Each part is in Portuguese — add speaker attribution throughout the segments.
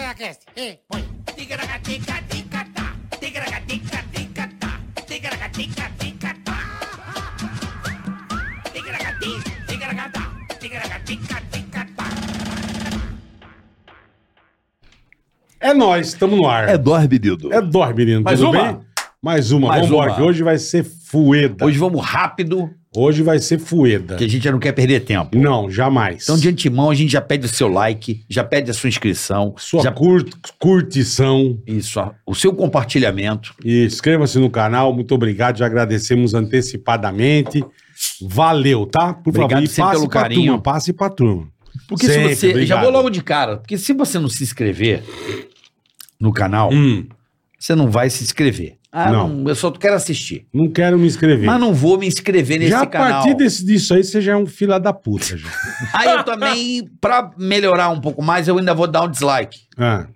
Speaker 1: Ticaracast. E põe.
Speaker 2: Ticaracatica-ticatá, ticaracatica-ticatá, ticaracatica-ticatá. Ticaracati, ticaracatá, ticaracatica-ticatá.
Speaker 3: É nóis, estamos no ar.
Speaker 4: É dor, menino.
Speaker 3: É dor, menino.
Speaker 4: Mais
Speaker 3: tudo
Speaker 4: uma?
Speaker 3: bem? Mais uma.
Speaker 4: Mais
Speaker 3: Vamos embora,
Speaker 4: uma.
Speaker 3: que hoje vai ser fueda. Hoje,
Speaker 4: Hoje vamos rápido,
Speaker 3: vai ser fueda.
Speaker 4: que a gente já não quer perder tempo.
Speaker 3: Não, jamais.
Speaker 4: Então, de antemão, a gente já pede o seu like, já pede a sua inscrição,
Speaker 3: Sua
Speaker 4: já-
Speaker 3: cur- curtição
Speaker 4: isso, ó, o seu compartilhamento.
Speaker 3: e inscreva-se no canal. Muito obrigado, já agradecemos antecipadamente. Valeu, tá? Por
Speaker 4: Obrigado
Speaker 3: favor, e
Speaker 4: sempre
Speaker 3: passe
Speaker 4: pelo
Speaker 3: pra
Speaker 4: carinho.
Speaker 3: turma, passe pra turma.
Speaker 4: Porque
Speaker 3: Sempre,
Speaker 4: se você. Já
Speaker 3: obrigado.
Speaker 4: vou logo de cara, porque se você não se inscrever no canal,
Speaker 3: Hum,
Speaker 4: você não vai se inscrever. Ah,
Speaker 3: Não.
Speaker 4: não. eu só quero assistir.
Speaker 3: não quero me inscrever.
Speaker 4: Mas não vou me inscrever nesse
Speaker 3: já a
Speaker 4: canal.
Speaker 3: partir desse, disso aí, você já é um fila da puta. Já.
Speaker 4: Aí eu também, pra melhorar um pouco mais, eu ainda vou dar um dislike.
Speaker 3: Ah,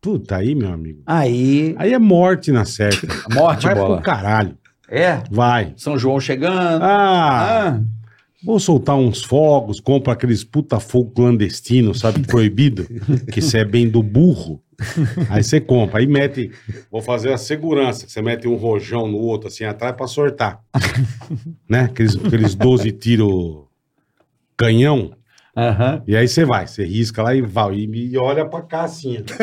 Speaker 3: puta aí, meu amigo.
Speaker 4: Aí.
Speaker 3: Aí é morte na certa.
Speaker 4: Morte,
Speaker 3: vai
Speaker 4: bola.
Speaker 3: pro caralho.
Speaker 4: É.
Speaker 3: Vai.
Speaker 4: São João chegando.
Speaker 3: Ah,
Speaker 4: Ah.
Speaker 3: vou soltar uns fogos, compra aqueles puta fogo clandestino, sabe, proibido, que você é bem do burro. Aí você compra, aí mete, vou fazer a segurança, que você mete um rojão no outro assim atrás pra sortar. né? Aqueles, aqueles 12 tiros canhão.
Speaker 4: Aham.
Speaker 3: E aí você vai, você risca lá e vai, e, e olha pra cá assim. ó.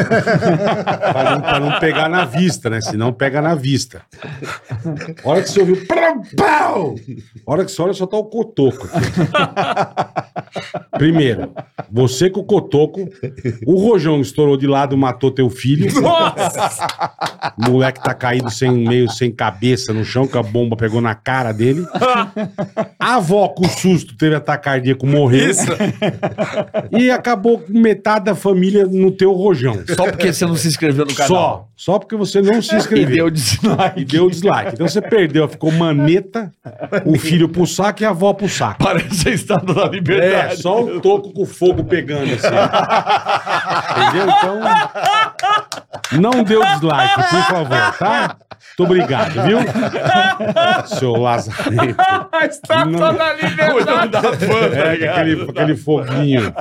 Speaker 3: pra, não, pra não pegar na vista, né? Senão pega na vista. A hora que você ouviu. pram, pau! A hora que você olha, só tá o cotoco. aqui. Primeiro, você com o cotoco, o rojão estourou de lado, matou teu filho. O moleque tá caído sem meio, sem cabeça no chão, que a bomba pegou na cara dele. A avó, com susto, teve ataque cardíaco, morreu. E acabou com metade da família no teu rojão.
Speaker 4: Só porque você não se inscreveu no canal.
Speaker 3: Só. Só porque você não se
Speaker 4: E
Speaker 3: inscreveu.
Speaker 4: deu dislike.
Speaker 3: E deu o dislike. Então você perdeu, ficou maneta, o filho pro saco e a avó pro saco.
Speaker 4: Parece a estátua da
Speaker 3: É,
Speaker 4: liberdade.
Speaker 3: só o toco com fogo pegando assim. Entendeu? Então. Não deu dislike, por favor, tá? Muito obrigado, viu? Seu Lazarento. Não-
Speaker 4: da fã,
Speaker 3: É, aquele, aquele foguinho.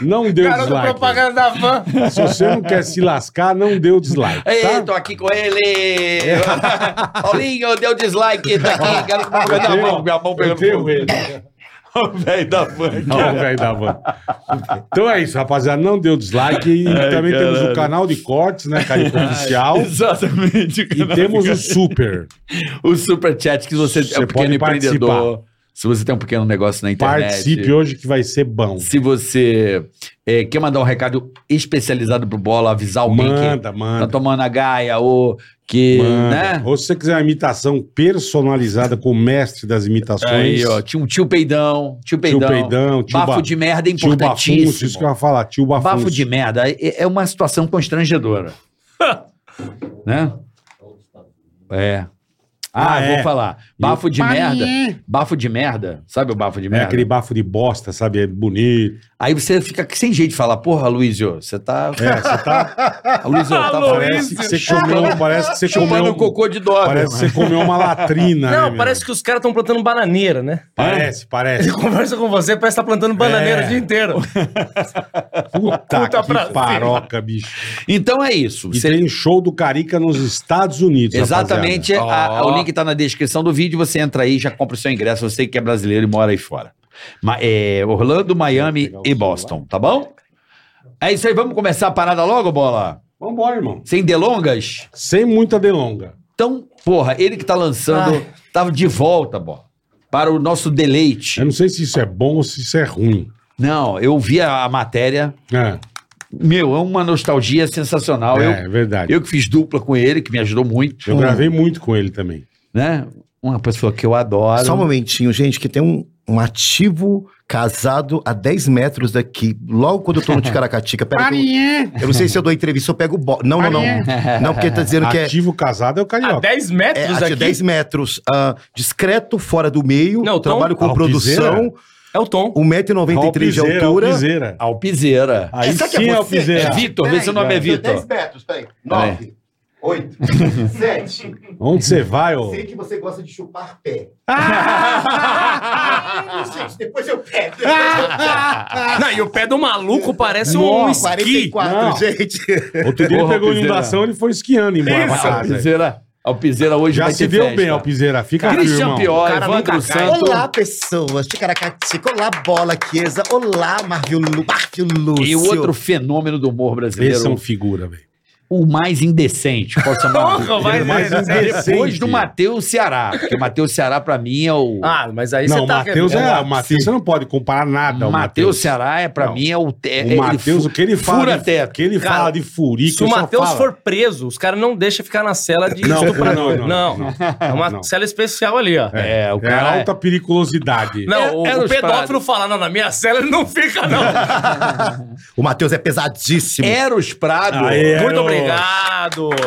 Speaker 3: Não deu dislike.
Speaker 1: da van.
Speaker 3: Se você não quer se lascar, não deu dislike.
Speaker 4: Ei,
Speaker 3: Tá?
Speaker 4: tô aqui com ele! Paulinho, deu dislike, tá aqui, cara, com
Speaker 3: Eu
Speaker 4: minha
Speaker 3: tenho-
Speaker 4: mão, minha mão
Speaker 3: eu
Speaker 4: pegando
Speaker 3: tenho
Speaker 4: fogo.
Speaker 3: ele.
Speaker 4: O velho da fã.
Speaker 3: Não, velho da van. Então é isso, rapaziada. Não deu dislike. E também temos o
Speaker 4: caralho.
Speaker 3: canal de cortes, né, Carico
Speaker 4: Ah,
Speaker 3: Oficial.
Speaker 4: Exatamente.
Speaker 3: E temos o super.
Speaker 4: o super chat que você,
Speaker 3: Você
Speaker 4: é um pequeno
Speaker 3: pode
Speaker 4: empreendedor. Se você tem um pequeno negócio na internet.
Speaker 3: Participe hoje que vai ser bom.
Speaker 4: Se você eh, quer mandar um recado especializado pro Bola, avisar alguém
Speaker 3: Manda,
Speaker 4: que tá
Speaker 3: manda.
Speaker 4: tomando a gaia ou que,
Speaker 3: manda.
Speaker 4: né?
Speaker 3: Ou se você quiser uma imitação personalizada com o mestre das imitações.
Speaker 4: Aí, ó, tinha um tio peidão, tio
Speaker 3: tio
Speaker 4: peidão.
Speaker 3: Peidão, tio,
Speaker 4: bafo
Speaker 3: ba
Speaker 4: de merda é
Speaker 3: tio Bafunço, isso que eu
Speaker 4: importantíssimo.
Speaker 3: ia falar. Tio Bafunço.
Speaker 4: Bafo de merda é, é uma situação constrangedora. né? É. Ah,
Speaker 3: Ah,
Speaker 4: vou
Speaker 3: é.
Speaker 4: falar. Bafo de merda. Bafo de merda. Sabe o bafo de
Speaker 3: É
Speaker 4: merda?
Speaker 3: aquele bafo de bosta, sabe? É bonito.
Speaker 4: Aí você fica sem jeito de falar, porra, Luizio, você tá.
Speaker 3: É, você tá.
Speaker 4: Luizio, tá
Speaker 3: parece que você comeu. Parece que você
Speaker 4: chupando
Speaker 3: comeu. um
Speaker 4: cocô de dobra.
Speaker 3: Parece que você comeu uma latrina. né,
Speaker 5: Não,
Speaker 3: meu?
Speaker 5: parece que os caras estão plantando bananeira, né?
Speaker 3: Parece, parece.
Speaker 5: Ele conversa com você, parece que tá plantando bananeira
Speaker 3: É.
Speaker 5: o dia inteiro.
Speaker 3: Puta
Speaker 5: Puta pra
Speaker 3: que
Speaker 5: cima.
Speaker 3: paroca, bicho.
Speaker 4: Então é isso.
Speaker 3: E
Speaker 4: Você-
Speaker 3: tem show do Carica nos Estados Unidos,
Speaker 4: Exatamente. a- a- o link tá na descrição do vídeo. Você entra aí, já compra o seu ingresso. Você que é brasileiro e mora aí fora. Ma- é, Orlando, Miami
Speaker 3: pegar o
Speaker 4: e Boston, tá bom? É isso aí. Vamos começar a parada logo, bola?
Speaker 3: rapaziada. Vambora, irmão.
Speaker 4: Sem delongas?
Speaker 3: Sem muita delonga.
Speaker 4: Então, porra, ele que tá lançando, tava de volta, bola. Para o nosso deleite.
Speaker 3: Eu não sei se isso é bom ou se isso é ruim.
Speaker 4: Não, eu vi a a matéria.
Speaker 3: É,
Speaker 4: Meu, é uma nostalgia sensacional.
Speaker 3: é,
Speaker 4: Eu,
Speaker 3: é verdade. Eu,
Speaker 4: eu que fiz dupla com ele, que me ajudou muito.
Speaker 3: gravei muito com ele também.
Speaker 4: Né? Uma pessoa que eu adoro.
Speaker 6: Só um momentinho, gente, que tem um, um ativo casado a 10 metros daqui, logo quando eu tô no Ticaracatica. Pera que eu, eu não sei se eu dou entrevista, eu pego o bo... Não, não, não. Não, porque tá dizendo que é,
Speaker 3: Ativo casado é o
Speaker 5: A
Speaker 3: Carioca.
Speaker 5: 10
Speaker 6: é
Speaker 5: metros
Speaker 6: ativo
Speaker 5: aqui
Speaker 6: 10 metros, ah, discreto, fora do meio,
Speaker 5: Não, então-
Speaker 6: trabalho com
Speaker 3: Alpizeira.
Speaker 6: produção,
Speaker 5: é o Tom.
Speaker 6: 1,93m de
Speaker 3: Alpizeira,
Speaker 6: altura.
Speaker 3: Alpizeira.
Speaker 4: Alpizeira.
Speaker 3: Aí
Speaker 6: Essa que é
Speaker 3: sim é
Speaker 6: você?
Speaker 3: Alpizeira.
Speaker 4: Então, É Vitor, vê se o nome é Vitor.
Speaker 6: metros, peraí.
Speaker 4: Nove.
Speaker 6: Oito. Sete.
Speaker 3: Onde você vai, ô?
Speaker 6: Sei que você gosta de chupar pé.
Speaker 3: Ah!
Speaker 6: Gente, depois eu pego.
Speaker 5: Não, e o pé do maluco parece um
Speaker 3: Nossa,
Speaker 5: esqui.
Speaker 6: 44,
Speaker 3: Não.
Speaker 6: gente.
Speaker 3: Outro dia ele
Speaker 4: Porra,
Speaker 3: pegou
Speaker 4: Piseira.
Speaker 3: inundação, ele foi esquiando embora pra
Speaker 4: Alpizeira,
Speaker 3: casa.
Speaker 4: Alpizeira, hoje
Speaker 3: Já
Speaker 4: vai
Speaker 3: se
Speaker 4: ter
Speaker 3: deu
Speaker 4: festa.
Speaker 3: bem, Alpizeira. Fica firme,
Speaker 4: Christian
Speaker 3: irmão.
Speaker 4: Pior,
Speaker 5: cara
Speaker 4: Evandro
Speaker 5: nunca cai.
Speaker 4: Santos.
Speaker 6: Olá, pessoas. Ticaracatica. Olá, Bola Chiesa. Olá, Marvio Lu... Marvio Lúcio.
Speaker 4: E o outro fenômeno do humor brasileiro,
Speaker 3: Eles são figura, velho.
Speaker 4: o mais indecente, é posso chamar?
Speaker 5: Porra, vai
Speaker 3: mais
Speaker 5: né?
Speaker 3: indecente.
Speaker 4: Depois do
Speaker 3: Decente.
Speaker 4: Matheus Ceará, porque o Matheus Ceará pra mim é o...
Speaker 5: Ah, mas aí
Speaker 3: Não,
Speaker 5: você
Speaker 3: o
Speaker 5: tá...
Speaker 3: Matheus é. O Matheus, você não pode comparar nada. ao
Speaker 4: Matheus Ceará é pra
Speaker 3: Não.
Speaker 4: mim é o... É,
Speaker 3: O Matheus, o que ele fala.
Speaker 4: Fura
Speaker 3: de- O
Speaker 4: teto.
Speaker 3: que ele
Speaker 5: Cara,
Speaker 3: fala de furico.
Speaker 5: Se o
Speaker 3: só
Speaker 5: Matheus
Speaker 3: é fala.
Speaker 5: for preso, os caras não deixam ficar na cela de
Speaker 3: Não,
Speaker 5: estuprador.
Speaker 3: não,
Speaker 5: Não,
Speaker 3: não,
Speaker 5: É uma
Speaker 3: não.
Speaker 5: cela especial ali, ó.
Speaker 4: É, o
Speaker 3: É
Speaker 4: cara...
Speaker 3: alta periculosidade.
Speaker 5: Não, o,
Speaker 4: Era
Speaker 5: o
Speaker 4: É, os
Speaker 5: pedófilo
Speaker 4: Prados.
Speaker 5: fala, não, na minha cela ele não fica, não.
Speaker 6: O Matheus é pesadíssimo.
Speaker 4: Eros Prado.
Speaker 3: Aê.
Speaker 5: Muito
Speaker 3: Eros.
Speaker 5: obrigado.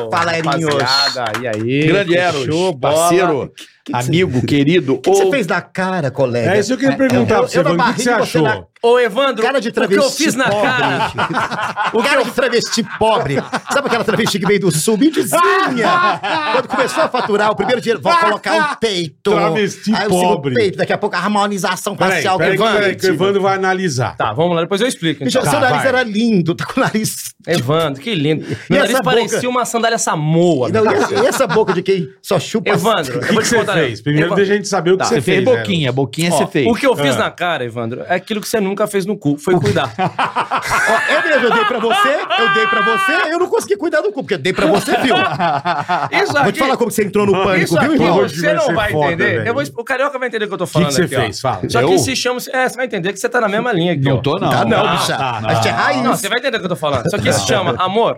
Speaker 6: Fala, Erinhos.
Speaker 5: rapaziada. E aí?
Speaker 4: Grande Eros,
Speaker 5: Show, bola.
Speaker 4: parceiro, amigo, querido.
Speaker 6: O que você
Speaker 4: ou-
Speaker 6: fez na cara, colega?
Speaker 3: É isso que eu queria perguntar
Speaker 6: eu-
Speaker 3: pra você,
Speaker 6: eu na
Speaker 3: Vando. O que que você
Speaker 6: barriga, você
Speaker 3: achou?
Speaker 6: na-
Speaker 5: Ô, Evandro,
Speaker 6: Cara de travesti
Speaker 5: o que eu fiz na
Speaker 6: pobre.
Speaker 5: cara?
Speaker 6: O cara de travesti pobre. Sabe aquela travesti que veio do sul? Mendizinha. Quando começou a faturar o primeiro dinheiro, vou colocar o peito.
Speaker 3: Travesti
Speaker 6: Aí o segundo
Speaker 3: pobre.
Speaker 6: peito. Daqui a pouco a harmonização
Speaker 3: Peraí,
Speaker 6: facial.
Speaker 3: peraí,
Speaker 6: com o
Speaker 3: peraí, que o Evandro vai analisar.
Speaker 5: Tá, vamos lá, depois eu explico.
Speaker 6: Bicho,
Speaker 5: Então.
Speaker 3: Tá,
Speaker 6: seu nariz
Speaker 3: vai.
Speaker 6: era lindo. Tá com o nariz...
Speaker 5: Evandro, que lindo. Meu
Speaker 6: essa
Speaker 5: nariz parecia
Speaker 6: boca?
Speaker 5: uma sandália samoa.
Speaker 6: E, não, e essa- e essa boca de quem só chupa...
Speaker 5: Evandro, eu
Speaker 3: O
Speaker 5: vou
Speaker 3: que
Speaker 5: te
Speaker 3: você
Speaker 5: contar.
Speaker 3: fez? Primeiro
Speaker 5: Evandro,
Speaker 3: deixa a gente saber o que
Speaker 4: Tá,
Speaker 3: você fez.
Speaker 4: boquinha, boquinha
Speaker 5: ó,
Speaker 4: você fez.
Speaker 5: O que eu fiz
Speaker 3: Ah.
Speaker 5: na cara, Evandro, é aquilo que você nunca fez no cu, foi cuidar.
Speaker 6: Ó, eu mesmo, eu dei pra você, eu dei pra você, eu não consegui cuidar do cu, porque eu dei pra você, viu?
Speaker 5: Isso
Speaker 6: Vou te falar como você entrou no pânico,
Speaker 5: Isso
Speaker 6: viu,
Speaker 5: aqui
Speaker 6: irmão?
Speaker 3: Hoje
Speaker 5: você
Speaker 3: vai ser
Speaker 5: não vai
Speaker 3: foda,
Speaker 5: entender.
Speaker 3: velho.
Speaker 5: Eu vou, o carioca vai entender o que eu tô
Speaker 3: O que
Speaker 5: falando
Speaker 3: que você
Speaker 5: aqui, ó.
Speaker 3: fez? Fala.
Speaker 5: Só
Speaker 4: Eu?
Speaker 5: que se chama. É, você vai entender que você tá na mesma linha aqui.
Speaker 4: Não
Speaker 5: ó.
Speaker 4: tô, não.
Speaker 6: Tá não,
Speaker 5: Não, Ah,
Speaker 6: bicha.
Speaker 3: tá, não.
Speaker 6: A gente é raiz.
Speaker 5: Não, você vai entender o que eu tô falando. Só que se chama Amor.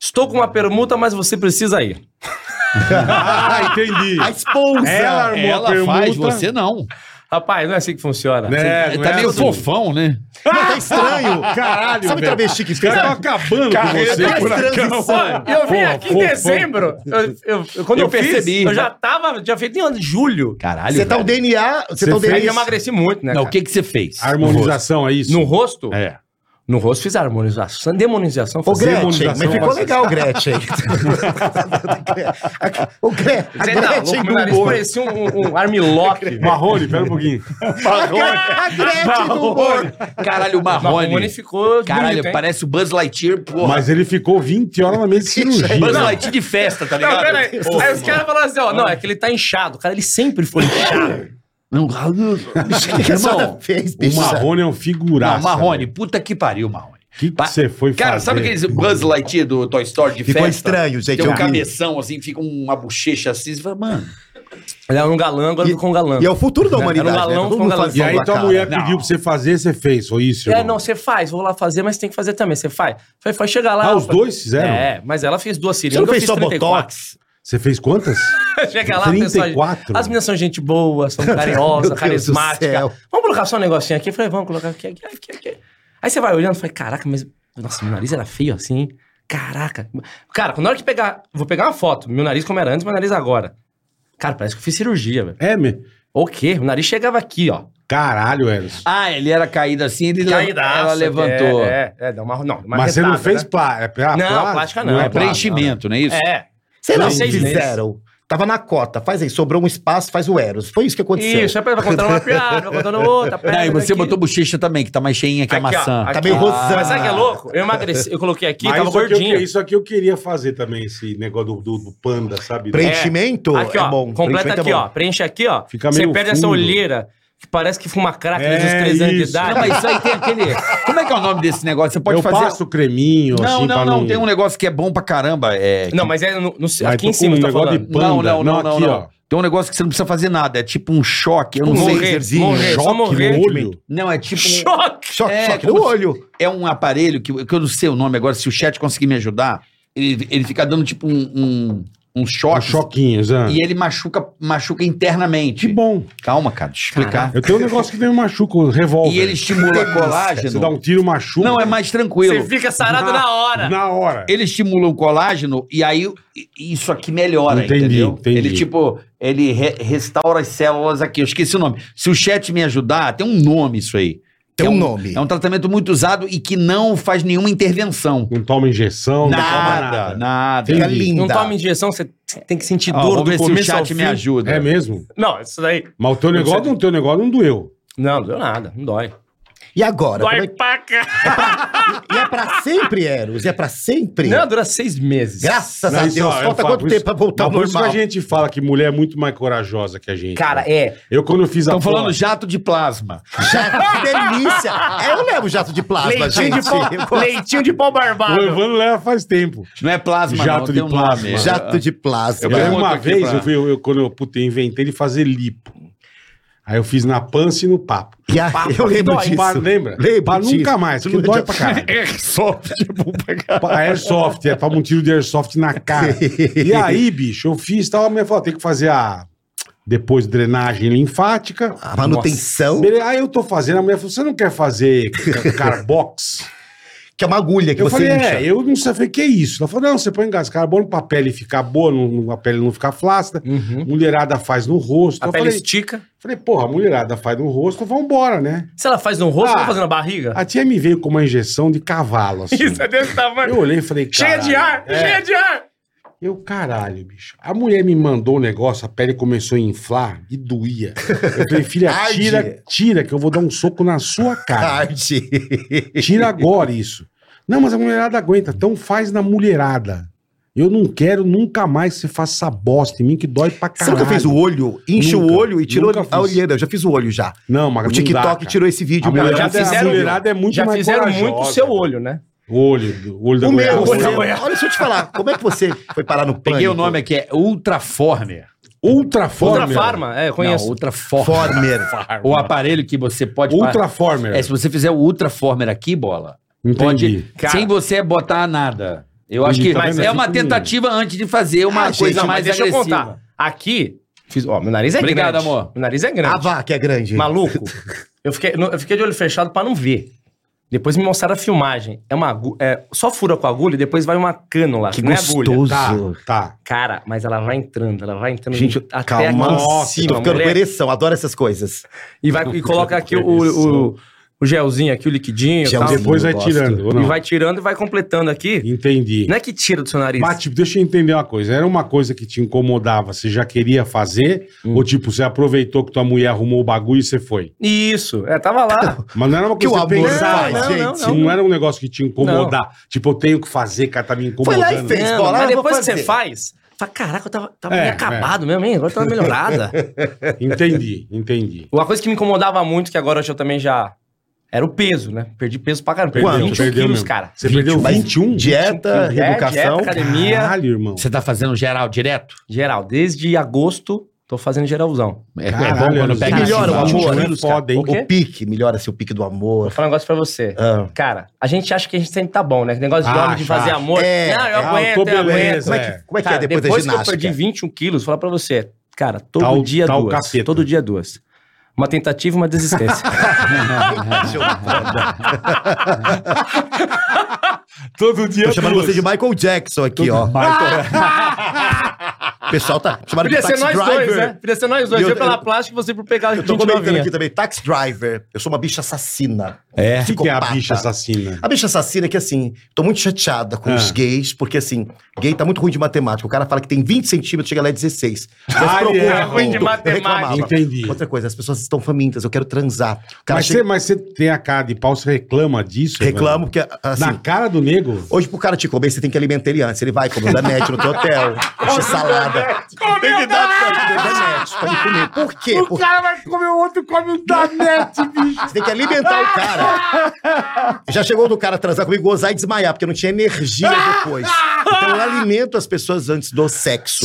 Speaker 5: Estou com uma permuta, mas você precisa ir.
Speaker 3: Ah, entendi.
Speaker 6: A esposa.
Speaker 3: Ela armou a
Speaker 4: Ela
Speaker 3: permuta.
Speaker 4: faz, você não.
Speaker 5: Rapaz, não é assim que funciona.
Speaker 3: Né, não
Speaker 4: tá
Speaker 3: é
Speaker 4: meio
Speaker 3: assim.
Speaker 4: fofão, né?
Speaker 6: Não, tá estranho.
Speaker 3: Caralho,
Speaker 6: Sabe
Speaker 3: velho.
Speaker 6: travesti que
Speaker 3: Os caras
Speaker 6: fez? tá
Speaker 3: estão acabando
Speaker 6: Carreira
Speaker 3: com você.
Speaker 6: da
Speaker 3: por acaso.
Speaker 6: transição.
Speaker 5: Eu vim
Speaker 3: Pô,
Speaker 5: aqui em
Speaker 3: pô, pô.
Speaker 5: dezembro. Eu, eu- eu- quando
Speaker 4: Eu
Speaker 5: eu, fiz,
Speaker 4: percebi.
Speaker 5: eu já tava, já fiz em julho.
Speaker 4: Caralho,
Speaker 6: Você tá o
Speaker 4: velho.
Speaker 6: DNA, você tá o
Speaker 3: Você
Speaker 5: Aí
Speaker 6: DNA.
Speaker 5: eu emagreci muito, né?
Speaker 4: Não, o
Speaker 5: cara?
Speaker 4: que que você fez?
Speaker 3: Harmonização, é isso?
Speaker 5: No rosto?
Speaker 4: É.
Speaker 5: No rosto fiz harmonização, demonização.
Speaker 6: Ô,
Speaker 5: fiz-
Speaker 6: Gretchen,
Speaker 3: Demonização
Speaker 6: mas ficou
Speaker 3: racista.
Speaker 6: legal o Gretchen. A- Ô, Gretchen, a
Speaker 5: Você tá louco?
Speaker 6: Gretchen
Speaker 5: Meu
Speaker 6: do
Speaker 5: nariz
Speaker 6: humor.
Speaker 5: parecia um, um armilock.
Speaker 3: Marrone, pera um pouquinho.
Speaker 6: A Gre- a Gretchen do humor.
Speaker 4: Caralho, o Marrone.
Speaker 5: Marrone ficou
Speaker 4: Caralho,
Speaker 5: bonito, hein?
Speaker 4: parece o Buzz Lightyear, porra.
Speaker 3: Mas ele ficou 20 horas na mesa de cirurgia.
Speaker 4: Buzz
Speaker 3: né?
Speaker 4: Lightyear de festa, tá
Speaker 5: Não,
Speaker 4: ligado?
Speaker 5: pera aí. Aí os caras falaram assim, ó, não, é que ele tá inchado. Cara, ele sempre foi inchado.
Speaker 4: Não, Bicho,
Speaker 6: O que que a senhora
Speaker 4: irmão.
Speaker 6: fez,
Speaker 3: O
Speaker 6: bicha?
Speaker 3: Marrone é um figuraço.
Speaker 4: Não, Marrone, puta que pariu, Marrone.
Speaker 3: O que que
Speaker 4: Pa-
Speaker 3: você foi
Speaker 4: Cara, sabe
Speaker 3: fazer?
Speaker 4: aqueles Buzz Lightyear do Toy Story de
Speaker 6: Ficou
Speaker 4: festa?
Speaker 6: estranho, gente,
Speaker 4: Tem um
Speaker 6: eu vi.
Speaker 4: cabeção, assim, fica uma bochecha assim. Você fala, mano...
Speaker 5: Ele era um galã, agora ficou um galã.
Speaker 6: E é o futuro da humanidade,
Speaker 5: Era um
Speaker 6: né?
Speaker 5: galão
Speaker 6: Todo
Speaker 5: com
Speaker 6: mundo
Speaker 5: galão.
Speaker 6: faz
Speaker 3: E aí
Speaker 6: isso
Speaker 3: tua
Speaker 6: pra
Speaker 3: mulher
Speaker 4: Não.
Speaker 3: pediu pra você fazer, você fez, foi isso?
Speaker 5: É,
Speaker 3: irmão?
Speaker 5: não, você faz, vou lá fazer, mas tem que fazer também. Você faz. Falei, faz, chega lá.
Speaker 3: Ah,
Speaker 5: eu
Speaker 3: os
Speaker 5: falei,
Speaker 3: dois fizeram?
Speaker 5: É, mas ela fez duas
Speaker 6: Você não
Speaker 5: cirurgias.
Speaker 6: fez só
Speaker 5: eu fiz 34.
Speaker 6: botox?
Speaker 3: Você fez quantas?
Speaker 5: Chega lá,
Speaker 3: 34?
Speaker 5: pessoal. As meninas são gente boa, são
Speaker 6: Meu
Speaker 5: carinhosas,
Speaker 6: Deus
Speaker 5: carismáticas.
Speaker 6: do céu.
Speaker 5: Vamos colocar só um negocinho aqui. Eu falei, vamos colocar aqui, aqui, aqui, aqui. Aí você vai olhando e fala, caraca, mas. Nossa, meu nariz era feio assim, hein? Caraca. Cara, na hora que pegar. Vou pegar uma foto. Meu nariz como era antes, meu nariz agora. Cara, parece que eu fiz cirurgia, velho.
Speaker 3: É, me...
Speaker 5: O quê? O nariz chegava aqui, ó.
Speaker 3: Caralho, Eros.
Speaker 4: Ah, ele era caído assim, ele
Speaker 5: Caidaço,
Speaker 4: ela levantou. É,
Speaker 5: É, é, é dá uma. Não, uma
Speaker 3: Mas você não
Speaker 5: retada,
Speaker 3: fez
Speaker 5: né?
Speaker 3: plá- é plá-
Speaker 5: Não,
Speaker 3: plá-
Speaker 5: plástica não,
Speaker 3: é
Speaker 5: é
Speaker 3: plá-
Speaker 4: preenchimento, não é isso?
Speaker 5: É.
Speaker 6: Sei lá,
Speaker 5: Dois meses.
Speaker 6: fizeram. Tava na cota, faz aí, sobrou um espaço, faz o Eros. Foi isso que aconteceu.
Speaker 5: Isso, é pra vai contando uma piada, vai contando outra.
Speaker 4: Não,
Speaker 5: pega
Speaker 4: e você
Speaker 5: daqui.
Speaker 4: botou bochecha também, que tá mais cheinha que a
Speaker 5: é, Aqui, ó,
Speaker 4: maçã.
Speaker 5: aqui,
Speaker 6: Tá meio
Speaker 5: ó.
Speaker 6: rosana.
Speaker 5: Mas sabe o que é louco? Eu emagreci, eu coloquei aqui,
Speaker 3: Mas
Speaker 5: tava
Speaker 3: isso aqui, eu,
Speaker 5: gordinho.
Speaker 3: que- é isso aqui eu queria fazer também, esse negócio do, do- do panda, sabe?
Speaker 6: Preenchimento
Speaker 5: Aqui,
Speaker 6: é
Speaker 5: ó,
Speaker 6: bom.
Speaker 5: completa
Speaker 6: preenchimento
Speaker 5: aqui,
Speaker 6: é bom.
Speaker 5: ó, preenche aqui, ó.
Speaker 3: Fica
Speaker 5: você
Speaker 3: meio
Speaker 5: perde essa
Speaker 3: fundo.
Speaker 5: olheira, que parece que fuma crack
Speaker 3: É
Speaker 5: desde os três anos de
Speaker 3: isso.
Speaker 5: idade.
Speaker 4: Não, mas isso aí tem aquele. Como é que é o nome desse negócio? Você pode
Speaker 3: eu
Speaker 4: fazer.
Speaker 3: passo creminho,
Speaker 4: Não,
Speaker 3: assim,
Speaker 4: não,
Speaker 3: pra
Speaker 4: não, Tem um negócio que é bom pra caramba. É...
Speaker 5: Não, mas é no, no-
Speaker 3: Mas
Speaker 5: aqui
Speaker 3: tô
Speaker 5: em cima
Speaker 3: com um
Speaker 5: que tá
Speaker 3: negócio
Speaker 5: falando.
Speaker 3: de- banda.
Speaker 4: não, não, não,
Speaker 3: Não,
Speaker 4: não,
Speaker 3: aqui,
Speaker 4: não.
Speaker 3: ó.
Speaker 4: Tem um negócio que você não precisa fazer nada. É tipo um choque. Eu não sei.
Speaker 5: Morrer, morrer, só morrer.
Speaker 3: no olho.
Speaker 4: Não, é tipo. um-
Speaker 5: Choque!
Speaker 6: Choque,
Speaker 4: É,
Speaker 6: choque
Speaker 4: como
Speaker 6: no
Speaker 4: se-
Speaker 6: olho.
Speaker 4: É um aparelho que, que eu não sei o nome agora. Se o chat conseguir me ajudar, ele, ele fica dando tipo um, um, um
Speaker 3: Ó,
Speaker 4: choque.
Speaker 3: choquinhos, né?
Speaker 4: E ele machuca, machuca internamente.
Speaker 3: Que é bom.
Speaker 4: Calma, cara, deixa eu explicar.
Speaker 3: Eu tenho um negócio que me machuca, o revólver.
Speaker 4: E ele estimula a
Speaker 3: Você
Speaker 4: colágeno.
Speaker 3: dá um tiro, machuca.
Speaker 4: Não, é mais
Speaker 5: Você
Speaker 4: tranquilo.
Speaker 5: fica sarado na hora.
Speaker 3: Na hora.
Speaker 4: Ele estimula o colágeno e aí i- isso aqui melhora,
Speaker 3: Entendi,
Speaker 4: entendeu?
Speaker 3: entendi.
Speaker 4: Ele tipo, ele re- restaura as células aqui. Eu esqueci o nome. Se o chat me ajudar, tem um nome isso aí.
Speaker 6: Tem
Speaker 7: é
Speaker 6: um nome.
Speaker 7: É um tratamento muito usado e que não faz nenhuma intervenção.
Speaker 3: Não toma injeção, não toma
Speaker 7: Nada,
Speaker 3: nada.
Speaker 7: nada.
Speaker 6: Fica
Speaker 3: Entendi.
Speaker 6: linda.
Speaker 5: Não toma injeção, você tem que sentir
Speaker 7: Ó,
Speaker 5: dor
Speaker 7: vamos
Speaker 5: do
Speaker 7: ver se o
Speaker 5: começo ao
Speaker 7: chat
Speaker 5: fim.
Speaker 7: me ajuda.
Speaker 3: É mesmo?
Speaker 5: Não, isso daí...
Speaker 3: Mas o teu negócio, não, teu negócio não doeu.
Speaker 5: Não, não deu nada, não dói.
Speaker 6: E agora? Como é
Speaker 5: Dói
Speaker 6: que-
Speaker 5: pra cá.
Speaker 6: E é pra sempre, Eros? E é pra sempre?
Speaker 5: Não, dura seis meses.
Speaker 6: Graças
Speaker 3: Não,
Speaker 6: a
Speaker 3: isso,
Speaker 6: Deus.
Speaker 3: ó, eu
Speaker 6: Falta
Speaker 3: falo,
Speaker 6: quanto
Speaker 3: por isso-
Speaker 6: tempo pra voltar ao
Speaker 3: Mas por isso que
Speaker 6: normal?
Speaker 3: a gente fala que mulher é muito mais corajosa que a gente.
Speaker 5: Cara,
Speaker 3: né?
Speaker 5: é...
Speaker 3: eu quando fiz a
Speaker 7: Estão falando
Speaker 3: porra-
Speaker 7: jato de plasma.
Speaker 6: Já, que delícia. É, eu levo jato de plasma, gente.
Speaker 5: leitinho de pau
Speaker 3: O
Speaker 5: barbado.
Speaker 3: Evandro leva faz tempo.
Speaker 7: Não é plasma,
Speaker 3: Jato
Speaker 7: não,
Speaker 3: de
Speaker 7: tem um
Speaker 3: plasma.
Speaker 7: nome.
Speaker 6: Jato de
Speaker 7: Eu
Speaker 3: Eu
Speaker 6: plasma.
Speaker 7: quero
Speaker 3: lembro
Speaker 7: um
Speaker 3: uma
Speaker 7: outro
Speaker 3: vez,
Speaker 7: aqui pra-
Speaker 3: eu, fui, eu, eu- quando eu, puta, eu inventei de fazer lipo. Aí eu fiz na pança e no papo.
Speaker 6: E a- eu lembro
Speaker 3: Ah, Dói,
Speaker 6: disso.
Speaker 3: pa- lembra?
Speaker 6: Lembro
Speaker 3: Pra
Speaker 6: disso. É
Speaker 3: nunca mais, porque dói pra caralho.
Speaker 7: Airsoft.
Speaker 3: A Airsoft, é, toma um tiro de Airsoft na cara. E aí, bicho, eu fiz, tava, a minha falou, tem que fazer a, depois, drenagem linfática.
Speaker 6: A manutenção,
Speaker 3: Bele- Aí eu tô fazendo, a mulher falou, você não quer fazer carbox?
Speaker 6: que é uma agulha que
Speaker 3: Eu
Speaker 6: você
Speaker 3: falei,
Speaker 6: incha.
Speaker 3: é, eu não sei, eu falei, que é isso? Ela falou, não, você põe gás carbono pra pele ficar boa, não, não- a pele não ficar flácida.
Speaker 5: Uhum.
Speaker 3: Mulherada faz no rosto.
Speaker 5: A
Speaker 3: eu
Speaker 5: pele
Speaker 3: falei,
Speaker 5: estica.
Speaker 3: falei, porra, a mulherada faz no rosto, vambora, né?
Speaker 5: Se ela faz no rosto,
Speaker 3: Ah.
Speaker 5: ela faz na barriga.
Speaker 3: A tia me veio com uma injeção de cavalo, assim.
Speaker 5: Isso, é desse
Speaker 3: Eu
Speaker 5: tamanho.
Speaker 3: olhei e falei,
Speaker 5: Cheia de ar,
Speaker 3: caralho, é.
Speaker 5: cheia de ar.
Speaker 3: Eu, caralho, bicho. A mulher me mandou o negócio, a pele começou a inflar e doía. Eu falei, filha,
Speaker 6: Arde.
Speaker 3: tira, tira, que eu vou dar um soco na sua cara.
Speaker 6: Tarde.
Speaker 3: Tira agora isso. Não, mas a mulherada aguenta. Então faz na mulherada. Eu não quero nunca mais que você faça essa bosta em mim que dói pra
Speaker 6: Sabe
Speaker 3: caralho.
Speaker 6: o que eu fiz o olho? Enche
Speaker 3: Nunca,
Speaker 6: o olho e tirou
Speaker 3: nunca fiz.
Speaker 6: a olheira. Eu já fiz o olho já.
Speaker 3: Não, mas
Speaker 6: O
Speaker 3: não dá,
Speaker 6: TikTok
Speaker 3: cara.
Speaker 6: tirou esse vídeo,
Speaker 3: A
Speaker 6: meu.
Speaker 3: mulherada,
Speaker 5: Já
Speaker 3: é- a
Speaker 5: fizeram-
Speaker 3: mulherada é muito
Speaker 5: Já
Speaker 3: mais
Speaker 5: fizeram
Speaker 3: corajosa.
Speaker 5: muito o seu olho, né?
Speaker 3: O olho, o olho da
Speaker 6: O
Speaker 3: mulher.
Speaker 6: meu,
Speaker 5: goiaba.
Speaker 6: olha,
Speaker 5: Goiaba.
Speaker 6: olha, deixa eu te falar. Como é que você foi parar no pânico?
Speaker 7: Peguei o nome aqui, é Ultraformer.
Speaker 5: Outra
Speaker 3: Ultraformer.
Speaker 5: farma, é, eu
Speaker 7: Não,
Speaker 5: conheço.
Speaker 7: Ultraformer.
Speaker 6: Former.
Speaker 7: O aparelho que você pode...
Speaker 3: Ultraformer.
Speaker 7: É, se você fizer o Ultraformer aqui, bola,
Speaker 3: Entendi.
Speaker 7: pode... Sem você botar nada. Eu acho
Speaker 3: Entendi,
Speaker 7: que
Speaker 3: tá
Speaker 7: mas
Speaker 3: vendo?
Speaker 7: é uma
Speaker 3: Fica um-
Speaker 7: tentativa antes de fazer uma
Speaker 6: Ah, gente,
Speaker 7: coisa
Speaker 6: mas
Speaker 7: mais
Speaker 5: deixa
Speaker 7: agressiva.
Speaker 5: eu contar. Aqui, fiz, ó, meu nariz é
Speaker 7: Obrigado,
Speaker 5: grande.
Speaker 7: amor.
Speaker 5: Meu nariz é
Speaker 6: A
Speaker 5: grande.
Speaker 6: vaca é grande.
Speaker 5: Maluco. Eu fiquei, no- eu fiquei de olho fechado pra não ver. Depois me mostraram a filmagem. É uma agu- é, só fura com a agulha e depois vai uma cânula,
Speaker 6: Que
Speaker 5: não é agulha.
Speaker 6: gostoso.
Speaker 3: Tá,
Speaker 5: Cara, mas ela vai entrando, ela vai entrando
Speaker 6: Gente,
Speaker 5: até
Speaker 6: calma.
Speaker 5: aqui em
Speaker 3: Nossa,
Speaker 5: cima,
Speaker 6: Tô ficando com
Speaker 5: moleque.
Speaker 6: ereção. Adoro essas coisas.
Speaker 5: E, vai, e coloca aqui o,
Speaker 3: Ereção.
Speaker 5: o, o gelzinho aqui, o liquidinho e
Speaker 6: Gelzinho.
Speaker 5: tal.
Speaker 3: tá. Depois
Speaker 6: eu
Speaker 3: vai
Speaker 6: gosto.
Speaker 3: tirando. ou não?
Speaker 5: E vai tirando e vai completando aqui.
Speaker 3: Entendi.
Speaker 5: Não é que tira do seu nariz.
Speaker 3: Mas, tipo, deixa eu entender uma coisa. Era uma coisa que te incomodava, você já queria fazer? Ou, tipo, você aproveitou que tua mulher arrumou o bagulho e você foi?
Speaker 5: Isso, é, tava lá.
Speaker 3: Mas não era uma
Speaker 6: Que
Speaker 3: coisa
Speaker 6: o
Speaker 3: que,
Speaker 6: amor
Speaker 3: você pensava.
Speaker 6: faz,
Speaker 5: Não, não,
Speaker 6: gente.
Speaker 5: não,
Speaker 3: Se não, era um negócio que te incomodava. Tipo, eu tenho que fazer, cara, tá me
Speaker 6: Foi
Speaker 3: incomodando.
Speaker 6: lá e fez.
Speaker 5: Não,
Speaker 6: bola,
Speaker 5: mas
Speaker 6: eu vou
Speaker 5: depois que
Speaker 6: fazer.
Speaker 5: você faz, fala, caraca, eu tava, tava
Speaker 3: É,
Speaker 5: meio acabado mesmo, hein? Agora tava melhorada.
Speaker 3: Entendi, entendi.
Speaker 5: Uma coisa que me incomodava muito, que agora eu já- também já... Era o peso, né? Perdi peso pra caramba. Perdi
Speaker 3: Perdeu,
Speaker 5: 21
Speaker 3: perdeu
Speaker 5: quilos,
Speaker 3: mesmo.
Speaker 5: cara.
Speaker 3: Você perdeu
Speaker 6: Mas
Speaker 3: 21?
Speaker 6: Dieta,
Speaker 5: um, é, dieta,
Speaker 6: educação.
Speaker 5: academia.
Speaker 3: Caralho, irmão.
Speaker 7: Você tá fazendo geral direto?
Speaker 5: Geral, desde agosto, tô fazendo geralzão.
Speaker 7: É, é
Speaker 3: Caralho,
Speaker 7: bom quando
Speaker 3: Anderson,
Speaker 7: pega
Speaker 3: você
Speaker 6: melhora o
Speaker 3: tá
Speaker 7: assim,
Speaker 6: amor.
Speaker 3: um tiro
Speaker 6: Quilos,
Speaker 3: foda, hein?
Speaker 5: O quê?
Speaker 6: O pique. Melhora-se o pique do
Speaker 5: Vou
Speaker 6: amor.
Speaker 5: falar um negócio pra você.
Speaker 6: Ah.
Speaker 5: Cara, a gente acha que a gente sempre tá bom, né? Aquele Negócio de
Speaker 3: Acha,
Speaker 5: homem de fazer
Speaker 3: acha.
Speaker 5: amor.
Speaker 6: É,
Speaker 5: não, eu
Speaker 3: é, eu
Speaker 5: aguento,
Speaker 3: tô
Speaker 5: eu
Speaker 3: beleza.
Speaker 5: aguento.
Speaker 6: Como é
Speaker 3: É.
Speaker 6: que, como é, que
Speaker 5: Cara,
Speaker 6: é depois, da
Speaker 5: que eu
Speaker 6: ginástica?
Speaker 5: perdi 21 quilos, vou falar pra você. Cara, todo
Speaker 3: Tal-
Speaker 5: dia
Speaker 3: tal
Speaker 5: duas.
Speaker 3: capeta.
Speaker 5: Todo dia duas. Uma tentativa e uma desistência. um,
Speaker 3: Todo dia
Speaker 6: Tô chamando
Speaker 3: duas.
Speaker 6: você de Michael Jackson aqui, ó. O pessoal tá chamando
Speaker 5: Podia
Speaker 6: de
Speaker 5: ser nós
Speaker 6: taxi
Speaker 5: dois, né?
Speaker 6: driver.
Speaker 5: Podia ser nós dois.
Speaker 6: Eu-
Speaker 5: Eu, pela
Speaker 6: eu-
Speaker 5: plástica e você por pegar
Speaker 6: Eu tô
Speaker 5: 20
Speaker 6: comentando
Speaker 5: novinha.
Speaker 6: aqui também. Taxi driver. Eu sou uma bicha assassina.
Speaker 3: É. O que, que é a
Speaker 6: Psicopata.
Speaker 3: bicha assassina?
Speaker 6: A bicha assassina é que, assim, tô muito chateada com
Speaker 3: Ah.
Speaker 6: os gays, porque, assim, gay tá muito ruim de matemática. O cara fala que tem 20 centímetros, chega lá é 16. Mas
Speaker 3: Ah,
Speaker 6: procura
Speaker 3: ele é
Speaker 6: muito.
Speaker 5: ruim de
Speaker 6: Eu
Speaker 5: matemática.
Speaker 6: reclamava.
Speaker 3: Entendi.
Speaker 6: Outra coisa, as pessoas estão famintas, eu quero transar. O cara
Speaker 3: Mas,
Speaker 6: chega-
Speaker 3: você, mas você tem a cara de pau, você reclama disso?
Speaker 6: reclamo,
Speaker 3: velho?
Speaker 6: porque, assim...
Speaker 3: Na cara do nego?
Speaker 6: Hoje, pro cara te comer, você tem que alimentar ele antes. Ele vai comer Danete no teu hotel, enche salada. Tem que dar Danete pra né, ele comer. Por quê? Porque
Speaker 3: cara vai comer o outro, come o Danete, bicho.
Speaker 6: você tem que alimentar o cara. Já chegou do cara transar comigo, gozar e desmaiar, porque não tinha energia depois. Então eu alimento as pessoas antes do sexo.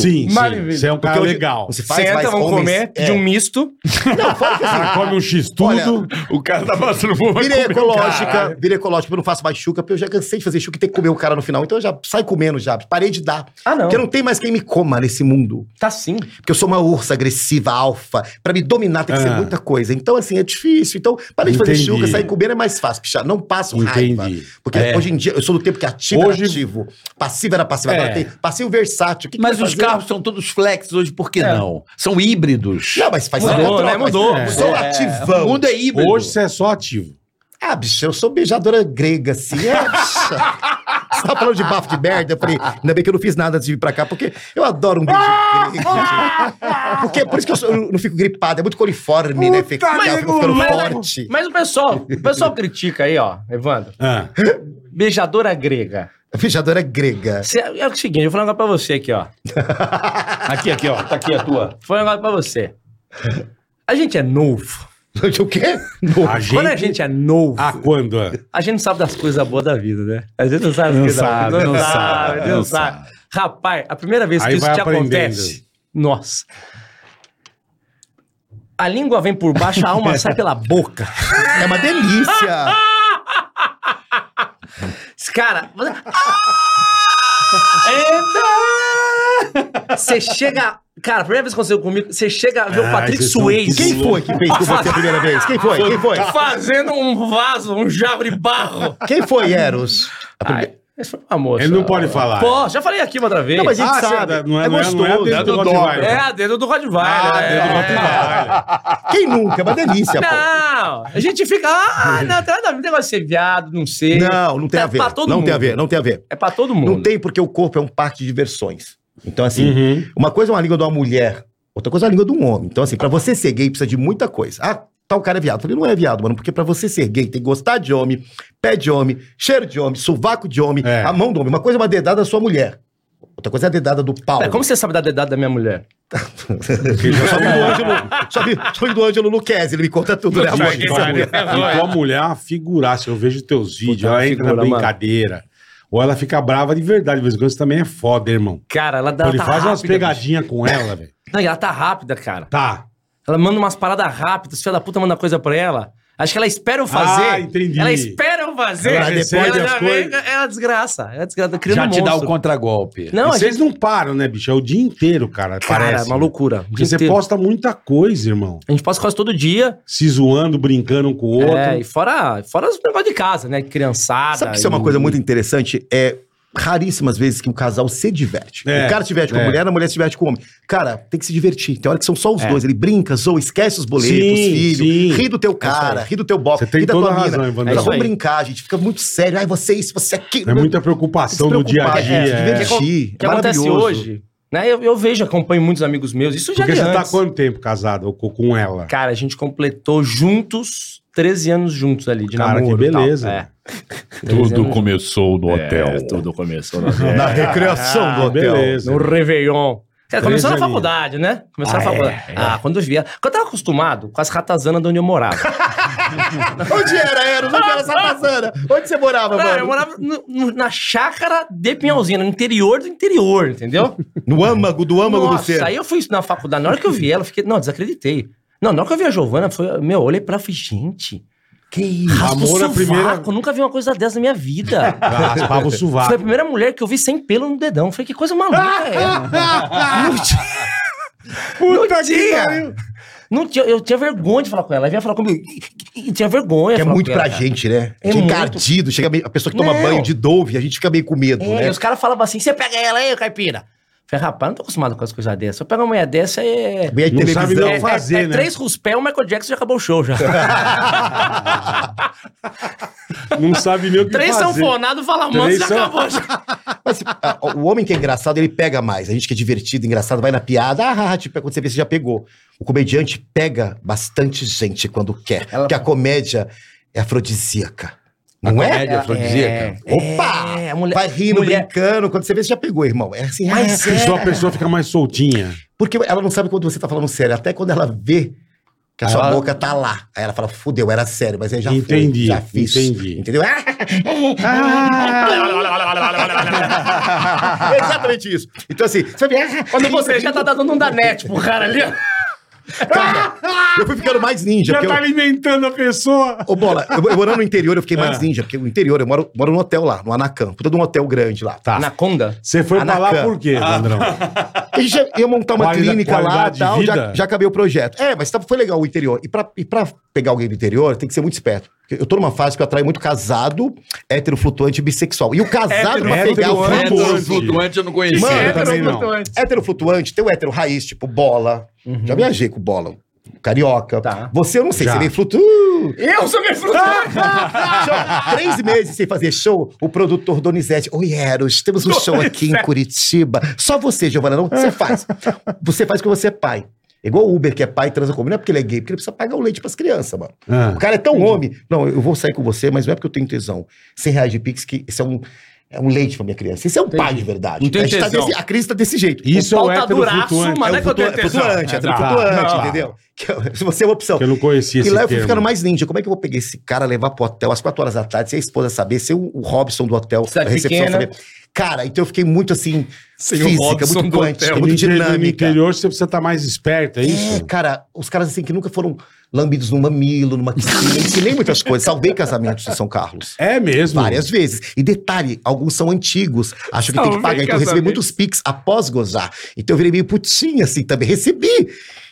Speaker 3: Sim, sim.
Speaker 5: Maravilha.
Speaker 3: Você é um cara
Speaker 6: Porque hoje
Speaker 3: legal.
Speaker 6: Não se faz
Speaker 5: Senta,
Speaker 6: mais
Speaker 5: vamos
Speaker 6: homens.
Speaker 5: comer,
Speaker 6: É.
Speaker 5: pedir um misto.
Speaker 6: Não, fala que assim,
Speaker 3: Você come um x-tudo.
Speaker 6: Olha,
Speaker 7: O cara tá passando por
Speaker 6: Virei ecológica,
Speaker 3: caralho.
Speaker 6: virei ecológica, porque eu não faço mais chuca, porque eu já cansei de fazer chuca e ter que comer o cara no final. Então eu já saio comendo já, parei de dar.
Speaker 5: Ah, não.
Speaker 6: Porque não tem mais quem me coma nesse mundo.
Speaker 5: Tá sim.
Speaker 6: Porque eu sou uma ursa agressiva, alfa. Pra me dominar tem que
Speaker 3: Ah.
Speaker 6: ser muita coisa. Então, assim, é difícil. Então, parei de fazer
Speaker 3: Entendi.
Speaker 6: chuca, sair comendo é mais fácil, pichar. Não passo raiva.
Speaker 3: Entendi.
Speaker 6: Porque
Speaker 7: É.
Speaker 6: hoje em dia, eu sou do tempo que ativo
Speaker 3: Hoje-
Speaker 6: era ativo, passivo era passivo.
Speaker 3: É.
Speaker 6: Agora tem passivo versátil. O que que
Speaker 7: Mas
Speaker 6: vai
Speaker 7: os
Speaker 6: fazer?
Speaker 7: carros são todos flex hoje, por que
Speaker 5: É.
Speaker 7: não? São híbridos.
Speaker 6: Não, mas faz
Speaker 5: Mudou,
Speaker 6: troca,
Speaker 5: né?
Speaker 6: mas
Speaker 5: Mudou,
Speaker 6: Sou
Speaker 7: É,
Speaker 6: ativão.
Speaker 7: O mundo é híbrido.
Speaker 3: Hoje você é só ativo.
Speaker 6: ah, bicho, eu sou beijadora grega, assim. Ah, bicho. Você tá falando de bafo de merda? Eu falei, ainda bem que eu não fiz nada antes de vir pra cá, porque eu adoro um beijo grego. gente. Porque é por isso que eu, sou- eu não fico gripado, é muito coliforme, né?
Speaker 3: Puta,
Speaker 6: Fica, fica
Speaker 3: nego
Speaker 6: ficando
Speaker 3: louco.
Speaker 6: forte.
Speaker 5: Mas o pessoal, o pessoal critica aí, ó, Evandro.
Speaker 3: Ah,
Speaker 5: Beijadora grega.
Speaker 6: Beijadora grega.
Speaker 5: Cê- é o seguinte, eu vou falar um negócio pra você aqui, ó.
Speaker 7: Aqui, aqui, ó. Tá aqui a tua.
Speaker 5: Vou falar um negócio pra você. A gente é novo.
Speaker 6: O quê?
Speaker 3: a gente...
Speaker 5: Quando a gente é novo,
Speaker 3: Ah, quando? ah?
Speaker 5: a gente não sabe das coisas boas da vida, né? Às vezes não sabe
Speaker 7: Não
Speaker 5: das coisas
Speaker 7: sabe,
Speaker 5: boas.
Speaker 7: não sabe,
Speaker 5: não,
Speaker 7: não
Speaker 5: sabe. Rapaz, a primeira vez
Speaker 3: Aí
Speaker 5: que isso
Speaker 3: vai
Speaker 5: te
Speaker 3: aprendendo.
Speaker 5: acontece, nossa. A língua vem por baixo, a alma sai pela boca.
Speaker 6: É uma delícia.
Speaker 5: Esse Cara, você- você chega. Cara, a primeira vez que aconteceu comigo, você chega a ver o
Speaker 3: Ah,
Speaker 5: Patrick
Speaker 3: vocês são
Speaker 5: Swayze.
Speaker 3: tudo
Speaker 6: Quem foi que fez com você a primeira vez? Quem foi? Quem foi?
Speaker 5: Fazendo um vaso, um jabre-barro.
Speaker 6: Quem foi, Eros? A primeira-
Speaker 5: Ai, esse foi uma moça.
Speaker 3: Ele não pode falar.
Speaker 5: Pô, já falei aqui uma outra vez.
Speaker 6: Não, mas a gente
Speaker 3: Ah,
Speaker 6: sabe.
Speaker 3: sabe, não é- não é- não é
Speaker 6: gostoso. né?
Speaker 3: dentro do Rottweiler.
Speaker 5: É a dedo do Rottweiler.
Speaker 3: Ah,
Speaker 5: é.
Speaker 3: dedo no
Speaker 6: Quem nunca? É uma delícia, pô.
Speaker 5: Não, a gente fica. Ah, não, tem nada a ver. Negócio de ser viado, não sei.
Speaker 6: Não, não tem
Speaker 5: é
Speaker 6: a ver.
Speaker 5: Pra todo
Speaker 6: Não
Speaker 5: mundo.
Speaker 6: tem a ver, não tem a ver.
Speaker 5: É pra todo mundo.
Speaker 6: Não tem porque o corpo é um parque de diversões. Então, assim,
Speaker 3: Uhum.
Speaker 6: uma coisa é uma língua de uma mulher, outra coisa é a língua de um homem. Então, assim, pra você ser gay precisa de muita coisa. Ah, tal cara é viado. Eu Falei, não é viado, mano, porque pra você ser gay tem que gostar de homem, pé de homem, cheiro de homem, sovaco de homem,
Speaker 3: É.
Speaker 6: a mão do homem. Uma coisa é uma dedada da sua mulher. Outra coisa é a dedada do pau.
Speaker 5: Pera, Como você sabe da dedada da minha mulher?
Speaker 3: Ele já
Speaker 6: Só
Speaker 3: sabe
Speaker 6: vim do Ângelo, só vim, só vim do Ângelo Luquezzi, ele me conta tudo, né, amor?
Speaker 3: E tua então mulher- e tua mulher é uma figuraça. Eu vejo teus vídeos,
Speaker 5: Puta,
Speaker 3: ela
Speaker 5: uma
Speaker 3: entra na
Speaker 5: figura, mano.
Speaker 3: brincadeira. Ou ela fica brava de verdade. De vez em quando você também é foda, irmão.
Speaker 5: Cara, ela,
Speaker 3: Pô,
Speaker 5: ela
Speaker 3: ele
Speaker 5: tá
Speaker 3: faz umas
Speaker 5: rápida, bicho.
Speaker 3: pegadinhas com ela, velho.
Speaker 5: Não, e ela tá rápida, cara.
Speaker 3: Tá.
Speaker 5: Ela manda umas paradas rápidas, filha da puta manda coisa pra ela. Acho que ela espera eu fazer.
Speaker 3: Ah, entendi.
Speaker 5: Ela espera eu fazer.
Speaker 3: Ela recebe
Speaker 5: ela
Speaker 3: as
Speaker 5: já vem,
Speaker 3: coisas.
Speaker 5: é uma desgraça. É uma desgraça. Criando
Speaker 7: Já
Speaker 5: um
Speaker 7: te dá o
Speaker 5: monstro.
Speaker 7: contragolpe.
Speaker 5: Não,
Speaker 3: E
Speaker 5: a gente...
Speaker 3: vocês não param, né, bicho? É o dia inteiro, cara.
Speaker 5: Cara,
Speaker 3: parece.
Speaker 5: uma loucura. O
Speaker 3: Porque
Speaker 5: dia
Speaker 3: você
Speaker 5: inteiro.
Speaker 3: posta muita coisa, irmão.
Speaker 5: A gente posta quase todo dia.
Speaker 3: Se zoando, brincando um com o outro.
Speaker 5: É, e fora, fora os negócios de casa, né? Criançada.
Speaker 6: Sabe que isso é
Speaker 5: e-
Speaker 6: uma coisa muito interessante? É raríssimas vezes que um casal se diverte.
Speaker 3: É,
Speaker 6: o cara se diverte com
Speaker 3: é.
Speaker 6: a mulher, a mulher se diverte com o homem. Cara, tem que se divertir. Tem hora que são só os dois. Ele brinca, zoa, esquece os boletos,
Speaker 3: Sim,
Speaker 6: filho,
Speaker 3: sim. É
Speaker 6: ri do teu cara, ri do teu bofe,
Speaker 3: Você tem
Speaker 6: ri da
Speaker 3: toda
Speaker 6: tua
Speaker 3: a razão,
Speaker 6: mina.
Speaker 3: Evandro.
Speaker 6: Aí
Speaker 5: É isso
Speaker 6: vamos
Speaker 5: aí.
Speaker 6: brincar, gente. Fica muito sério. Ai, você isso, você aquilo.
Speaker 3: É muita preocupação do dia a
Speaker 6: Despreocupar,
Speaker 3: dia.
Speaker 6: é, se
Speaker 3: é.
Speaker 5: O que acon-
Speaker 6: Divertir,
Speaker 5: O que
Speaker 6: é
Speaker 5: acontece
Speaker 6: maravilhoso.
Speaker 5: hoje, né? Eu, eu vejo, acompanho muitos amigos meus. Isso já
Speaker 3: Porque
Speaker 5: de
Speaker 3: você tá há
Speaker 5: antes.
Speaker 3: quanto tempo casado ou co- com ela?
Speaker 5: Cara, a gente completou juntos 13 anos juntos ali de
Speaker 3: Cara,
Speaker 5: namoro.
Speaker 3: que
Speaker 5: e tal.
Speaker 3: beleza. né?
Speaker 5: É. 13
Speaker 7: né?
Speaker 5: anos
Speaker 4: começou
Speaker 7: É,
Speaker 4: no hotel. tudo começou no hotel.
Speaker 6: Na recreação do hotel.
Speaker 3: É. Ah, Beleza.
Speaker 5: Ah, então, No Réveillon. Né? Cara, começou na
Speaker 3: Três aninhos.
Speaker 5: faculdade, né? Começou na faculdade. Ah, quando via. Porque eu tava acostumado com as ratazanas de onde eu morava.
Speaker 6: Onde era, Eros? Onde era essa passana? Onde você morava,
Speaker 5: Ah, Cara, eu
Speaker 6: mano?
Speaker 5: morava no- no- na chácara de Pinhalzinho, no interior do interior, entendeu?
Speaker 6: No âmago, do âmago do ser.
Speaker 5: Nossa, aí eu fui na faculdade. Na hora que eu vi ela, eu fiquei. Não, desacreditei. Não, na hora que eu vi a Giovana, foi, meu, eu olhei pra ela e falei, gente.
Speaker 6: Que isso?
Speaker 5: raspa o
Speaker 3: Amor à
Speaker 5: sovaco,
Speaker 3: primeira-
Speaker 5: Eu nunca vi uma coisa dessa na minha vida.
Speaker 3: Raspava o é
Speaker 5: Foi é a
Speaker 3: sovaco.
Speaker 5: primeira mulher que eu vi sem pelo no dedão. Falei, que coisa maluca é essa? Não tinha. não tinha. Não tinha. Eu tinha vergonha de falar com ela. Ela vinha falar comigo. e- e- e Tinha vergonha. de
Speaker 6: Que é
Speaker 5: falar
Speaker 6: muito
Speaker 5: com ela,
Speaker 6: pra
Speaker 5: cara.
Speaker 6: gente, né?
Speaker 5: É
Speaker 6: É
Speaker 5: muito.
Speaker 6: encardido, chega meio, a pessoa que toma
Speaker 5: Não.
Speaker 6: banho de Dove, a gente fica meio com medo,
Speaker 5: É,
Speaker 6: né?
Speaker 5: e os caras falavam assim: você pega ela aí, caipira. Falei, rapaz, eu não tô acostumado com as coisas dessas. Se eu pegar uma mulher dessa, é.
Speaker 6: Meio de
Speaker 3: Não
Speaker 6: televisão.
Speaker 3: sabe nem o
Speaker 5: é-
Speaker 3: que fazer,
Speaker 5: é- é
Speaker 3: né?
Speaker 5: Três ruspé, o Michael Jackson já acabou o show já.
Speaker 3: Não sabe nem o que
Speaker 5: Três
Speaker 3: fazer.
Speaker 5: sanfonados, fala mano,
Speaker 3: Três
Speaker 5: já
Speaker 3: san-
Speaker 5: acabou já.
Speaker 6: Mas, assim, a- o homem que é engraçado, ele pega mais. A gente que é divertido, engraçado, vai na piada. Ah, ah, tipo, quando você vê, você já pegou. O comediante pega bastante gente quando quer. Porque a comédia é afrodisíaca. Não é?
Speaker 7: comédia afrodisíaca?
Speaker 5: É,
Speaker 6: Opa!
Speaker 5: é, a mulher-
Speaker 6: vai rindo,
Speaker 5: mulher-
Speaker 6: brincando. Quando você vê, você já pegou, irmão. É assim, ah,
Speaker 5: Mas é.
Speaker 3: Só a pessoa fica mais soltinha.
Speaker 6: Porque ela não sabe quando você tá falando sério. Até quando ela vê que a
Speaker 7: Aí
Speaker 6: sua
Speaker 7: ela-
Speaker 6: boca tá lá. Aí ela fala, fudeu, era sério, mas aí já
Speaker 3: Entendi,
Speaker 6: foi, já fiz.
Speaker 3: entendi.
Speaker 6: Entendeu? Ah!
Speaker 3: Ah!
Speaker 6: Exatamente isso. Então assim, você vai ver,
Speaker 5: Quando você já tá dando um danete pro cara ali, ó.
Speaker 6: eu fui ficando mais ninja.
Speaker 3: tá
Speaker 6: Porque eu...
Speaker 3: alimentando a pessoa.
Speaker 6: Ô, Bola, eu, eu morando no interior, eu fiquei mais
Speaker 3: Ah.
Speaker 6: ninja. Porque o interior, eu moro, moro num hotel lá, no Anacan. Todo um hotel grande lá. Tá.
Speaker 5: Anaconda.
Speaker 3: Você foi pra lá
Speaker 6: Anacan.
Speaker 3: por quê, Vandrão?
Speaker 6: A gente já ia montar uma
Speaker 3: Qualidade-
Speaker 6: clínica lá
Speaker 3: qualidade
Speaker 6: e
Speaker 3: de
Speaker 6: tal,
Speaker 3: vida?
Speaker 6: já, já acabei o projeto. É, mas tá- foi legal o interior. E pra, e pra pegar alguém do interior, tem que ser muito esperto. Porque Eu tô numa fase que eu atraio muito casado, hétero, flutuante e bissexual. E o casado pra
Speaker 3: Hétero,
Speaker 6: pegar o
Speaker 3: flutuante.
Speaker 6: famoso.
Speaker 7: flutuante É, eu não conhecia.
Speaker 3: Mano,
Speaker 6: Mano,
Speaker 3: também não.
Speaker 6: Hétero flutuante, tem o hétero raiz, tipo bola. Já viajei com bola. Carioca.
Speaker 5: Tá.
Speaker 6: Você, eu não sei,
Speaker 3: Uhum. Já.
Speaker 6: você veio flutu.
Speaker 5: Eu sou meu
Speaker 6: Show. Três meses sem fazer show, o produtor Donizete. Oi, Eros, temos um show aqui em Curitiba. Só você, Giovana, não? Você faz. Você faz porque você é pai. É igual o Uber, que é pai e transa comigo. Não é porque ele é gay, porque ele precisa pagar o leite pras crianças, mano.
Speaker 3: Ah,
Speaker 6: O cara é tão homem. Não, eu vou sair com você, mas não é porque eu tenho tesão. 100 reais de pix, que isso é um, é um leite pra minha criança. Isso é um pai de verdade.
Speaker 5: Não tem
Speaker 6: a, gente tá
Speaker 5: tesão.
Speaker 6: desse- a crise tá desse jeito.
Speaker 3: isso é
Speaker 5: pau
Speaker 3: o
Speaker 5: tá
Speaker 3: hétero
Speaker 5: duraço,
Speaker 3: flutuante.
Speaker 5: mas
Speaker 3: É
Speaker 5: não
Speaker 3: o
Speaker 5: é que eu
Speaker 3: flutu-
Speaker 5: tenho
Speaker 6: É
Speaker 5: tesão.
Speaker 6: flutuante, é
Speaker 3: Ah, tá.
Speaker 6: flutuante,
Speaker 3: Não,
Speaker 6: entendeu? Que eu- Se você é uma opção.
Speaker 3: que eu não conhecia
Speaker 6: E
Speaker 3: esse
Speaker 6: lá eu fui
Speaker 3: termo.
Speaker 6: ficando mais ninja. Como é que eu vou pegar esse cara, levar pro hotel às 4 horas da tarde, se a esposa saber, ser o, o Robson do hotel,
Speaker 5: Cidade
Speaker 6: a recepção
Speaker 5: pequena.
Speaker 6: saber. Cara, então eu fiquei muito assim,
Speaker 5: Sem o
Speaker 6: física,
Speaker 5: Robson
Speaker 6: muito
Speaker 5: do
Speaker 6: quântica,
Speaker 5: hotel.
Speaker 3: No
Speaker 6: É muito
Speaker 3: É interior- No
Speaker 6: dinâmica.
Speaker 3: interior você precisa estar mais esperto, é
Speaker 6: É,
Speaker 3: isso?
Speaker 6: cara, os caras assim que nunca foram lambidos num mamilo, numa piscina, eu ensinei muitas coisas, salvei casamentos em São Carlos.
Speaker 3: É, mesmo.
Speaker 6: Várias vezes. E detalhe, alguns são antigos. Acho que tem que
Speaker 5: Salvei
Speaker 6: pagar. Então eu recebi
Speaker 5: casamento.
Speaker 6: muitos pics após gozar. Então eu virei meio putinha, assim, também. Recebi.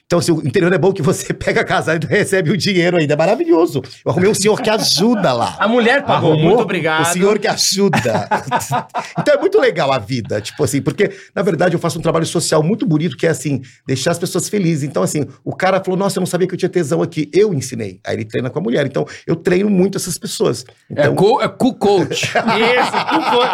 Speaker 6: Então, assim, o interior é bom que você pega casado e recebe o dinheiro ainda. É maravilhoso. Eu arrumei um senhor que ajuda lá.
Speaker 5: A mulher pagou.
Speaker 3: Arrumou?
Speaker 5: Muito
Speaker 6: O
Speaker 5: obrigado.
Speaker 6: senhor que ajuda. então é muito legal a vida, tipo assim, porque, na verdade, eu faço um trabalho social muito bonito, que é assim, deixar as pessoas felizes. Então, assim, o cara falou, nossa, eu não sabia que eu tinha tesão aqui. Eu ensinei. Aí ele treina com a mulher. Então, eu treino muito essas pessoas. Então,
Speaker 7: É, co, é cu coach.
Speaker 5: Isso, por favor.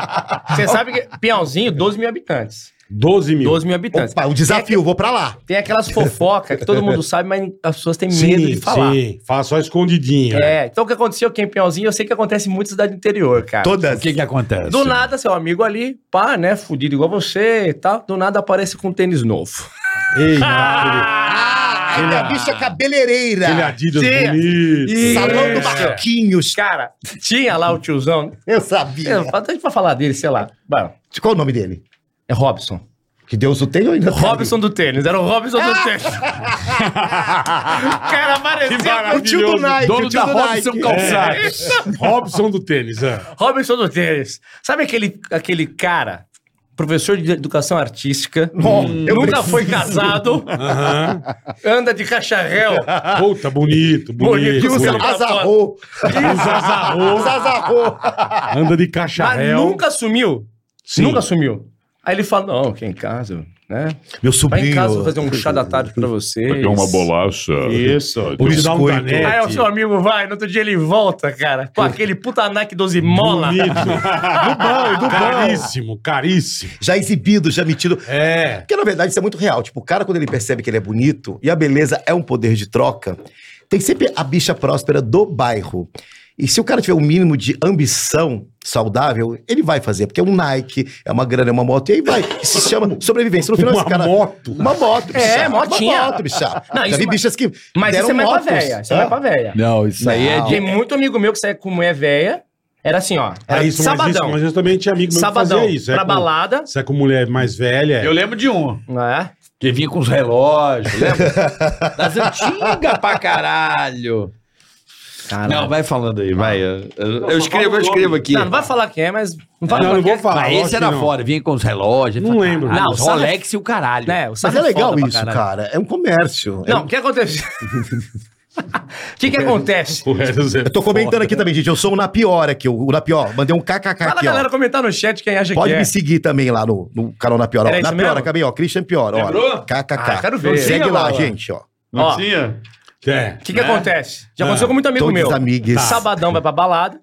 Speaker 5: Você sabe que Piauzinho, 12 mil habitantes.
Speaker 3: 12 mil.
Speaker 5: 12 mil habitantes.
Speaker 6: opa, o desafio, vou pra lá.
Speaker 5: Tem aquelas fofocas que todo mundo sabe, mas as pessoas têm medo de falar.
Speaker 3: Sim, fala só escondidinho. né?
Speaker 5: É, então o que aconteceu aqui em Piauzinho, eu sei que acontece em muita cidade do interior, cara.
Speaker 6: Todas.
Speaker 7: O que que acontece?
Speaker 5: Do nada, seu amigo ali, pá, né, fudido igual você e tal, do nada aparece com um tênis novo.
Speaker 3: Ei,
Speaker 6: Ah,
Speaker 3: Ele-
Speaker 6: ainda a bicha cabeleireira.
Speaker 3: aquele Adidas
Speaker 5: Sim.
Speaker 3: bonito.
Speaker 5: E-
Speaker 6: Salão do
Speaker 5: Isso.
Speaker 6: Barquinhos.
Speaker 5: Cara, tinha lá o tiozão, É,
Speaker 6: Eu
Speaker 5: eu,
Speaker 6: sabia.
Speaker 5: até pra falar dele, sei lá, Bah,
Speaker 6: Qual o nome dele?
Speaker 5: é Robson.
Speaker 6: Que Deus o tenha ou ainda
Speaker 5: Robson do tênis, era o Robson do tênis. o cara apareceu
Speaker 6: O tio do Nike.
Speaker 7: Dono
Speaker 6: o tio do
Speaker 7: da Robson
Speaker 6: Nike.
Speaker 7: Calçado.
Speaker 3: É. Robson do tênis, é.
Speaker 5: Robson do tênis. Sabe aquele, aquele cara, professor de educação artística, hum,
Speaker 6: Bom, eu
Speaker 5: nunca
Speaker 6: preciso.
Speaker 5: foi casado,
Speaker 3: Aham.
Speaker 5: anda de cacharel.
Speaker 3: Puta, bonito, bonito.
Speaker 5: Bonito,
Speaker 6: Que usa
Speaker 3: bonito.
Speaker 6: azarro.
Speaker 3: Azarrou.
Speaker 6: Usa azarro.
Speaker 3: Anda de
Speaker 5: Mas
Speaker 3: cacharel.
Speaker 5: nunca sumiu.
Speaker 3: Sim.
Speaker 5: Nunca sumiu. Aí ele fala: não, que em casa, né? Vai
Speaker 6: Meu
Speaker 5: em
Speaker 6: sobrinho.
Speaker 5: casa vou fazer um chá da tarde pra vocês.
Speaker 4: Tem uma bolacha.
Speaker 5: Isso.
Speaker 3: Vou te dar um
Speaker 6: biscoito.
Speaker 3: danete.
Speaker 5: Aí Ah, é o seu amigo vai, no outro dia ele volta, cara, com aquele puta Nike 12 mola.
Speaker 3: Bonito. do bom, do bom. Caríssimo, caríssimo.
Speaker 6: Já exibido, já metido.
Speaker 3: É.
Speaker 6: Porque, na verdade, isso é muito real. Tipo, o cara, quando ele percebe que ele é bonito e a beleza é um poder de troca, tem sempre a bicha próspera do bairro. E se o cara tiver um mínimo de ambição saudável, ele vai fazer. Porque é um Nike, é uma grana, é uma moto, e aí vai. Isso se chama sobrevivência. No final,
Speaker 3: Uma
Speaker 6: esse cara...
Speaker 3: moto.
Speaker 6: Uma moto, bicha.
Speaker 5: É, motinha.
Speaker 6: Uma moto, bicha.
Speaker 5: Não,
Speaker 6: Já
Speaker 5: isso
Speaker 6: vi
Speaker 5: é-
Speaker 6: bichas que
Speaker 5: Mas isso é mais pra véia. Isso é
Speaker 6: Ah.
Speaker 5: mais pra véia.
Speaker 7: Não, isso aí é
Speaker 6: Não.
Speaker 5: Tem
Speaker 7: de...
Speaker 5: muito amigo meu que sai com mulher véia. Era assim, ó. Era
Speaker 3: É isso, mas isso,
Speaker 5: sabadão.
Speaker 3: mas eu também tinha amigo meu que
Speaker 5: sabadão.
Speaker 3: fazia isso.
Speaker 5: pra
Speaker 3: com,
Speaker 5: balada.
Speaker 3: Isso é com mulher mais velha. é.
Speaker 7: Eu lembro de um.
Speaker 5: né?
Speaker 7: Que vinha com os relógios, lembra? das antigas pra caralho. Não, vai falando aí, vai. Eu, eu- eu escrevo, eu escrevo aqui.
Speaker 5: Não, não vai falar quem é, mas. Não
Speaker 3: Não,
Speaker 5: fala
Speaker 3: não
Speaker 5: quem é.
Speaker 3: vou falar.
Speaker 7: Mas
Speaker 3: lógico
Speaker 7: esse
Speaker 3: que
Speaker 7: era
Speaker 3: não.
Speaker 7: fora, vinha com os relógios.
Speaker 3: Não lembro.
Speaker 7: Ah,
Speaker 5: Não,
Speaker 7: os
Speaker 5: o sarro-
Speaker 7: Rolex e o caralho.
Speaker 5: É, o
Speaker 6: Mas
Speaker 5: sarro
Speaker 6: é
Speaker 5: foda
Speaker 6: legal
Speaker 5: pra
Speaker 6: isso,
Speaker 5: caralho.
Speaker 6: cara. É um comércio. É um-
Speaker 5: Não, o que acontece? O que, que acontece?
Speaker 3: O Eros é
Speaker 6: Eu tô comentando aqui também, gente. Eu sou o Napior aqui. O o Napior. Mandei um kkk
Speaker 5: né? Fala,
Speaker 6: aqui, ó.
Speaker 5: galera, comentar no chat quem acha
Speaker 6: Pode
Speaker 5: que
Speaker 6: me
Speaker 5: é.
Speaker 6: seguir também lá no, no canal na Pior. Ó,
Speaker 5: Era isso
Speaker 6: na Pior,
Speaker 5: mesmo?
Speaker 6: acabei, ó. Christian Pior, ó.
Speaker 7: Lembrou?
Speaker 6: KKK.
Speaker 5: Ah, quero ver.
Speaker 6: Segue
Speaker 5: Tinha
Speaker 6: lá,
Speaker 5: lá, ó.
Speaker 6: gente, ó.
Speaker 7: Não
Speaker 5: Ó.
Speaker 7: tinha?
Speaker 3: foda. É.
Speaker 5: O que, que acontece? Já
Speaker 3: Ah,
Speaker 5: aconteceu com muito amigo
Speaker 6: Todos
Speaker 5: meu. Tá.
Speaker 6: amigues.
Speaker 5: Sabadão vai pra balada,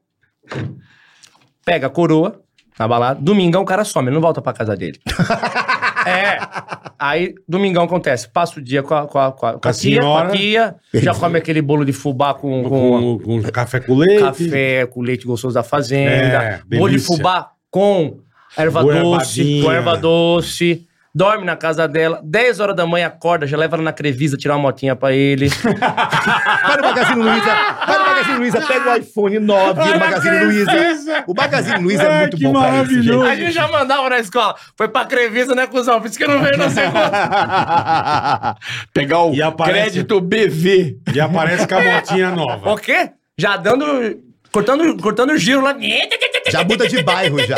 Speaker 5: pega a coroa na balada, domingão o cara some, ele não volta pra casa dele. é. Aí, domingão acontece, passa o dia com a, com a, com a, com a tia, com a
Speaker 3: senhora.
Speaker 5: tia, já come aquele bolo de fubá com,
Speaker 3: Com,
Speaker 5: com
Speaker 3: com, café com leite.
Speaker 5: café, com leite gostoso da
Speaker 3: É,
Speaker 5: fazenda, bolo de
Speaker 3: delícia.
Speaker 5: fubá com erva
Speaker 3: Goiabadinha.
Speaker 5: doce, com erva doce. Dorme na casa dela, 10 horas da manhã acorda, já leva ela na crevisa tirar uma motinha pra ele.
Speaker 6: Vai no Magazine Luiza. Vai no Magazine Luiza. Pega o iPhone 9 do Magazine Luiza. O Magazine Luiza é
Speaker 3: Ai,
Speaker 6: muito
Speaker 3: que
Speaker 6: bom pra isso,
Speaker 3: maravilhoso.
Speaker 6: gente.
Speaker 5: A gente já mandava na escola. Foi pra Crevisa, né, cuzão? Por isso que não veio na segunda.
Speaker 7: Pegar o
Speaker 3: E aparece-
Speaker 7: crédito BV.
Speaker 3: E aparece com a motinha nova.
Speaker 5: o quê? Já dando... Cortando, cortando o giro lá.
Speaker 6: Já muda de bairro, já.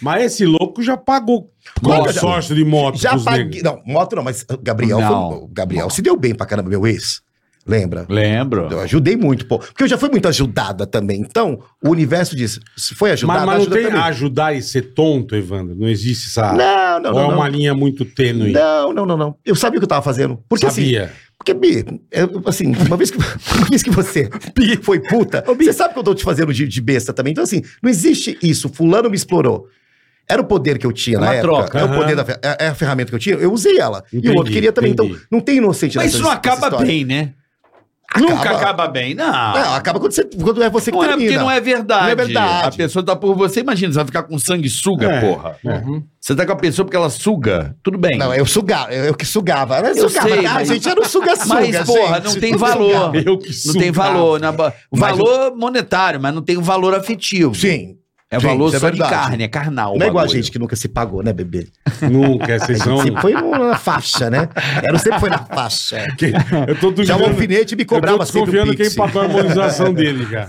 Speaker 3: Mas esse louco já pagou consórcio de moto
Speaker 6: Já
Speaker 3: pros
Speaker 6: paguei.
Speaker 3: negros.
Speaker 6: Não, moto não, mas o Gabriel, foi-
Speaker 7: Não.
Speaker 6: o Gabriel se deu bem pra caramba, meu ex. Lembra?
Speaker 7: Lembro.
Speaker 6: Eu ajudei muito, pô. Porque eu já fui muito ajudada também. Então, o universo disso. Se foi
Speaker 3: Mas,
Speaker 6: ajudada,
Speaker 3: mas não
Speaker 6: ajuda
Speaker 3: tem
Speaker 6: também.
Speaker 3: ajudar e ser tonto, Evandro. Não existe essa.
Speaker 6: Não, não,
Speaker 3: Ou é
Speaker 6: não.
Speaker 3: uma
Speaker 6: Não.
Speaker 3: linha muito tênue.
Speaker 6: não, não, não, não. Eu sabia o que eu tava fazendo. Porque assim,
Speaker 3: Sabia.
Speaker 6: Porque, Bi, eu, assim, uma vez que, uma vez que você Bi, foi puta, você sabe que eu tô te fazendo de, de besta também. Então, assim, não existe isso. Fulano me explorou. Era o poder que eu tinha
Speaker 5: Uma
Speaker 6: na época.
Speaker 5: troca.
Speaker 6: É o
Speaker 3: Aham.
Speaker 6: poder da fer- é, é a ferramenta que eu tinha. Eu usei ela. e
Speaker 3: Entendi,
Speaker 6: o outro queria também.
Speaker 3: entendi.
Speaker 6: Então, não tem inocente
Speaker 7: Mas
Speaker 6: nessa-
Speaker 7: isso não
Speaker 6: nessa
Speaker 7: acaba
Speaker 6: história.
Speaker 7: bem, né?
Speaker 6: Acaba.
Speaker 7: Nunca acaba bem, não. é
Speaker 6: Não, acaba quando, você, quando é você que
Speaker 7: Não é
Speaker 6: termina.
Speaker 7: porque não é verdade.
Speaker 6: Não é verdade.
Speaker 7: A pessoa tá por você. Imagina, você vai ficar com sanguessuga,
Speaker 3: É,
Speaker 7: porra.
Speaker 3: é.
Speaker 7: Você tá com a pessoa porque ela suga. Tudo bem.
Speaker 6: Não, eu sugava, eu eu que sugava. Ela
Speaker 7: Eu
Speaker 6: sugava,
Speaker 7: sei,
Speaker 6: cara,
Speaker 7: mas-
Speaker 6: gente, era um suga-suga,
Speaker 7: Mas, porra,
Speaker 6: gente.
Speaker 7: não tem
Speaker 6: Eu
Speaker 7: valor.
Speaker 6: sugava.
Speaker 3: Eu que
Speaker 7: Não
Speaker 3: sugava.
Speaker 7: tem
Speaker 6: né?
Speaker 7: valor. Na... ba- O
Speaker 6: Mas
Speaker 7: valor monetário, mas não tem o valor afetivo.
Speaker 6: Sim,
Speaker 7: É
Speaker 6: sim,
Speaker 7: valor
Speaker 6: isso é
Speaker 7: só de
Speaker 6: verdade.
Speaker 7: carne, é carnal. o
Speaker 6: não é igual a
Speaker 7: bagulho.
Speaker 6: gente que nunca se pagou, né, bebê?
Speaker 3: Nunca, vocês são.
Speaker 6: Sempre foi na faixa, né? Era, sempre foi na faixa.
Speaker 3: Eu tô
Speaker 6: Já o
Speaker 3: duvidando.
Speaker 6: um alfinete me
Speaker 3: Eu tô
Speaker 6: cobrava sempre
Speaker 3: desconfiando
Speaker 6: o
Speaker 3: quem
Speaker 6: Pix.
Speaker 3: pagou a harmonização dele, cara.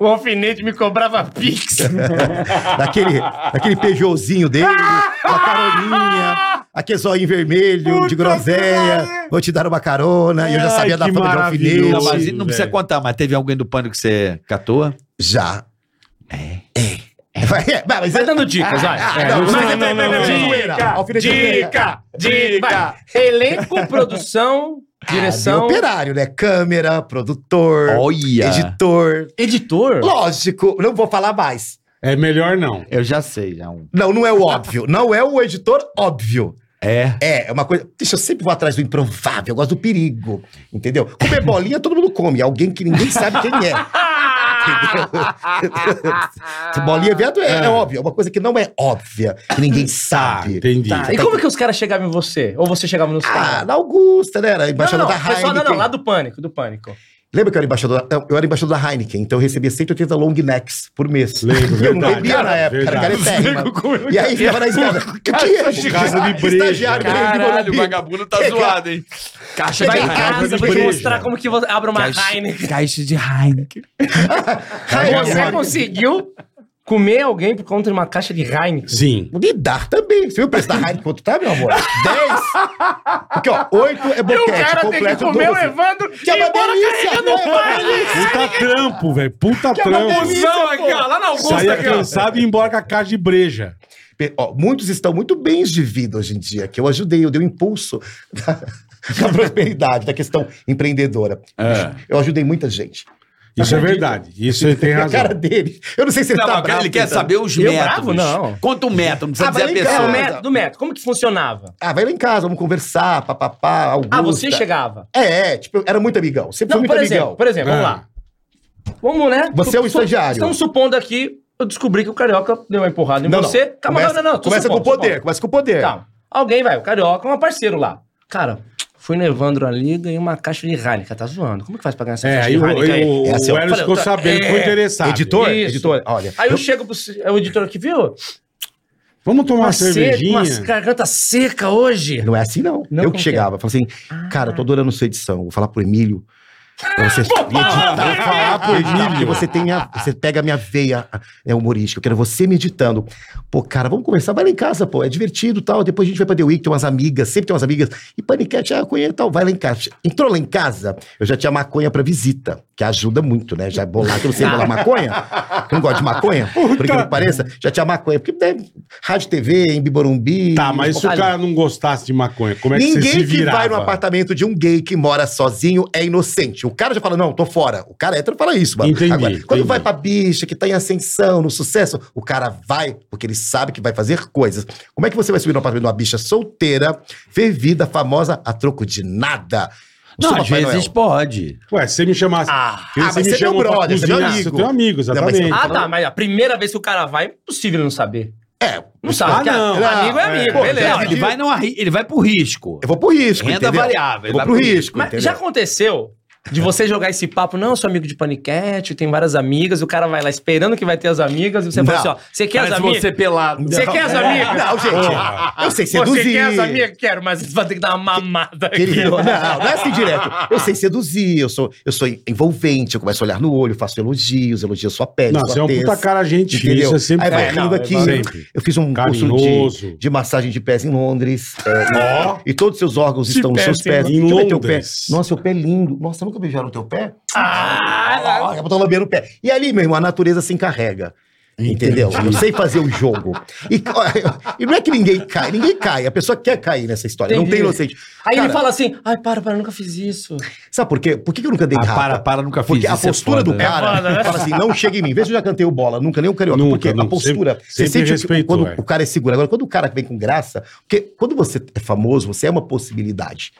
Speaker 5: O alfinete me cobrava pix.
Speaker 6: Daquele, daquele Peugeotzinho dele, a caroninha, aquele zoinho vermelho, de groselha, vou te dar uma carona, e eu já
Speaker 3: Ai,
Speaker 6: sabia da
Speaker 3: que
Speaker 6: fama de
Speaker 3: maravilhoso.
Speaker 7: Não,
Speaker 6: alfinete.
Speaker 7: mas não precisa
Speaker 3: velho.
Speaker 7: contar, mas teve alguém do pânico que você catou?
Speaker 6: Já. É. É. É, mas
Speaker 5: Vai
Speaker 6: é-
Speaker 5: tá dando dicas, vai.
Speaker 6: Ah,
Speaker 5: É,
Speaker 6: não,
Speaker 5: não
Speaker 6: mas
Speaker 5: precisa-
Speaker 6: é-
Speaker 5: não, não,
Speaker 6: é-
Speaker 5: não,
Speaker 6: é-
Speaker 5: não.
Speaker 6: zoeira. Alfinete é zoeira.
Speaker 5: Dica! Dica! Elenco, produção,
Speaker 6: Ah,
Speaker 5: direção.
Speaker 6: meu operário, né? Câmera, produtor, é
Speaker 7: Olha!
Speaker 6: editor.
Speaker 5: Editor?
Speaker 6: Lógico, não vou falar mais.
Speaker 3: É melhor não.
Speaker 7: Eu já sei, já um.
Speaker 6: Não, não é o óbvio. Não é o editor óbvio.
Speaker 7: É.
Speaker 6: É, é uma coisa. Deixa eu sempre vou atrás do improvável, eu gosto do perigo. Entendeu? Comer bolinha, todo mundo come. Alguém que ninguém sabe quem é. Entendeu? Se bolinha é viado, é, é óbvio. É uma coisa que não é óbvia, que ninguém sabe.
Speaker 3: Entendi.
Speaker 5: Tá, E como é que os caras chegavam em você? Ou você chegava nos
Speaker 6: tá Ah,
Speaker 5: caras?
Speaker 6: na Augusta, né? Era
Speaker 5: Não, não,
Speaker 6: embaixador da
Speaker 5: não, pessoal,
Speaker 6: Heineken.
Speaker 5: não, não, lá do pânico, do pânico.
Speaker 6: Lembra que eu era embaixador? da- Eu era embaixador da Heineken, então eu recebia 180 long necks por mês.
Speaker 3: Lembro,
Speaker 6: E eu não
Speaker 3: verdade,
Speaker 6: bebia na época,
Speaker 3: verdade.
Speaker 6: era caretérrima. E aí ficava na escada. O que é?
Speaker 3: Por causa de breja,
Speaker 6: Estagiário,
Speaker 3: cara.
Speaker 6: cara.
Speaker 7: Caralho, o vagabundo tá
Speaker 6: Pegar-
Speaker 7: zoado, hein? Caixa
Speaker 5: Vai em
Speaker 6: Pegar-
Speaker 7: Heineken.
Speaker 5: casa,
Speaker 3: de
Speaker 5: vou te
Speaker 3: breja.
Speaker 5: mostrar como que você abre uma Heineken.
Speaker 7: Caixa de Heineken.
Speaker 5: Você conseguiu comer alguém por conta de uma caixa de Heineken?
Speaker 3: Sim.
Speaker 6: Lidar também. Você viu o preço da Heineken quanto tá, meu amor? 10. Porque, ó, 8 é boquete. completo 12.
Speaker 5: Evandro
Speaker 6: Que é uma delícia, né?
Speaker 3: Puta trampo, velho. Puta
Speaker 6: é uma
Speaker 3: trampo.
Speaker 6: delícia.
Speaker 5: Não, um aqui, ó, lá na Augusta,
Speaker 3: Saía
Speaker 5: aqui, ó.
Speaker 3: cansado e ia embora com a caixa de breja.
Speaker 6: Pe- ó, muitos estão muito bem de vida hoje em dia, que eu ajudei, eu dei um impulso da, da prosperidade, da questão empreendedora.
Speaker 7: É.
Speaker 6: Eu ajudei muita gente.
Speaker 3: Isso é verdade. Isso ele tem
Speaker 6: Tá a
Speaker 3: razão.
Speaker 6: cara dele. Eu não sei se ele
Speaker 7: Não,
Speaker 6: tá
Speaker 7: mas
Speaker 6: bravo.
Speaker 7: ele quer
Speaker 6: tentando.
Speaker 7: saber os
Speaker 5: Eu
Speaker 7: métodos.
Speaker 5: bravo, não.
Speaker 7: Conta o método, então. não então, precisa
Speaker 6: Ah,
Speaker 7: dizer a
Speaker 6: mas legal.
Speaker 5: Do
Speaker 7: pessoa.
Speaker 6: Merda.
Speaker 5: método, É, do método, como que funcionava?
Speaker 6: Ah, vai lá em casa, vamos conversar, papapá, Augusta.
Speaker 5: Ah, você chegava.
Speaker 6: É, é, tipo, eu era muito amigão. Sempre
Speaker 5: Não,
Speaker 6: fui muito
Speaker 5: por exemplo,
Speaker 6: amigão.
Speaker 5: por exemplo, vamos
Speaker 3: Ah.
Speaker 5: lá. Vamos, né?
Speaker 6: Você é um
Speaker 5: Su- su-
Speaker 6: estagiário.
Speaker 5: Estamos supondo aqui, eu descobri que o Carioca deu uma empurrada em você. Calma,
Speaker 6: começa,
Speaker 5: não, não, não. tô
Speaker 6: Começa com o
Speaker 5: supondo,
Speaker 6: poder,
Speaker 5: supondo.
Speaker 6: começa com o poder.
Speaker 5: Calma. Tá. Alguém vai, o Carioca é um parceiro lá. Cara, fui no Evandro ali, ganhei uma caixa de Heineken. Tá zoando. Como que faz pra ganhar essa
Speaker 3: É,
Speaker 5: caixa
Speaker 3: aí
Speaker 5: de
Speaker 3: o,
Speaker 5: Heineken aí?
Speaker 3: o,
Speaker 6: É assim, ó.
Speaker 3: o Hélio ficou sabendo, ficou interessado.
Speaker 6: Editor,
Speaker 5: Isso.
Speaker 6: editor, olha.
Speaker 5: Aí eu chego pro c- é o editor aqui, viu?
Speaker 3: Vamos tomar uma
Speaker 5: seca,
Speaker 3: cervejinha?
Speaker 5: uma garganta seca hoje.
Speaker 6: Não é assim, não.
Speaker 5: Não,
Speaker 6: eu
Speaker 5: como
Speaker 6: que
Speaker 5: que é?
Speaker 6: chegava. Falava assim, cara, eu tô adorando sua edição. Vou falar pro Emílio. Pra você
Speaker 3: Vai
Speaker 6: editar.
Speaker 3: falar pro
Speaker 6: Editar, porque
Speaker 3: Emílio.
Speaker 6: você tem minha, você pega a minha veia é, humorística. Eu quero você me editando. Pô, cara, vamos conversar. Vai lá em casa, pô. É divertido e tal. Depois a gente vai pra The Week, tem umas amigas. Sempre tem umas amigas. E paniquete, ah, eu conheço e tal. Vai lá em casa. Entrou lá em casa, eu já tinha maconha pra visita. Que ajuda muito, né? Já bolar, que eu não sei bolar maconha. Eu não gosto de maconha. Por que não pareça. Já tinha maconha. Porque né, rádio, TV, em Biborumbi.
Speaker 3: Tá, mas se o cara não gostasse de maconha, como é que você se
Speaker 6: Ninguém que
Speaker 3: virava?
Speaker 6: vai no apartamento de um gay que mora sozinho é inocente. O cara já fala, não, tô fora. O cara é hétero fala isso, mano.
Speaker 3: Entendi,
Speaker 6: Agora, quando
Speaker 3: entendi.
Speaker 6: vai pra bicha, que tá em ascensão, no sucesso, o cara vai, porque ele sabe que vai fazer coisas. Como é que você vai subir no apartamento de uma bicha solteira, fervida, famosa, a troco de nada? Eu
Speaker 7: Não,
Speaker 6: sou
Speaker 7: às
Speaker 6: Papai
Speaker 7: vezes
Speaker 6: Noel.
Speaker 7: pode.
Speaker 3: Ué, se você me chamasse...
Speaker 6: Ah,
Speaker 3: se
Speaker 6: ah, mas você é meu
Speaker 3: chamou pra
Speaker 6: brother, você é meu
Speaker 3: cozinhar,
Speaker 6: amigo.
Speaker 3: Você é meu amigo,
Speaker 6: Não, mas-
Speaker 3: exatamente.
Speaker 5: Ah, tá, mas a primeira vez que o cara vai, é impossível não saber.
Speaker 6: É,
Speaker 5: Não sabe.
Speaker 3: Ah,
Speaker 5: porque,
Speaker 3: não.
Speaker 5: ah, Amigo é
Speaker 3: Ah,
Speaker 5: amigo,
Speaker 6: é.
Speaker 5: beleza.
Speaker 6: Pô,
Speaker 7: Não, ele vai, não, arri- ele vai pro risco.
Speaker 6: eu vou pro risco,
Speaker 7: Renda
Speaker 6: entendeu?
Speaker 7: variável,
Speaker 6: Eu vou
Speaker 7: vai
Speaker 6: pro
Speaker 7: pro
Speaker 6: risco,
Speaker 5: Mas
Speaker 6: entendeu?
Speaker 5: já aconteceu de você jogar esse papo, não, eu sou amigo de paniquete, tem várias amigas, o cara vai lá esperando que vai ter as amigas, e você fala
Speaker 6: Não.
Speaker 5: assim, ó, você quer as
Speaker 7: Parece
Speaker 5: amigas?
Speaker 7: você pelado.
Speaker 5: Você quer as amigas?
Speaker 6: Não, gente, eu sei
Speaker 5: Ah,
Speaker 6: seduzir.
Speaker 5: Você quer as amigas? Quero, mas você vai ter que dar uma mamada aqui.
Speaker 6: Querido, não, não é assim direto. Eu sei seduzir, eu sou, eu sou envolvente, eu começo a olhar no olho, faço elogios, elogio a sua pele,
Speaker 3: Não,
Speaker 6: sua
Speaker 3: você é um puta cara gente fina,
Speaker 6: entendeu?
Speaker 3: isso é sempre
Speaker 6: Aí vai
Speaker 3: bom.
Speaker 6: rindo aqui.
Speaker 3: Sempre.
Speaker 6: Eu fiz um curso de,
Speaker 3: Carinhoso.
Speaker 6: de massagem de pés em Londres. é, e- E todos os seus órgãos
Speaker 5: De
Speaker 6: estão nos
Speaker 5: pés
Speaker 6: seus
Speaker 5: em
Speaker 6: pés.
Speaker 3: Londres.
Speaker 6: Deixa eu ver teu
Speaker 3: Em Londres.
Speaker 6: Pé. Nossa, seu pé é lindo. Nossa, eu não nunca beijaram teu pé? Ah! ah botou lambendo o pé. E ali, meu irmão, a natureza se encarrega. Entendeu? Eu sei fazer o jogo. E, e não é que ninguém cai, ninguém cai. A pessoa quer cair nessa história. Não tem
Speaker 5: Entendi.
Speaker 6: inocente.
Speaker 5: Aí
Speaker 6: Cara,
Speaker 5: ele fala assim, ai, para, para, eu nunca fiz isso.
Speaker 6: Sabe por quê? Por que que eu nunca dei
Speaker 4: Ah,
Speaker 6: rapa?
Speaker 4: para, para, nunca fiz
Speaker 6: Porque a
Speaker 4: isso é
Speaker 6: postura
Speaker 4: foda.
Speaker 7: né?
Speaker 4: né?
Speaker 6: do cara fala assim: não chega em mim. Veja, eu já cantei o bola, nunca nem o carioca.
Speaker 3: Nunca,
Speaker 6: porque a
Speaker 3: nunca.
Speaker 6: postura.
Speaker 3: Sempre- sempre
Speaker 6: o que-
Speaker 3: respeitou,
Speaker 6: quando
Speaker 3: é.
Speaker 6: o cara é seguro. Agora, quando o cara vem com graça, porque quando você é famoso, você é uma possibilidade.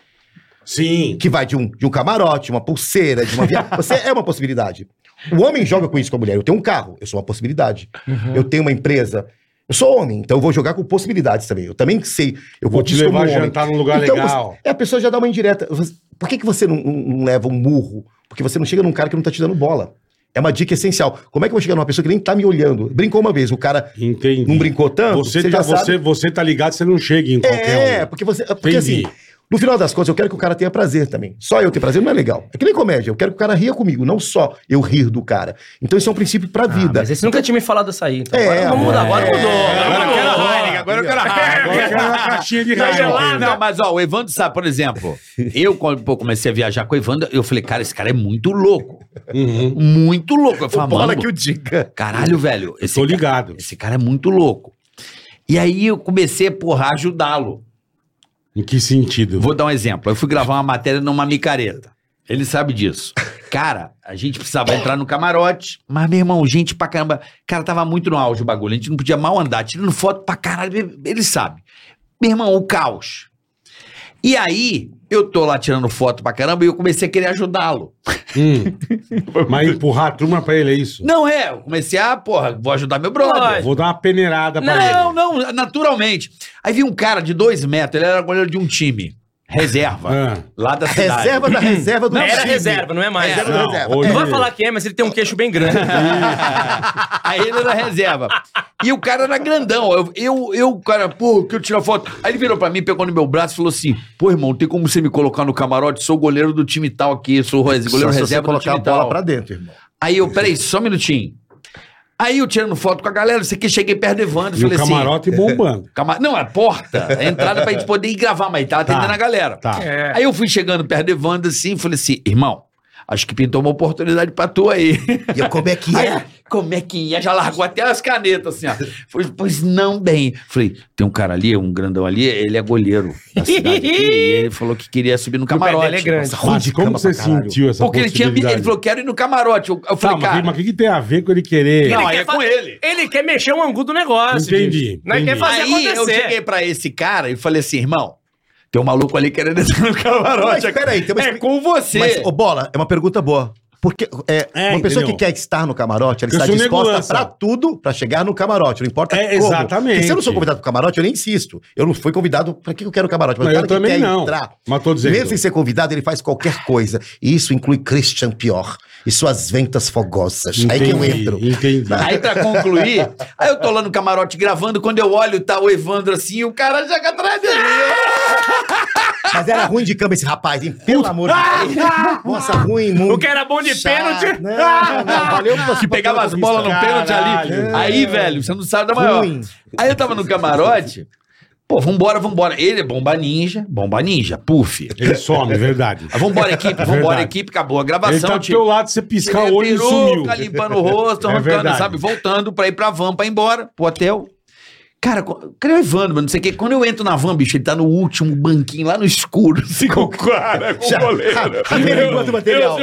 Speaker 3: Sim.
Speaker 6: Que vai de um, de um camarote, uma pulseira, de uma viagem. Você é uma possibilidade. O homem joga com isso com a mulher. Eu tenho um carro, eu sou uma possibilidade.
Speaker 3: Uhum.
Speaker 6: Eu tenho uma empresa. Eu sou homem, então eu vou jogar com possibilidades também. Eu também sei. Eu
Speaker 3: Vou te
Speaker 6: disso como
Speaker 3: levar a
Speaker 6: homem.
Speaker 3: jantar num lugar
Speaker 6: Então,
Speaker 3: legal.
Speaker 6: É, a pessoa já dá uma indireta. Você- Por que, que você não, não- não leva um murro? Porque você não chega num cara que não tá te dando bola. É uma dica essencial. Como é que eu vou chegar numa pessoa que nem tá me olhando? Brincou uma vez, o cara
Speaker 3: Entendi.
Speaker 6: não brincou tanto,
Speaker 3: Você, tá,
Speaker 6: sabe.
Speaker 3: você, você tá ligado, você não chega em qualquer
Speaker 6: É,
Speaker 3: um.
Speaker 6: porque você. Porque assim,
Speaker 3: Entendi.
Speaker 6: no final das contas, eu quero que o cara tenha prazer também. Só eu ter prazer não é legal. É que nem comédia. Eu quero que o cara ria comigo, não só eu rir do cara. Então isso é um princípio pra vida.
Speaker 5: Ah, Mas esse nunca tinha me falado isso aí. Então,
Speaker 6: É,
Speaker 5: agora vamos mudar, agora
Speaker 6: é.
Speaker 5: mudou.
Speaker 4: Agora eu
Speaker 5: Agora
Speaker 4: quero
Speaker 5: mudou.
Speaker 4: a Heineken, agora eu quero a
Speaker 3: Agora eu
Speaker 4: Heineken. Tá
Speaker 3: quero uma caixinha de
Speaker 4: Não,
Speaker 3: raio.
Speaker 4: não, não, mas ó, o Evandro sabe, por exemplo, eu quando pô, comecei a viajar com o Evandro, eu falei, cara, esse cara é muito louco.
Speaker 3: Uhum.
Speaker 4: Muito louco. Eu falei,
Speaker 6: Bola
Speaker 4: mano,
Speaker 6: que eu diga.
Speaker 4: caralho, velho. Esse
Speaker 3: Tô
Speaker 4: cara-
Speaker 3: ligado.
Speaker 4: esse cara é muito louco. E aí eu comecei, porra, a ajudá-lo.
Speaker 3: Em que sentido?
Speaker 4: Vou dar um exemplo. Eu fui gravar uma matéria numa micareta. Ele sabe disso. Cara, a gente precisava entrar no camarote, mas, meu irmão, gente pra caramba. Cara, tava muito no auge o bagulho. A gente não podia mal andar, tirando foto pra caralho. Ele sabe. Meu irmão, o caos. E aí, eu tô lá tirando foto pra caramba e eu comecei a querer ajudá-lo.
Speaker 3: Hum. Mas empurrar a turma pra ele, é isso?
Speaker 4: Não é, eu comecei a, porra, vou ajudar meu brother.
Speaker 3: Vou dar uma peneirada pra
Speaker 4: Não,
Speaker 3: ele.
Speaker 4: não, naturalmente. Aí vi um cara de dois metros, ele era goleiro de um time. Reserva.
Speaker 3: Ah.
Speaker 4: Lá da cidade.
Speaker 6: Reserva da reserva do
Speaker 5: Não, era
Speaker 6: time.
Speaker 5: reserva, não é mais.
Speaker 6: Reserva da
Speaker 3: Não,
Speaker 6: reserva.
Speaker 3: hoje-
Speaker 5: Não vai falar que é, mas ele tem um queixo bem grande.
Speaker 4: Aí ele era reserva. E o cara era grandão. Eu, eu, eu cara, pô, eu quero tirar foto. Aí ele virou pra mim, pegou no meu braço e falou assim: pô, irmão, tem como você me colocar no camarote? Sou goleiro do time tal aqui, sou res- goleiro
Speaker 6: Só se você
Speaker 4: reserva do
Speaker 6: colocar a
Speaker 4: time
Speaker 6: bola
Speaker 4: tal.
Speaker 6: pra dentro, irmão.
Speaker 4: Aí eu, peraí, só um minutinho. Aí eu tirando foto com a galera, você que cheguei perto do Evandro,
Speaker 3: E o
Speaker 4: falei assim.
Speaker 3: camarote bombando.
Speaker 4: Cama- Não, a porta, a entrada pra gente poder ir gravar, mas tava atendendo a galera.
Speaker 3: Tá.
Speaker 5: É.
Speaker 4: Aí eu fui chegando perto do Evandro assim, falei assim, irmão, acho que pintou uma oportunidade pra tu aí.
Speaker 6: E eu, como é que
Speaker 4: Aí,
Speaker 6: é?
Speaker 4: como é que ia? Já largou até as canetas, assim, ó. Falei, pois não, bem. Falei, tem um cara ali, um grandão ali, ele é goleiro da cidade aqui, e ele falou que queria subir no
Speaker 5: pé
Speaker 4: camarote.
Speaker 5: dele é grande.
Speaker 6: Nossa, ruim
Speaker 3: Mas
Speaker 6: de
Speaker 3: como
Speaker 6: cama
Speaker 3: você
Speaker 6: pra caralho.
Speaker 3: sentiu essa
Speaker 4: Porque ele tinha me-
Speaker 3: possibilidade?
Speaker 4: ele falou, quero ir no camarote. Eu, eu
Speaker 3: Tá,
Speaker 4: falei,
Speaker 3: mas,
Speaker 4: cara...
Speaker 3: mas o que, que tem a ver com ele querer?
Speaker 4: Não,
Speaker 5: quer
Speaker 4: aí é com
Speaker 5: fa-
Speaker 4: ele.
Speaker 5: Ele quer mexer o angu do negócio.
Speaker 3: Entendi,
Speaker 5: gente. Não é
Speaker 3: entendi.
Speaker 5: quer fazer
Speaker 4: Aí eu
Speaker 5: acontecer.
Speaker 4: cheguei pra esse cara e falei assim, irmão, tem um maluco ali querendo entrar no camarote.
Speaker 6: Mas peraí, tem uma
Speaker 4: é
Speaker 6: expli-
Speaker 4: com você.
Speaker 6: Mas, ô, Bola, é uma pergunta boa. Porque é,
Speaker 3: É,
Speaker 6: uma pessoa
Speaker 3: entendeu?
Speaker 6: que quer estar no camarote, ela
Speaker 3: Eu
Speaker 6: está
Speaker 3: sou
Speaker 6: disposta
Speaker 3: negulança.
Speaker 6: pra tudo pra chegar no camarote, não importa
Speaker 3: É,
Speaker 6: como.
Speaker 3: exatamente.
Speaker 6: Porque se eu não sou convidado pro camarote, eu nem insisto. Eu não fui convidado, pra que eu quero camarote?
Speaker 3: Mas
Speaker 6: o cara
Speaker 3: eu também
Speaker 6: que quer
Speaker 3: não.
Speaker 6: entrar,
Speaker 3: Mas tô dizendo.
Speaker 6: mesmo sem ser convidado, ele faz qualquer coisa. E isso inclui Christian Pior e suas ventas fogosas. Aí que eu entro.
Speaker 3: Entendi.
Speaker 4: Aí pra concluir, aí eu tô lá no camarote gravando, quando eu olho, tá o Evandro assim, o cara joga atrás dele.
Speaker 6: Mas era ruim de cama esse rapaz, hein? Pelo amor de Deus.
Speaker 3: Ah!
Speaker 6: Nossa, ruim, muito.
Speaker 5: O que era bom de
Speaker 6: chato.
Speaker 5: pênalti.
Speaker 6: Não, não, não, valeu por-
Speaker 3: Tipo,
Speaker 4: Que pegava as bolas no pênalti ali. Aí, velho, você não sabe da maior.
Speaker 6: Ruim.
Speaker 4: Aí eu tava no camarote, pô, vambora, vambora. Ele é bomba ninja, bomba ninja, puff.
Speaker 3: Ele some, é verdade.
Speaker 4: Ah, Vambora, equipe, vambora,
Speaker 3: É Verdade.
Speaker 4: equipe, acabou a
Speaker 3: Ele
Speaker 4: gravação.
Speaker 3: tá do
Speaker 4: tio.
Speaker 3: teu lado, você piscar
Speaker 6: é
Speaker 3: o olho e
Speaker 4: Tirei a
Speaker 3: sumiu.
Speaker 4: peruca, limpando o rosto,
Speaker 3: É
Speaker 4: arrancando,
Speaker 3: verdade.
Speaker 4: sabe? Voltando pra ir pra van, pra ir embora, pro hotel. Cara, co- cadê o Evandro, mano? Não sei o quê. Quando eu entro na van, bicho, ele tá no último banquinho, lá no escuro. Assim, com o
Speaker 3: é
Speaker 4: cara, com o goleiro.
Speaker 6: Cadê enquanto o material?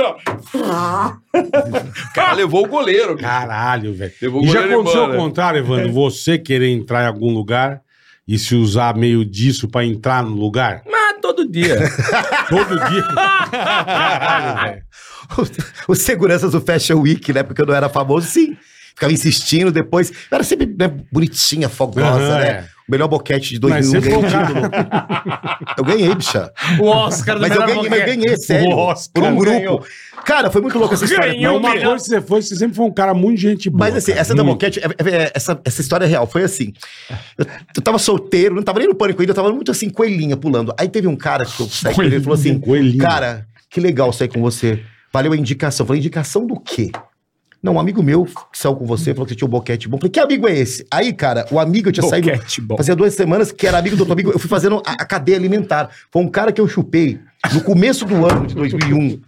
Speaker 4: O cara levou o goleiro. cara.
Speaker 3: Caralho, velho.
Speaker 4: Eu vou
Speaker 3: E já
Speaker 4: mandar ele
Speaker 3: aconteceu o
Speaker 4: embora.
Speaker 3: contrário, Evandro? Você querer entrar em algum lugar e se usar meio disso pra entrar no lugar?
Speaker 5: Mas todo dia.
Speaker 3: Todo dia. Caralho, velho.
Speaker 6: Os seguranças do Fashion Week, né? Porque eu não era famoso, sim. Ficava insistindo depois. Eu era sempre né, bonitinha, fogosa,
Speaker 3: Aham,
Speaker 6: né?
Speaker 3: é.
Speaker 6: O melhor boquete de
Speaker 3: Mas
Speaker 6: 2001
Speaker 3: você
Speaker 6: eu ganhei.
Speaker 3: foi
Speaker 6: um
Speaker 3: um
Speaker 6: título.
Speaker 3: cara...
Speaker 6: Eu ganhei, bicha.
Speaker 5: O Oscar do
Speaker 6: Mas eu
Speaker 5: melhor
Speaker 6: ganhei, mas eu
Speaker 5: boquete.
Speaker 6: ganhei, sério.
Speaker 3: O Oscar
Speaker 6: por um grupo.
Speaker 3: ganhou.
Speaker 6: Cara, foi muito louco essa história.
Speaker 5: Ganhou,
Speaker 6: Mas uma
Speaker 3: Uma
Speaker 5: melhor.
Speaker 3: coisa que você foi, você sempre foi um cara muito gente boa.
Speaker 6: um Mas assim,
Speaker 3: cara,
Speaker 6: essa da
Speaker 3: muito.
Speaker 6: boquete, é- é- é- essa, essa história é real. Foi assim. Eu, eu tava solteiro, não tava nem no pânico ainda, eu tava muito assim, coelhinha pulando. Aí teve um cara que eu saí com ele, ele falou assim:
Speaker 3: é Coelhinho.
Speaker 6: Cara, que legal sair com você. Valeu a indicação. Eu Falei, indicação do quê? Não, um amigo meu que saiu com você falou que você tinha um boquete bom. Falei, que amigo é esse? Aí, cara, o amigo eu tinha saído.
Speaker 4: Boquete bom.
Speaker 6: Fazia duas semanas que era amigo do outro amigo. Eu fui fazendo a, a cadeia alimentar. Foi um cara que eu chupei no começo do ano de 2001.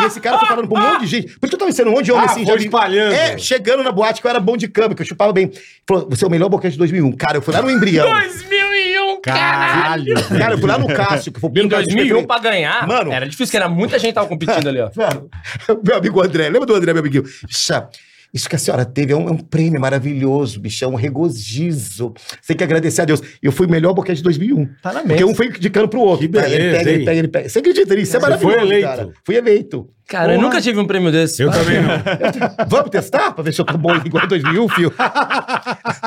Speaker 6: E esse cara foi falando pra um monte de gente. Por isso que eu tava sendo um monte de homem
Speaker 3: Ah,
Speaker 6: assim.
Speaker 3: foi
Speaker 6: já vi-
Speaker 3: espalhando.
Speaker 6: É, chegando na boate que eu era bom de cama, que eu chupava bem. Falou, você é o melhor boquete de 2001. Cara, eu fui lá no embrião.
Speaker 5: 2001,
Speaker 3: Caralho.
Speaker 6: Cara, eu fui lá no Cássio, que foi o
Speaker 5: Em
Speaker 6: primeiro cara que
Speaker 5: 2001,
Speaker 6: escreveu.
Speaker 5: pra ganhar,
Speaker 6: um Mano.
Speaker 5: era difícil, que era muita gente que tava competindo ali, ó.
Speaker 6: Mano, meu amigo André, lembra do André, meu amiguinho? Bicha, isso que a senhora teve é um, é um prêmio maravilhoso, bicha, é um regozijo. Você tem que agradecer a Deus. Eu fui o melhor boquete de 2001.
Speaker 7: Tá na
Speaker 6: Porque um foi indicando pro outro.
Speaker 3: Que
Speaker 6: Tá, ele
Speaker 3: beleza,
Speaker 6: pega, ele
Speaker 3: hein?
Speaker 6: pega, ele pega. Você acredita nisso? Isso é
Speaker 3: Você
Speaker 6: maravilhoso,
Speaker 3: foi eleito.
Speaker 6: cara. Fui eleito.
Speaker 5: Cara, eu nunca tive um prêmio desse.
Speaker 3: Eu também não.
Speaker 6: Vamos testar pra ver se eu tô bom igual a 2001, fio?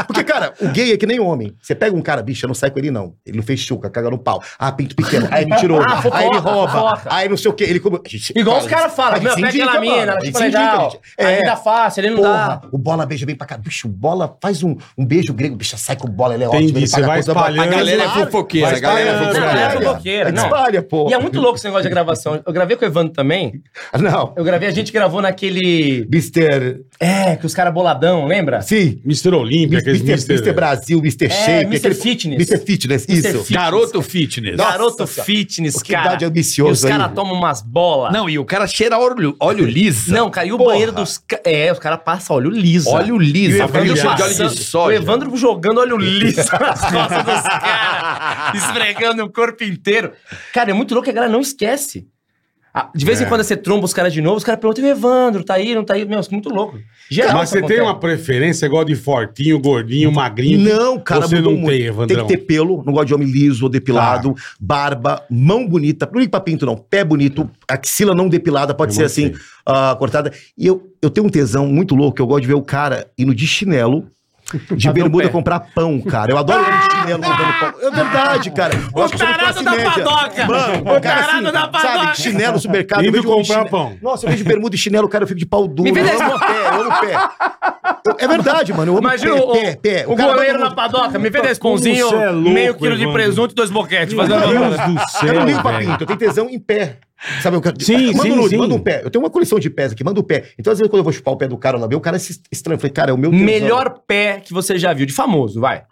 Speaker 6: Porque, cara, o gay é que nem homem. Você pega um cara, bicha, não sai com ele, não. Ele não fez chuca, caga no pau. Ah, pinto pequeno. Aí é mentiroso.
Speaker 5: Ah, fofoca,
Speaker 6: aí ele rouba.
Speaker 5: fofoca.
Speaker 6: aí não sei o quê. Ele come... Gente,
Speaker 5: Igual os
Speaker 6: cara,
Speaker 5: caras falam,
Speaker 6: a
Speaker 5: meu,
Speaker 6: gente
Speaker 5: pega
Speaker 6: se
Speaker 5: aquela
Speaker 6: indica, mano.
Speaker 5: mina,
Speaker 6: A
Speaker 5: ela
Speaker 6: gente
Speaker 5: tipo
Speaker 6: se indica,
Speaker 5: legal.
Speaker 6: gente. É,
Speaker 5: Aí ele dá fácil, ele não dá.
Speaker 6: Porra, o bola beija bem pra cá. Bicho, o bola faz um, um beijo grego. Bicha, sai com o bola, ele é
Speaker 3: Entendi,
Speaker 6: ótimo. ele
Speaker 3: você
Speaker 6: paga
Speaker 3: vai
Speaker 6: conta, bola-
Speaker 3: espalhando.
Speaker 6: A galera
Speaker 7: Vai
Speaker 6: é fofoqueira.
Speaker 7: espalhando,
Speaker 6: A galera é
Speaker 7: vai
Speaker 5: espalhando.
Speaker 6: fofoqueira.
Speaker 5: Não, é fofoqueira, não.
Speaker 6: Espalha, pô. Ah,
Speaker 5: E é muito louco esse negócio de gravação. Eu gravei com o Evandro também.
Speaker 6: Não.
Speaker 5: Eu gravei, a gente gravou naquele.
Speaker 6: Mister...
Speaker 5: É, que os caras boladão, lembra?
Speaker 6: Sim.
Speaker 3: Mr. Olímpia, aqueles
Speaker 6: Mr.
Speaker 3: Mr.
Speaker 6: Mr. Brasil, Mr.
Speaker 5: É,
Speaker 6: Shake.
Speaker 5: Mr.
Speaker 6: aquele-
Speaker 5: Fitness.
Speaker 6: Mr. Fitness,
Speaker 5: Mr.
Speaker 6: isso.
Speaker 7: Garoto fitness.
Speaker 5: Garoto
Speaker 6: Nossa,
Speaker 5: fitness,
Speaker 6: que
Speaker 5: cara.
Speaker 6: idade ambiciosa
Speaker 5: E os caras
Speaker 6: aí.
Speaker 5: tomam umas bolas.
Speaker 7: Não, e o cara cheira óleo, óleo liso.
Speaker 5: Não, cara, e o
Speaker 7: Porra.
Speaker 5: banheiro dos. ca- É, os caras passam óleo liso.
Speaker 7: Óleo liso.
Speaker 3: E o
Speaker 7: a
Speaker 3: Evandro
Speaker 7: família de
Speaker 3: passando-
Speaker 7: óleo de
Speaker 5: O
Speaker 7: soja.
Speaker 5: Evandro jogando óleo liso nas costas dos caras, esfregando o corpo inteiro. Cara, é muito louco que a galera não esquece. Ah, De vez em quando você tromba os caras de novo, os caras perguntam: e o Evandro, tá aí, não tá aí? Meu, isso é muito louco. Geral,
Speaker 3: Mas
Speaker 5: isso
Speaker 3: você tem
Speaker 5: acontece.
Speaker 3: uma preferência, igual de fortinho, gordinho, magrinho?
Speaker 6: Não, cara,
Speaker 3: Você
Speaker 6: mudou
Speaker 3: não tem, Evandrão.
Speaker 6: Tem que ter pelo, não gosto de homem liso ou depilado, barba, mão bonita, não liga pra pinto não, pé bonito, axila não depilada, pode
Speaker 3: Eu
Speaker 6: ser
Speaker 3: gostei.
Speaker 6: assim, ah, cortada. E eu, eu tenho um tesão muito louco, eu gosto de ver o cara indo de chinelo, de bermuda comprar pão, cara. Eu adoro ver ele de chinelo comprando pão. É verdade, cara. Eu acho que eu sou
Speaker 5: tarado
Speaker 6: classe
Speaker 5: da
Speaker 6: assim, média.
Speaker 5: padoca.
Speaker 6: Mano,
Speaker 5: O
Speaker 6: cara,
Speaker 5: tarado
Speaker 6: assim,
Speaker 5: da padoca.
Speaker 6: Sabe, de chinelo no supermercado.
Speaker 3: Indo
Speaker 6: eu vejo homem de
Speaker 3: comprar
Speaker 6: chinelo.
Speaker 3: pão.
Speaker 6: Nossa, eu vejo bermuda e chinelo, cara, eu fico de pau duro.
Speaker 5: Me vê
Speaker 6: eu
Speaker 5: dez-
Speaker 6: amo pé, eu amo pé. Eu- É verdade, mano, eu amo
Speaker 5: Imagina
Speaker 6: pé,
Speaker 5: o,
Speaker 6: pé, pé.
Speaker 5: o,
Speaker 6: cara tá
Speaker 5: goleiro
Speaker 6: vai
Speaker 5: na
Speaker 6: no-
Speaker 5: padoca, me vê 10 pãozinhos,
Speaker 3: Como você é louco,
Speaker 5: meio quilo de
Speaker 3: Evandro.
Speaker 5: presunto e dois boquetes.
Speaker 3: Meu
Speaker 5: Fazendo
Speaker 3: Deus do
Speaker 6: Eu não ligo
Speaker 3: céu,
Speaker 6: pra
Speaker 3: velho.
Speaker 6: pinto, eu tenho tesão em pé. Sabe, eu quero...
Speaker 3: Sim,
Speaker 6: manda
Speaker 3: sim,
Speaker 6: um nude,
Speaker 3: sim.
Speaker 6: manda um pé. Eu tenho uma coleção de pés aqui, manda um pé. Então, às vezes, quando eu vou chupar o pé do cara lá, ver, o cara se estranha. Eu falei, cara, é o meu tesão.
Speaker 5: Melhor pé que você já viu, de famoso, vai.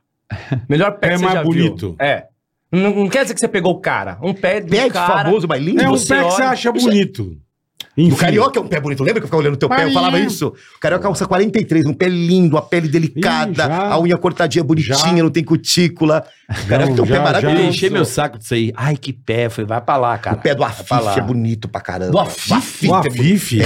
Speaker 5: Melhor pé
Speaker 3: Pé
Speaker 5: que você
Speaker 3: mais
Speaker 5: já
Speaker 3: bonito.
Speaker 5: viu. É. Não, não quer dizer que você pegou o cara. Um pé do
Speaker 6: Pé de
Speaker 5: cara.
Speaker 6: famoso, mas lindo.
Speaker 3: É um
Speaker 5: Você
Speaker 3: pé que
Speaker 5: olha-
Speaker 3: você acha bonito.
Speaker 6: O
Speaker 3: Enfim.
Speaker 6: carioca é um pé bonito. Lembra que eu ficava olhando teu pé? Eu
Speaker 3: Ai,
Speaker 6: falava
Speaker 3: é.
Speaker 6: isso. O carioca usa 43, um pé lindo, a pele delicada,
Speaker 3: Ih, já.
Speaker 6: a unha cortadinha bonitinha,
Speaker 3: Já.
Speaker 6: não tem cutícula. O carioca tem
Speaker 3: já,
Speaker 6: um pé
Speaker 3: já.
Speaker 6: maravilhoso.
Speaker 7: Eu enchei meu saco disso aí. Ai, que pé. Foi, vai pra lá, cara.
Speaker 6: O pé do
Speaker 7: Vai pra lá.
Speaker 6: Afif é bonito pra caramba.
Speaker 5: Do Afif?
Speaker 3: O
Speaker 6: O é bonito.
Speaker 3: Afife.
Speaker 6: O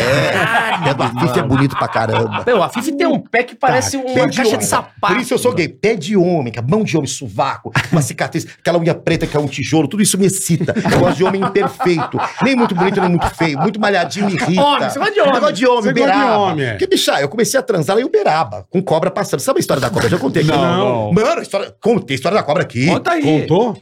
Speaker 6: pé do Afif é bonito pra caramba.
Speaker 5: Meu, a Fifi tem um pé que parece uma
Speaker 6: Pé
Speaker 5: caixa
Speaker 6: homem.
Speaker 5: de sapato.
Speaker 6: Tá, Por isso eu sou gay. Pé de homem, cara. Mão de homem, sovaco, uma cicatriz, aquela unha preta que é um tijolo, tudo isso me excita. Eu gosto de homem imperfeito. Nem muito bonito, nem muito feio. Muito malhadinho, me irrita.
Speaker 5: Homem, você gosta de homem.
Speaker 6: Eu gosto de homem,
Speaker 3: Você gosta de
Speaker 6: Uberaba.
Speaker 3: homem, é.
Speaker 6: Que bicha, eu comecei a transar lá em Uberaba, com cobra passando. Sabe a história da cobra? Eu já contei aqui.
Speaker 3: Não.
Speaker 6: Mano, a história... contei a história da cobra aqui.
Speaker 7: Conta aí.
Speaker 3: Contou?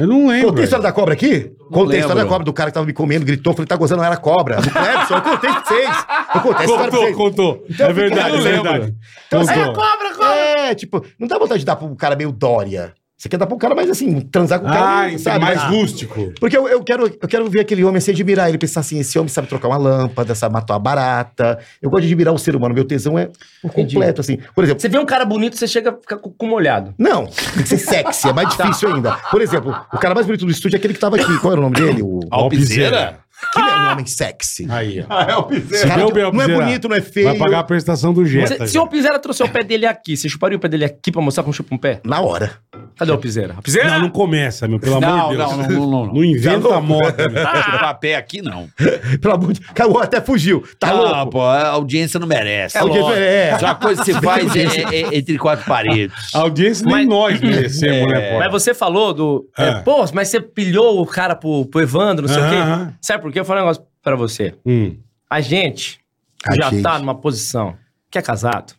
Speaker 3: Eu não lembro.
Speaker 6: Contei a história da cobra aqui? Contei a história
Speaker 7: lembro.
Speaker 6: da cobra do cara que tava me comendo, gritou, falei, tá gozando, não era cobra. Do Clebson, eu contei pra vocês. Eu contei a história pra
Speaker 3: Contou,
Speaker 6: vocês.
Speaker 3: contou.
Speaker 6: Então,
Speaker 3: é verdade,
Speaker 6: eu
Speaker 3: é
Speaker 6: não lembro.
Speaker 3: verdade.
Speaker 6: Então, assim,
Speaker 3: Contou.
Speaker 5: Cobra, cobra.
Speaker 6: É, tipo, não dá vontade de dar pra um cara meio Dória. Você quer dar pra um cara mais assim, transar com o cara,
Speaker 3: Ah, isso é mais rústico.
Speaker 6: Porque eu, eu quero, eu quero ver aquele homem se admirar, ele pensar assim, esse homem sabe trocar uma lâmpada, sabe matar uma barata. Eu gosto de admirar o ser humano, meu tesão é por completo, assim. Por exemplo,
Speaker 5: Você vê um cara bonito, você chega a ficar com com molhado.
Speaker 6: não, tem que ser sexy, é mais difícil ainda. Por exemplo, o cara mais bonito do estúdio é aquele que tava aqui, qual era o nome dele? O...
Speaker 7: Alpizeira?
Speaker 6: Que é
Speaker 3: Ah,
Speaker 6: um homem sexy.
Speaker 3: Aí, ó.
Speaker 6: Ah, Esse cara,
Speaker 3: Meu
Speaker 6: tipo, não é
Speaker 3: Belpizeira.
Speaker 6: bonito, não é
Speaker 3: Vai
Speaker 6: feio.
Speaker 3: pagar a prestação do Jetta.
Speaker 5: Você- se
Speaker 3: já.
Speaker 5: o Piseira trouxer o pé dele aqui, você chuparia o pé dele aqui pra mostrar como chupa um pé?
Speaker 6: Na hora.
Speaker 5: Cadê o Piseira?
Speaker 3: Não, não começa, meu, pelo amor
Speaker 7: Não,
Speaker 3: de
Speaker 7: não,
Speaker 3: Deus.
Speaker 7: não, não, não, não.
Speaker 3: Não inventa moda, meu.
Speaker 7: Chupar pé aqui, não.
Speaker 6: Pelo amor de Caiu, até fugiu. Tá
Speaker 3: Ah,
Speaker 7: não,
Speaker 6: louco.
Speaker 7: pô, a audiência não merece.
Speaker 6: É lógico.
Speaker 7: É. Só a coisa que você faz é, é- é entre quatro paredes.
Speaker 3: A audiência nem
Speaker 5: Mas- É.
Speaker 3: nós merecemos, né, pô?
Speaker 5: Mas você falou do. É.
Speaker 3: Ah.
Speaker 5: Pô, mas você pilhou o cara pro, pro Evandro, não sei o
Speaker 3: Aham.
Speaker 5: quê. Sabe por quê? Eu falei um negócio pra você.
Speaker 3: Hum.
Speaker 5: A gente
Speaker 6: A
Speaker 5: já
Speaker 6: gente.
Speaker 3: tá.
Speaker 5: tá numa posição que é casado,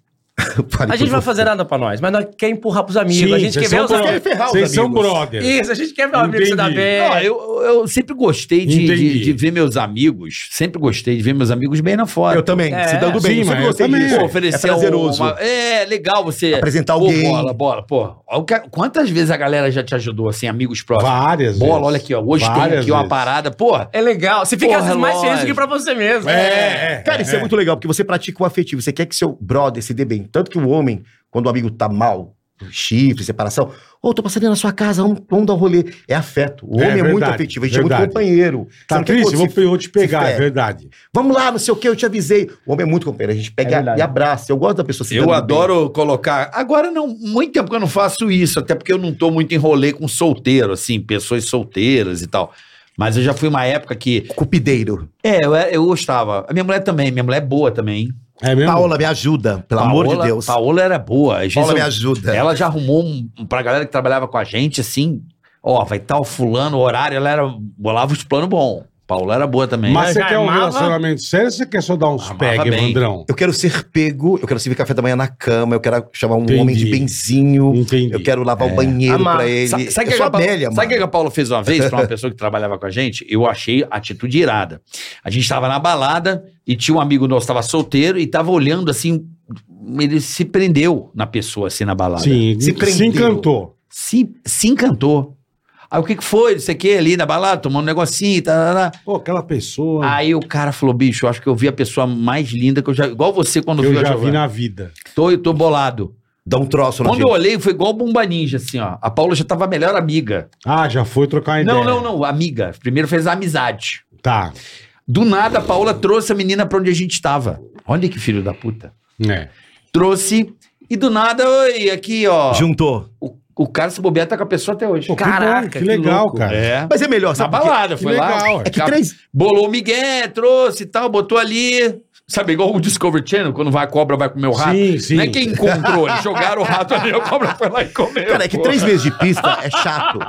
Speaker 5: A gente não vai fazer nada pra nós, mas nós quer empurrar pros amigos.
Speaker 3: Sim,
Speaker 5: a gente
Speaker 3: vocês
Speaker 5: quer ver
Speaker 3: são
Speaker 5: os
Speaker 3: bro-
Speaker 5: amigos.
Speaker 6: ferrar os
Speaker 3: Vocês são
Speaker 6: amigos.
Speaker 3: brother.
Speaker 5: Isso, a gente quer ver o amigo se dar
Speaker 3: Entendi.
Speaker 7: é.
Speaker 5: bem.
Speaker 4: Não, eu, eu sempre gostei de,
Speaker 3: Entendi.
Speaker 4: de- de ver meus amigos, sempre gostei de ver meus amigos bem na fora.
Speaker 6: Eu também,
Speaker 5: É.
Speaker 6: se dando
Speaker 3: Sim,
Speaker 6: bem.
Speaker 3: mas
Speaker 6: sempre
Speaker 3: eu
Speaker 6: gostei
Speaker 3: também.
Speaker 6: disso.
Speaker 4: Pô, oferecer
Speaker 6: é prazeroso.
Speaker 4: uma- É, legal você...
Speaker 6: Apresentar
Speaker 4: Pô,
Speaker 6: alguém.
Speaker 4: bola, bola, pô. Olha o que- Quantas vezes a galera já te ajudou, assim, amigos próximos?
Speaker 3: Várias
Speaker 4: Bola,
Speaker 3: vezes.
Speaker 4: olha aqui, ó. Hoje tem
Speaker 3: Várias
Speaker 4: aqui uma
Speaker 3: vezes.
Speaker 4: parada. Porra,
Speaker 5: É legal. Você fica
Speaker 4: Porra,
Speaker 5: às vezes mais feliz do
Speaker 4: lógico.
Speaker 5: que pra você mesmo.
Speaker 3: É, é.
Speaker 6: Cara, isso é. muito legal, porque você pratica o afetivo. Você quer que seu brother se dê bem. Tanto que o homem, quando o amigo tá mal, chifre, separação, ô, tô passando aí na sua casa, vamos, vamos dar um rolê. É afeto. O
Speaker 3: É,
Speaker 6: homem é, muito
Speaker 3: verdade,
Speaker 6: afetivo, a gente é
Speaker 3: verdade.
Speaker 6: muito companheiro. Você
Speaker 3: Tá
Speaker 6: não quer
Speaker 3: triste?
Speaker 6: que
Speaker 3: Vou,
Speaker 6: você-
Speaker 3: pe- vou te pegar, é
Speaker 6: ferre.
Speaker 3: verdade.
Speaker 6: Vamos lá, não sei o que, eu te avisei. O homem é muito companheiro, a gente
Speaker 5: É
Speaker 6: pega
Speaker 5: verdade.
Speaker 6: e abraça. Eu gosto da pessoa se
Speaker 4: eu
Speaker 6: dando bem.
Speaker 4: adoro colocar. Agora, não, muito tempo que eu não faço isso, até porque eu não tô muito enrolê com solteiro, assim, pessoas solteiras e tal. Mas eu já fui uma época que.
Speaker 6: Cupideiro.
Speaker 4: É, eu, eu gostava. A minha mulher também, minha mulher é boa também. hein?
Speaker 3: É mesmo?
Speaker 6: Paola, me ajuda, pelo amor de
Speaker 4: Paola-
Speaker 6: Deus.
Speaker 4: Paola era boa. Às vezes
Speaker 6: Paola, me
Speaker 4: eu-
Speaker 6: ajuda.
Speaker 4: Ela já arrumou um, um- pra galera que trabalhava com a gente, assim, ó, vai tal fulano, horário, ela era, bolava os planos bom. Paula era boa também.
Speaker 3: Mas
Speaker 5: Mas
Speaker 3: você
Speaker 5: já
Speaker 3: quer um
Speaker 5: amava?
Speaker 3: relacionamento sério ou você quer só dar uns
Speaker 4: Amava
Speaker 3: pegue,
Speaker 4: bem.
Speaker 3: Mandrão?
Speaker 6: Eu quero ser pego, eu quero servir café da manhã na cama, eu quero chamar um
Speaker 3: Entendi.
Speaker 6: homem de benzinho,
Speaker 3: Entendi.
Speaker 6: eu quero lavar o banheiro
Speaker 5: Amar.
Speaker 6: pra ele.
Speaker 4: É. Sa- Sabe o
Speaker 6: eu
Speaker 4: que,
Speaker 6: sou
Speaker 4: a Paula-
Speaker 6: Amélia,
Speaker 4: sabe o
Speaker 6: mano.
Speaker 4: que a Paula fez uma vez pra uma pessoa que trabalhava com a gente? Eu achei a atitude irada. A gente tava na balada e tinha um amigo nosso, tava solteiro e tava olhando assim. Ele se prendeu na pessoa assim na balada.
Speaker 3: Sim,
Speaker 6: Se
Speaker 3: se,
Speaker 6: prendeu.
Speaker 3: encantou.
Speaker 4: Se, se encantou. Aí o que, que foi? Não sei o que ali na balada, tomando um negocinho, tá, tá, tá.
Speaker 3: Pô, aquela pessoa
Speaker 4: Aí o cara falou, bicho, eu acho que eu vi a pessoa mais linda que eu já. Igual você quando
Speaker 3: que eu
Speaker 4: viu a
Speaker 3: já vi
Speaker 4: Giovana.
Speaker 3: na vida.
Speaker 4: Tô, eu tô bolado.
Speaker 6: Dá um troço na
Speaker 4: Quando
Speaker 6: gente.
Speaker 4: eu olhei, foi igual Bomba Ninja, assim, ó. A Paula já tava a melhor amiga.
Speaker 3: Ah, já foi trocar uma
Speaker 4: Não,
Speaker 3: ideia.
Speaker 4: não, não, amiga. Primeiro fez a amizade.
Speaker 3: Tá.
Speaker 4: Do nada, a Paula trouxe a menina pra onde a gente tava. Olha que filho da puta.
Speaker 3: É.
Speaker 4: Trouxe e do nada, oi, aqui, ó.
Speaker 6: Juntou.
Speaker 4: O, o cara se bobear tá com a pessoa até hoje.
Speaker 3: Pô, que
Speaker 5: Caraca,
Speaker 3: bom, que,
Speaker 5: que
Speaker 3: legal,
Speaker 5: louco.
Speaker 3: cara.
Speaker 4: É.
Speaker 6: Mas é melhor,
Speaker 4: Na
Speaker 6: sabe? por quê?
Speaker 4: balada,
Speaker 3: que
Speaker 4: foi
Speaker 3: legal,
Speaker 4: lá.
Speaker 3: é.
Speaker 6: É que
Speaker 4: Já
Speaker 6: três.
Speaker 4: Bolou o Miguel, trouxe e tal, botou ali. Sabe, igual o Discovery Channel, quando vai a cobra, vai comer o rato.
Speaker 3: Sim, sim.
Speaker 4: Não é quem encontrou, eles jogaram o rato ali, a cobra foi lá e comeu.
Speaker 6: Cara, é que
Speaker 4: pô.
Speaker 6: três meses de pista é chato.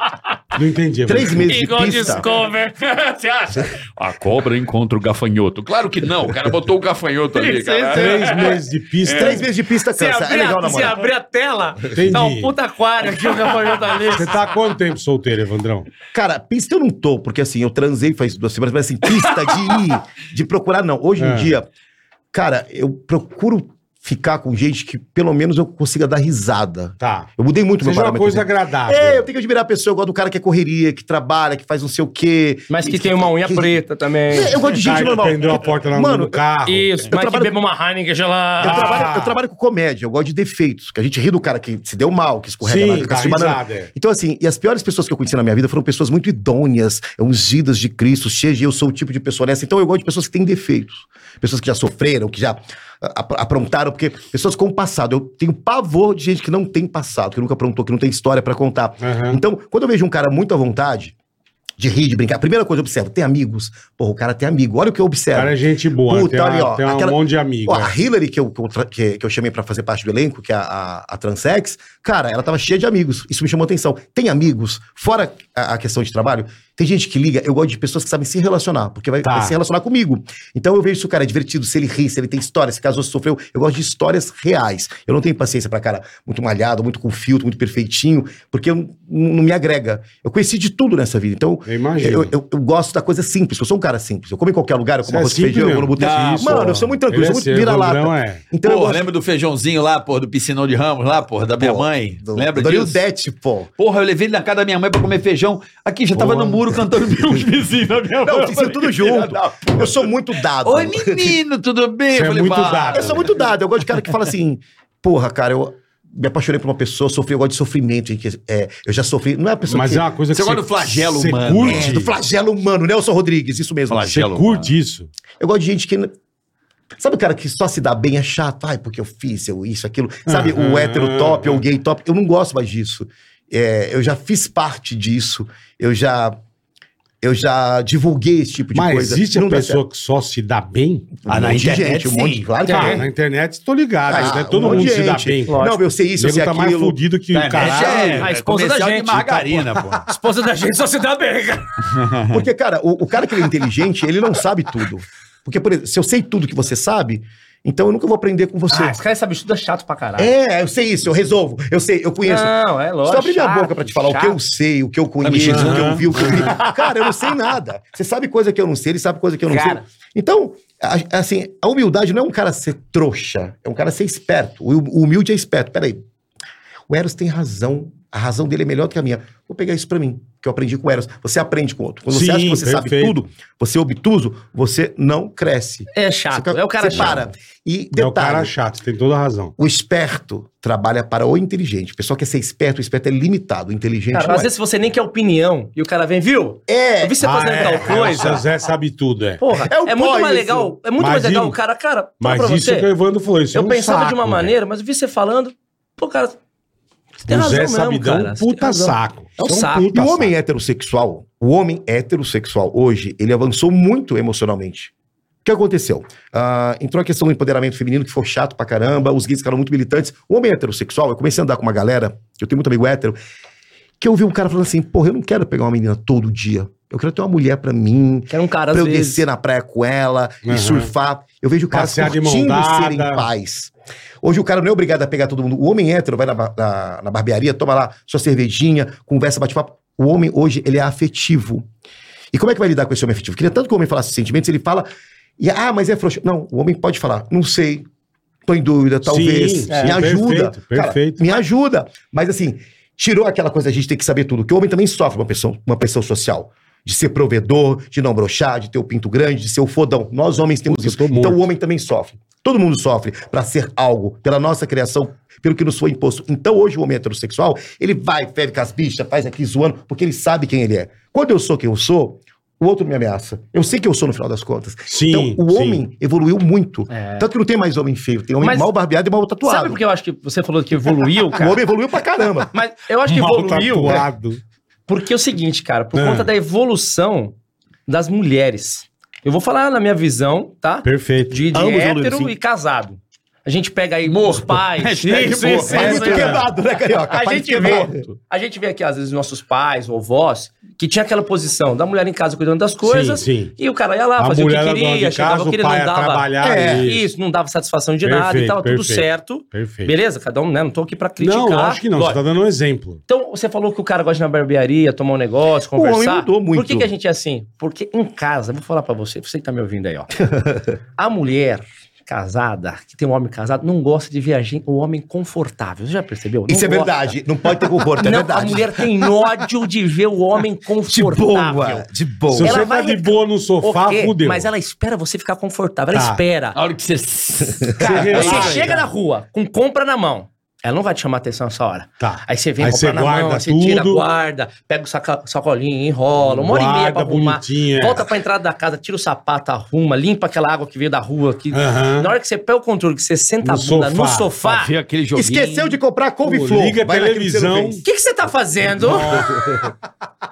Speaker 3: Não entendi.
Speaker 6: Três
Speaker 3: mas-
Speaker 6: meses de
Speaker 5: Igual
Speaker 6: pista.
Speaker 5: Discover.
Speaker 4: Você acha? A cobra encontra o gafanhoto. Claro que não, o cara botou o gafanhoto ali,
Speaker 5: Isso, isso,
Speaker 4: cara.
Speaker 3: Três meses de pista.
Speaker 6: Três meses de pista
Speaker 5: Você
Speaker 6: cansa. É
Speaker 5: abrir,
Speaker 6: legal
Speaker 5: a, você
Speaker 6: namorar.
Speaker 5: abrir a tela,
Speaker 3: Entendi.
Speaker 5: dá um puta aquário aqui, o gafanhoto ali.
Speaker 3: Você tá há quanto tempo solteiro, Evandrão?
Speaker 6: Cara, pista eu não tô, porque assim, eu transei faz duas semanas, mas assim, pista de ir, de procurar, não. Hoje
Speaker 3: É.
Speaker 6: em dia, cara, eu procuro ficar com gente que pelo menos eu consiga dar risada.
Speaker 3: Tá.
Speaker 6: Eu mudei muito meu
Speaker 3: Seja uma
Speaker 6: parâmetro.
Speaker 3: coisa
Speaker 6: né?
Speaker 3: agradável.
Speaker 6: É, eu tenho que admirar a pessoa, eu gosto do cara que é correria, que trabalha, que faz não sei o quê.
Speaker 5: Mas que tem uma unha preta também.
Speaker 6: É, Eu gosto de gente
Speaker 3: Cara que
Speaker 6: normal.
Speaker 3: Prendeu a porta lá no-
Speaker 6: Mano,
Speaker 3: no carro.
Speaker 5: Isso, mas que
Speaker 6: trabalho-
Speaker 5: beba uma Heineken gelada.
Speaker 6: Eu,
Speaker 3: Ah.
Speaker 6: trabalho, eu trabalho com comédia, eu gosto de defeitos. Que a gente ri do cara que se deu mal, que escorrega
Speaker 3: Sim,
Speaker 6: na casca
Speaker 3: dá
Speaker 6: de banana.
Speaker 3: risada, é.
Speaker 6: Então, assim, e as piores pessoas que eu conheci na minha vida foram pessoas muito idôneas, é, ungidas de Cristo, cheias de eu sou o tipo de pessoa dessa. Então, eu gosto de pessoas que têm defeitos. Pessoas que já sofreram, que já a- a- aprontaram, porque pessoas com passado. Eu tenho pavor de gente que não tem passado, que nunca aprontou, que não tem história pra contar.
Speaker 3: Aham.
Speaker 6: Então, quando eu vejo um cara muito à vontade de rir, de brincar, a primeira coisa que eu observo, tem amigos? Porra, o cara tem amigo. Olha o que eu
Speaker 3: O
Speaker 6: observo.
Speaker 3: cara é gente boa.
Speaker 6: Puta,
Speaker 3: tem uma-
Speaker 6: olha, ó,
Speaker 3: tem
Speaker 6: aquela-
Speaker 3: um monte de amigo.
Speaker 6: Ó,
Speaker 3: é.
Speaker 6: a Hillary, que eu, que eu tra- que, que eu chamei pra fazer parte do elenco, que é a, a, a Transex, cara, ela tava cheia de amigos. Isso me chamou atenção. Tem amigos, fora a, a questão de trabalho, tem gente que liga, eu gosto de pessoas que sabem se relacionar, porque vai,
Speaker 3: Tá.
Speaker 6: vai se relacionar comigo. Então eu vejo se o cara é divertido, se ele ri, se ele tem história, se casou, se sofreu. Eu gosto de histórias reais. Eu não tenho paciência pra cara muito malhado, muito com filtro, muito perfeitinho, porque eu n- não me agrega. Eu conheci de tudo nessa vida. Então,
Speaker 3: Eu imagino.
Speaker 6: eu- eu- eu gosto da coisa simples. Eu sou um cara simples. Eu como em qualquer lugar, eu
Speaker 3: Você
Speaker 6: como
Speaker 3: é
Speaker 6: arroz e
Speaker 3: simples
Speaker 6: feijão, eu vou no
Speaker 3: mesmo.
Speaker 6: boteco.
Speaker 3: Tá,
Speaker 6: Mano,
Speaker 3: pô.
Speaker 6: eu sou muito tranquilo,
Speaker 3: Ele
Speaker 6: eu
Speaker 3: é
Speaker 6: sou muito
Speaker 3: seu, Evandrão
Speaker 6: vira-lata.
Speaker 3: é.
Speaker 6: Então eu
Speaker 4: Porra,
Speaker 6: gosto
Speaker 4: lembra do feijãozinho lá, porra, do piscinão de Ramos lá, porra, da minha mãe?
Speaker 6: do-
Speaker 4: lembra
Speaker 6: do
Speaker 4: disso?
Speaker 6: Dete, pô.
Speaker 4: Porra, eu levei ele na casa da minha mãe pra comer feijão. Aqui, já tava
Speaker 3: Porra.
Speaker 4: no muro cantando os vizinhos da minha mãe.
Speaker 6: Não, isso é tudo junto. Eu sou muito dado.
Speaker 4: Oi, menino, tudo bem?
Speaker 3: Você é muito
Speaker 4: "Vá."
Speaker 3: dado.
Speaker 6: Eu sou muito dado. Eu gosto de cara que fala assim, porra, cara, eu me apaixonei por uma pessoa, sofri, eu gosto de sofrimento. gente, que- é, eu já sofri. Não é a pessoa
Speaker 3: Mas
Speaker 6: que...
Speaker 3: é uma coisa
Speaker 4: Você
Speaker 3: que
Speaker 4: gosta do flagelo
Speaker 3: você
Speaker 4: humano,
Speaker 3: curte.
Speaker 6: É, do flagelo humano, Nelson Rodrigues, isso mesmo.
Speaker 4: Flagelo.
Speaker 3: Você curte isso.
Speaker 6: Eu gosto de gente que. Sabe o cara que só se dá bem é chato? Ai, porque eu fiz eu isso, aquilo. Sabe,
Speaker 3: Aham.
Speaker 6: o hétero top ou o gay top. Eu não gosto mais disso. É, eu já fiz parte disso. Eu já. Eu já divulguei esse tipo de
Speaker 3: Mas
Speaker 6: coisa.
Speaker 3: existe
Speaker 6: Não
Speaker 3: a
Speaker 6: dá
Speaker 3: pessoa tá que só se dá bem?
Speaker 6: certo. Um monte de gente, um monte de. Claro que
Speaker 3: Cara,
Speaker 6: tem.
Speaker 3: na internet estou ligado.
Speaker 6: Ah,
Speaker 3: né?
Speaker 6: um
Speaker 3: Todo
Speaker 6: monte
Speaker 3: mundo
Speaker 6: de
Speaker 3: se dá
Speaker 6: gente.
Speaker 3: bem.
Speaker 6: Não, eu sei isso, eu
Speaker 3: Nego
Speaker 6: sei
Speaker 3: tá mais
Speaker 6: aquilo.
Speaker 3: fudido que
Speaker 4: Tá,
Speaker 3: o caralho.
Speaker 4: né?
Speaker 5: a esposa
Speaker 4: Comercial
Speaker 5: da
Speaker 4: de
Speaker 5: gente,
Speaker 4: margarina, pô.
Speaker 5: Ah, A esposa da gente só se dá bem, cara.
Speaker 6: Porque, cara, o, o cara que ele é inteligente, ele não sabe tudo. Porque, por exemplo, se eu sei tudo que você sabe, Então eu nunca vou aprender com você.
Speaker 5: Ah, esse cara é sabe, estuda chato pra caralho.
Speaker 6: é, eu sei isso, eu resolvo, eu sei, eu conheço.
Speaker 5: Não, é lógico.
Speaker 6: Só abrir minha
Speaker 5: chato,
Speaker 6: boca pra te falar o que eu
Speaker 5: chato.
Speaker 6: sei, o que
Speaker 3: Tá
Speaker 6: eu conheço,
Speaker 7: mexendo.
Speaker 6: o que eu vi, o que eu vi.
Speaker 3: Uhum.
Speaker 6: Cara, eu não sei nada. Você sabe coisa que eu não sei, ele sabe coisa que eu não
Speaker 5: Cara.
Speaker 6: sei. Então, a- assim, a humildade não é um cara ser trouxa, é um cara ser esperto. O hum- o humilde é esperto. Peraí. O Eros tem razão. A razão dele é melhor do que a minha. Vou pegar isso pra mim, que eu aprendi com o Eros. Você aprende com o outro. Quando você
Speaker 3: Sim,
Speaker 6: acha que você sabe
Speaker 3: perfeito.
Speaker 6: tudo, você é obtuso, você não cresce.
Speaker 5: É chato,
Speaker 6: Você- tá
Speaker 5: é o cara
Speaker 6: você
Speaker 5: chato.
Speaker 6: para. E
Speaker 3: É o cara
Speaker 6: detalhe,
Speaker 3: chato, você tem toda a razão.
Speaker 6: o esperto trabalha para o inteligente. O pessoal quer ser esperto, o esperto é limitado, o inteligente
Speaker 5: Cara,
Speaker 6: não
Speaker 5: às
Speaker 6: é.
Speaker 5: vezes você nem quer opinião e o cara vem, viu?
Speaker 6: É,
Speaker 5: Eu vi você
Speaker 3: Ah,
Speaker 5: fazendo
Speaker 3: é,
Speaker 5: tal
Speaker 3: cara,
Speaker 5: coisa.
Speaker 3: O Zé sabe tudo, é.
Speaker 5: Porra,
Speaker 6: É o
Speaker 5: é, muito
Speaker 6: pó
Speaker 5: mais
Speaker 6: isso.
Speaker 5: legal. É muito
Speaker 3: Mas
Speaker 5: mais legal
Speaker 3: isso-
Speaker 5: o cara, cara, fala pra
Speaker 3: Mas isso
Speaker 5: você.
Speaker 3: que o Evandro falou, isso é
Speaker 5: eu
Speaker 3: um
Speaker 5: pensava de
Speaker 3: saco,
Speaker 5: uma
Speaker 3: velho.
Speaker 5: maneira, mas eu vi você falando, pô, cara, você tem
Speaker 3: O
Speaker 5: razão
Speaker 3: Zé
Speaker 5: mesmo,
Speaker 3: Sabidão é
Speaker 5: cara.
Speaker 3: um
Speaker 5: você tem
Speaker 3: puta
Speaker 5: razão.
Speaker 3: saco.
Speaker 5: É um saco.
Speaker 6: E
Speaker 3: puta
Speaker 6: o homem
Speaker 3: saco.
Speaker 6: heterossexual, o homem heterossexual hoje, ele avançou muito emocionalmente. O que aconteceu? Ah, entrou a questão do empoderamento feminino, que foi chato pra caramba, os gays ficaram muito militantes. O homem heterossexual, eu comecei a andar com uma galera, que eu tenho muito amigo hétero, que eu vi um cara falando assim, porra, eu não quero pegar uma menina todo dia. Eu quero ter uma mulher pra mim,
Speaker 5: Que era um cara,
Speaker 6: pra
Speaker 5: às
Speaker 6: eu
Speaker 5: vezes.
Speaker 6: descer na praia com ela
Speaker 3: Uhum.
Speaker 6: e surfar. Eu vejo o cara
Speaker 3: Passear de
Speaker 6: curtindo
Speaker 3: mão
Speaker 6: ser em
Speaker 3: dada.
Speaker 6: paz. Hoje o cara não é obrigado a pegar todo mundo. O homem hétero vai na, ba- na- na barbearia, toma lá sua cervejinha, conversa, bate papo. O homem hoje, ele é afetivo. E como é que vai lidar com esse homem afetivo? Queria tanto que o homem falasse sentimentos, ele fala... E, ah, mas é frouxo. Não, o homem pode falar, não sei, tô em dúvida, talvez,
Speaker 3: Sim,
Speaker 6: me
Speaker 3: sim,
Speaker 6: ajuda.
Speaker 3: perfeito,
Speaker 6: Cara,
Speaker 3: perfeito.
Speaker 6: me ajuda. Mas assim, tirou aquela coisa, a gente tem que saber tudo, que o homem também sofre uma pressão, uma pressão social. De ser provedor, de não brochar, de ter o pinto grande, de ser o fodão. Nós homens temos
Speaker 3: Puta, eu
Speaker 6: isso.
Speaker 3: tô morto.
Speaker 6: Então o homem também sofre. Todo mundo sofre pra ser algo, pela nossa criação, pelo que nos foi imposto. Então hoje o homem heterossexual, ele vai, fere com as bichas, faz aqui zoando, porque ele sabe quem ele é. Quando eu sou quem eu sou, o outro me ameaça. Eu sei que eu sou no final das contas.
Speaker 3: Sim,
Speaker 6: então o
Speaker 3: sim.
Speaker 6: homem evoluiu muito.
Speaker 5: É.
Speaker 6: Tanto que não tem mais homem feio, tem homem
Speaker 5: Mas-
Speaker 6: mal barbeado e mal tatuado.
Speaker 5: Sabe por que eu acho que você falou que evoluiu,
Speaker 6: O
Speaker 5: cara?
Speaker 6: homem evoluiu pra caramba.
Speaker 5: Mas eu acho que
Speaker 3: Mal
Speaker 5: evoluiu né?
Speaker 3: tatuado.
Speaker 5: porque é o seguinte, cara, por
Speaker 3: Ah.
Speaker 5: conta da evolução das mulheres. Eu vou falar na minha visão, tá?
Speaker 3: Perfeito.
Speaker 5: De, de
Speaker 6: Ambos
Speaker 5: hétero
Speaker 6: evoluíram, sim.
Speaker 5: e casado. A gente pega aí os pais. né, isso,
Speaker 6: Pô,
Speaker 5: isso,
Speaker 6: pai
Speaker 5: isso,
Speaker 6: muito
Speaker 5: isso.
Speaker 6: quebrado, né, Carioca?
Speaker 5: A
Speaker 6: Pai
Speaker 3: é
Speaker 5: gente,
Speaker 6: muito quebrado.
Speaker 5: vê, a gente vê aqui, às vezes, nossos pais ou avós, que tinha aquela posição da mulher em casa cuidando das coisas,
Speaker 3: Sim, sim.
Speaker 5: e o cara ia lá,
Speaker 3: A
Speaker 5: fazia o que
Speaker 3: mulher era dona
Speaker 5: queria,
Speaker 3: de
Speaker 5: chegava
Speaker 3: casa,
Speaker 5: o
Speaker 3: o
Speaker 5: que ele
Speaker 3: pai
Speaker 5: não
Speaker 3: ia
Speaker 5: dava.
Speaker 3: trabalhar.
Speaker 6: É,
Speaker 3: e-
Speaker 5: Isso, não dava satisfação de nada e
Speaker 3: Perfeito,
Speaker 5: tava tudo
Speaker 3: perfeito.
Speaker 5: certo.
Speaker 3: Perfeito.
Speaker 5: Beleza? Cada um, né? Não tô aqui pra criticar.
Speaker 3: Não, acho que não. Você
Speaker 5: Lógico.
Speaker 3: tá dando um exemplo.
Speaker 5: Então, você falou que o cara gosta de ir na barbearia, tomar um negócio,
Speaker 6: homem
Speaker 5: conversar.
Speaker 6: mudou muito.
Speaker 5: Por que, que a gente é assim? Porque em casa, vou falar pra você, você que tá me ouvindo aí, ó. a mulher casada, que tem um homem casado, não gosta de ver a gente- o homem confortável. Você já percebeu? Não
Speaker 6: Isso é
Speaker 5: gosta.
Speaker 6: verdade. Não pode ter conforto, é
Speaker 5: não,
Speaker 6: verdade.
Speaker 5: a mulher tem ódio de ver o homem
Speaker 6: de
Speaker 5: confortável.
Speaker 6: boa, de
Speaker 3: Se
Speaker 6: boa.
Speaker 5: Ela
Speaker 3: você tá
Speaker 5: vai
Speaker 3: de
Speaker 5: reclamar.
Speaker 3: boa no
Speaker 5: O
Speaker 3: sofá,
Speaker 5: quê?
Speaker 3: fudeu.
Speaker 5: Mas ela espera você ficar confortável. Ela
Speaker 3: Tá.
Speaker 5: espera.
Speaker 7: A hora que você.
Speaker 5: Cara,
Speaker 3: Você
Speaker 5: você
Speaker 3: relaxa.
Speaker 5: chega na rua com compra na mão. Ela não vai te chamar atenção nessa hora.
Speaker 3: Tá.
Speaker 5: Aí você vem
Speaker 3: Aí
Speaker 5: comprar
Speaker 3: você
Speaker 5: na
Speaker 3: guarda
Speaker 5: mão, aí você tira,
Speaker 3: tudo.
Speaker 5: guarda, pega o saca, sacolinho, enrola, uma hora e meia pra
Speaker 3: Guarda
Speaker 5: arrumar.
Speaker 3: bonitinho, é.
Speaker 5: Volta pra entrada da casa, tira o sapato, arruma, limpa aquela água que veio da rua. Que...
Speaker 3: Aham.
Speaker 5: Na hora que você pega o controle, que você senta a
Speaker 3: No
Speaker 5: bunda no
Speaker 3: sofá,
Speaker 5: sofá,
Speaker 7: Ver aquele joguinho.
Speaker 6: Esqueceu de comprar couve-flor.
Speaker 3: Liga a
Speaker 6: Vai naquele que você não
Speaker 3: televisão.
Speaker 6: fez.
Speaker 5: o que, que você tá fazendo?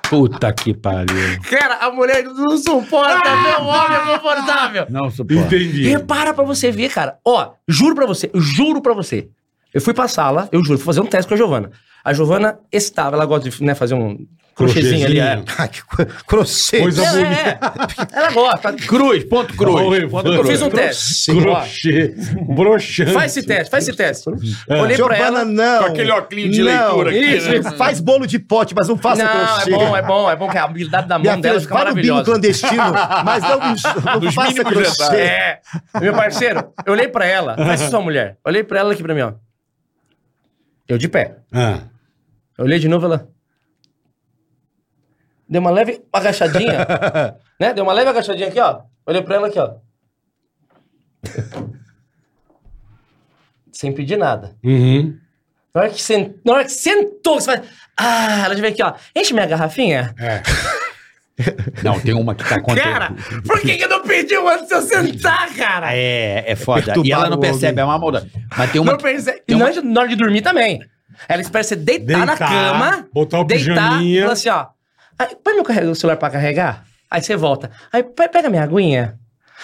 Speaker 7: Puta que pariu.
Speaker 5: Cara, a mulher não suporta
Speaker 3: Ah!
Speaker 5: ver o homem é confortável.
Speaker 7: Não suporto.
Speaker 3: Entendi.
Speaker 5: Repara pra você ver, cara. Ó, juro pra você, juro pra você. Eu fui pra sala, eu juro, fui fazer um teste com a Giovana. A Giovana estava, ela gosta de né, fazer um crochêzinho ali. É.
Speaker 6: Ai, que co- crochê.
Speaker 3: Coisa
Speaker 5: Ela,
Speaker 3: bonita.
Speaker 5: é, ela gosta.
Speaker 7: Cruz, ponto cruz.
Speaker 3: Oi,
Speaker 7: ponto
Speaker 3: Evandro.
Speaker 5: Eu fiz um
Speaker 3: Crochê.
Speaker 5: teste. Ó,
Speaker 3: Crochê. Broxante.
Speaker 5: faz esse teste, faz esse teste. Olhei pra
Speaker 6: É. Giovana,
Speaker 5: ela.
Speaker 6: não.
Speaker 7: Com aquele óculinho de leitura aqui,
Speaker 6: Isso,
Speaker 7: né?
Speaker 6: isso. faz bolo de pote, mas não faça
Speaker 5: Não, é bom, é bom, é bom que a habilidade da
Speaker 6: Minha
Speaker 5: mão
Speaker 6: filha,
Speaker 5: dela fica
Speaker 6: vai no bingo
Speaker 5: maravilhosa.
Speaker 6: clandestino, mas não, não
Speaker 7: Dos
Speaker 6: faça
Speaker 7: mínimos
Speaker 6: crochê.
Speaker 7: detalhes.
Speaker 5: É. Meu parceiro, eu olhei pra ela, faz isso sua mulher. Olhei pra ela aqui pra mim, ó. Eu de pé.
Speaker 3: Ah.
Speaker 5: Eu olhei de novo, ela. Deu uma leve agachadinha. né? Deu uma leve agachadinha aqui, ó. Olhei pra ela aqui, ó. Sem pedir nada.
Speaker 3: Uhum.
Speaker 5: Na hora que, sen- Na hora que sentou, você faz. Ah, ela já veio aqui, ó. Enche minha garrafinha.
Speaker 3: É.
Speaker 7: Não, tem uma que tá acontecendo.
Speaker 5: Cara, por que, que eu não pedi antes de eu sentar, cara?
Speaker 7: É, é foda.
Speaker 6: perturbar
Speaker 7: e ela não
Speaker 6: o
Speaker 7: percebe, é uma maldade. Mas tem uma.
Speaker 5: Não perce- E
Speaker 7: tem uma-
Speaker 5: na hora de- na hora de dormir também. Ela espera você deitar, na
Speaker 3: Deitar,
Speaker 5: cama,
Speaker 3: botar o
Speaker 5: deitar
Speaker 3: pijaminha.
Speaker 5: e falar assim, ó. Aí, põe meu carrega- o celular pra carregar. Aí você volta. Aí pe- pega minha aguinha.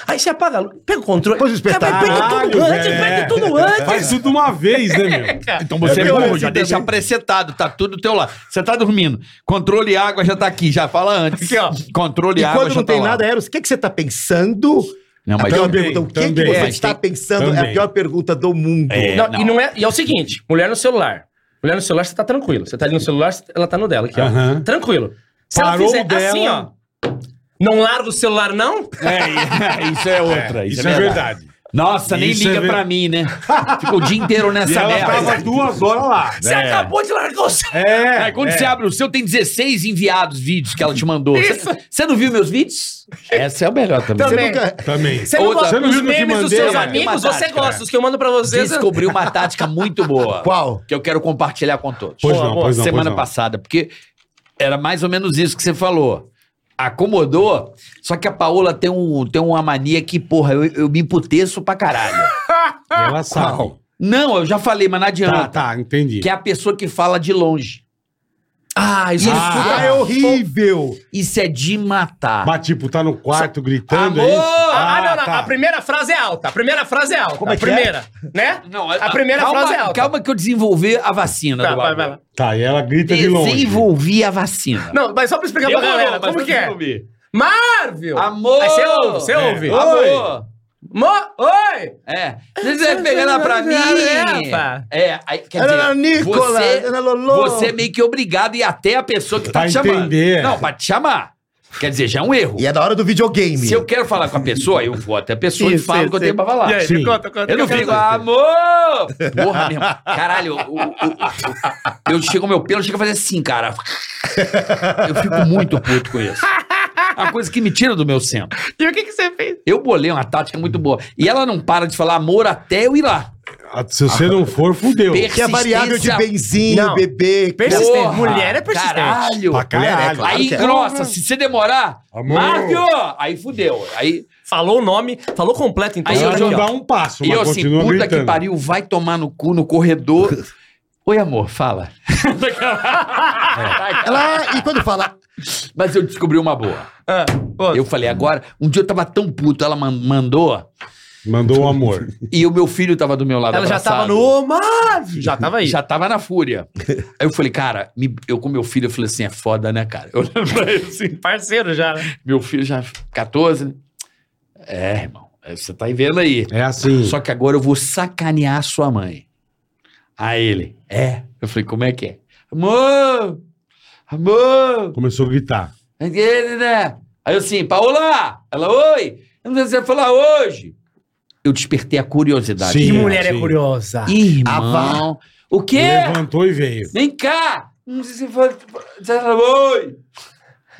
Speaker 5: Aí você apaga a luz, pega o controle.
Speaker 6: Pois o espetáculo.
Speaker 5: Cara, mas Pega tudo
Speaker 3: Caralho,
Speaker 5: antes,
Speaker 3: velho. É.
Speaker 5: pega tudo antes.
Speaker 3: Faz tudo de uma vez, né, meu?
Speaker 5: cara.
Speaker 7: Então você
Speaker 6: É
Speaker 7: é
Speaker 6: violência
Speaker 7: burro, já
Speaker 6: também.
Speaker 7: deixa presetado, tá tudo do teu lado. Você tá dormindo. Controle água já tá aqui, já fala antes.
Speaker 5: Aqui, ó.
Speaker 7: Controle
Speaker 6: E
Speaker 7: água
Speaker 6: quando
Speaker 7: já
Speaker 6: não
Speaker 7: tá
Speaker 6: tem é-
Speaker 7: lá.
Speaker 6: nada, Eros, o que, que você tá pensando?
Speaker 7: Não, mas
Speaker 6: a pior
Speaker 3: também,
Speaker 6: pergunta, o que, que
Speaker 3: também.
Speaker 6: você
Speaker 5: É,
Speaker 6: está pensando é
Speaker 3: também.
Speaker 6: a pior pergunta do mundo.
Speaker 7: É,
Speaker 5: Não,
Speaker 7: não.
Speaker 5: E, não é, e é o seguinte: mulher no celular. Mulher no celular, você tá tranquilo. Você tá ali no celular, você- ela tá no dela aqui, ó.
Speaker 3: Aham.
Speaker 5: Tranquilo. Se
Speaker 3: Parou
Speaker 5: ela
Speaker 3: o
Speaker 5: fizer
Speaker 3: dela-
Speaker 5: assim, ó. Não larga o celular, não?
Speaker 7: É, isso é outra.
Speaker 3: Isso é verdade.
Speaker 7: Nossa, nem
Speaker 3: Isso é
Speaker 7: liga
Speaker 3: ver-
Speaker 7: pra mim, né? Fica o dia inteiro
Speaker 3: E
Speaker 7: nessa
Speaker 3: ela
Speaker 7: merda.
Speaker 3: tava duas horas lá.
Speaker 5: Você acabou de largar o celular.
Speaker 3: É.
Speaker 7: Aí quando
Speaker 3: é.
Speaker 7: você abre o seu, tem 16 enviados vídeos que ela te mandou.
Speaker 5: Isso.
Speaker 7: Você você não viu meus vídeos? Essa é o melhor também.
Speaker 6: Você
Speaker 5: Também.
Speaker 6: nunca...
Speaker 3: Também.
Speaker 5: Você não
Speaker 7: Outra-
Speaker 5: gosta
Speaker 3: Você não
Speaker 5: dos
Speaker 3: viu que eu te
Speaker 5: memes dos
Speaker 3: mandei,
Speaker 5: seus
Speaker 3: né?
Speaker 5: amigos,
Speaker 7: Uma
Speaker 5: você
Speaker 7: tática.
Speaker 5: gosta. Os que eu mando pra
Speaker 7: Você
Speaker 5: vocês.
Speaker 7: descobriu uma tática muito boa.
Speaker 6: Qual?
Speaker 7: Que eu quero compartilhar com todos.
Speaker 3: Pois não, pois não,
Speaker 7: Semana
Speaker 3: pois não.
Speaker 7: passada, porque era mais ou menos isso que você falou. Acomodou, só que a Paola tem, um, tem uma mania que, porra, eu, eu me emputeço pra caralho. Ah,
Speaker 3: Ela sabe.
Speaker 7: não, eu já falei, mas não
Speaker 3: Tá,
Speaker 7: adianta.
Speaker 3: tá, entendi.
Speaker 7: Que é a pessoa que fala de longe.
Speaker 5: Ah, isso
Speaker 6: Ah, é horrível!
Speaker 7: Isso é de matar.
Speaker 3: Mas tipo, tá no quarto gritando,
Speaker 7: Amor!
Speaker 3: é isso?
Speaker 5: Ah,
Speaker 3: Ah,
Speaker 5: não, não.
Speaker 3: tá.
Speaker 5: A primeira frase é alta. A primeira frase é alta.
Speaker 6: Como é
Speaker 5: a
Speaker 6: que é?
Speaker 5: primeira, né?
Speaker 7: Não,
Speaker 5: a primeira
Speaker 7: calma,
Speaker 5: frase é alta.
Speaker 7: Calma que eu desenvolver a vacina.
Speaker 5: Tá,
Speaker 7: do
Speaker 5: vai,
Speaker 7: bagulho.
Speaker 5: vai lá.
Speaker 3: Tá, e ela grita de longe.
Speaker 7: Desenvolvi a vacina.
Speaker 5: Não, mas só pra explicar pra galera, como que é? Marvel!
Speaker 7: Amor!
Speaker 5: Aí você ouve,
Speaker 3: É.
Speaker 5: você ouve.
Speaker 7: Amor!
Speaker 5: Mo- Oi!
Speaker 7: É. Você vai pegar ela pra mim.
Speaker 5: Rafa.
Speaker 7: É, aí, quer
Speaker 6: Era na
Speaker 7: dizer,
Speaker 6: Nicola,
Speaker 7: você,
Speaker 6: era Lolo.
Speaker 7: você é meio que obrigado e até a pessoa que tá
Speaker 3: Pra
Speaker 7: te chamando.
Speaker 3: entender.
Speaker 7: Não, pra te chamar. Quer dizer, já é um erro.
Speaker 6: E é da hora do videogame.
Speaker 7: Se eu quero falar com a pessoa, eu vou até a pessoa e
Speaker 6: Isso,
Speaker 7: falo o que eu
Speaker 6: isso,
Speaker 7: tenho pra falar.
Speaker 5: E aí,
Speaker 3: Ah, Sim.
Speaker 5: conta, conta.
Speaker 7: Eu não fico, amor! Porra, meu irmão. Caralho, o- o- o- eu chego ao meu pelo, chega a fazer assim, cara. Eu fico muito puto com isso. É Uma coisa que me tira do meu centro.
Speaker 5: E o que, que você fez?
Speaker 7: Eu bolei uma tática muito boa. E ela não para de falar amor até eu ir lá.
Speaker 3: Ah, Se você não for, fudeu.
Speaker 7: Persistência.
Speaker 6: Que é variável de benzinho,
Speaker 5: Não.
Speaker 6: bebê.
Speaker 5: Persistência.
Speaker 7: Porra,
Speaker 5: Mulher é persistente.
Speaker 7: Caralho.
Speaker 3: Pra caralho.
Speaker 6: Claro
Speaker 7: Aí
Speaker 6: que é.
Speaker 7: engrossa, se você demorar,
Speaker 3: Amor.
Speaker 7: Mário! Aí fudeu. Aí,
Speaker 5: Falou o nome, falou completo, então.
Speaker 7: Aí eu
Speaker 3: Ela
Speaker 5: Aqui,
Speaker 3: não dá
Speaker 5: ó.
Speaker 3: um passo,
Speaker 7: e eu
Speaker 3: mas
Speaker 7: assim,
Speaker 3: continua
Speaker 7: puta que
Speaker 3: gritando.
Speaker 7: pariu, vai tomar no cu no corredor. Oi, amor, fala.
Speaker 6: Ela, e quando fala,
Speaker 7: Mas eu descobri uma boa.
Speaker 5: Ah, outro.
Speaker 7: Eu falei, agora, um dia eu tava tão puto, ela man- mandou,
Speaker 3: Mandou o amor.
Speaker 7: e o meu filho tava do meu lado.
Speaker 5: Ela já
Speaker 7: abraçado.
Speaker 5: tava no Ô, Marvel! Já tava aí.
Speaker 7: Já tava na fúria. Aí eu falei, cara, me- eu com meu filho, eu falei assim, é foda, né, cara? Eu olhando pra ele assim,
Speaker 5: Parceiro já. né?
Speaker 7: meu filho já 14, né? É, irmão, é, você tá aí vendo aí.
Speaker 3: É assim.
Speaker 7: Só que agora eu vou sacanear a sua mãe. Aí ele, é. Eu falei, como é que é? Amor! Amor!
Speaker 3: Começou a gritar.
Speaker 7: Ele, né? Aí eu assim, Paola! Ela, oi! Eu não sei se você vai falar hoje. Eu despertei a curiosidade.
Speaker 5: Que
Speaker 3: Sim,
Speaker 5: mulher é
Speaker 3: sim.
Speaker 5: curiosa.
Speaker 6: Ah,
Speaker 7: Irmão, o quê?
Speaker 3: Levantou e veio.
Speaker 7: Vem cá! Não sei se você fala- você fala, oi!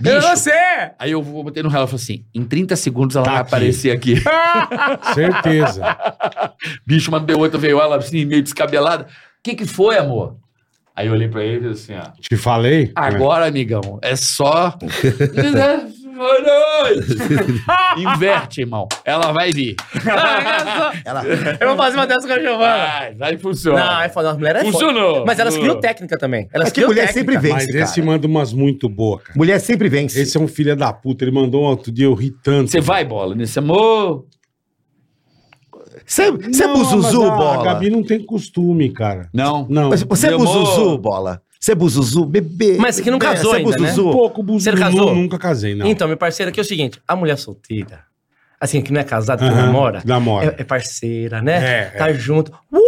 Speaker 5: Eu não
Speaker 7: Bicho.
Speaker 5: sei!
Speaker 7: Aí eu vou botei no relógio e falei assim, em 30 segundos ela
Speaker 3: Tá
Speaker 7: vai
Speaker 3: aqui.
Speaker 7: aparecer aqui.
Speaker 3: Certeza.
Speaker 7: Bicho, uma outra veio ela assim, meio descabelada. O que que foi, amor? Aí eu olhei pra ele e disse assim, ó.
Speaker 3: Te falei?
Speaker 7: Agora, amigão, é só... Boa noite! Inverte, irmão. Ela vai vir. Ah,
Speaker 6: ela,
Speaker 5: Eu vou fazer uma dessa com a
Speaker 4: Ah.
Speaker 5: Giovana.
Speaker 7: Vai, vai funcionar.
Speaker 5: Não, é foda. As mulheres é foda.
Speaker 7: Funcionou.
Speaker 5: Mas elas criam técnica também. Elas
Speaker 6: é que
Speaker 5: criam
Speaker 6: mulher
Speaker 5: técnica.
Speaker 6: sempre
Speaker 3: Mas
Speaker 6: vence, cara.
Speaker 3: esse manda umas muito boas, cara.
Speaker 6: Mulher sempre vence.
Speaker 3: Esse é um filho da puta. Ele mandou um outro dia, eu ri tanto.
Speaker 7: Você vai, bola, nesse amor.
Speaker 6: Você, você é
Speaker 3: Não,
Speaker 6: buzuzu,
Speaker 3: mas a- A
Speaker 6: bola.
Speaker 3: Gabi não tem costume, cara.
Speaker 7: Não.
Speaker 3: Não.
Speaker 6: Mas Você é
Speaker 7: Meu amor.
Speaker 6: buzuzu, bola. Você é buzuzu, bebê.
Speaker 5: Mas que não
Speaker 6: Bebê,
Speaker 5: casou
Speaker 6: você
Speaker 5: ainda, né?
Speaker 3: Um pouco buzuzu.
Speaker 5: Você casou?
Speaker 3: Nunca casei, não.
Speaker 5: Então, meu parceiro, aqui é o seguinte: a mulher solteira, assim, que não é casada, que
Speaker 3: Aham,
Speaker 5: namora,
Speaker 3: namora.
Speaker 5: É, é parceira, né?
Speaker 3: É,
Speaker 5: tá junto. Uh,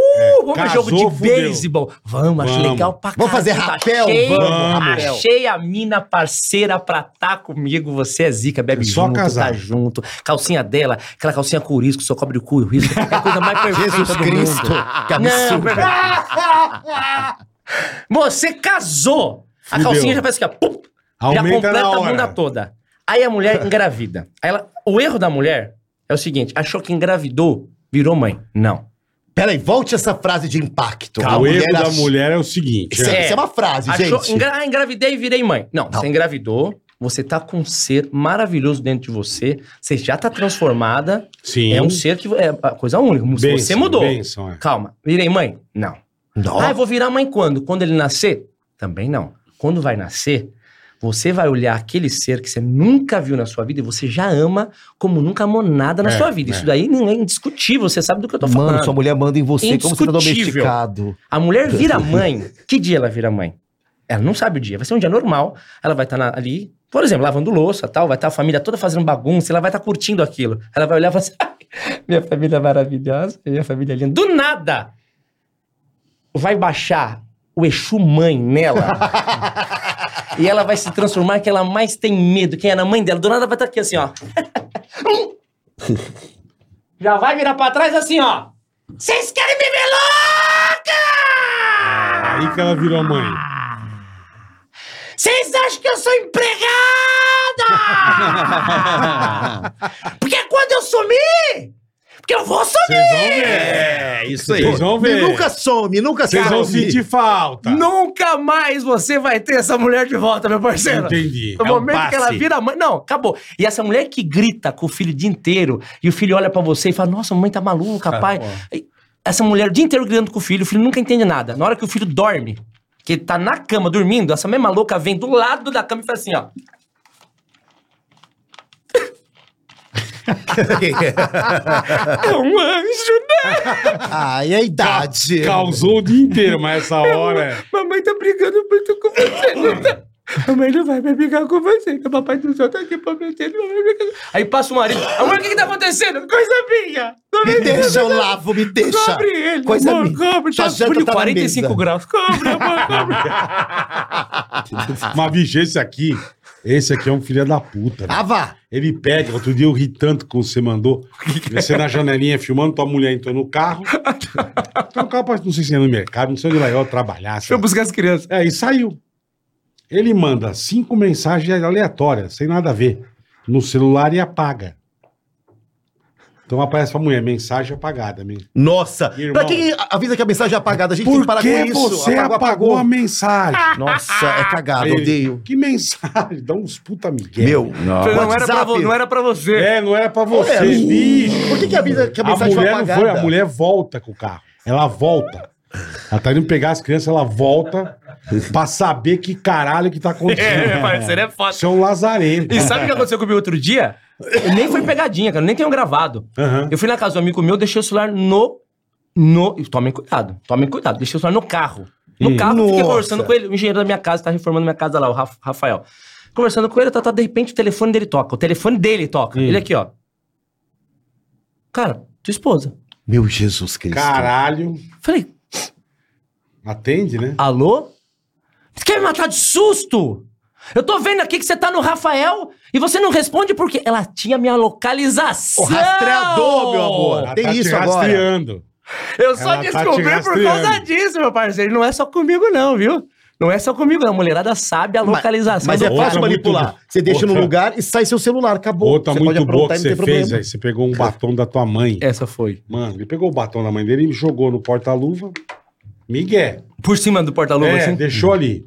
Speaker 5: vamos ver
Speaker 3: Casou,
Speaker 5: jogo de
Speaker 3: fudeu.
Speaker 5: beisebol. Vamos, acho
Speaker 3: Vamos.
Speaker 5: legal pra
Speaker 6: É. Vamos fazer
Speaker 5: caramba.
Speaker 6: rapel?
Speaker 5: Achei,
Speaker 3: Vamos.
Speaker 6: Rapel.
Speaker 5: achei a mina parceira pra tá comigo. Você é zica, bebe
Speaker 3: É só
Speaker 5: junto,
Speaker 3: casar.
Speaker 5: tá junto. Calcinha dela, aquela calcinha com risco, só cobre o cu e o risco. É a coisa mais perfeita
Speaker 6: Jesus
Speaker 5: do
Speaker 6: Cristo.
Speaker 5: mundo.
Speaker 6: Que
Speaker 5: Não,
Speaker 6: absurdo.
Speaker 5: perfeito. Você casou. A
Speaker 3: Fudeu.
Speaker 5: calcinha já faz assim, ó. Pum, já
Speaker 3: Aumenta
Speaker 5: completa
Speaker 3: na
Speaker 5: a
Speaker 3: hora.
Speaker 5: bunda toda. Aí a mulher engravida. Aí ela- o erro da mulher é o seguinte: achou que engravidou, virou mãe. Não.
Speaker 6: Peraí, volte essa frase de impacto. A
Speaker 3: o erro
Speaker 6: mulher
Speaker 3: da
Speaker 6: ach-
Speaker 3: mulher é o seguinte.
Speaker 6: Isso
Speaker 3: é.
Speaker 6: é, isso é uma frase,
Speaker 5: Achou,
Speaker 6: gente.
Speaker 5: engra, ah, engravidei e virei mãe. Não,
Speaker 6: Não.
Speaker 5: você engravidou, você tá com um ser maravilhoso dentro de você, você já tá transformada,
Speaker 3: Sim.
Speaker 5: é um ser que é a coisa única. você
Speaker 3: Bênção,
Speaker 5: mudou.
Speaker 3: bênção, é.
Speaker 5: Calma, virei mãe? Não.
Speaker 6: Não.
Speaker 5: Ah, eu vou virar mãe quando? Quando ele nascer? Também não. Quando vai nascer, você vai olhar aquele ser que você nunca viu na sua vida e você já ama como nunca amou nada na
Speaker 3: É,
Speaker 5: sua
Speaker 3: é.
Speaker 5: vida. Isso daí não é indiscutível, você sabe do que eu tô
Speaker 6: Mano,
Speaker 5: falando.
Speaker 6: sua mulher manda em você como você tá
Speaker 5: Indiscutível.
Speaker 6: domesticado.
Speaker 5: A mulher vira mãe. Que dia ela vira mãe? Ela não sabe o dia. Vai ser um dia normal. Ela vai estar ali, Por exemplo, lavando louça tal, vai estar a família toda fazendo bagunça, ela vai estar curtindo aquilo. Ela vai olhar e falar assim: "Ai, minha família é maravilhosa, minha família é linda. Do nada! Vai baixar o Exu mãe nela. e ela vai se transformar em que ela mais tem medo, quem era a mãe dela. Do nada vai estar aqui assim, ó. Já vai virar pra trás assim, ó. Vocês querem me ver louca?
Speaker 3: Aí que ela virou mãe.
Speaker 5: Vocês acham que eu sou empregada? Porque quando eu sumir, porque eu vou sumir.
Speaker 3: Vocês vão ver.
Speaker 7: É, isso aí.
Speaker 3: Vocês vão
Speaker 6: E
Speaker 3: ver.
Speaker 6: nunca some, nunca
Speaker 3: Vocês vão
Speaker 6: some.
Speaker 3: sentir
Speaker 7: tá.
Speaker 3: falta.
Speaker 5: Nunca mais você vai ter essa mulher de volta, meu parceiro.
Speaker 3: Entendi.
Speaker 5: No
Speaker 7: É um
Speaker 5: momento que ela
Speaker 7: passe.
Speaker 5: vira mãe. Não, acabou. E essa mulher que grita com o filho o dia inteiro, e o filho olha pra você e fala: Nossa, mamãe tá maluca, pai. E Essa mulher o dia inteiro gritando com o filho, o filho nunca entende nada. Na hora que o filho dorme, que ele tá na cama dormindo, essa mesma louca vem do lado da cama e faz assim: Ó. É um anjo, né?
Speaker 6: Ai, é a idade.
Speaker 3: Causou o dia inteiro, mas essa hora. é-
Speaker 5: Mamãe tá brigando muito com você. não tá? Mamãe não vai mais brigar com você. que o Papai do céu tá aqui prometendo. não vai brigar. Aí passa o marido. Amor, o que que tá acontecendo? Coisa minha. Não
Speaker 6: Me
Speaker 5: vem-
Speaker 6: deixa, eu lavo, me deixa.
Speaker 5: Cobre ele,
Speaker 6: Coisa
Speaker 5: amor.
Speaker 6: minha.
Speaker 5: Cobre.
Speaker 6: Sua
Speaker 5: Tá
Speaker 6: janta
Speaker 5: frio,
Speaker 6: tá na
Speaker 5: 45
Speaker 6: mesa.
Speaker 5: graus. Cobre, amor, cobre.
Speaker 3: Mas, bicho, esse aqui. Esse aqui é um filho da puta. né?
Speaker 6: Ah, vá.
Speaker 3: Ele pega, outro dia eu ri tanto como você mandou. Você na janelinha filmando, tua mulher entrou no carro. Então, o carro, parece- não sei se é no mercado, não sei onde ela ia trabalhar.
Speaker 5: Deixa eu
Speaker 3: sabe?
Speaker 5: buscar as crianças.
Speaker 3: É, e saiu. Ele manda cinco mensagens aleatórias, sem nada a ver, no celular e apaga. Então aparece pra mulher, mensagem apagada. men-
Speaker 6: Nossa.
Speaker 3: Irmão.
Speaker 6: Pra quem avisa que a mensagem é apagada, a gente tem
Speaker 3: Por
Speaker 6: que parar
Speaker 3: que
Speaker 6: com isso.
Speaker 3: você apagou, a mensagem?
Speaker 6: Nossa, é cagado,
Speaker 3: Aí ele,
Speaker 6: odeio.
Speaker 3: Que mensagem? Dá uns puta migué.
Speaker 6: Meu.
Speaker 7: Não.
Speaker 5: Não era, pra
Speaker 6: Ah, WhatsApp.
Speaker 5: vo- não era pra você.
Speaker 3: É, não era pra você,
Speaker 6: É.
Speaker 3: bicho.
Speaker 6: Por que, que avisa que a
Speaker 3: A
Speaker 6: mensagem foi
Speaker 3: mulher não
Speaker 6: apagada?
Speaker 3: foi, a mulher volta com o carro. Ela volta. Ela tá indo pegar as crianças, ela volta pra saber que caralho que tá acontecendo.
Speaker 5: parceiro é foda.
Speaker 3: Isso é um lazarento.
Speaker 5: E sabe o que aconteceu comigo outro dia? Eu nem foi pegadinha, cara. Eu nem tenho gravado.
Speaker 3: Aham.
Speaker 5: Eu fui na casa do amigo meu, deixei o celular no. no e tomem cuidado, tomem cuidado. Deixei o celular no carro. No carro, fiquei
Speaker 6: Nossa.
Speaker 5: conversando com ele. O engenheiro da minha casa tá reformando minha casa lá, o Raf- Rafael. Conversando com ele, tá, tá, de repente o telefone dele toca. O telefone dele toca. Ele aqui, ó. Cara, tua esposa.
Speaker 6: Meu Jesus Cristo.
Speaker 3: Caralho.
Speaker 5: Falei,
Speaker 3: Atende, né?
Speaker 5: alô? Você quer me matar de susto? Eu tô vendo aqui que você tá no Rafael e você não responde porque ela tinha minha localização.
Speaker 6: O rastreador, meu amor. tem
Speaker 3: tá te
Speaker 6: isso agora.
Speaker 3: rastreando.
Speaker 5: Eu só
Speaker 3: Ela tá
Speaker 5: descobri
Speaker 3: te
Speaker 5: por causa
Speaker 3: rastreando.
Speaker 5: disso, meu parceiro. E Não é só comigo, não, viu? Não é só comigo, não. A mulherada sabe a localização.
Speaker 6: Mas
Speaker 5: do
Speaker 6: é
Speaker 3: Outra
Speaker 6: fácil
Speaker 3: muito
Speaker 6: manipular.
Speaker 3: boa.
Speaker 6: Você deixa
Speaker 3: Outra.
Speaker 6: no lugar e sai seu celular, acabou.
Speaker 3: Outra
Speaker 6: você
Speaker 3: muito boa que
Speaker 6: e
Speaker 3: você
Speaker 6: não tem
Speaker 3: fez
Speaker 6: problema. É.
Speaker 3: aí. Você pegou um batom da tua mãe.
Speaker 5: Essa foi.
Speaker 3: Mano, ele pegou o batom da mãe dele e jogou no porta-luva. Miguel.
Speaker 5: Por cima do porta-luva,
Speaker 3: É,
Speaker 5: assim?
Speaker 3: deixou ali.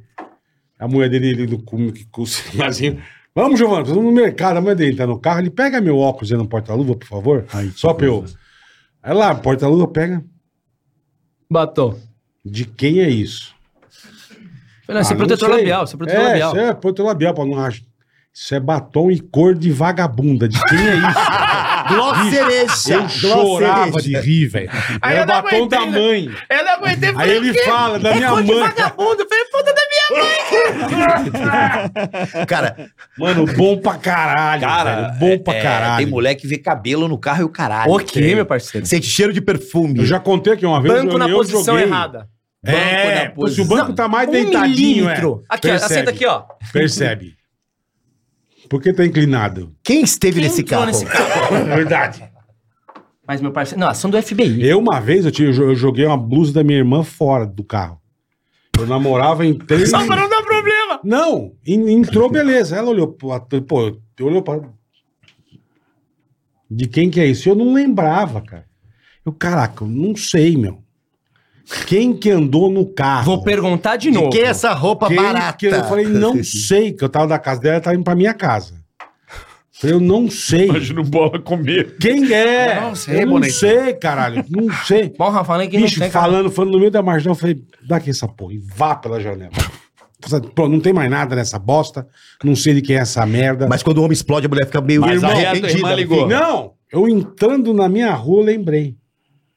Speaker 3: A mulher dele, ele no com, com o celularzinho. Vamos, Giovanni, vamos no mercado. A mulher dele tá no carro. Ele pega meu óculos aí no porta-luva, por favor. Só pra eu. Aí lá, porta-luva pega.
Speaker 5: Batom.
Speaker 3: De quem é isso?
Speaker 5: Falei, não, você é
Speaker 3: Ah,
Speaker 5: protetor
Speaker 3: não sei.
Speaker 5: labial, você é protetor
Speaker 3: é,
Speaker 5: labial.
Speaker 3: Isso é protetor labial, pra não rachar. Isso é batom e cor de vagabunda. De quem é isso?
Speaker 6: Gloss cereja.
Speaker 3: Eu
Speaker 6: gloss
Speaker 3: chorava de
Speaker 6: cereja.
Speaker 3: rir, velho.
Speaker 5: Aí
Speaker 3: Era
Speaker 5: eu não
Speaker 3: batom da
Speaker 5: aguentei, né?
Speaker 3: mãe.
Speaker 5: Eu não aguentei,
Speaker 3: Aí
Speaker 5: falei,
Speaker 3: ele
Speaker 5: "Que
Speaker 3: fala da minha
Speaker 5: cor de
Speaker 3: mãe.
Speaker 5: vagabundo, falei, puta da minha mãe.
Speaker 6: Cara,
Speaker 3: Mano, bom pra caralho,
Speaker 7: Cara,
Speaker 3: velho. Bom pra
Speaker 7: é,
Speaker 3: caralho.
Speaker 7: Tem moleque que vê cabelo no carro e o caralho.
Speaker 5: O quê, meu parceiro?
Speaker 6: sente cheiro de perfume.
Speaker 3: Eu já contei aqui uma vez.
Speaker 5: Banco
Speaker 3: eu-
Speaker 5: na
Speaker 3: eu
Speaker 5: posição
Speaker 3: joguei.
Speaker 5: errada.
Speaker 3: É,
Speaker 7: Banco na
Speaker 3: se o
Speaker 7: posição.
Speaker 3: banco tá mais
Speaker 5: Um
Speaker 3: deitadinho, é.
Speaker 5: milímetro. Aqui, ó,
Speaker 3: Percebe.
Speaker 5: senta aqui, ó.
Speaker 3: Percebe. Por que tá inclinado?
Speaker 6: Quem esteve
Speaker 5: Quem
Speaker 6: nesse
Speaker 5: entrou
Speaker 6: carro?
Speaker 5: nesse carro?
Speaker 3: Verdade.
Speaker 5: Mas, meu parceiro, não, ação do FBI.
Speaker 3: Eu, uma vez, eu, tinha- eu joguei uma blusa da minha irmã fora do carro. Eu namorava em três...
Speaker 5: Só pra não dar problema.
Speaker 3: Não, en- entrou, beleza. Ela olhou pro ator, pô, eu- olhou pra. De quem que é isso? Eu não lembrava, cara. Eu, caraca, eu não sei, meu. Quem que andou no carro?
Speaker 5: Vou perguntar de
Speaker 6: De
Speaker 5: novo.
Speaker 6: que essa roupa
Speaker 3: Quem
Speaker 6: barata?
Speaker 3: que- Eu falei, não sei, que eu tava da casa dela, ela tava indo pra minha casa. Eu falei, eu não sei.
Speaker 4: Imagina o bola comer.
Speaker 3: Quem é?
Speaker 7: Eu não sei,
Speaker 3: eu não
Speaker 7: bonequinho.
Speaker 3: sei, caralho. Não sei.
Speaker 5: Bom, Rafa, falei que
Speaker 3: Bicho,
Speaker 5: não tem cara.
Speaker 3: falando, falando no meio da marginal, eu falei, dá aqui essa porra e vá pela janela. Pô, não tem mais nada nessa bosta, não sei de quem é essa merda.
Speaker 6: Mas quando o homem explode, a mulher fica meio
Speaker 7: Mas aí a tua
Speaker 6: ofendida,
Speaker 7: irmã
Speaker 6: não
Speaker 7: ligou.
Speaker 6: fica?
Speaker 3: Não, eu entrando na minha rua, eu lembrei.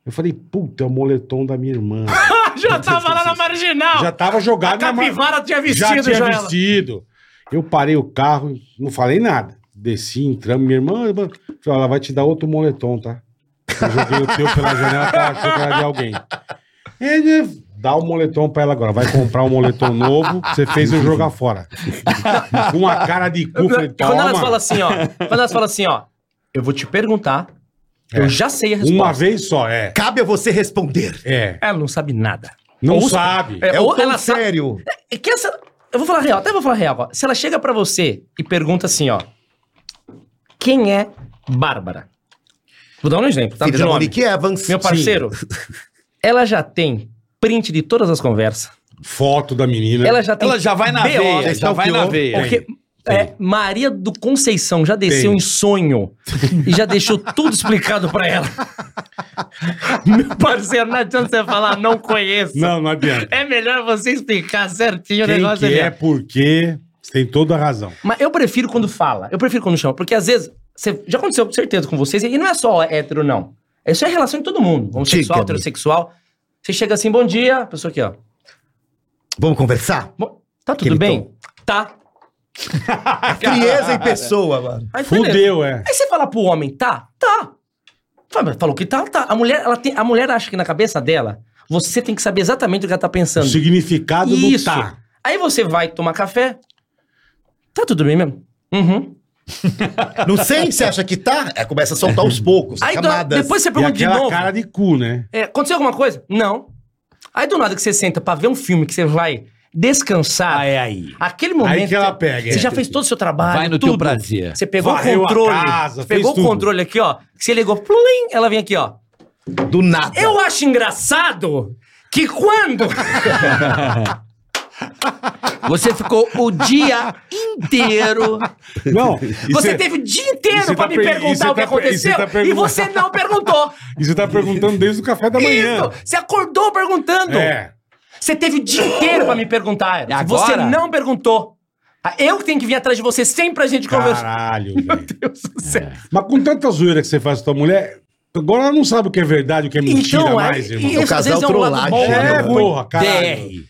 Speaker 3: Eu falei, puta, é o moletom da minha irmã.
Speaker 5: Já tava lá na marginal.
Speaker 3: já tava jogado
Speaker 5: A capivara tinha
Speaker 3: Já
Speaker 5: vestido
Speaker 3: tinha
Speaker 5: já ela.
Speaker 3: vestido. Eu parei o carro, não falei nada. Desci, entramos, minha irmã, irmã falei, ó, ela vai te dar outro moletom, tá? Eu joguei o teu pela janela, tá? Achou que era de alguém. Ele dá o moletom pra ela agora. Vai comprar um moletom novo, você fez eu jogar fora. Com uma cara de cu, falei,
Speaker 5: Quando elas falam
Speaker 3: toma.
Speaker 5: assim, ó. Quando elas falam assim, ó. Eu vou te perguntar.
Speaker 3: É.
Speaker 5: Eu já sei a resposta.
Speaker 3: Uma vez só, é.
Speaker 6: Cabe a você responder.
Speaker 3: É.
Speaker 5: Ela não sabe nada.
Speaker 3: Não
Speaker 5: Ou-
Speaker 3: sabe.
Speaker 5: É,
Speaker 6: É o
Speaker 5: ou
Speaker 6: tão
Speaker 5: ela sabe.
Speaker 6: sério.
Speaker 5: É que essa- Eu vou falar real, até vou falar real. ó. Se ela chega pra você e pergunta assim, ó. Quem é Bárbara? Vou dar um exemplo, tá?
Speaker 6: Filha
Speaker 5: De
Speaker 6: da é,
Speaker 5: nome.
Speaker 6: Monique Evans.
Speaker 5: Meu parceiro, ela já tem print de todas as conversas.
Speaker 3: Foto da menina.
Speaker 5: Ela já tem. então
Speaker 7: Ela já vai na
Speaker 5: BO.
Speaker 7: veia, já vai na veia.
Speaker 5: Porque é, Maria do Conceição já desceu
Speaker 3: Tem.
Speaker 5: em sonho e já deixou tudo explicado pra ela. Meu parceiro, não adianta você falar, não conheço.
Speaker 3: Não, não adianta.
Speaker 5: É melhor você explicar certinho o
Speaker 3: Quem
Speaker 5: negócio
Speaker 3: que
Speaker 5: ali.
Speaker 3: é, porque você tem toda a razão.
Speaker 5: Mas eu prefiro quando fala, eu prefiro quando chama, porque às vezes, você- já aconteceu com certeza com vocês, e não é só hétero, não. Isso é relação de todo mundo, homossexual,
Speaker 6: Diga-me.
Speaker 5: heterossexual. Você chega assim, bom dia, a pessoa aqui, ó.
Speaker 6: Vamos conversar?
Speaker 5: "Bom, tá tudo
Speaker 6: Aquele
Speaker 5: bem? Tá.
Speaker 6: Frieza em pessoa, mano.
Speaker 5: Aí, beleza.
Speaker 3: Fudeu, é.
Speaker 5: Aí você fala pro homem, tá? Tá. Fala, mas Falou que tá, tá. A mulher, ela tem, a mulher acha que na cabeça dela, você tem que saber exatamente o que ela tá
Speaker 3: O
Speaker 5: pensando.
Speaker 3: significado do
Speaker 5: Isso.
Speaker 3: tá.
Speaker 5: Aí você vai tomar café. Tá tudo bem mesmo? Uhum.
Speaker 6: Não sei, você acha que tá? É, começa a soltar aos poucos,
Speaker 5: Aí do-
Speaker 6: camadas.
Speaker 5: depois você
Speaker 3: E
Speaker 5: pergunta de
Speaker 3: aquela
Speaker 5: novo.
Speaker 3: cara de cu, né?
Speaker 5: É, aconteceu alguma coisa? Não. Aí do nada que você senta pra ver um filme que você vai descansar,
Speaker 7: aí.
Speaker 5: aquele momento.
Speaker 3: Ah, é. Aí que ela pega,
Speaker 5: Você
Speaker 3: é.
Speaker 5: já fez todo o seu trabalho.
Speaker 7: Vai no
Speaker 5: tudo.
Speaker 7: teu prazer.
Speaker 5: Você pegou
Speaker 3: Varreu
Speaker 5: o
Speaker 3: a
Speaker 5: controle.
Speaker 3: casa,
Speaker 5: você pegou
Speaker 3: fez
Speaker 5: o
Speaker 3: tudo.
Speaker 5: controle aqui, ó. que Você ligou, plim, ela vem aqui, ó.
Speaker 6: Do nada.
Speaker 5: Eu acho engraçado que quando.
Speaker 7: Você ficou o dia inteiro.
Speaker 3: Não. é-
Speaker 5: você teve o dia
Speaker 3: e você
Speaker 5: inteiro pra
Speaker 3: tá
Speaker 5: me
Speaker 3: per- e
Speaker 5: perguntar
Speaker 3: você
Speaker 5: o
Speaker 3: tá
Speaker 5: que
Speaker 3: per- e você
Speaker 5: aconteceu
Speaker 3: tá
Speaker 5: e
Speaker 3: perguntando.
Speaker 5: você não perguntou.
Speaker 3: E você tá perguntando desde o café da manhã.
Speaker 5: Isso! Você acordou perguntando.
Speaker 3: É.
Speaker 5: Você teve o dia inteiro pra me perguntar.
Speaker 7: E agora?
Speaker 5: Você não perguntou. Ah, Eu que tenho que vir atrás de você sempre pra gente conversar.
Speaker 3: Caralho, velho.
Speaker 5: Deus do céu.
Speaker 3: Mas com tanta zoeira que você faz com tua mulher, agora ela não sabe o que é verdade, o que é mentira
Speaker 5: Então, aí-
Speaker 3: mais, irmão.
Speaker 5: isso, às
Speaker 6: casal
Speaker 5: vezes, é um lado bom,
Speaker 6: trollagem, né,
Speaker 5: é
Speaker 3: É,
Speaker 6: mano?
Speaker 5: ruim.
Speaker 3: porra, caralho.
Speaker 7: DR.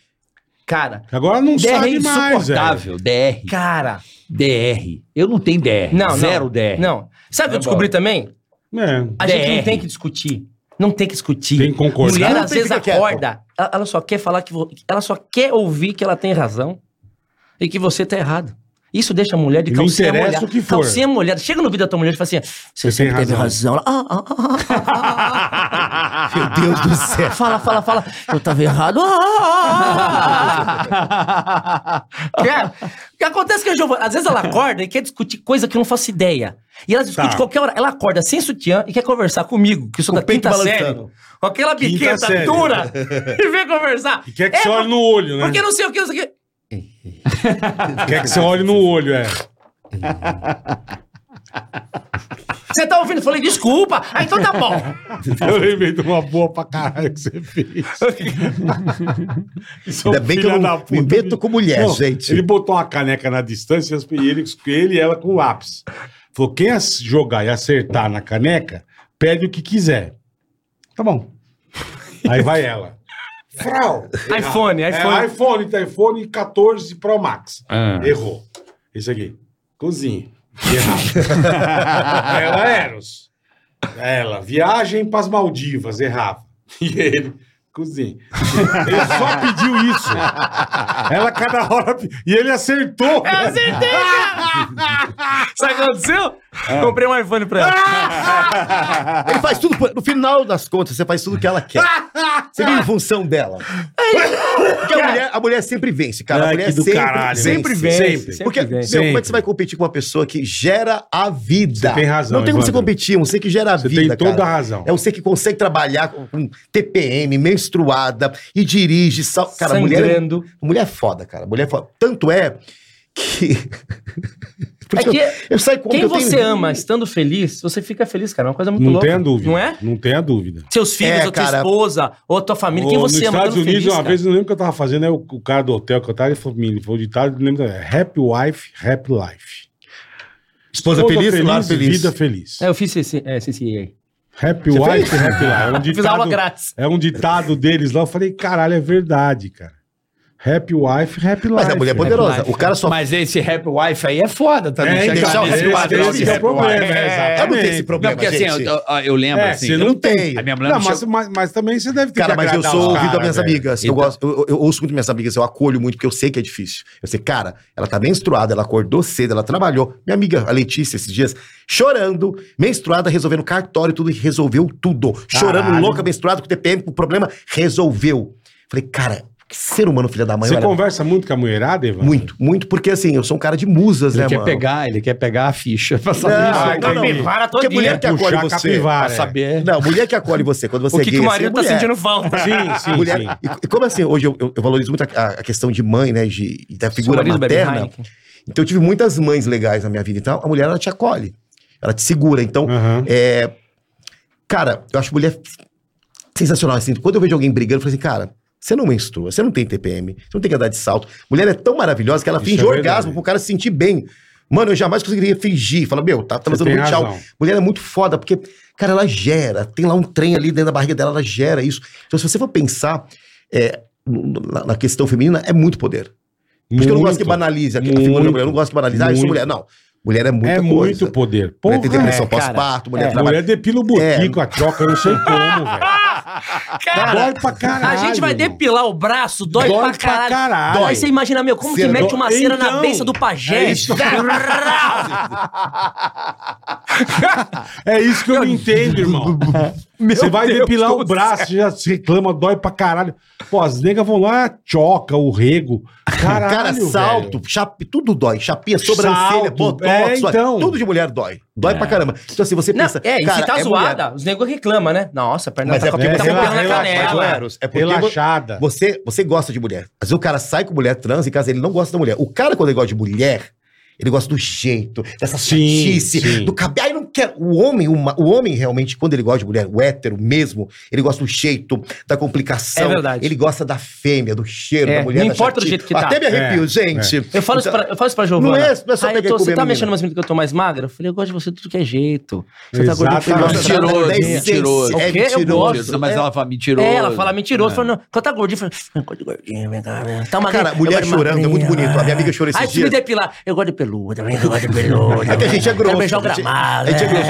Speaker 5: Cara,
Speaker 3: Agora não
Speaker 7: DR é
Speaker 3: sabe mais, velho.
Speaker 7: insuportável. DR.
Speaker 5: cara.
Speaker 7: DR. Eu não tenho DR.
Speaker 5: Não, não.
Speaker 7: Zero DR.
Speaker 5: Não. Sabe o que eu
Speaker 7: É bom.
Speaker 5: descobri também?
Speaker 3: É.
Speaker 5: A gente não
Speaker 7: DR.
Speaker 5: tem que discutir. Não tem que discutir.
Speaker 3: Tem que concordar.
Speaker 5: Mulher
Speaker 6: Não
Speaker 5: às
Speaker 6: tem
Speaker 5: vezes
Speaker 6: que ficar quieto.
Speaker 5: acorda, ela, ela só quer falar que vo- ela só quer ouvir que ela tem razão e que você tá errado. Isso deixa a mulher de
Speaker 3: Não
Speaker 5: calcinha
Speaker 3: interessa
Speaker 5: molhada.
Speaker 3: o que for.
Speaker 5: Calcinha molhada. Chega no vídeo da tua mulher e fala assim: "Você
Speaker 3: Você tem
Speaker 5: sempre teve
Speaker 3: razão."
Speaker 5: razão". Ela, "Ah, ah, ah, ah, ah, ah,
Speaker 6: Meu Deus do céu.
Speaker 5: ah." Fala, fala, fala. Eu tava errado. Ah, ah, ah, ah. Cara, o que acontece que a Giovana, às vezes ela acorda e quer discutir coisa que eu não faço ideia. E ela discute
Speaker 3: Tá.
Speaker 5: qualquer hora. Ela acorda sem sutiã e quer conversar comigo, que sou
Speaker 6: Com
Speaker 5: da
Speaker 6: o peito
Speaker 5: quinta série.
Speaker 6: balançando.
Speaker 5: Com aquela
Speaker 3: Quinta
Speaker 5: biqueta
Speaker 3: série.
Speaker 5: dura e vem conversar.
Speaker 3: E quer que
Speaker 5: É,
Speaker 3: você olhe no olho, né?
Speaker 5: Porque não sei o que, não sei o que.
Speaker 3: Quer que você olhe no olho, é.
Speaker 5: Você tá ouvindo? Eu falei, desculpa. Ah, então tá bom.
Speaker 3: Eu lembrei de uma boa pra caralho que você fez. Isso é um
Speaker 6: Ainda bem que eu
Speaker 3: filho
Speaker 6: não
Speaker 3: da puta,
Speaker 6: me meto
Speaker 3: bicho.
Speaker 6: com mulher,
Speaker 3: Não,
Speaker 6: gente.
Speaker 3: Ele botou uma caneca na distância e as- e ele, ele e ela com lápis. Falou: quem as- jogar e acertar na caneca, pede o que quiser. Tá bom. Aí vai ela. Frau.
Speaker 5: iPhone, iPhone.
Speaker 3: É, iPhone, tá? iPhone 14 Pro Max.
Speaker 7: Ah.
Speaker 3: Errou. Esse aqui. Cozinha. Errado. ela Eros. Ela, viagem pras Maldivas, errava. E ele, cozinha. Ele só pediu isso. Ela cada hora. pe- E ele acertou.
Speaker 5: É, Eu acertei, cara. Sabe o que aconteceu? Comprei um iPhone pra ela.
Speaker 6: Ele faz tudo. por- No final das contas, você faz tudo que ela quer. Você vive em função dela. Porque a mulher, a mulher sempre vence, cara. A
Speaker 3: Ai,
Speaker 6: mulher
Speaker 3: que do
Speaker 6: sempre,
Speaker 3: caralho,
Speaker 6: sempre
Speaker 3: vence,
Speaker 6: vence.
Speaker 3: sempre.
Speaker 5: Sempre
Speaker 6: Porque,
Speaker 5: vence.
Speaker 6: meu, como é
Speaker 3: Sempre.
Speaker 6: que você vai competir com uma pessoa que gera a vida?
Speaker 3: Você tem razão,
Speaker 6: Não tem como você
Speaker 3: Evandro.
Speaker 6: competir, um ser que gera a
Speaker 3: Você tem
Speaker 6: vida.
Speaker 3: toda
Speaker 6: cara.
Speaker 3: a razão.
Speaker 6: É um ser que consegue trabalhar com- com TPM, menstruada, e dirige. Sal... Cara, a mulher, é-
Speaker 5: Sangrando.
Speaker 6: mulher é foda, cara. Mulher é foda. Tanto é que. Por
Speaker 5: É
Speaker 6: isso
Speaker 5: que
Speaker 6: eu, eu saio com
Speaker 5: quem
Speaker 6: eu tenho-
Speaker 5: você ama estando feliz, você fica feliz, cara. É uma coisa muito
Speaker 3: Não
Speaker 5: louca.
Speaker 3: tenha dúvida.
Speaker 5: Não é?
Speaker 3: Não tenha dúvida.
Speaker 5: Seus filhos,
Speaker 6: É,
Speaker 5: ou tua
Speaker 6: cara.
Speaker 5: esposa, ou tua família, quem
Speaker 3: Ô,
Speaker 5: você
Speaker 3: Nos
Speaker 5: ama
Speaker 3: Estados
Speaker 5: estando
Speaker 3: Unidos,
Speaker 5: feliz,
Speaker 3: uma
Speaker 5: cara.
Speaker 3: vez eu lembro que eu tava fazendo, aí o, o cara do hotel que eu tava, ele falou, me falou de tarde, eu lembro, é Happy Wife, Happy Life.
Speaker 6: Esposa feliz, lar feliz.
Speaker 3: vida feliz.
Speaker 5: É, eu fiz esse, é, esse, esse aí.
Speaker 3: Happy
Speaker 6: Você
Speaker 3: Wife,
Speaker 6: fez?
Speaker 3: Happy Life. É um
Speaker 5: Fiz aula
Speaker 3: ditado,
Speaker 5: grátis.
Speaker 3: é um ditado deles lá, eu falei, caralho, é verdade, cara. Happy wife, happy life.
Speaker 6: Mas a mulher é poderosa.
Speaker 7: Life.
Speaker 6: O cara só.
Speaker 7: Mas esse rap wife aí é foda também.
Speaker 3: É,
Speaker 7: chegar
Speaker 6: deixa eu-
Speaker 7: nesse
Speaker 6: esse-
Speaker 7: padrão
Speaker 6: esse
Speaker 7: de
Speaker 6: é o
Speaker 7: rap
Speaker 3: problema, é,
Speaker 7: wife.
Speaker 6: eu não tenho esse
Speaker 3: exatamente.
Speaker 7: Não,
Speaker 6: problema.
Speaker 7: porque assim, eu,
Speaker 6: gente.
Speaker 7: eu, eu lembro
Speaker 3: É,
Speaker 7: assim.
Speaker 3: você
Speaker 6: Eu não tenho.
Speaker 7: A minha mulher
Speaker 3: Não,
Speaker 7: não,
Speaker 3: mas,
Speaker 7: chegou-
Speaker 3: mas, mas também você deve ter
Speaker 6: Cara,
Speaker 3: que
Speaker 6: mas eu
Speaker 3: agradar
Speaker 6: sou
Speaker 3: os
Speaker 6: ouvido das
Speaker 3: cara,
Speaker 6: minhas
Speaker 3: velho.
Speaker 6: amigas. Eu,
Speaker 7: Então-
Speaker 6: gosto, eu, eu ouço muito minhas amigas, eu acolho muito, porque eu sei que é difícil. Eu sei, cara, ela tá menstruada, ela acordou cedo, ela trabalhou. Minha amiga, a Letícia, esses dias, chorando, menstruada, resolvendo cartório, tudo, e resolveu tudo. Chorando,
Speaker 3: Caralho.
Speaker 6: louca, menstruada, com TPM, com problema, resolveu. Falei, cara, que ser humano, filha da mãe,
Speaker 3: Você
Speaker 6: olha,
Speaker 3: conversa muito com a mulherada, Ivan?
Speaker 6: Muito, muito, porque assim, eu sou um cara de musas,
Speaker 7: Ele
Speaker 6: né,
Speaker 7: quer
Speaker 6: mano?
Speaker 7: pegar, ele quer pegar a ficha pra saber,
Speaker 6: Não,
Speaker 7: isso,
Speaker 3: Ah,
Speaker 6: não, não.
Speaker 3: entendi.
Speaker 5: Capivara
Speaker 6: Porque
Speaker 5: todinha.
Speaker 6: mulher que acolhe
Speaker 3: Puxar
Speaker 6: você.
Speaker 3: capivara.
Speaker 7: pra saber.
Speaker 6: Não, mulher que acolhe você, quando você
Speaker 5: O
Speaker 6: é
Speaker 5: que, que
Speaker 6: gay,
Speaker 5: o
Speaker 6: assim,
Speaker 5: marido tá
Speaker 6: mulher.
Speaker 5: sentindo falta?
Speaker 3: Sim, sim,
Speaker 6: Mulher-
Speaker 3: sim.
Speaker 6: E, e como assim, hoje eu, eu- eu valorizo muito a, a questão de mãe, né, de, e da
Speaker 5: Seu
Speaker 6: figura
Speaker 5: marido bebe
Speaker 6: materna.
Speaker 5: Heineken.
Speaker 6: Então eu tive muitas mães legais na minha vida. Então a mulher, ela te acolhe. Ela te segura. Então,
Speaker 3: Aham.
Speaker 6: é... Cara, eu acho mulher sensacional. Assim, quando eu vejo alguém brigando, eu falo assim, cara, você não menstrua, você não tem TPM, você não tem que andar de salto. Mulher é tão maravilhosa que ela
Speaker 3: Isso
Speaker 6: finge
Speaker 3: é verdade.
Speaker 6: orgasmo pro cara se sentir bem. Mano, eu jamais conseguiria fingir. Fala, meu, tá transando
Speaker 3: tem
Speaker 6: muito tchau.
Speaker 3: razão.
Speaker 6: Mulher é muito foda, porque, cara, ela gera. Tem lá um trem ali dentro da barriga dela, ela gera isso. Então, se você for pensar é, na, na questão feminina, é muito poder. Por isso que eu não gosto que banalize a, a figura da
Speaker 3: Muito.
Speaker 6: mulher. Eu não gosto que banalize. Ah, eu sou
Speaker 3: Muito.
Speaker 6: mulher. Não. Mulher é muita
Speaker 3: É
Speaker 6: coisa.
Speaker 3: muito poder.
Speaker 6: Mulher tem
Speaker 3: Porra,
Speaker 6: depressão
Speaker 3: é.
Speaker 6: pós-parto,
Speaker 3: É,
Speaker 6: mulher trabalha.
Speaker 3: mulher
Speaker 6: É.
Speaker 3: depila o botico, a troca, eu não sei como, velho. Dói pra caralho.
Speaker 5: A gente vai
Speaker 3: irmão.
Speaker 5: depilar o braço, dói,
Speaker 3: Dói
Speaker 5: pra caralho.
Speaker 3: pra caralho.
Speaker 5: Aí você imagina, meu, como
Speaker 6: Cera,
Speaker 5: que mete
Speaker 6: dói.
Speaker 5: uma cera na
Speaker 3: Então,
Speaker 5: benção do pajé?
Speaker 3: é isso. É isso que eu não entendo, irmão. Você vai depilar o braço,
Speaker 6: é.
Speaker 3: já se reclama, dói pra caralho. Pô, as negas vão lá, choca, o rego. Caralho,
Speaker 6: Cara, salto, chape, tudo dói. Chapinha, sobrancelha,
Speaker 3: Salto,
Speaker 6: botox,
Speaker 3: é,
Speaker 6: dói.
Speaker 3: então.
Speaker 6: tudo de mulher dói. Dói pra caramba. Então, assim, você
Speaker 5: É. Não,
Speaker 6: pensa.
Speaker 5: é, e
Speaker 6: cara,
Speaker 5: se tá
Speaker 6: é
Speaker 5: zoada,
Speaker 6: mulher.
Speaker 5: os negros reclamam, né? Nossa, a perna
Speaker 6: Mas
Speaker 5: tá
Speaker 6: é
Speaker 5: com
Speaker 6: porque
Speaker 5: tá
Speaker 6: você
Speaker 5: com a perna na
Speaker 3: relaxa,
Speaker 5: canela.
Speaker 3: relaxa.
Speaker 6: Eros, é porque
Speaker 3: Relaxada.
Speaker 6: Você, você gosta de mulher. Às vezes o cara sai com mulher trans e casa ele não gosta da mulher. O cara, quando ele gosta de mulher, ele gosta do jeito, dessa
Speaker 3: Sim,
Speaker 6: chatice,
Speaker 3: sim.
Speaker 6: do cabelo. Aí não quer. O homem, uma- o homem realmente, quando ele gosta de mulher, o hétero mesmo, ele gosta do jeito, da complicação.
Speaker 5: É verdade.
Speaker 6: Ele gosta da fêmea, do cheiro
Speaker 5: É,
Speaker 6: da mulher.
Speaker 5: não
Speaker 6: da
Speaker 5: importa do
Speaker 6: chatice.
Speaker 5: jeito que tá.
Speaker 6: Até me arrepio,
Speaker 3: É,
Speaker 6: gente.
Speaker 5: Eu falo, isso
Speaker 6: Então,
Speaker 5: pra, eu falo isso pra Giovana.
Speaker 6: Não é- não é só
Speaker 5: Aí,
Speaker 6: pegar e
Speaker 5: tô- Você
Speaker 6: comer
Speaker 5: tá
Speaker 6: menina.
Speaker 5: mexendo mais comigo que eu tô mais magra? Eu falei, eu gosto de você de tudo que é jeito. Você tá
Speaker 3: Exatamente.
Speaker 5: gordinho
Speaker 6: Ele gosta
Speaker 5: falei,
Speaker 6: da-
Speaker 7: Mentiroso,
Speaker 6: da essência.
Speaker 7: mentiroso.
Speaker 6: É
Speaker 5: O quê? Eu
Speaker 6: mentiroso.
Speaker 5: gosto.
Speaker 7: Mas ela fala mentiroso.
Speaker 5: É, ela fala mentiroso. Falou, não, quando tá gordinho, eu falei, eu gosto de gordinho, vem cá, vem cá. Tá magrinho,
Speaker 6: Cara,
Speaker 5: eu
Speaker 6: mulher
Speaker 5: gosto de
Speaker 6: chorando, é muito
Speaker 5: magrinho.
Speaker 6: bonito. A minha amiga chorou esses
Speaker 5: Aí se né? me
Speaker 6: dias.
Speaker 5: depilar, eu gosto de peluda, eu gosto de peluda.
Speaker 6: É que a gente é
Speaker 5: Quero
Speaker 6: grosso.
Speaker 5: beijar o
Speaker 6: a gente-
Speaker 5: gramado.
Speaker 6: A gente é grosso.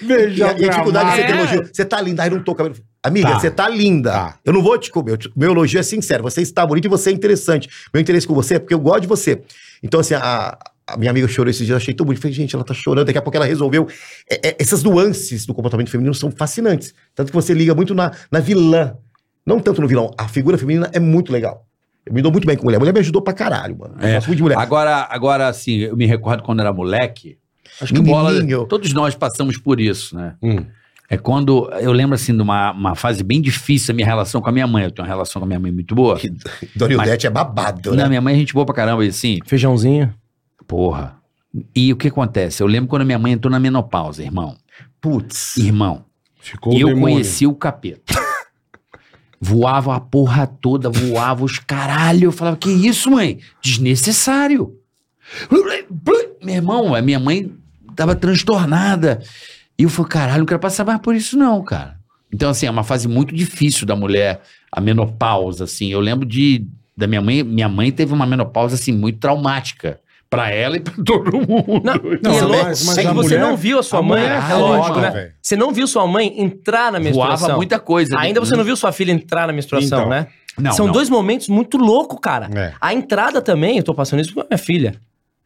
Speaker 6: E
Speaker 3: Veja
Speaker 6: a, e a dificuldade de você
Speaker 5: É.
Speaker 6: ter elogio. Você tá linda, aí não tô cabelo. Amiga,
Speaker 3: Tá.
Speaker 6: você tá linda.
Speaker 3: Tá.
Speaker 6: Eu não vou te comer. Eu te- Meu elogio é sincero. Você está bonita e você é interessante. Meu interesse com você é porque eu gosto de você. Então, assim, a, a minha amiga chorou esses dias, eu achei tão bonito. Falei, gente, ela tá chorando. Daqui a pouco ela resolveu. É- é- essas nuances do comportamento feminino são fascinantes. Tanto que você liga muito na, na vilã. Não tanto no vilão. A figura feminina é muito legal. Eu me dou muito bem com mulher. Mulher me ajudou pra caralho, mano. Eu
Speaker 7: É.
Speaker 6: gosto muito de mulher.
Speaker 7: Agora, agora, assim, eu me recordo quando era moleque. Acho que
Speaker 6: Menininho.
Speaker 7: bola. Todos nós passamos por isso, né?
Speaker 3: Hum.
Speaker 7: É quando. Eu lembro, assim, de uma, uma fase bem difícil a minha relação com a minha mãe. Eu tenho uma relação com a minha mãe muito boa.
Speaker 6: Dona Ildete é babado, né?
Speaker 7: Não, minha mãe é gente boa pra caramba, e assim.
Speaker 5: Feijãozinho.
Speaker 7: Porra. E o que acontece? Eu lembro quando minha mãe entrou na menopausa, irmão.
Speaker 6: Putz.
Speaker 7: Irmão,
Speaker 3: Ficou o
Speaker 7: eu
Speaker 3: demônio.
Speaker 7: conheci o capeta. voava a porra toda, voava os caralho. Eu falava, que isso, mãe? Desnecessário. Meu irmão, a minha mãe tava transtornada. E eu falei, caralho, não quero passar mais por isso não, cara. Então, assim, é uma fase muito difícil da mulher, a menopausa, assim. Eu lembro de... Da minha mãe, minha mãe teve uma menopausa, assim, muito traumática. Pra ela e pra todo mundo.
Speaker 5: Não,
Speaker 3: Não,
Speaker 5: e
Speaker 3: mas-
Speaker 5: é louco,
Speaker 3: mas
Speaker 5: é
Speaker 3: a
Speaker 5: que você
Speaker 3: mulher-
Speaker 5: não viu a sua
Speaker 3: a
Speaker 5: mãe,
Speaker 3: mulher
Speaker 5: é
Speaker 7: é
Speaker 5: lógico,
Speaker 3: foda,
Speaker 5: né?
Speaker 3: velho.
Speaker 5: Você não viu sua mãe entrar na menstruação.
Speaker 7: Voava muita coisa. né?
Speaker 5: Ainda você não viu sua filha entrar na menstruação,
Speaker 3: Então.
Speaker 5: né?
Speaker 7: Não,
Speaker 5: São
Speaker 7: não.
Speaker 5: dois momentos muito loucos, cara.
Speaker 3: É.
Speaker 5: A entrada também, eu tô passando isso com a minha filha.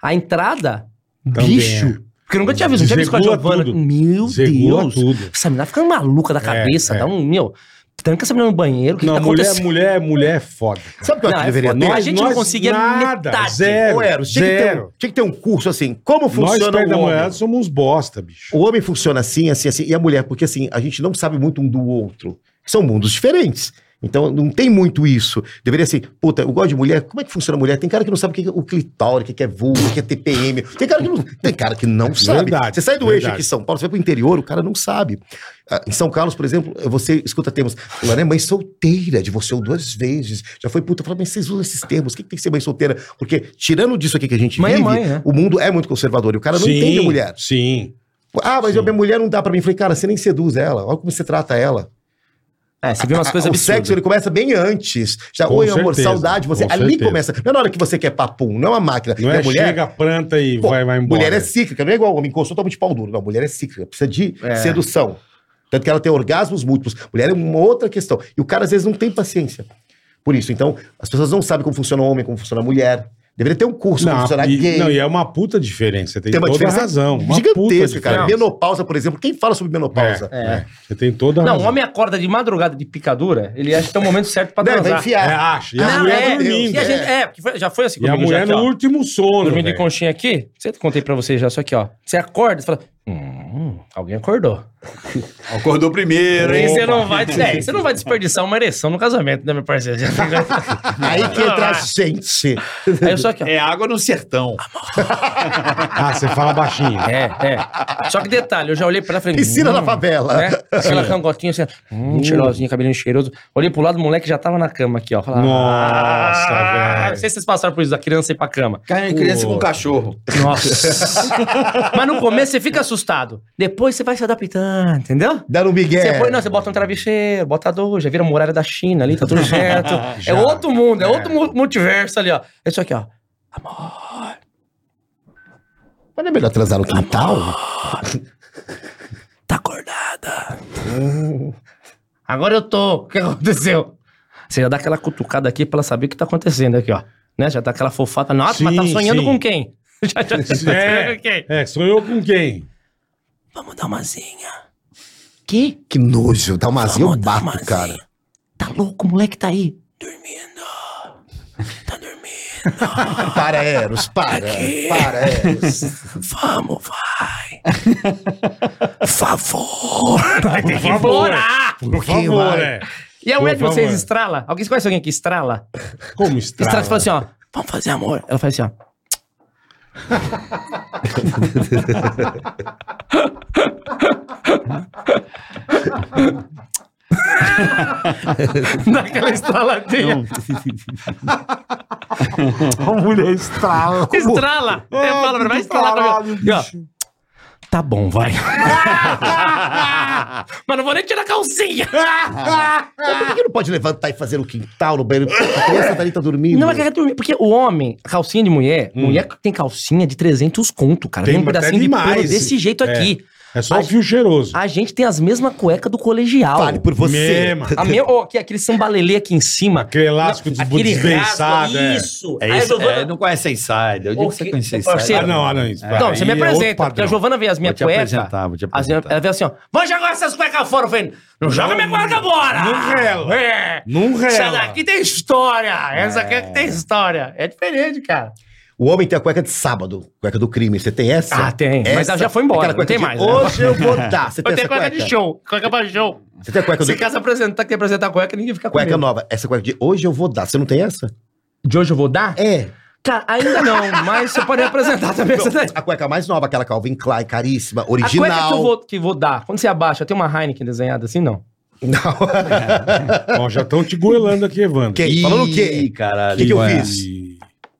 Speaker 5: A entrada,
Speaker 3: Também é.
Speaker 5: bicho. Porque eu nunca tinha visto, não tinha visto com a
Speaker 3: Desregula
Speaker 5: Giovana.
Speaker 3: tudo.
Speaker 5: Meu
Speaker 3: Desregula
Speaker 5: Deus.
Speaker 3: tudo.
Speaker 5: Essa menina tá ficando maluca da cabeça.
Speaker 3: é.
Speaker 5: Dá um, meu, tranca essa menina no banheiro, o que,
Speaker 3: Não,
Speaker 5: que tá
Speaker 3: mulher,
Speaker 5: acontecendo?
Speaker 3: mulher, mulher é foda.
Speaker 6: Sabe o que eu
Speaker 5: Não,
Speaker 6: acho que
Speaker 5: é
Speaker 6: deveria
Speaker 5: foda.
Speaker 6: ter?
Speaker 5: a gente não conseguia metade.
Speaker 3: Zero,
Speaker 6: Ô, Eros, tinha, que ter um,
Speaker 3: zero.
Speaker 6: tinha que ter um curso assim. Como
Speaker 3: Nós,
Speaker 6: funciona
Speaker 3: perto
Speaker 6: o
Speaker 3: da
Speaker 6: homem?
Speaker 3: mulher, somos uns bosta, bicho.
Speaker 6: O homem funciona assim, assim, assim. E a mulher, porque assim, a gente não sabe muito um do outro. São mundos diferentes. Então, não tem muito isso. Deveria ser, puta, eu gosto de mulher. Como é que funciona a mulher? Tem cara que não sabe o que é o clitóris, o que é vulva, o que é TPM. Tem cara que não, tem cara que não sabe.
Speaker 3: Verdade,
Speaker 6: você sai do
Speaker 3: verdade.
Speaker 6: eixo aqui em São Paulo, você vai pro interior, o cara não sabe. Ah, Em São Carlos, por exemplo, você escuta termos. Ela é mãe solteira, divorciou duas vezes, já foi puta. Fala, mas vocês usam esses termos. O que que tem que ser mãe solteira? Porque, tirando disso aqui que a gente
Speaker 5: Mãe é
Speaker 6: vive,
Speaker 5: mãe, né?
Speaker 6: o mundo é muito conservador. E o cara não
Speaker 3: Sim,
Speaker 6: entende a mulher.
Speaker 3: Sim.
Speaker 6: Ah, mas
Speaker 3: Sim.
Speaker 6: a minha mulher não dá pra mim. Falei, cara, você nem seduz ela. Olha como você trata ela.
Speaker 5: É, você viu umas coisas
Speaker 6: o
Speaker 5: absurdas.
Speaker 6: sexo ele começa bem antes. Já,
Speaker 3: Com
Speaker 6: oi, amor,
Speaker 3: certeza,
Speaker 6: saudade. Você
Speaker 3: com
Speaker 6: ali
Speaker 3: certeza.
Speaker 6: começa. Não é na hora que você quer papum, não é uma máquina.
Speaker 3: Não
Speaker 6: E
Speaker 3: é
Speaker 6: a mulher,
Speaker 3: chega, planta e
Speaker 6: Pô,
Speaker 3: vai, vai embora.
Speaker 6: Mulher é cíclica, não é igual homem, encostou, toma de pau duro. Não, mulher é cíclica, precisa de
Speaker 7: É.
Speaker 6: sedução. Tanto que ela tem orgasmos múltiplos. Mulher é uma outra questão. E o cara, às vezes, não tem paciência. Por isso, então, as pessoas não sabem como funciona o homem, como funciona a mulher. Deveria ter um curso como
Speaker 3: Não,
Speaker 6: funciona
Speaker 3: e,
Speaker 6: gay.
Speaker 3: não, e é uma puta diferença. Você tem,
Speaker 6: tem uma
Speaker 3: toda a
Speaker 6: diferença
Speaker 3: razão. Uma puta
Speaker 6: gigantesca,
Speaker 3: diferença.
Speaker 6: cara. Menopausa, por exemplo. Quem fala sobre menopausa?
Speaker 3: É, é. Você tem toda a
Speaker 5: Não, o
Speaker 3: razão.
Speaker 5: homem acorda de madrugada de picadura, ele acha que é o momento certo pra
Speaker 6: Né, vai
Speaker 5: transar.
Speaker 3: É,
Speaker 6: enfiar.
Speaker 3: acha. E a
Speaker 5: Não,
Speaker 3: mulher
Speaker 5: é,
Speaker 3: dormindo.
Speaker 5: e a gente- é, porque foi- já foi assim
Speaker 3: E a
Speaker 5: comigo já
Speaker 3: mulher
Speaker 5: aqui,
Speaker 3: no
Speaker 5: ó.
Speaker 3: último sono.
Speaker 5: Dormindo de
Speaker 3: velho.
Speaker 5: conchinha aqui, você contei pra você já, só aqui, ó. Você acorda, você fala, hum, alguém acordou.
Speaker 7: Acordou primeiro,
Speaker 5: Aí
Speaker 7: hein?
Speaker 5: você não, vai, é, você não vai desperdiçar uma ereção no casamento, né, meu parceiro? ah,
Speaker 6: Aí que entra a
Speaker 5: é.
Speaker 6: gente.
Speaker 5: Aí eu só aqui, ó.
Speaker 7: É água no sertão.
Speaker 3: Ah, você fala baixinho.
Speaker 5: É, é. Só que detalhe, eu já olhei pra ela e falei.
Speaker 6: Piscina na
Speaker 5: "Hum",
Speaker 6: favela.
Speaker 5: Né? Aquela cangotinha assim, hum, cheirosinha, cabelinho cheiroso. Olhei pro lado, o moleque já tava na cama aqui, ó. Falei,
Speaker 3: Nossa,
Speaker 5: "Ah",
Speaker 3: velho.
Speaker 5: Não sei se vocês passaram por isso, da criança ir pra cama.
Speaker 7: Cara, criança com cachorro.
Speaker 5: Nossa. Mas no começo você fica assustado. Depois você vai se adaptando, entendeu?
Speaker 6: Dando um migué.
Speaker 5: Você põe, não, você bota um travesseiro, bota dois, já vira uma muralha da China ali, tá tudo certo. é outro mundo, é, outro mu- multiverso ali, ó. É isso aqui, ó.
Speaker 6: Mas não é melhor transar no quintal?
Speaker 5: Tá acordada. Uh. Agora eu tô. O que aconteceu? Você já dá aquela cutucada aqui pra ela saber o que tá acontecendo aqui, ó. Né? Já dá aquela fofata. Nossa, mas tá
Speaker 3: Sim,
Speaker 5: sonhando
Speaker 3: sim.
Speaker 5: com quem? já, já, já, já sonhando com quem?
Speaker 3: É, é, sonhou com quem?
Speaker 5: Vamos dar uma zinha.
Speaker 6: Que? Que nojo. Dá uma eu
Speaker 5: Vamos dar
Speaker 6: bato,
Speaker 5: uma
Speaker 6: cara.
Speaker 5: zinha. Tá louco, o moleque tá aí. Dormindo. Tá dormindo.
Speaker 6: Para, Eros, para. Para, Eros.
Speaker 5: Vamos, vai. Favor. Vai ter que
Speaker 3: favor.
Speaker 5: implorar.
Speaker 3: Por
Speaker 6: favor,
Speaker 3: favor, é.
Speaker 5: E a
Speaker 3: Por
Speaker 5: mulher de vocês
Speaker 3: favor.
Speaker 5: estrala? Alguém conhece alguém que estrala?
Speaker 3: Como
Speaker 5: Estrada
Speaker 3: estrada?
Speaker 5: fala assim, ó, vamos fazer amor. Ela faz assim, ó. Dá aquela
Speaker 7: É
Speaker 5: estraladinha.
Speaker 6: A mulher estrala.
Speaker 5: Estrala! É, fala, vai estralar pra mim. E, ó, Tá bom, vai. Mas não vou nem tirar a calcinha.
Speaker 6: Mas Ah, Por que não pode levantar e fazer no quintal, no banheiro? A criança tá ali, tá dormindo.
Speaker 5: Não, mas quer dormir. Porque o homem, calcinha de mulher, mulher que tem calcinha de 300 conto, cara.
Speaker 3: Tem
Speaker 5: Tem, um
Speaker 3: até
Speaker 5: pedacinho de
Speaker 3: demais.
Speaker 5: pelo desse jeito
Speaker 3: É.
Speaker 5: aqui.
Speaker 3: É só o fio cheiroso.
Speaker 5: A gente tem as mesmas cuecas do colegial.
Speaker 6: Fale por você.
Speaker 3: Mesma.
Speaker 5: A minha, ó, aqui, aquele sambalelê aqui em cima.
Speaker 3: Aquele elástico desbu- desbençado.
Speaker 5: rasgo,
Speaker 3: é.
Speaker 5: Isso.
Speaker 7: É
Speaker 5: Aí a
Speaker 7: isso,
Speaker 5: Giovana-
Speaker 7: é, não conhece a Insider. Eu digo que você
Speaker 5: Ok,
Speaker 7: conhece a
Speaker 5: parceiro.
Speaker 7: Insider.
Speaker 3: Ah, não, ah, não. Isso,
Speaker 5: Não,
Speaker 3: aí
Speaker 5: você me
Speaker 3: é outro
Speaker 5: apresenta. Porque
Speaker 3: padrão.
Speaker 5: a Giovana vê as
Speaker 7: Vou
Speaker 5: minhas
Speaker 7: te
Speaker 5: cuecas.
Speaker 7: apresentar, vou te
Speaker 5: as-
Speaker 7: apresentar.
Speaker 5: Ela vê assim, ó. Vai jogar essas cuecas fora. Eu falei, não joga minha cueca fora.
Speaker 3: não rela.
Speaker 5: É.
Speaker 3: Não rela.
Speaker 5: Essa daqui tem história. Essa aqui é que tem história. É diferente, cara.
Speaker 6: O homem tem a cueca de sábado, cueca do crime. Você tem essa?
Speaker 5: Ah, tem. Mas
Speaker 6: Essa-
Speaker 5: ela já foi embora,
Speaker 6: aquela
Speaker 5: não tem
Speaker 6: de
Speaker 5: mais, né?
Speaker 6: Hoje eu vou dar. Você
Speaker 5: Eu
Speaker 6: tem essa
Speaker 5: tenho cueca
Speaker 6: cueca?
Speaker 5: de show. Cueca pra show.
Speaker 6: Você tem a cueca do...
Speaker 5: Você quer se apresentar, quer apresentar a cueca, ninguém fica com
Speaker 6: Cueca
Speaker 5: medo.
Speaker 6: nova. Essa cueca de hoje eu vou dar. Você não tem essa?
Speaker 5: De hoje eu vou dar?
Speaker 6: É.
Speaker 5: Cara, ainda não, mas você pode apresentar também essa daí.
Speaker 6: A cueca mais nova, aquela Calvin Klein, caríssima,
Speaker 5: A
Speaker 6: original.
Speaker 5: cueca que eu vou, que vou dar, quando você abaixa, tem uma Heineken desenhada assim, não?
Speaker 6: Não.
Speaker 3: Ó, já estão te goelando aqui, Evandro.
Speaker 6: Que- Falando o
Speaker 7: Ih,
Speaker 6: quê?
Speaker 7: caralho.
Speaker 6: O que que eu
Speaker 7: Ué.
Speaker 6: fiz?
Speaker 3: E-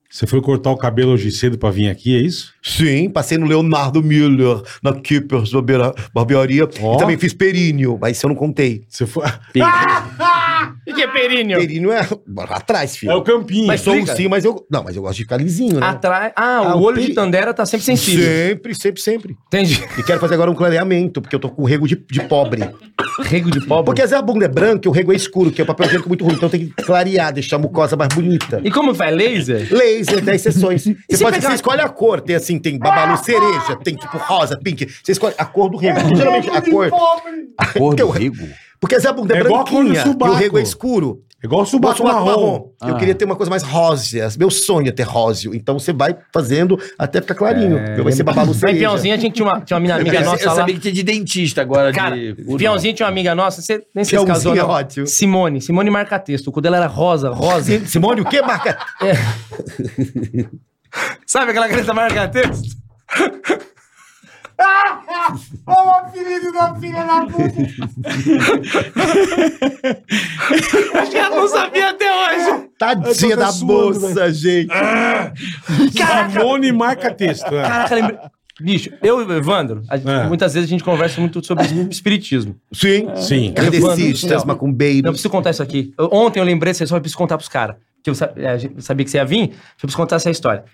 Speaker 3: Você foi cortar o cabelo hoje cedo pra vir aqui, é isso?
Speaker 6: Sim, passei no Leonardo Miller, na Kippers Barbeira- Barbearia.
Speaker 3: Ó.
Speaker 6: E também fiz períneo, mas isso eu não contei.
Speaker 3: Você foi...
Speaker 5: E que é períneo?
Speaker 6: Períneo é atrás, filho.
Speaker 3: É o campinho.
Speaker 6: Mas sou um
Speaker 5: explica.
Speaker 6: sim, mas eu. Não, mas eu gosto de ficar lisinho, né?
Speaker 5: Atrás. Ah, o
Speaker 6: Ah, o
Speaker 5: olho
Speaker 6: peri-
Speaker 5: de Tandera tá sempre sensível.
Speaker 6: Sempre, sempre, sempre.
Speaker 5: Entendi.
Speaker 6: E quero fazer agora um clareamento, porque eu tô com rego de, de pobre.
Speaker 5: Rego de pobre.
Speaker 6: Porque às vezes a bunda é branca e o rego é escuro, que é o papel higiênico muito ruim. Então tem que clarear, deixar a mucosa mais bonita.
Speaker 5: E como faz laser?
Speaker 6: Laser, 10 sessões. Você,
Speaker 5: se
Speaker 6: pode,
Speaker 5: pegar-
Speaker 6: você escolhe a cor. Tem assim, tem babalu cereja, tem tipo rosa, pink. Você escolhe a cor do rego. Porque, geralmente a cor.
Speaker 7: Cor
Speaker 6: Porque
Speaker 7: do
Speaker 6: o-
Speaker 7: Rigo.
Speaker 6: Porque às vezes a bunda é,
Speaker 3: É igual a cor do
Speaker 6: branquinha e o
Speaker 3: subaco.
Speaker 6: rego é escuro.
Speaker 3: Igual o
Speaker 6: Bota
Speaker 3: subaco
Speaker 6: um marrom.
Speaker 3: marrom.
Speaker 5: Ah.
Speaker 6: Eu queria ter uma coisa mais rósea. Meu sonho é ter róseo. Então você vai fazendo até ficar clarinho.
Speaker 5: É.
Speaker 6: Então vai ser babalu
Speaker 5: Lá em
Speaker 6: cereja.
Speaker 5: Piauzinho, a gente tinha uma, tinha uma mina- amiga
Speaker 7: Eu,
Speaker 5: nossa
Speaker 7: eu
Speaker 5: lá.
Speaker 7: sabia que tinha de dentista agora.
Speaker 5: Cara,
Speaker 7: de...
Speaker 5: Piauzinho tinha uma amiga nossa, você, nem sei se
Speaker 6: Piauzinho
Speaker 5: casou,
Speaker 6: é
Speaker 5: não.
Speaker 6: ótimo.
Speaker 5: Simone, Simone marca texto. O cu dela era rosa, rosa.
Speaker 6: Sim- Simone, o que marca?
Speaker 5: Sabe aquela criança marca texto? ah! Olha o apelido da filha da puta! Acho que ela não sabia até hoje.
Speaker 6: Tadinha
Speaker 3: Eu tô até
Speaker 6: da
Speaker 3: suando,
Speaker 6: moça, gente.
Speaker 3: Ramone marca texto. é.
Speaker 5: Caraca, lembrei. Bicho, eu e o Evandro, a-
Speaker 3: É.
Speaker 5: muitas vezes a gente conversa muito sobre espiritismo.
Speaker 3: Sim, sim.
Speaker 6: Kardecistas,
Speaker 5: Não. Eu
Speaker 6: macumbeiros.
Speaker 5: preciso contar isso aqui. Eu- ontem eu lembrei de você, só preciso contar pros caras. Porque eu sa- é, eu sabia que você ia vir, eu preciso contar essa história.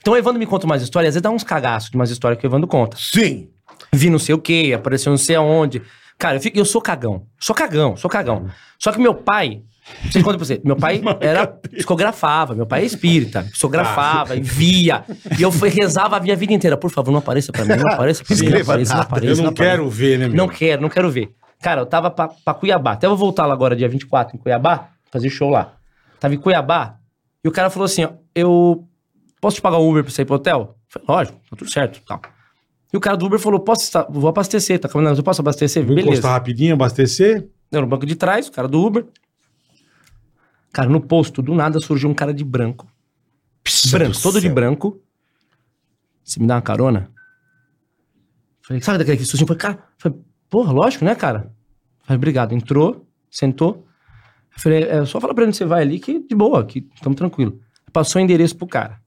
Speaker 5: Então o Evandro me conta umas histórias, às vezes dá uns cagaços de umas histórias que o Evandro conta.
Speaker 6: Sim.
Speaker 5: vi não sei o quê, apareceu não sei aonde. Cara, eu, fico, eu sou cagão. Sou cagão, sou cagão. Só que meu pai. Vocês contam pra você. Meu pai era psicografava, meu pai é espírita.
Speaker 3: Ah.
Speaker 5: Psicografava e via. E eu fui- rezava a minha vida inteira. Por favor, não apareça pra mim, não apareça pra mim. Não
Speaker 6: Escreva
Speaker 5: apareça, não
Speaker 6: nada.
Speaker 5: apareça.
Speaker 3: Eu não
Speaker 5: apareça.
Speaker 3: quero ver, né, meu?
Speaker 5: Não quero, não quero ver. Cara, eu tava pra, pra Cuiabá. Até vou voltar lá agora, dia 24, em Cuiabá, fazer show lá. Tava em Cuiabá, e o cara falou assim: ó, eu posso te pagar um Uber pra sair pro hotel? Eu Falei, lógico, tá tudo certo. Tal. E o cara do Uber falou: posso, esta- vou abastecer, tá caminhando, eu posso abastecer?
Speaker 3: Vou
Speaker 5: Beleza.
Speaker 3: encostar rapidinho, abastecer.
Speaker 5: Eu no um banco de trás, o cara do Uber. Cara, no posto, do nada surgiu um cara de branco. branco, todo de branco. Você me dá uma carona? Falei, sabe daquele que surgiu? Falei, cara, falei, porra, lógico, né, cara? Falei, obrigado. Entrou, sentou. Eu Falei, é, só fala pra ele onde você vai ali que de boa, que estamos tranquilo. Passou o endereço pro cara.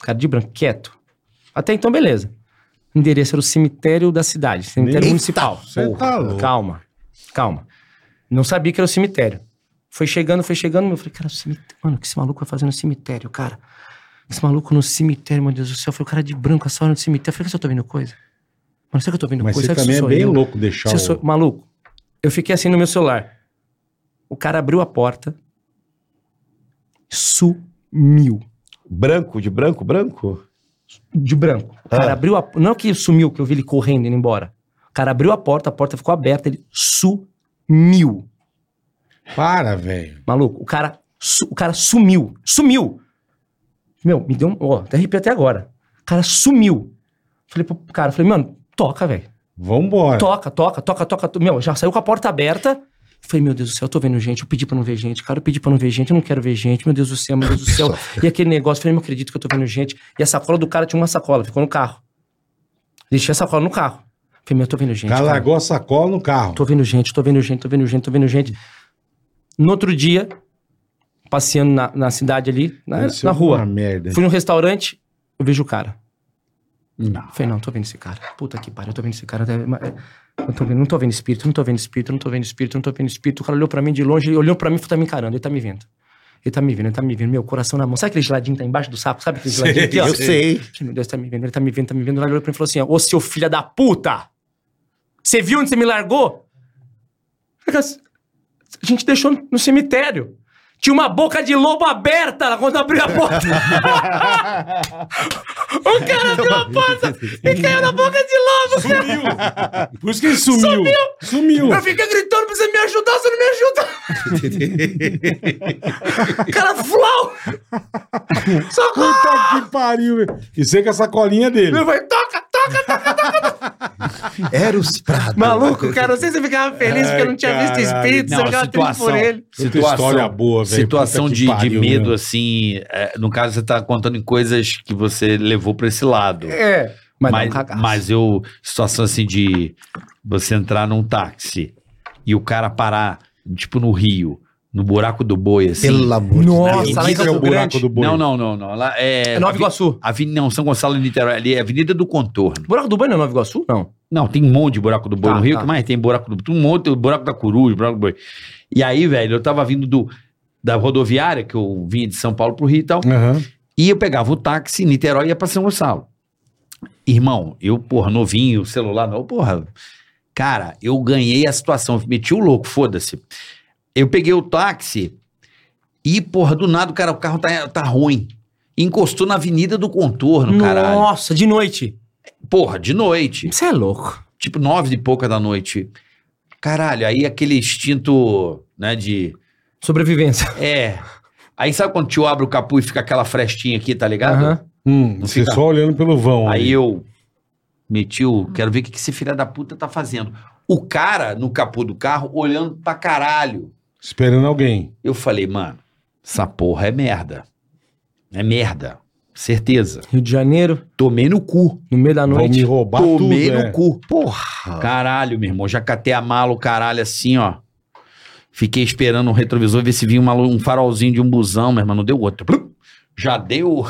Speaker 5: O cara de branco, quieto. Até então, beleza. O endereço era o cemitério da cidade, cemitério
Speaker 6: Eita,
Speaker 5: municipal.
Speaker 3: você tá louco.
Speaker 5: Calma, calma. Não sabia que era o cemitério. Foi chegando, foi chegando, eu falei, cara, cemitério, mano, o que esse maluco vai fazer no cemitério, cara? Esse maluco no cemitério, meu Deus do céu. Eu falei, o cara é de branco, essa hora no cemitério. Eu falei, será que eu tô vendo coisa? Mano, será que eu tô vendo
Speaker 3: Mas
Speaker 5: coisa?
Speaker 3: você
Speaker 5: Será que
Speaker 3: também é
Speaker 5: sou
Speaker 3: bem
Speaker 5: eu?
Speaker 3: louco deixar
Speaker 5: Se eu sou-
Speaker 3: o...
Speaker 5: Maluco, eu fiquei assim no meu celular. O cara abriu a porta, sumiu.
Speaker 6: Branco, de branco, branco?
Speaker 5: De branco. O cara
Speaker 6: Ah.
Speaker 5: abriu a Não é que sumiu, que eu vi ele correndo, indo embora. O cara abriu a porta, a porta ficou aberta, ele sumiu.
Speaker 3: Para, velho.
Speaker 5: Maluco, o cara, su- o cara sumiu. Sumiu. Meu, me deu um. Ó, até arrepio até agora. O cara sumiu. Falei pro cara, falei, mano, toca, velho.
Speaker 3: Vambora.
Speaker 5: Toca, toca, toca, toca. to- Meu, já saiu com a porta aberta. Falei, meu Deus do céu, eu tô vendo gente. Eu pedi pra não ver gente. Cara, eu pedi pra não ver gente. Eu não quero ver gente. Meu Deus do céu, meu Deus do céu. E aquele negócio, falei, não acredito que eu tô vendo gente. E a sacola do cara tinha uma sacola, ficou no carro. Deixei a sacola no carro. Falei, meu, eu tô vendo
Speaker 3: O
Speaker 5: gente.
Speaker 3: cara
Speaker 5: cara.
Speaker 3: largou a sacola no carro.
Speaker 5: Tô vendo gente, tô vendo gente, tô vendo gente, tô vendo gente. No outro dia, passeando na, na cidade ali, na,
Speaker 3: Deve ser
Speaker 5: na
Speaker 3: é Uma
Speaker 5: rua,
Speaker 3: merda.
Speaker 5: fui num restaurante, eu vejo o cara.
Speaker 3: Não.
Speaker 5: Falei, não, tô vendo esse cara. Puta que pariu, eu tô vendo esse cara. deve- mas- Eu tô vendo, não tô vendo espírito, não tô vendo espírito, não tô vendo espírito, não tô vendo espírito. O cara olhou pra mim de longe, ele olhou pra mim e tá me encarando, ele tá me vendo. Ele tá me vendo, ele tá me vendo, meu coração na mão. Sabe aquele geladinho que tá embaixo do sapo? Sabe aquele geladinho aqui, ó?
Speaker 6: Eu sei.
Speaker 5: Falei, Meu Deus, tá me vendo, ele tá me vendo, tá me vendo. Ele olhou pra mim e falou assim: ó, Ô seu filho da puta! Você viu onde você me largou? Eu falei, "Mas A gente deixou no cemitério. Tinha uma boca de lobo aberta quando abriu a porta. o cara abriu a porta e caiu na boca de lobo.
Speaker 3: Sumiu. Por isso que ele sumiu. Sumiu.
Speaker 5: Eu fiquei gritando pra você me ajudar, você não me ajuda. cara, flau! Socorro!
Speaker 3: Puta que pariu, velho. E você com a sacolinha dele.
Speaker 5: Ele vai, toca, toca, toca!
Speaker 6: Eros Prado.
Speaker 5: Maluco, cara, não sei se eu ficava feliz porque eu não tinha
Speaker 3: Ai,
Speaker 5: visto
Speaker 3: caralho.
Speaker 5: espírito, você ficava triste por ele.
Speaker 3: Puta história é boa, velho.
Speaker 7: Situação
Speaker 3: Puta que
Speaker 7: de, de
Speaker 3: pariu,
Speaker 7: medo,
Speaker 3: meu.
Speaker 7: assim. é, no caso, você tá contando em coisas que você levou pra esse lado.
Speaker 5: É. Mas, dá um
Speaker 7: Mas,
Speaker 5: cagaço.
Speaker 7: mas eu. Situação assim de você entrar num táxi e o cara parar, tipo, no Rio, no buraco do boi, assim.
Speaker 6: Pelo amor
Speaker 5: Nossa,
Speaker 6: de
Speaker 5: lá
Speaker 3: O que
Speaker 5: em
Speaker 3: que é
Speaker 5: Campo
Speaker 3: o buraco
Speaker 5: Grande.
Speaker 3: do boi?
Speaker 7: Não, não, não, não. Lá é.
Speaker 5: É Nova
Speaker 7: Avi-
Speaker 5: Iguaçu.
Speaker 7: Avi- não, São Gonçalo de Niterói. Ali é Avenida do Contorno.
Speaker 5: Buraco do banho não é Nova Iguaçu? Não.
Speaker 7: Não, tem um monte de buraco do boi
Speaker 5: Tá,
Speaker 7: no Rio,
Speaker 5: tá.
Speaker 7: que mais tem buraco do. Tem um monte, buraco da coruja, buraco do boi. E aí, velho, eu tava vindo do, da rodoviária, que eu vinha de São Paulo pro Rio e tal.
Speaker 3: Aham.
Speaker 7: E eu pegava o táxi em Niterói e ia pra São Gonçalo. Irmão, eu, porra, novinho, celular não, porra. Cara, eu ganhei a situação, meti o louco, foda-se. Eu peguei o táxi e, porra, do nada, cara, o carro tá, tá ruim. Encostou na Avenida do Contorno, caralho.
Speaker 5: Nossa, de noite.
Speaker 7: Porra, de noite.
Speaker 5: Você é louco.
Speaker 7: Tipo, nove e pouca da noite. Caralho, aí aquele instinto, né, de...
Speaker 5: Sobrevivência.
Speaker 7: É... Aí sabe quando o tio abre o capô e fica aquela frestinha aqui, tá ligado?
Speaker 5: Aham.
Speaker 3: Hum, você
Speaker 7: fica-
Speaker 3: só olhando pelo vão.
Speaker 7: Aí
Speaker 3: ali.
Speaker 7: eu meti o. Quero ver o que que esse filho da puta tá fazendo. O cara no capô do carro olhando pra caralho.
Speaker 3: Esperando alguém.
Speaker 7: Eu falei, mano, essa porra é merda. É merda. Certeza.
Speaker 5: Rio de Janeiro,
Speaker 7: Tomei no cu.
Speaker 5: no meio da
Speaker 3: Vão me
Speaker 5: noite.
Speaker 3: roubar
Speaker 7: Tomei
Speaker 3: tudo,
Speaker 7: no
Speaker 3: é.
Speaker 7: cu.
Speaker 6: Porra.
Speaker 7: Caralho, meu irmão. Já catei a mala, o caralho, assim, ó. Fiquei esperando um retrovisor ver se vinha uma lu- um farolzinho de um busão, meu irmão. Não deu outro. Plup. Já deu.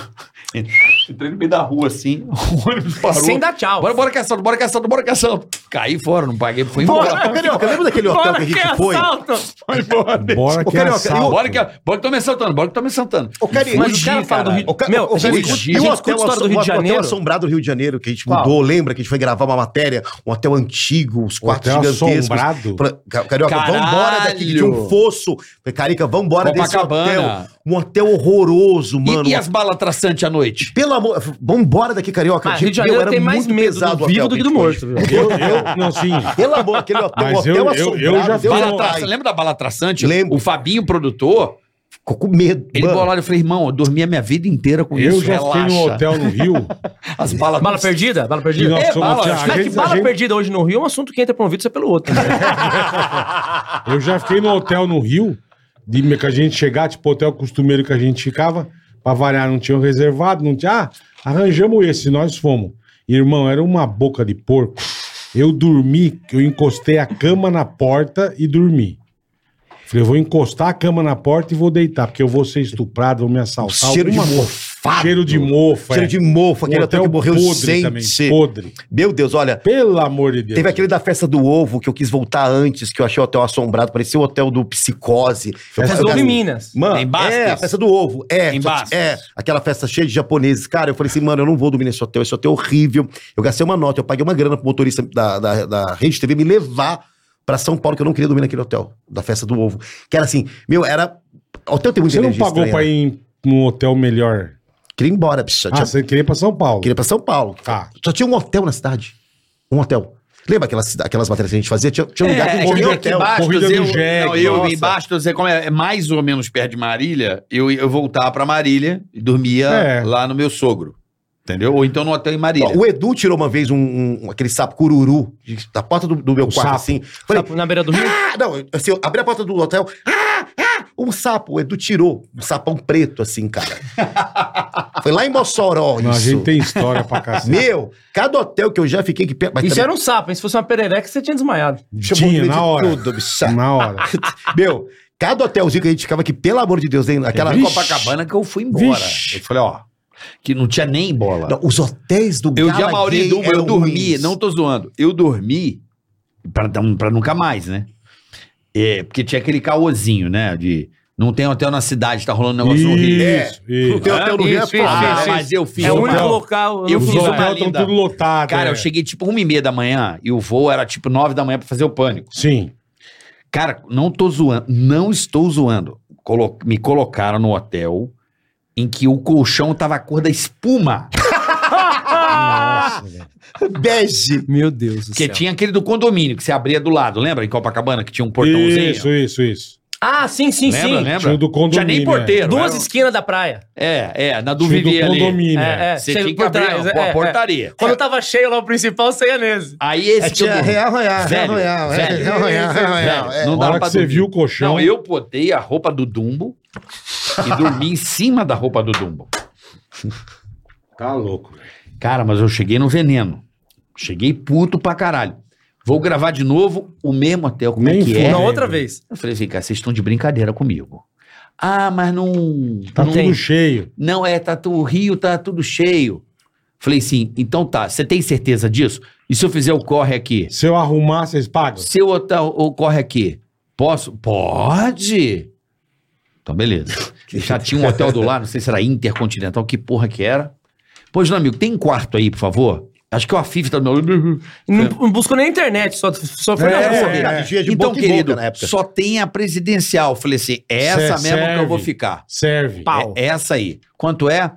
Speaker 7: Entrei no meio da rua, assim, o ônibus parou.
Speaker 5: Sem dar tchau.
Speaker 7: Bora, bora que é assalto, bora que é assalto, bora que é assalto. Caí fora, não paguei, foi embora.
Speaker 6: Carioca, lembra daquele hotel que a gente foi?
Speaker 5: assalto!
Speaker 7: Foi embora.
Speaker 3: Bora
Speaker 6: Ô,
Speaker 3: que é
Speaker 6: Carioca,
Speaker 3: assalto.
Speaker 7: Bora que, bora que tô me assaltando, bora que tô me assaltando.
Speaker 6: Ô, Carioca,
Speaker 5: Mas o cara fala do Rio- Meu, a gente
Speaker 7: escuta-
Speaker 6: E
Speaker 7: a
Speaker 6: o
Speaker 7: gente
Speaker 5: escuta
Speaker 6: hotel,
Speaker 5: a história do Rio de
Speaker 6: o hotel
Speaker 5: Janeiro.
Speaker 6: assombrado do Rio de Janeiro, que a gente
Speaker 5: Qual? Um
Speaker 6: mudou, lembra que a gente foi gravar uma matéria, um hotel antigo, os quartos
Speaker 3: Hotel
Speaker 6: gigantescos.
Speaker 3: assombrado?
Speaker 6: Pra- Ca- Carioca,
Speaker 7: Caralho!
Speaker 6: vambora daqui de um fosso. Falei, Carica, vambora desse
Speaker 7: Copacabana.
Speaker 6: hotel. Um hotel horroroso,
Speaker 7: E-
Speaker 6: mano. um
Speaker 7: E, as balas traçantes à noite?
Speaker 6: Pelo amor, vambora daqui, Carioca.
Speaker 5: Ah,
Speaker 6: Gente,
Speaker 5: Rio de
Speaker 6: meu,
Speaker 5: Janeiro
Speaker 6: era
Speaker 5: tem mais
Speaker 6: muito
Speaker 5: medo
Speaker 6: pesado
Speaker 5: do
Speaker 6: o hotel
Speaker 5: vivo do
Speaker 6: que
Speaker 5: que
Speaker 6: a
Speaker 5: do
Speaker 6: gente foi.
Speaker 5: morto, viu?
Speaker 3: Eu, eu, não, assim, sim.
Speaker 6: Pelo amor, aquele hotel,
Speaker 3: Mas
Speaker 6: hotel
Speaker 3: eu- eu-
Speaker 6: assombrado.
Speaker 3: eu já
Speaker 6: deu
Speaker 3: fiz-
Speaker 7: Bala
Speaker 6: vontade.
Speaker 7: tra- Você lembra da bala traçante?
Speaker 6: Lembro.
Speaker 7: O Fabinho, produtor,
Speaker 6: Ficou com medo,
Speaker 7: ele
Speaker 6: mano.
Speaker 7: bolou lá e falei, irmão, eu dormi a minha vida inteira com
Speaker 3: Eu
Speaker 7: isso,
Speaker 3: já fiquei
Speaker 7: relaxa.
Speaker 3: num hotel no Rio.
Speaker 7: As balas...
Speaker 5: Bala perdida? Bala
Speaker 3: e
Speaker 5: perdida?
Speaker 3: nós
Speaker 5: É,
Speaker 3: fomos-
Speaker 7: bala,
Speaker 3: tinha-
Speaker 7: mas
Speaker 3: a
Speaker 5: Mas que
Speaker 3: gente- a
Speaker 5: bala
Speaker 3: gente-
Speaker 5: perdida hoje no Rio é um assunto que entra por um vídeo e sai pelo outro. né?
Speaker 3: Eu já fiquei no hotel no Rio, de que a gente chegar, tipo, hotel costumeiro que a gente ficava, pra variar, não tinham reservado, não tinha. Ah, arranjamos esse, nós fomos. Irmão, era uma boca de porco. Eu dormi, eu encostei a cama na porta e dormi. Falei, eu vou encostar a cama na porta e vou deitar, porque eu vou ser estuprado, vou me assaltar.
Speaker 6: Cheiro de
Speaker 3: alguma coisa.
Speaker 6: mofado.
Speaker 3: Cheiro de mofo.
Speaker 6: Cheiro
Speaker 3: é.
Speaker 6: de mofo, aquele
Speaker 3: Um
Speaker 6: hotel que morreu
Speaker 3: podre
Speaker 6: sem
Speaker 3: também,
Speaker 6: ser.
Speaker 3: podre.
Speaker 6: Meu Deus, olha,
Speaker 3: Pelo amor de Deus.
Speaker 6: Teve aquele da festa do ovo que eu quis voltar antes, que eu achei o hotel assombrado, parecia o hotel do Psicose.
Speaker 5: Mas houve em Minas.
Speaker 6: Mano,
Speaker 7: Em Bastos?
Speaker 6: é, a festa do ovo. É,
Speaker 7: Em
Speaker 6: só que-
Speaker 7: Bastos?
Speaker 6: é, aquela festa cheia de japoneses. Cara, eu falei assim, mano, eu não vou dormir nesse hotel, esse hotel é horrível. Eu gastei uma nota, eu paguei uma grana pro motorista da, da, da Rede TV me levar pra São Paulo, que eu não queria dormir naquele hotel, da festa do ovo. Que era assim, meu, era... Hotel tem muita
Speaker 3: Você não
Speaker 6: energia
Speaker 3: pagou
Speaker 6: estranha,
Speaker 3: pra
Speaker 6: né?
Speaker 3: ir em- num hotel melhor?
Speaker 6: Queria ir embora, bicho.
Speaker 3: Ah,
Speaker 6: Tinha-
Speaker 3: você queria ir pra São Paulo.
Speaker 6: Queria ir pra São Paulo.
Speaker 3: Tá.
Speaker 6: Só tinha um hotel na cidade. Um hotel. Lembra aquelas, cida- aquelas matérias que a gente fazia? Tinha, tinha um lugar que
Speaker 7: É,
Speaker 6: não tinha
Speaker 7: eu aqui em
Speaker 6: hotel.
Speaker 7: Bastos,
Speaker 3: Corrida do
Speaker 7: eu,
Speaker 3: Jegue,
Speaker 7: não, eu
Speaker 6: nossa.
Speaker 7: em Bastos, é, como é, é mais ou menos perto de Marília, eu, eu voltava pra Marília e dormia
Speaker 3: É.
Speaker 7: lá no meu sogro. Entendeu? Ou então no hotel em Marília.
Speaker 6: Ó, O Edu tirou uma vez um, um- aquele sapo cururu de- da porta do, do meu quarto,
Speaker 3: sapo.
Speaker 6: assim. Falei,
Speaker 5: Sapo Tá Na beira do Rio.
Speaker 6: ah! Não, assim, eu abri a porta do hotel, ah! Ah! Um sapo, o Edu tirou. Um sapão preto, assim, cara. Foi lá em Mossoró,
Speaker 3: Não, a
Speaker 6: isso.
Speaker 3: gente tem assim. história pra cacete.
Speaker 6: Meu, cada hotel que eu já fiquei que perto... mas
Speaker 5: Isso
Speaker 6: também-
Speaker 5: era um sapo, hein? Se fosse uma perereca, você tinha desmaiado.
Speaker 6: Tinha
Speaker 3: um Tinha,
Speaker 6: movimento
Speaker 3: na
Speaker 6: de
Speaker 3: hora.
Speaker 6: tudo, bicha.
Speaker 3: Na hora.
Speaker 6: Meu, cada hotelzinho que a gente ficava que, pelo amor de Deus, hein, aquela...
Speaker 7: Aquela Copacabana que eu fui embora.
Speaker 3: Vixe.
Speaker 7: Eu falei, ó, que não tinha nem bola.
Speaker 6: Não, é os hotéis do
Speaker 7: Eu já
Speaker 6: Gala
Speaker 7: Mauri
Speaker 6: Gay
Speaker 7: Duba, eu
Speaker 6: eram
Speaker 7: dormi,
Speaker 6: ruins.
Speaker 7: não tô zoando. Eu dormi pra, dar- pra nunca mais, né? É, porque tinha aquele caôzinho, né? De não tem hotel na cidade, tá rolando um negócio horrível.
Speaker 3: Isso, isso.
Speaker 6: O teu hotel do Rio é
Speaker 5: Ah, Isso, isso,
Speaker 6: foda,
Speaker 5: isso,
Speaker 6: né?
Speaker 7: Ah,
Speaker 5: sim.
Speaker 7: mas eu fiz.
Speaker 5: É o único
Speaker 3: hotel.
Speaker 5: local.
Speaker 7: Eu
Speaker 5: não
Speaker 3: Os
Speaker 7: fiz
Speaker 5: fui lá.
Speaker 7: uma
Speaker 3: hotéis estão
Speaker 7: linda.
Speaker 3: tudo lotados.
Speaker 7: Cara,
Speaker 3: é.
Speaker 7: eu cheguei tipo uma e meia da manhã e o voo era tipo nove da manhã pra fazer o pânico.
Speaker 3: Sim.
Speaker 7: Cara, não tô zoando, não estou zoando. Colo- me colocaram no hotel em que o colchão tava a cor da espuma.
Speaker 3: Tá
Speaker 6: Bege.
Speaker 5: Meu Deus do
Speaker 7: Porque
Speaker 5: céu.
Speaker 7: tinha aquele do condomínio que você abria do lado, lembra? Em Copacabana, que tinha um portãozinho.
Speaker 3: Isso, isso, isso.
Speaker 5: Ah, sim, sim,
Speaker 7: Lembra,
Speaker 5: sim.
Speaker 7: lembra?
Speaker 3: Tinha o do
Speaker 7: Tinha
Speaker 3: condomínio.
Speaker 7: nem
Speaker 3: é.
Speaker 7: porteiro.
Speaker 5: Duas
Speaker 4: um
Speaker 7: era-
Speaker 5: esquinas da praia.
Speaker 7: É, é, na
Speaker 3: Tinha o
Speaker 7: dúvida
Speaker 3: do
Speaker 7: ali.
Speaker 3: condomínio. é.
Speaker 5: É, é.
Speaker 7: Você
Speaker 5: chega
Speaker 7: tinha que
Speaker 5: por
Speaker 7: abrir
Speaker 5: trás,
Speaker 7: a,
Speaker 5: é,
Speaker 7: a
Speaker 5: é.
Speaker 7: portaria. Ah,
Speaker 5: Quando tava cheio lá o principal, você ia nesse.
Speaker 7: Aí esse
Speaker 6: É,
Speaker 7: que eu
Speaker 6: tinha
Speaker 7: dormi.
Speaker 6: Real Royal, Real
Speaker 7: Velho,
Speaker 6: Royal, é,
Speaker 7: velho,
Speaker 6: Real Royal, Real Royal.
Speaker 7: velho,
Speaker 6: é.
Speaker 7: Não
Speaker 3: Na
Speaker 7: dá
Speaker 3: hora
Speaker 7: pra
Speaker 3: que você
Speaker 7: dormir.
Speaker 3: viu o colchão.
Speaker 7: Não, eu botei a roupa do Dumbo e dormi em cima da roupa do Dumbo.
Speaker 3: Tá louco. velho.
Speaker 7: Cara, mas eu cheguei no veneno. Cheguei puto pra caralho. Vou gravar de novo o mesmo hotel. Como
Speaker 3: Nem
Speaker 7: é que
Speaker 3: fudeu.
Speaker 7: é?
Speaker 5: Na
Speaker 3: lembro.
Speaker 5: outra vez.
Speaker 7: Eu falei assim, cara, vocês estão de brincadeira comigo. Ah, mas não.
Speaker 3: Tá
Speaker 7: não,
Speaker 3: tudo cheio.
Speaker 7: Não, é, tá, tu- o Rio tá tudo cheio. Falei sim, então tá, você tem certeza disso? E se eu fizer o corre aqui?
Speaker 3: Se eu arrumar, vocês pagam?
Speaker 7: Se eu botar o o corre aqui, posso? Pode! Então, beleza. Já tinha um hotel do lado, não sei se era Intercontinental, que porra que era. Pois não, amigo, tem quarto aí, por favor? Acho que o Afif tá do meu lado.
Speaker 5: Não, não buscou nem a internet, só, só foi na
Speaker 3: É,
Speaker 5: rua.
Speaker 3: é.
Speaker 6: Vivia de
Speaker 7: então,
Speaker 6: boca em boca
Speaker 7: querido,
Speaker 6: na época.
Speaker 7: só tem a presidencial. Falei assim, é essa
Speaker 3: Cê
Speaker 7: mesmo que eu vou
Speaker 3: serve.
Speaker 7: ficar.
Speaker 3: Serve.
Speaker 5: Pau.
Speaker 7: É essa aí. Quanto é?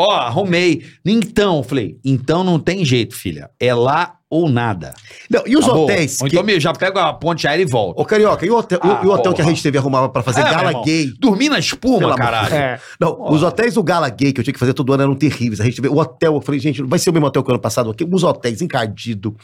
Speaker 7: Ó, arrumei. Então, falei, então não tem jeito, filha. É lá ou nada.
Speaker 6: Não, e os
Speaker 7: Acabou.
Speaker 6: hotés?
Speaker 7: Ou
Speaker 6: que-
Speaker 7: então eu já pego a ponte aérea e volto.
Speaker 6: Ô, Carioca, e o hotel,
Speaker 7: Ah,
Speaker 6: e o hotel
Speaker 7: porra.
Speaker 6: que a Rede TV arrumava pra fazer
Speaker 7: É, meu
Speaker 6: gala
Speaker 7: irmão.
Speaker 6: gay?
Speaker 7: Dormi na espuma,
Speaker 6: Pelo amor
Speaker 7: caralho.
Speaker 5: É.
Speaker 6: Não, os hotéis do Gala Gay que eu tinha que fazer todo ano eram terríveis. A gente vê o hotel, eu falei, gente, vai ser o mesmo hotel que o ano passado aqui. Uns hotéis encardido.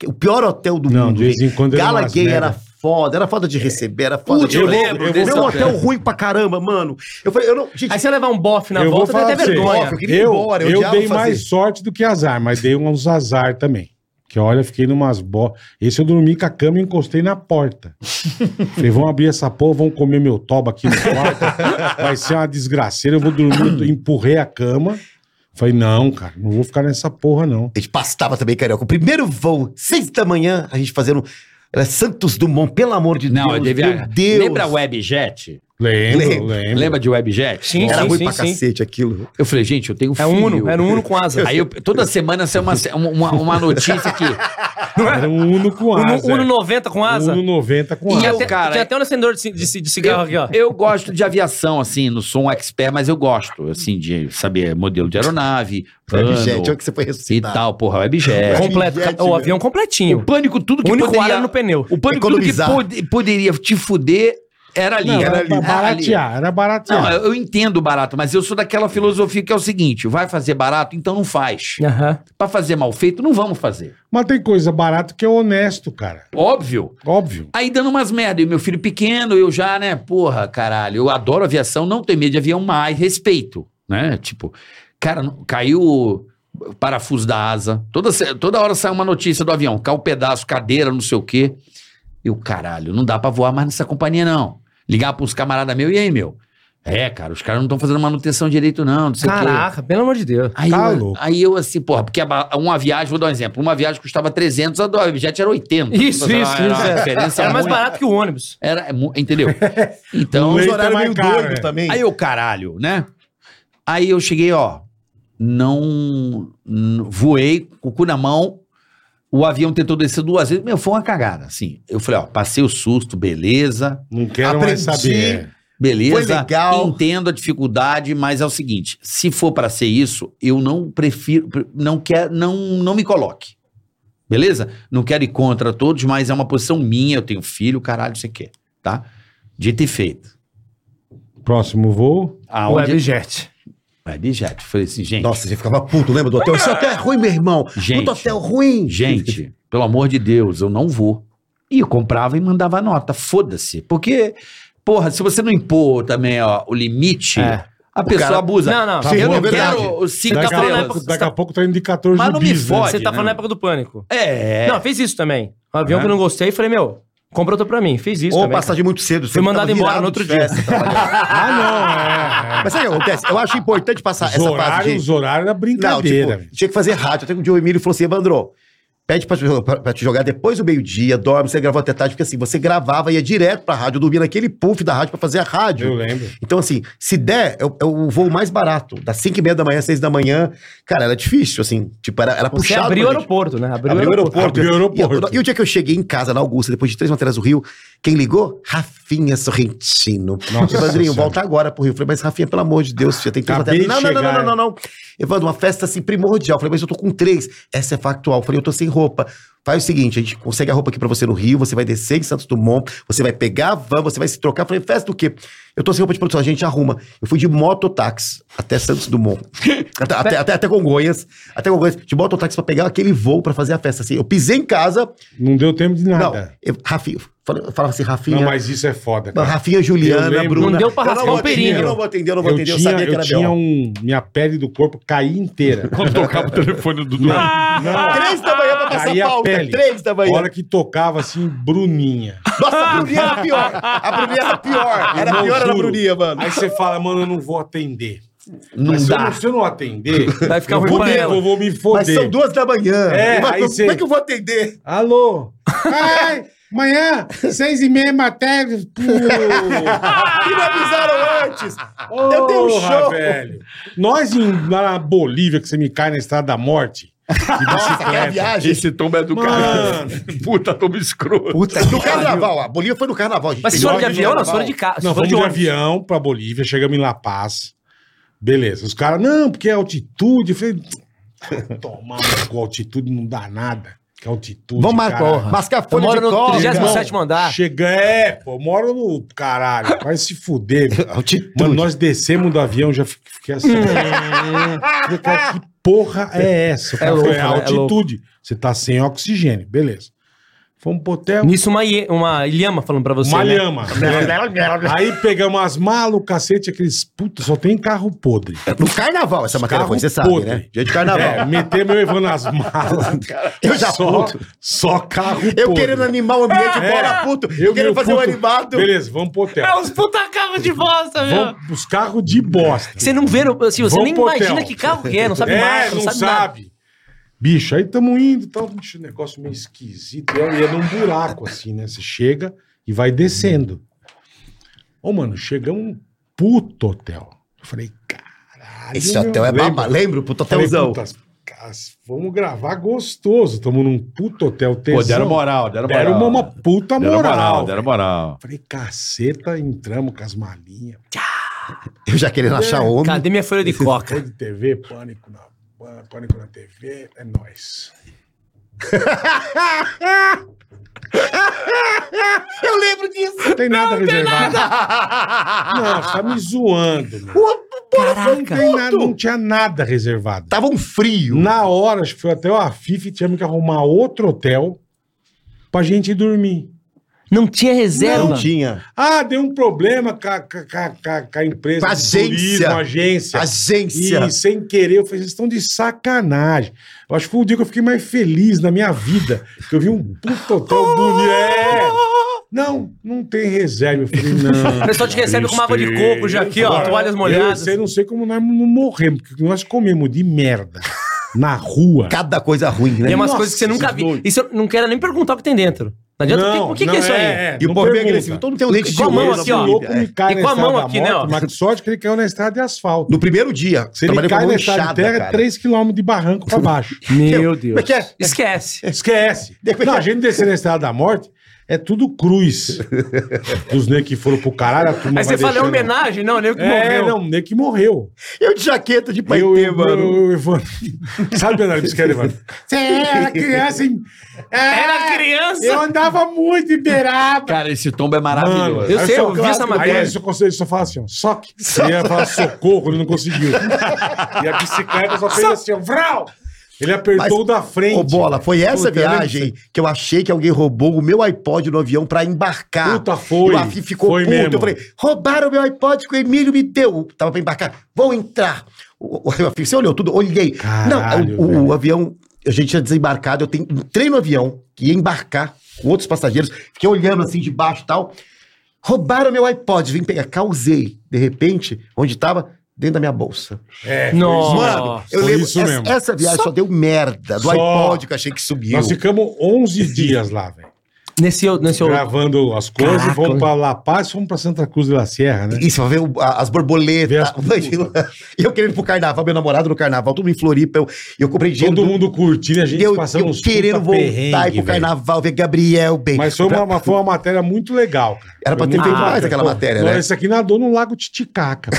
Speaker 6: é O pior hotel do
Speaker 3: Não,
Speaker 6: mundo.
Speaker 3: de vez em
Speaker 6: gente.
Speaker 3: quando era
Speaker 6: Gala
Speaker 3: umas
Speaker 6: Gay
Speaker 3: merda.
Speaker 6: era foda, era foda de receber, era foda
Speaker 7: Putz,
Speaker 6: de
Speaker 7: eu
Speaker 6: fazer.
Speaker 7: lembro
Speaker 6: Eu
Speaker 7: desse
Speaker 6: Meu
Speaker 7: hotel.
Speaker 6: hotel ruim pra caramba, mano. Eu falei, eu não. Gente,
Speaker 5: Aí você levar um bofe na
Speaker 3: eu vou
Speaker 5: volta, dá
Speaker 3: falar
Speaker 5: até
Speaker 3: pra você.
Speaker 5: vergonha.
Speaker 6: Eu queria ir
Speaker 3: Eu,
Speaker 6: odiava
Speaker 3: eu dei
Speaker 6: fazer.
Speaker 3: mais sorte do que azar, mas dei uns azar também. Que olha, eu fiquei numas bo... Esse eu dormi com a cama e encostei na porta. Falei, vão abrir essa porra, vão comer meu toba aqui no quarto. Vai ser uma desgraceira, eu vou dormir. Eu empurrei a cama. Falei, não, cara, não vou ficar nessa porra, não.
Speaker 6: A gente pastava também, Carioca. O primeiro voo, seis da manhã, a gente fazendo. Era Santos Dumont, pelo amor de
Speaker 7: Não,
Speaker 6: Deus.
Speaker 7: eu devia...
Speaker 6: Meu Deus.
Speaker 7: Lembra a Webjet?
Speaker 3: Lembro,
Speaker 6: Lembro.
Speaker 3: lembro.
Speaker 7: Lembra de Webjet?
Speaker 5: Sim,
Speaker 6: Era
Speaker 5: sim,
Speaker 6: ruim
Speaker 5: sim,
Speaker 6: pra
Speaker 5: sim.
Speaker 6: cacete aquilo.
Speaker 7: Eu falei, gente, eu tenho um
Speaker 5: É um Uno,
Speaker 7: filho.
Speaker 5: era um Uno com asa.
Speaker 7: Aí eu- toda semana sai uma, uma, uma notícia que.
Speaker 3: Era um Uno com
Speaker 5: Uno,
Speaker 3: asa.
Speaker 5: Uno 90 com asa.
Speaker 3: Uno 90 com
Speaker 5: E
Speaker 3: asa.
Speaker 7: eu,
Speaker 5: até,
Speaker 7: cara,
Speaker 5: tem até um acendedor de, ci- de ci- de cigarro aqui, ó.
Speaker 7: Eu, eu gosto de aviação, assim, não sou um expert, mas eu gosto, assim, de saber modelo de aeronave, plano
Speaker 6: Webjet, olha é que você foi
Speaker 7: e
Speaker 6: ressuscitar.
Speaker 7: tal, porra, webjet.
Speaker 5: Completo.
Speaker 6: Jet,
Speaker 5: o
Speaker 6: velho.
Speaker 5: avião
Speaker 7: O
Speaker 5: completinho.
Speaker 7: pânico, tudo
Speaker 5: O
Speaker 7: que
Speaker 5: único
Speaker 7: poderia...
Speaker 5: ar no pneu.
Speaker 7: O pânico, tudo que
Speaker 6: Economizar.
Speaker 7: pode- poderia te fuder era ali.
Speaker 3: Não,
Speaker 7: era
Speaker 3: era
Speaker 7: ali. era ali.
Speaker 3: baratear, era baratear.
Speaker 7: Não, eu entendo barato, mas eu sou daquela filosofia que é o seguinte, vai fazer barato, então não faz.
Speaker 5: Aham.
Speaker 7: Pra fazer mal feito, não vamos fazer.
Speaker 3: Mas tem coisa barata que é honesto, cara.
Speaker 7: Óbvio.
Speaker 3: Óbvio.
Speaker 7: Aí dando umas merda, e meu filho pequeno, eu já, né, porra, caralho, eu adoro aviação, não tenho medo de avião, mas respeito, né? Tipo, cara, não- caiu o parafuso da asa, toda, se- toda hora sai uma notícia do avião, cai um pedaço, cadeira, não sei o quê. Eu, caralho, não dá pra voar mais nessa companhia, não. Ligar pros camaradas meu, e aí, meu? É, cara, os caras não estão fazendo manutenção direito, não, não sei o quê.
Speaker 5: Caraca, pelo amor de Deus.
Speaker 7: Aí,
Speaker 3: Tá
Speaker 7: eu,
Speaker 3: louco.
Speaker 7: aí eu assim, porra, porque a ba- uma viagem, vou dar um exemplo, uma viagem custava 300, a do Webjet era 80.
Speaker 5: Isso,
Speaker 7: Era-
Speaker 5: isso, isso.
Speaker 7: era uma
Speaker 5: é.
Speaker 7: diferença
Speaker 5: Era mais
Speaker 7: muito-
Speaker 5: barato que o ônibus.
Speaker 7: era, é mu- entendeu? Então,
Speaker 3: Não
Speaker 6: Os
Speaker 3: Leite é
Speaker 6: horários
Speaker 3: mais
Speaker 6: meio
Speaker 3: caro,
Speaker 6: doido
Speaker 3: é.
Speaker 6: também.
Speaker 7: aí eu, caralho, né? Aí eu cheguei, ó, não n- voei com o cu na mão. O avião tentou descer duas vezes, meu, foi uma cagada, assim. Eu falei, ó, passei o susto, beleza,
Speaker 3: Não quero mais
Speaker 6: Aprendi.
Speaker 3: saber.
Speaker 7: beleza.
Speaker 6: Foi legal.
Speaker 7: Entendo a dificuldade, mas é o seguinte, se for pra ser isso, eu não prefiro, pre- não quer, não não me coloque. Beleza? Não quero ir contra todos, mas é uma posição minha, eu tenho filho, caralho, você quer, tá? Dito e feito.
Speaker 3: Próximo voo.
Speaker 5: O
Speaker 7: Aonde é
Speaker 5: Webjet.
Speaker 7: Webjet. Falei assim, gente,
Speaker 6: Nossa, você ficava puto, lembra do hotel? Esse hotel é ruim, meu irmão.
Speaker 7: Gente.
Speaker 6: Puto hotel ruim.
Speaker 7: gente, pelo amor de Deus, eu não vou. E eu comprava e mandava nota, foda-se. Porque, porra, se você não impor também ó, o limite,
Speaker 5: É.
Speaker 7: a pessoa
Speaker 6: cara-
Speaker 7: abusa.
Speaker 5: Não, não.
Speaker 6: Tá
Speaker 7: eu
Speaker 6: bom,
Speaker 7: não
Speaker 6: é verdade.
Speaker 7: quero os cinco
Speaker 3: Daqui,
Speaker 5: falando
Speaker 3: a
Speaker 5: na
Speaker 7: estrelas.
Speaker 3: pouco,
Speaker 5: época-
Speaker 3: daqui a pouco tá indo 14
Speaker 7: Mas não me
Speaker 3: bis, né?
Speaker 7: fode.
Speaker 5: Você tá falando
Speaker 7: né?
Speaker 5: na época do pânico.
Speaker 7: É.
Speaker 5: Não, eu fiz isso também. Um avião
Speaker 7: É.
Speaker 5: que eu não gostei, falei, meu, compra outro pra mim. Fiz isso
Speaker 6: Ou
Speaker 5: também.
Speaker 6: passagem muito cedo.
Speaker 5: Fui
Speaker 6: Foi
Speaker 5: mandado embora no outro dia.
Speaker 3: Ah, não, é. é.
Speaker 6: tá Mas sabe o que acontece? Eu acho importante passar
Speaker 3: Os
Speaker 6: essa fase de...
Speaker 3: horários, os horários era
Speaker 6: Não,
Speaker 3: brincadeira.
Speaker 6: tipo, tinha que fazer rádio. Até que um dia o Emílio falou assim, Evandro, pede pra te, pra- pra te jogar depois do meio-dia, dorme, você gravou até tarde, porque assim, você gravava, ia direto pra rádio, dormia naquele puff da rádio pra fazer a rádio.
Speaker 3: eu lembro.
Speaker 6: Então, assim, se der, é o, é o voo mais barato. Das 5 e meia da manhã, 6 da manhã. Cara, era difícil, assim. Tipo, era, era
Speaker 5: Você
Speaker 6: puxado.
Speaker 5: abriu o
Speaker 6: pra gente.
Speaker 5: aeroporto, né? Abriu,
Speaker 6: Abriu o aeroporto.
Speaker 3: Abriu o aeroporto.
Speaker 6: E, eu- e o dia que eu cheguei em casa, na Augusta, depois de três matérias do Rio, quem ligou? Rafinha Sorrentino.
Speaker 3: Nossa
Speaker 6: Evandrinho,
Speaker 3: Senhora.
Speaker 6: volta agora pro Rio. Eu falei, mas Rafinha, pelo amor de Deus, já tem três
Speaker 3: Acabei
Speaker 6: matérias.
Speaker 3: de
Speaker 6: Não, não, não, não,
Speaker 3: chegar. é.
Speaker 6: não, não, não. Evandro, uma festa assim primordial. Eu falei, mas eu tô com três. Essa é factual. Eu falei, eu tô sem roupa. Faz o seguinte, a gente consegue a roupa aqui pra você no Rio, você vai descer em Santos Dumont, você vai pegar a van, você vai se trocar. Eu falei, festa do quê? Eu tô sem roupa de produção, a gente arruma. Eu fui de mototáxi até Santos Dumont. até, até, até, até Congonhas. Até Congonhas. De mototáxi pra pegar aquele voo pra fazer a festa. Assim, eu pisei em casa.
Speaker 3: Não deu tempo de
Speaker 6: Não,
Speaker 3: nada.
Speaker 6: eu, Rafinha, eu falava assim, Rafinha.
Speaker 3: Não, mas isso é foda,
Speaker 6: Não,
Speaker 3: cara.
Speaker 6: Rafinha, Juliana,
Speaker 3: lembro.
Speaker 6: Bruna.
Speaker 5: Não deu pra
Speaker 6: Eu não
Speaker 5: rasgar
Speaker 6: vou
Speaker 5: o
Speaker 6: atender,
Speaker 5: perinho.
Speaker 6: Eu não vou atender, eu não vou
Speaker 3: Eu
Speaker 6: atender. Eu,
Speaker 3: tinha,
Speaker 6: sabia que
Speaker 3: eu
Speaker 6: era
Speaker 3: tinha
Speaker 6: B.O.
Speaker 3: um. Minha pele do corpo caía inteira.
Speaker 4: Quando tocava o telefone do Dudu.
Speaker 6: Três da manhã pra passar
Speaker 3: Caía a
Speaker 6: pauta.
Speaker 3: pele.
Speaker 6: Três da manhã.
Speaker 3: A hora que tocava assim, Bruninha.
Speaker 6: Nossa, a Bruninha era pior. A Bruninha era pior. Era
Speaker 3: Irmão,
Speaker 6: pior era a
Speaker 3: juro.
Speaker 6: Bruninha, mano.
Speaker 3: Aí você fala, mano, eu não vou atender.
Speaker 7: Não
Speaker 3: Mas se eu
Speaker 7: dá.
Speaker 3: não- Se eu não atender,
Speaker 5: Vai ficar
Speaker 3: eu
Speaker 5: ruim
Speaker 3: vou
Speaker 5: pra
Speaker 3: me-
Speaker 5: ela.
Speaker 3: Eu vou me
Speaker 6: Mas são
Speaker 3: foder.
Speaker 6: duas da manhã.
Speaker 3: É,
Speaker 6: Mas
Speaker 3: aí
Speaker 6: como
Speaker 3: você-
Speaker 6: é que eu vou atender?
Speaker 3: Alô? Ai, amanhã, seis e meia, matéria.
Speaker 6: E não avisaram antes.
Speaker 3: Eu
Speaker 6: tenho um show.
Speaker 3: velho. Nós em, lá na Bolívia, que você me cai na Estrada da Morte.
Speaker 6: Nossa, aquela viagem.
Speaker 4: Esse tombo é do
Speaker 3: Mano.
Speaker 4: caralho. Puta, tombo escroto.
Speaker 6: Puta, no carnaval. A Bolívia foi no carnaval. gente.
Speaker 5: Mas vocês
Speaker 6: Melhor
Speaker 5: foram de
Speaker 6: que no
Speaker 5: avião ou não? Vocês foram de
Speaker 6: carnaval.
Speaker 5: carro?
Speaker 3: Não,
Speaker 5: Vocês foram
Speaker 3: fomos de avião pra Bolívia, chegamos em La Paz. Beleza. Os caras, não, porque é altitude. Eu falei, tomar no cu, altitude não dá nada. Que altitude.
Speaker 6: Vamos marcar.
Speaker 3: caralho.
Speaker 6: Mascar
Speaker 5: Eu
Speaker 6: folha
Speaker 5: moro
Speaker 6: de
Speaker 5: no
Speaker 6: coca.
Speaker 5: 37 andar.
Speaker 3: Chega, é, pô, eu moro no caralho. Vai se fuder, velho.
Speaker 6: Altitude.
Speaker 3: Mano, nós descemos do avião, já fi- fiquei
Speaker 6: É,
Speaker 3: assim. Falei, cara, que porra é essa? O cara
Speaker 5: É louco,
Speaker 3: falou,
Speaker 5: né?
Speaker 3: é
Speaker 5: É
Speaker 3: altitude. Você tá sem oxigênio, beleza. Fomos pro hotel.
Speaker 5: Nisso uma, ie- uma ilhama falando pra você, né?
Speaker 3: Malhama. Aí pegamos as malas, o cacete, aqueles putos, só tem carro podre.
Speaker 5: Tá
Speaker 6: No carnaval essa matéria
Speaker 3: Carro
Speaker 6: foi, você sabe,
Speaker 3: podre.
Speaker 6: né? Dia de carnaval.
Speaker 3: É, metemos eu levando as malas.
Speaker 6: eu já
Speaker 3: só,
Speaker 6: puto.
Speaker 3: só carro
Speaker 6: Eu
Speaker 3: podre.
Speaker 6: querendo animar o ambiente,
Speaker 3: É,
Speaker 6: bora puto.
Speaker 3: eu
Speaker 6: Eu
Speaker 3: meu
Speaker 6: querendo fazer um
Speaker 3: puto.
Speaker 6: animado.
Speaker 3: Beleza, vamos pro
Speaker 5: É
Speaker 3: hotel.
Speaker 5: uns puta carro de bosta, meu.
Speaker 3: Vamos, os carros de bosta.
Speaker 5: Você não vê, assim, você
Speaker 3: Vamos
Speaker 5: nem
Speaker 3: pro hotel.
Speaker 5: imagina que carro que é, não sabe
Speaker 3: é,
Speaker 5: marca,
Speaker 3: não, sabe.
Speaker 5: nada.
Speaker 3: Bicho, aí tamo indo, tal, bicho, um negócio meio esquisito. é Eu ia num buraco assim, né? Você chega e vai descendo. Ô, mano, chegamos um puto hotel. Eu falei, caralho.
Speaker 6: Esse
Speaker 3: meu,
Speaker 6: hotel é
Speaker 3: lembra?
Speaker 6: babado. Lembro, puto
Speaker 3: Falei,
Speaker 6: hotelzão.
Speaker 3: putas, cas- vamos gravar gostoso. Tamo num puto hotel tesão.
Speaker 7: Pô, deram moral, deram moral.
Speaker 3: Deram uma, uma puta
Speaker 7: Deram
Speaker 3: moral.
Speaker 7: deram moral.
Speaker 3: Falei, caceta, entramos com as malinhas.
Speaker 6: Eu já querendo achar homem.
Speaker 5: Cadê minha folha de
Speaker 3: Foi
Speaker 5: coca?
Speaker 3: de TV, pânico na, pânico na TV, é nóis.
Speaker 6: Eu lembro disso.
Speaker 3: Não tem nada reservado. Não, você tá me zoando. Meu. Não,
Speaker 5: Caraca.
Speaker 3: tem nada, não tinha nada reservado.
Speaker 6: Tava um frio.
Speaker 3: Na hora, acho que foi até a Fifi, tivemos que arrumar outro hotel pra gente ir dormir.
Speaker 5: Não tinha reserva.
Speaker 6: Não tinha.
Speaker 3: Ah, deu um problema com a, com a- com a- com a empresa
Speaker 6: Com a
Speaker 3: de
Speaker 6: agência.
Speaker 3: agência.
Speaker 6: Agência.
Speaker 3: E sem querer, eu falei, vocês estão de sacanagem. Eu acho que foi o dia que eu fiquei mais feliz na minha vida. Que eu vi um puto hotel bonito. É. Não, não tem reserva. Eu falei, não.
Speaker 5: O pessoal te recebe com uma água de coco já aqui, ó,
Speaker 3: É, Agora,
Speaker 5: toalhas molhadas.
Speaker 3: Eu sei, não sei como nós não morremos, porque nós comemos de merda na rua.
Speaker 6: Cada coisa ruim, né?
Speaker 5: E é umas
Speaker 3: Nossa,
Speaker 5: coisas que você nunca
Speaker 3: esses
Speaker 5: viu.
Speaker 3: dois.
Speaker 5: E você não quero nem perguntar o que tem dentro. Não adianta. o que- o que, que é isso aí?
Speaker 6: E o povo bem
Speaker 3: pergunta.
Speaker 6: agressivo. Todo mundo tem um dente de
Speaker 5: Com a mão
Speaker 6: ouro na
Speaker 5: aqui, ó.
Speaker 6: Bolívia,
Speaker 3: louco né?
Speaker 6: é.
Speaker 3: me cai
Speaker 5: E
Speaker 3: na
Speaker 5: com a
Speaker 3: estrada
Speaker 5: mão
Speaker 3: da
Speaker 5: aqui,
Speaker 3: moto,
Speaker 5: né, ó.
Speaker 3: Mas que sorte que ele caiu na estrada de asfalto.
Speaker 6: No primeiro dia,
Speaker 3: Se ele
Speaker 6: trabalhei
Speaker 3: cai
Speaker 6: mão
Speaker 3: na estrada de
Speaker 6: inchada,
Speaker 3: terra, é
Speaker 6: cara.
Speaker 3: 3km de barranco pra baixo.
Speaker 5: Meu
Speaker 6: Como é que é?
Speaker 5: Esquece.
Speaker 3: Esquece. Não, a gente descer na Estrada da Morte é tudo cruz. Dos negros que foram pro caralho, a turma
Speaker 5: Aí você
Speaker 3: vai
Speaker 5: fala, é
Speaker 3: deixando-
Speaker 5: homenagem? Não, nem o que
Speaker 3: É,
Speaker 5: morreu.
Speaker 3: não, o nego que morreu.
Speaker 6: Eu de jaqueta de
Speaker 3: Aí
Speaker 6: paetê, mano.
Speaker 3: Evandro- Sabe andar de bicicleta, Evandro? Você era criança em...
Speaker 6: É.
Speaker 5: Era criança.
Speaker 3: Eu andava muito em Beraba.
Speaker 7: Cara, esse tombo é maravilhoso.
Speaker 5: eu sei, eu vi
Speaker 3: claro,
Speaker 5: essa
Speaker 3: Aí
Speaker 5: matéria.
Speaker 3: ele só, consegue- só fala assim, ó, só que. Ele ia falar socorro, ele não conseguiu. e a bicicleta só fez assim, ó, vrau! Ele apertou
Speaker 6: Mas-
Speaker 3: o da frente.
Speaker 6: Ô, Bola, foi
Speaker 3: Puta,
Speaker 6: essa
Speaker 3: eu
Speaker 6: viagem
Speaker 3: lembro
Speaker 6: que eu achei que alguém roubou o meu iPod no avião pra embarcar.
Speaker 3: Puta, foi.
Speaker 6: E o Afi ficou
Speaker 3: Foi
Speaker 6: puto.
Speaker 3: mesmo.
Speaker 6: Eu falei, roubaram meu iPod que o Emílio me deu. Tava pra embarcar. Vou entrar. O, o, o Afi, você olhou tudo? Olhei.
Speaker 3: Caralho,
Speaker 6: Não, o- o,
Speaker 3: velho.
Speaker 6: avião, a gente tinha desembarcado. Eu tenho, entrei no avião, que ia embarcar com outros passageiros. Fiquei olhando assim de baixo e tal. Roubaram meu iPod. Vim pegar. Causei. De repente, onde tava? Dentro da minha bolsa.
Speaker 3: É,
Speaker 5: Nossa.
Speaker 6: Mano, eu
Speaker 3: Foi
Speaker 6: lembro,
Speaker 3: isso
Speaker 6: essa,
Speaker 3: mesmo.
Speaker 6: essa viagem só, deu merda. Do
Speaker 3: Só.
Speaker 6: iPod que eu achei que subiu.
Speaker 3: Nós ficamos 11 dias lá, velho.
Speaker 5: Nesse, nesse outro.
Speaker 3: Gravando as coisas,
Speaker 5: Caraca.
Speaker 3: fomos pra La Paz, fomos pra Santa Cruz de La Sierra, né?
Speaker 6: Isso, pra ver o- a- as
Speaker 3: Ver
Speaker 6: borboletas.
Speaker 3: as
Speaker 6: E eu querendo ir pro carnaval, meu namorado no carnaval, tudo em Floripa. Eu, eu comprei dinheiro.
Speaker 3: Todo
Speaker 6: do-
Speaker 3: mundo curtindo, a gente
Speaker 6: eu,
Speaker 3: passando
Speaker 6: eu
Speaker 3: uns
Speaker 6: querendo
Speaker 3: puta
Speaker 6: voltar
Speaker 3: perrengue,
Speaker 6: ir pro
Speaker 3: velho.
Speaker 6: carnaval, ver Gabriel bem.
Speaker 3: Mas foi uma, uma- foi uma matéria muito legal, cara.
Speaker 6: Era pra
Speaker 3: Foi
Speaker 6: ter
Speaker 3: muito
Speaker 6: feito
Speaker 3: bacana.
Speaker 6: mais aquela
Speaker 3: Pô,
Speaker 6: matéria,
Speaker 3: nós
Speaker 6: né?
Speaker 3: Isso aqui nadou no Lago Titicaca.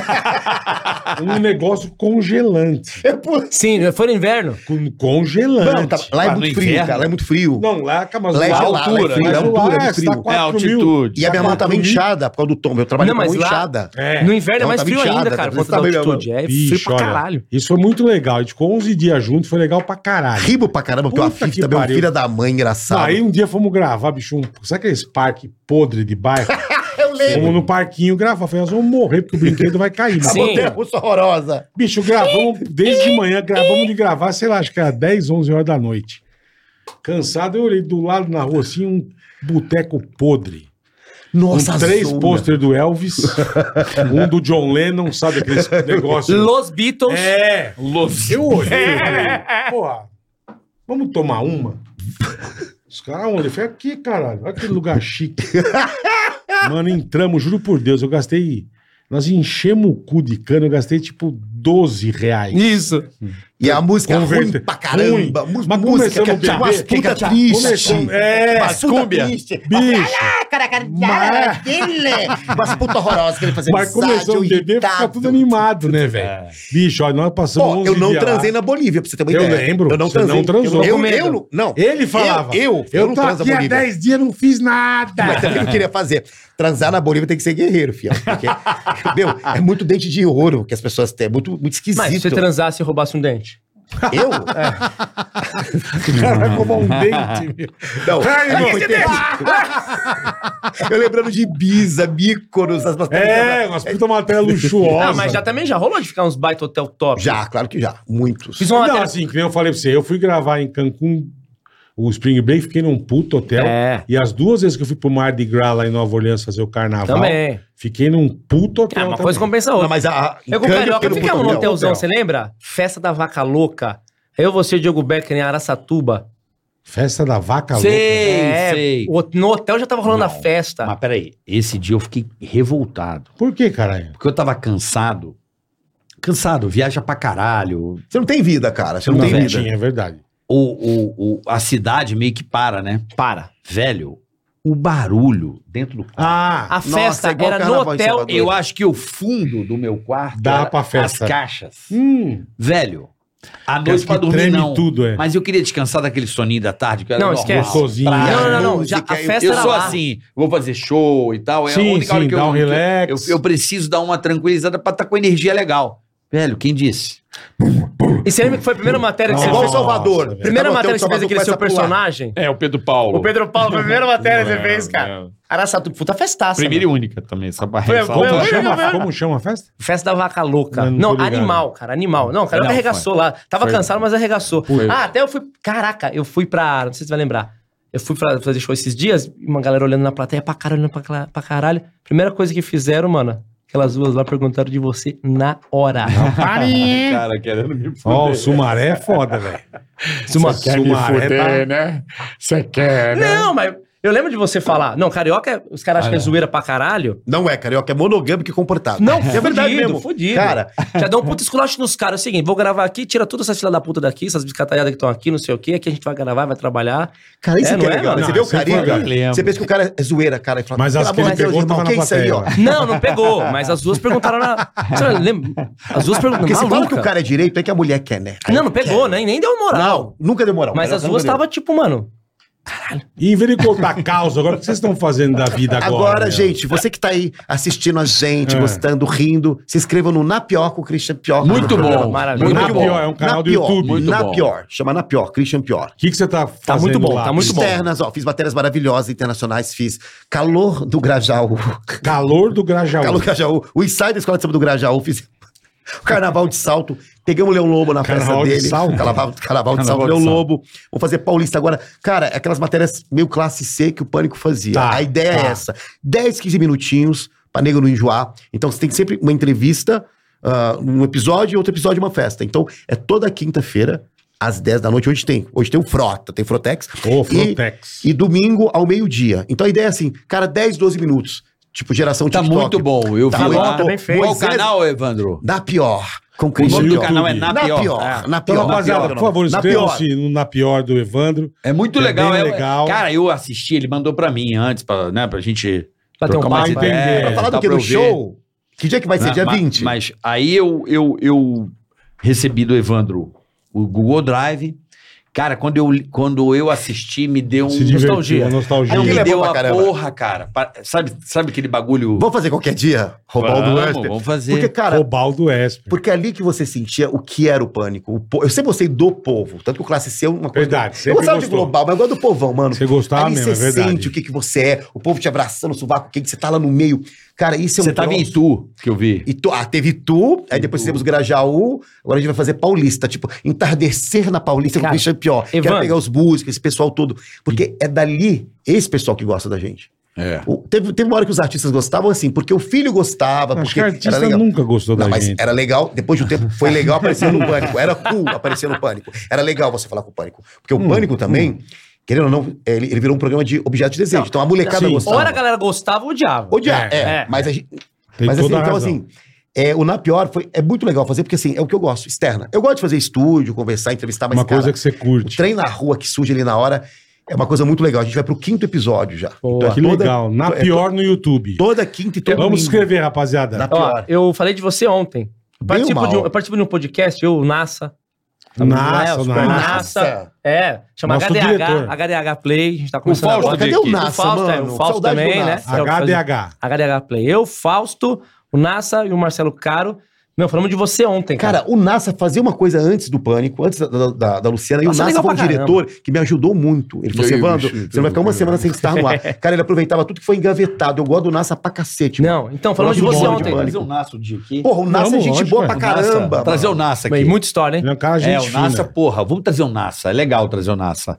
Speaker 3: pô. um negócio congelante.
Speaker 6: É, pô,
Speaker 5: Sim, foi no inverno.
Speaker 3: Com
Speaker 6: Não,
Speaker 3: congelante.
Speaker 6: tá- lá é
Speaker 7: Mas no
Speaker 6: muito frio,
Speaker 7: inverno?
Speaker 6: cara. Lá é muito frio.
Speaker 3: Não, lá, cara, mas
Speaker 6: Lá é
Speaker 3: lá,
Speaker 6: gelado, lá é
Speaker 3: altura,
Speaker 6: frio,
Speaker 3: mas
Speaker 6: é
Speaker 3: lá
Speaker 6: altura, é
Speaker 3: é,
Speaker 6: frio.
Speaker 3: está 4
Speaker 7: É
Speaker 3: mil.
Speaker 7: altitude.
Speaker 6: e a minha mão tava
Speaker 3: mil.
Speaker 6: inchada por causa do tom. Eu trabalho
Speaker 5: Não,
Speaker 6: com a mão
Speaker 5: mas lá-
Speaker 6: inchada.
Speaker 3: É.
Speaker 5: No inverno é
Speaker 6: Então
Speaker 5: mais
Speaker 6: tá
Speaker 5: frio
Speaker 6: bichada,
Speaker 5: ainda,
Speaker 6: tá
Speaker 5: cara, por conta
Speaker 6: desse
Speaker 5: da
Speaker 6: tamanho,
Speaker 5: altitude. É frio
Speaker 3: Bicho,
Speaker 5: pra
Speaker 3: olha,
Speaker 5: caralho.
Speaker 3: Isso foi muito legal. A gente ficou 11 dias junto, foi legal pra caralho.
Speaker 6: Ribo pra caramba, porque o
Speaker 3: Puta
Speaker 6: Afif
Speaker 3: que
Speaker 6: também é um
Speaker 3: pariu.
Speaker 6: filho da mãe
Speaker 3: Não,
Speaker 6: engraçado.
Speaker 3: Aí um dia fomos gravar, bicho, um, sabe aqueles parque podre de bairro?
Speaker 6: eu lembro.
Speaker 3: fomos no parquinho gravar. Falei, nós vamos morrer porque o brinquedo vai cair. né?" mano.
Speaker 5: Sim.
Speaker 6: Montanha russa É, horrorosa.
Speaker 3: Bicho, gravamos desde de manhã, gravamos de gravar, sei lá, acho que era 10, 11 horas da noite. Cansado, eu olhei do lado na rua assim, um boteco podre.
Speaker 6: Nossa,
Speaker 3: com três
Speaker 6: zona.
Speaker 3: pôster do Elvis, um do John Lennon, sabe aqueles negócios? né?
Speaker 5: Los Beatles.
Speaker 3: É,
Speaker 7: Los-
Speaker 3: eu olhei, eu falei, porra, vamos tomar uma? Os caras olham, eu falei, aqui, caralho, olha que lugar chique. Mano, entramos, juro por Deus, eu gastei, nós enchemos o cu de cana, eu gastei tipo 12 reais.
Speaker 5: Isso.
Speaker 6: E a música é
Speaker 3: Converte.
Speaker 6: ruim pra caramba.
Speaker 3: Ruim.
Speaker 6: Mu-
Speaker 3: Mas
Speaker 6: música
Speaker 3: começamos
Speaker 6: que é
Speaker 3: a
Speaker 6: umas
Speaker 3: beber,
Speaker 6: puta
Speaker 3: que é
Speaker 6: triste.
Speaker 3: Começamos- é,
Speaker 6: Umas puta
Speaker 7: cúmbia.
Speaker 6: triste.
Speaker 3: bicho, Mas-
Speaker 6: Umas puta horrorosas que ele fazia
Speaker 3: mas começamos a beber, fica tudo animado, né, velho? Bicho, olha, nós passamos
Speaker 6: Ó,
Speaker 3: 11
Speaker 6: É. eu não
Speaker 3: dias lá.
Speaker 6: transei na Bolívia, pra você ter uma
Speaker 3: Eu
Speaker 6: ideia.
Speaker 3: lembro,
Speaker 6: Eu não
Speaker 3: você
Speaker 6: transei.
Speaker 3: não transou. é
Speaker 6: Eu,
Speaker 5: Eu
Speaker 6: eu,
Speaker 5: mesmo.
Speaker 6: não- não.
Speaker 3: Ele falava,
Speaker 6: Eu, eu,
Speaker 3: eu,
Speaker 6: não
Speaker 3: tô
Speaker 6: transo na
Speaker 3: aqui há
Speaker 6: Bolívia.
Speaker 3: 10 dias, não fiz nada.
Speaker 6: Mas também não queria fazer. Transar na Bolívia tem que ser guerreiro, fiel. Porque, meu, é muito dente de ouro que as pessoas têm. É muito, muito esquisito.
Speaker 5: Mas se você transasse e roubasse um dente.
Speaker 6: Eu?
Speaker 3: O cara vai comer um dente, meu.
Speaker 6: Não. é
Speaker 3: Ai, É, irmão.
Speaker 6: Eu lembrando de Ibiza, Míconos, as
Speaker 3: É, umas puta matéria luxuosa.
Speaker 5: Ah, mas já também já rolou de ficar uns baita hotel top.
Speaker 6: Já, claro que já. Muitos.
Speaker 5: Fiz um uma
Speaker 3: Não,
Speaker 5: matéria.
Speaker 3: assim, que nem eu falei pra você, eu fui gravar em Cancún o Spring Break, fiquei num puto hotel.
Speaker 5: É.
Speaker 3: E as duas vezes que eu fui pro Mardi Gras lá em Nova Orleans fazer o
Speaker 6: tá
Speaker 3: carnaval,
Speaker 5: Também.
Speaker 3: fiquei num puto hotel.
Speaker 5: Ah, uma
Speaker 3: também.
Speaker 5: coisa compensa a
Speaker 6: Não,
Speaker 5: outra.
Speaker 6: mas a.
Speaker 5: Eu É com o Carioca ficava num hotelzão, você lembra? Festa da Vaca Louca. Eu, você e o Diogo Becker em Aracatuba.
Speaker 3: Festa da vaca louca.
Speaker 7: Sei,
Speaker 5: É,
Speaker 7: sei.
Speaker 5: o- no hotel já tava rolando a
Speaker 7: Não,
Speaker 5: festa.
Speaker 7: Mas peraí, esse dia eu fiquei revoltado.
Speaker 3: Por que, caralho?
Speaker 7: Porque eu tava cansado. Cansado, viaja pra caralho.
Speaker 6: Você não tem vida, cara. Você não, tem
Speaker 7: velho.
Speaker 6: vida.
Speaker 3: tinha, é verdade.
Speaker 7: O, o, o- a cidade meio que para, né?
Speaker 5: Para.
Speaker 7: Velho, o barulho dentro do quarto.
Speaker 3: Ah,
Speaker 5: A
Speaker 6: Nossa,
Speaker 5: festa
Speaker 6: igual
Speaker 5: era no
Speaker 6: carnaval em
Speaker 5: hotel.
Speaker 6: Salvador.
Speaker 7: Eu acho que o fundo do meu quarto
Speaker 3: Tá Dá
Speaker 7: era
Speaker 3: pra festa.
Speaker 7: as caixas.
Speaker 3: hum,
Speaker 7: Velho, à
Speaker 3: aquelas
Speaker 7: noite pra
Speaker 3: que
Speaker 7: dormir
Speaker 3: treme
Speaker 7: não.
Speaker 3: tudo, é.
Speaker 7: Mas eu queria descansar daquele soninho da tarde, que era
Speaker 5: Não,
Speaker 7: normal.
Speaker 5: esquece.
Speaker 3: Gostosinho.
Speaker 7: Pra-
Speaker 5: Não, não, não.
Speaker 6: Ah,
Speaker 5: Já, a
Speaker 6: música, eu-
Speaker 5: festa
Speaker 7: Eu
Speaker 5: era
Speaker 7: sou
Speaker 5: lá.
Speaker 7: assim, vou fazer show e tal. É a
Speaker 3: Sim,
Speaker 7: única hora
Speaker 3: sim,
Speaker 7: que
Speaker 3: dá
Speaker 7: eu,
Speaker 3: um
Speaker 7: que eu-
Speaker 3: relax.
Speaker 7: Eu, eu preciso dar uma tranquilizada pra estar com energia legal. Velho, quem disse?
Speaker 5: E você lembra que foi a primeira matéria que
Speaker 6: É
Speaker 5: você
Speaker 6: igual
Speaker 5: fez?
Speaker 3: Nossa,
Speaker 6: Salvador.
Speaker 3: velho.
Speaker 5: Primeira
Speaker 6: Tava no
Speaker 5: matéria que
Speaker 6: hotel,
Speaker 5: você fez
Speaker 6: Salvador
Speaker 5: aquele seu
Speaker 6: começa a pular.
Speaker 5: personagem?
Speaker 4: É, o Pedro Paulo.
Speaker 5: O Pedro Paulo, foi a primeira matéria que você
Speaker 4: É,
Speaker 5: fez, cara.
Speaker 4: é.
Speaker 5: Aracatuba, puta festaça.
Speaker 4: Primeira
Speaker 5: mano.
Speaker 4: e única também, essa
Speaker 7: é
Speaker 5: Foi,
Speaker 4: barreira.
Speaker 5: foi,
Speaker 3: Como,
Speaker 5: foi.
Speaker 3: chama, como chama a festa?
Speaker 5: Festa da vaca louca.
Speaker 3: Não, não
Speaker 5: Não,
Speaker 3: tô ligado.
Speaker 5: animal, cara, animal. Não, o cara
Speaker 7: Não,
Speaker 5: arregaçou lá. Tava cansado, mas arregaçou.
Speaker 4: Foi.
Speaker 5: Ah, até eu fui. Caraca, eu fui pra. Não sei se você vai lembrar. Eu fui pra fazer show esses dias, e uma galera olhando na plateia pra caralho, olhando pra, cla- pra caralho. Primeira coisa que fizeram, mano, aquelas duas lá perguntaram de você na hora.
Speaker 4: Cara, querendo me fuder.
Speaker 3: Ó, o Sumaré é foda, velho.
Speaker 4: Você quer me
Speaker 3: Sumaré
Speaker 4: fuder, né? Você quer, né?
Speaker 5: não, mas eu lembro de você falar. Não, carioca, os
Speaker 3: Ah,
Speaker 5: caras acham que é zoeira pra caralho.
Speaker 6: Não é, carioca, é monogâmico e comportado.
Speaker 5: Não,
Speaker 6: é verdade mesmo.
Speaker 5: fudido.
Speaker 6: Cara,
Speaker 5: Já dá um puto esculacho nos caras. É o seguinte, vou gravar aqui, tira todas essas filhas da puta daqui, essas biscataiadas que estão aqui, não sei o quê. Aqui a gente vai gravar, vai trabalhar.
Speaker 6: cara, isso
Speaker 5: É,
Speaker 6: é, que é
Speaker 5: não é,
Speaker 6: legal. né?
Speaker 5: mano?
Speaker 6: Você vê o
Speaker 3: Não, isso é
Speaker 6: carinha,
Speaker 4: legal.
Speaker 6: você pensa que o cara é zoeira, cara. e fala,
Speaker 3: Mas as
Speaker 6: "Pelo
Speaker 3: que ele
Speaker 6: amor de Deus,
Speaker 3: pegou
Speaker 6: irmão,
Speaker 3: tava na
Speaker 6: que é isso aí, ó?"
Speaker 3: plateia,
Speaker 5: Não, não pegou. Mas as duas perguntaram na. Você lembra? As duas perguntaram.
Speaker 6: Porque se fala que
Speaker 5: Maluca.
Speaker 6: o cara é direito, é que a mulher quer, né? Aí
Speaker 5: Não, não pegou,
Speaker 6: quer.
Speaker 5: nem, nem deu moral.
Speaker 6: Não, nunca demorou.
Speaker 5: mas as duas tava tipo, mano.
Speaker 3: E em vez de contar causa, agora o que vocês estão fazendo da vida agora?
Speaker 6: Agora,
Speaker 3: meu?
Speaker 6: gente, você que tá aí assistindo a gente,
Speaker 3: É.
Speaker 6: gostando, rindo, se inscreva no Na Pior com o Christian Pior.
Speaker 7: Muito
Speaker 6: No
Speaker 7: bom.
Speaker 6: programa.
Speaker 5: maravilha.
Speaker 7: Muito
Speaker 3: Na
Speaker 7: bom.
Speaker 3: pior, é um canal
Speaker 6: na
Speaker 3: do
Speaker 6: pior,
Speaker 3: YouTube.
Speaker 7: Muito
Speaker 6: na
Speaker 7: bom.
Speaker 6: pior. Chama Na Pior, Christian Pior.
Speaker 3: O que, que você tá fazendo
Speaker 5: muito bom,
Speaker 3: lá?
Speaker 5: tá muito bom.
Speaker 6: Externas, ó, fiz matérias maravilhosas internacionais, fiz Calor do Grajaú.
Speaker 3: Calor do Grajaú.
Speaker 6: Calor do Grajaú. O ensaio da Escola de Samba do Grajaú, fiz o Carnaval de Salto. Pegamos o Leão Lobo na
Speaker 3: Carnaval
Speaker 6: festa
Speaker 3: de
Speaker 6: dele.
Speaker 3: Salto.
Speaker 6: Carnaval, Carnaval de
Speaker 4: Carnaval
Speaker 6: Salto,
Speaker 4: de
Speaker 6: Leão
Speaker 4: Salto.
Speaker 6: Lobo. Vou fazer Paulista agora. Cara, é aquelas matérias meio classe C que o Pânico fazia.
Speaker 3: Tá,
Speaker 6: A ideia é
Speaker 3: tá.
Speaker 6: essa. 10, 15 minutinhos pra nego não enjoar. Então você tem sempre uma entrevista, ah, um episódio e outro episódio uma festa. Então é toda quinta-feira, às 10 da noite. Hoje tem. Hoje tem o Frota, tem Frotex.
Speaker 3: Ô,
Speaker 6: E-
Speaker 3: Frotex.
Speaker 6: e domingo ao meio-dia. Então a ideia é assim, cara, 10, 12 minutos. Tipo, geração
Speaker 7: Tá
Speaker 6: TikTok.
Speaker 7: muito bom. Eu
Speaker 6: Tá
Speaker 7: vi
Speaker 6: bom,
Speaker 7: lá.
Speaker 5: tá bem feito.
Speaker 7: Qual o
Speaker 6: Moisés-
Speaker 7: canal, Evandro?
Speaker 6: Na pior. Com
Speaker 7: O
Speaker 6: Christian
Speaker 7: nome do
Speaker 3: YouTube.
Speaker 6: Pior.
Speaker 7: canal é
Speaker 6: Na
Speaker 7: Na
Speaker 6: pior.
Speaker 7: Pior.
Speaker 6: Na
Speaker 3: Então,
Speaker 6: pior.
Speaker 3: rapaziada, por favor,
Speaker 6: na pior.
Speaker 3: inscrevam-se no Na Pior do Evandro.
Speaker 7: É muito
Speaker 3: É
Speaker 7: legal.
Speaker 3: bem
Speaker 7: é-
Speaker 3: legal.
Speaker 7: Cara, eu assisti, ele mandou pra mim antes, pra, né, pra gente
Speaker 5: Pra ter um
Speaker 7: trocar umas
Speaker 5: papo, né?
Speaker 7: ideias,
Speaker 6: Pra falar do
Speaker 7: tal,
Speaker 6: que?
Speaker 7: tá pra
Speaker 6: Do
Speaker 7: eu ver.
Speaker 6: show? Que dia que vai ser?
Speaker 7: Né,
Speaker 6: Dia
Speaker 7: ma-
Speaker 6: 20?
Speaker 7: Mas aí eu, eu, eu recebi do Evandro o Google Drive. Cara, quando eu, quando eu assisti, me deu
Speaker 3: Se
Speaker 7: um...
Speaker 3: divertiu,
Speaker 5: nostalgia.
Speaker 3: uma nostalgia.
Speaker 7: Não,
Speaker 6: Aquilo
Speaker 7: me
Speaker 6: é bom
Speaker 7: deu
Speaker 6: pra
Speaker 7: uma
Speaker 6: caramba.
Speaker 7: porra, cara. Pa- Sabe, sabe aquele bagulho...
Speaker 6: Vamos fazer qualquer dia? Roubar o do
Speaker 7: Vamos,
Speaker 6: Esper.
Speaker 7: vamos fazer.
Speaker 6: Porque, cara,
Speaker 3: Robaldo Esper.
Speaker 6: porque é ali que você sentia o que era o pânico. O po- Eu sempre gostei do povo. Tanto que o classe C é uma coisa...
Speaker 3: Verdade,
Speaker 6: Eu
Speaker 3: sempre
Speaker 6: gostava de
Speaker 3: gostou.
Speaker 6: global, mas eu gosto do povão, mano.
Speaker 3: Você gostava
Speaker 6: ali
Speaker 3: mesmo, é
Speaker 6: você
Speaker 3: verdade.
Speaker 6: sente o que, que você é, o povo te abraçando, o sovaco quente, você tá lá no meio. Cara, isso é um
Speaker 7: Você tava em
Speaker 6: troço.
Speaker 7: Itu, que eu vi.
Speaker 6: E tu, ah, teve Tu, aí depois fizemos Grajaú, agora a gente vai fazer Paulista, tipo, entardecer na Paulista com o
Speaker 5: Cara,
Speaker 6: Christian Pior. Quero
Speaker 5: Evandro.
Speaker 6: pegar os músicos, esse pessoal todo. Porque é dali, esse pessoal que gosta da gente.
Speaker 7: É.
Speaker 6: O- teve, teve uma hora que os artistas gostavam assim, porque o filho gostava,
Speaker 3: Acho que
Speaker 6: porque
Speaker 3: a artista
Speaker 6: era legal.
Speaker 3: nunca gostou
Speaker 6: Não,
Speaker 3: da
Speaker 6: mas
Speaker 3: gente.
Speaker 6: era legal, depois de um tempo foi legal aparecer no pânico. Era cool aparecer no pânico. Era legal você falar com o pânico. Porque o
Speaker 3: Hum,
Speaker 6: pânico também, querendo ou não, ele, ele virou um programa de objeto de desejo. Então a molecada
Speaker 3: Sim.
Speaker 6: gostava.
Speaker 5: Ora a galera gostava, odiava.
Speaker 6: Odiar, é,
Speaker 5: É, é.
Speaker 6: Mas a gente,
Speaker 3: Tem
Speaker 6: mas assim,
Speaker 3: toda a
Speaker 6: então
Speaker 3: razão.
Speaker 6: assim, é, o Na Pior foi, é muito legal fazer, porque assim, é o que eu gosto, externa. Eu gosto de fazer estúdio, conversar, entrevistar, mas
Speaker 3: uma
Speaker 6: cara,
Speaker 3: coisa que você
Speaker 6: o
Speaker 3: curte.
Speaker 6: trem na rua que surge ali na hora é uma coisa muito legal. A gente vai pro quinto episódio já. Então é
Speaker 3: que
Speaker 6: toda-
Speaker 3: legal. Na
Speaker 6: é
Speaker 3: pior no YouTube.
Speaker 6: Toda quinta e todo
Speaker 3: Vamos
Speaker 6: domingo.
Speaker 3: escrever, rapaziada.
Speaker 6: Na
Speaker 5: Ó,
Speaker 6: pior.
Speaker 5: eu falei de você ontem. Eu
Speaker 6: Bem
Speaker 5: participo,
Speaker 6: mal.
Speaker 5: de um, eu participo de um podcast, eu, o NASA.
Speaker 3: Nasa,
Speaker 5: Super
Speaker 3: Nasa.
Speaker 5: NASA. É, chama
Speaker 3: Nosso
Speaker 5: HDH,
Speaker 3: diretor.
Speaker 5: HDH Play, a gente tá começando
Speaker 4: Fausto
Speaker 5: agora.
Speaker 4: veio
Speaker 6: Cadê o
Speaker 4: aqui.
Speaker 5: O
Speaker 6: Nassa,
Speaker 5: Fausto, é,
Speaker 6: mano?
Speaker 5: o Fausto
Speaker 6: Saudade do
Speaker 5: também, né?
Speaker 6: Nassa.
Speaker 5: É o que fazia-
Speaker 3: HDH.
Speaker 5: HDH Play. Eu, Fausto, o Nassa e o Marcelo Caro. Não, falamos de você ontem, cara.
Speaker 6: Cara, o NASA fazia uma coisa antes do pânico, antes da, da- da Luciana, e
Speaker 5: Nossa,
Speaker 6: o NASA
Speaker 5: legal
Speaker 6: foi um
Speaker 5: pra
Speaker 6: diretor que me ajudou muito. Ele falou
Speaker 4: E
Speaker 6: assim,
Speaker 4: aí,
Speaker 6: Evandro,
Speaker 4: bicho,
Speaker 6: você não vai ficar uma
Speaker 4: tudo
Speaker 6: semana sem estar no ar. Cara, ele aproveitava tudo que foi engavetado. Eu gosto do NASA pra cacete. mano.
Speaker 5: Não, então, falamos de
Speaker 6: Nossa,
Speaker 5: você
Speaker 6: bom,
Speaker 5: ontem.
Speaker 6: demais.
Speaker 7: Trazer o Nassa um dia aqui.
Speaker 6: Porra, o NASA é
Speaker 4: Vamos,
Speaker 6: gente
Speaker 4: lógico,
Speaker 6: boa
Speaker 4: é.
Speaker 6: pra
Speaker 7: O Nassa,
Speaker 6: caramba. mano.
Speaker 7: Trazer o Nassa aqui.
Speaker 5: Bem, muita história, hein?
Speaker 3: Ele é um cara
Speaker 7: é,
Speaker 3: gente
Speaker 7: o Nassa,
Speaker 3: fina.
Speaker 7: porra, vamos trazer o Nassa. É legal trazer o Nassa.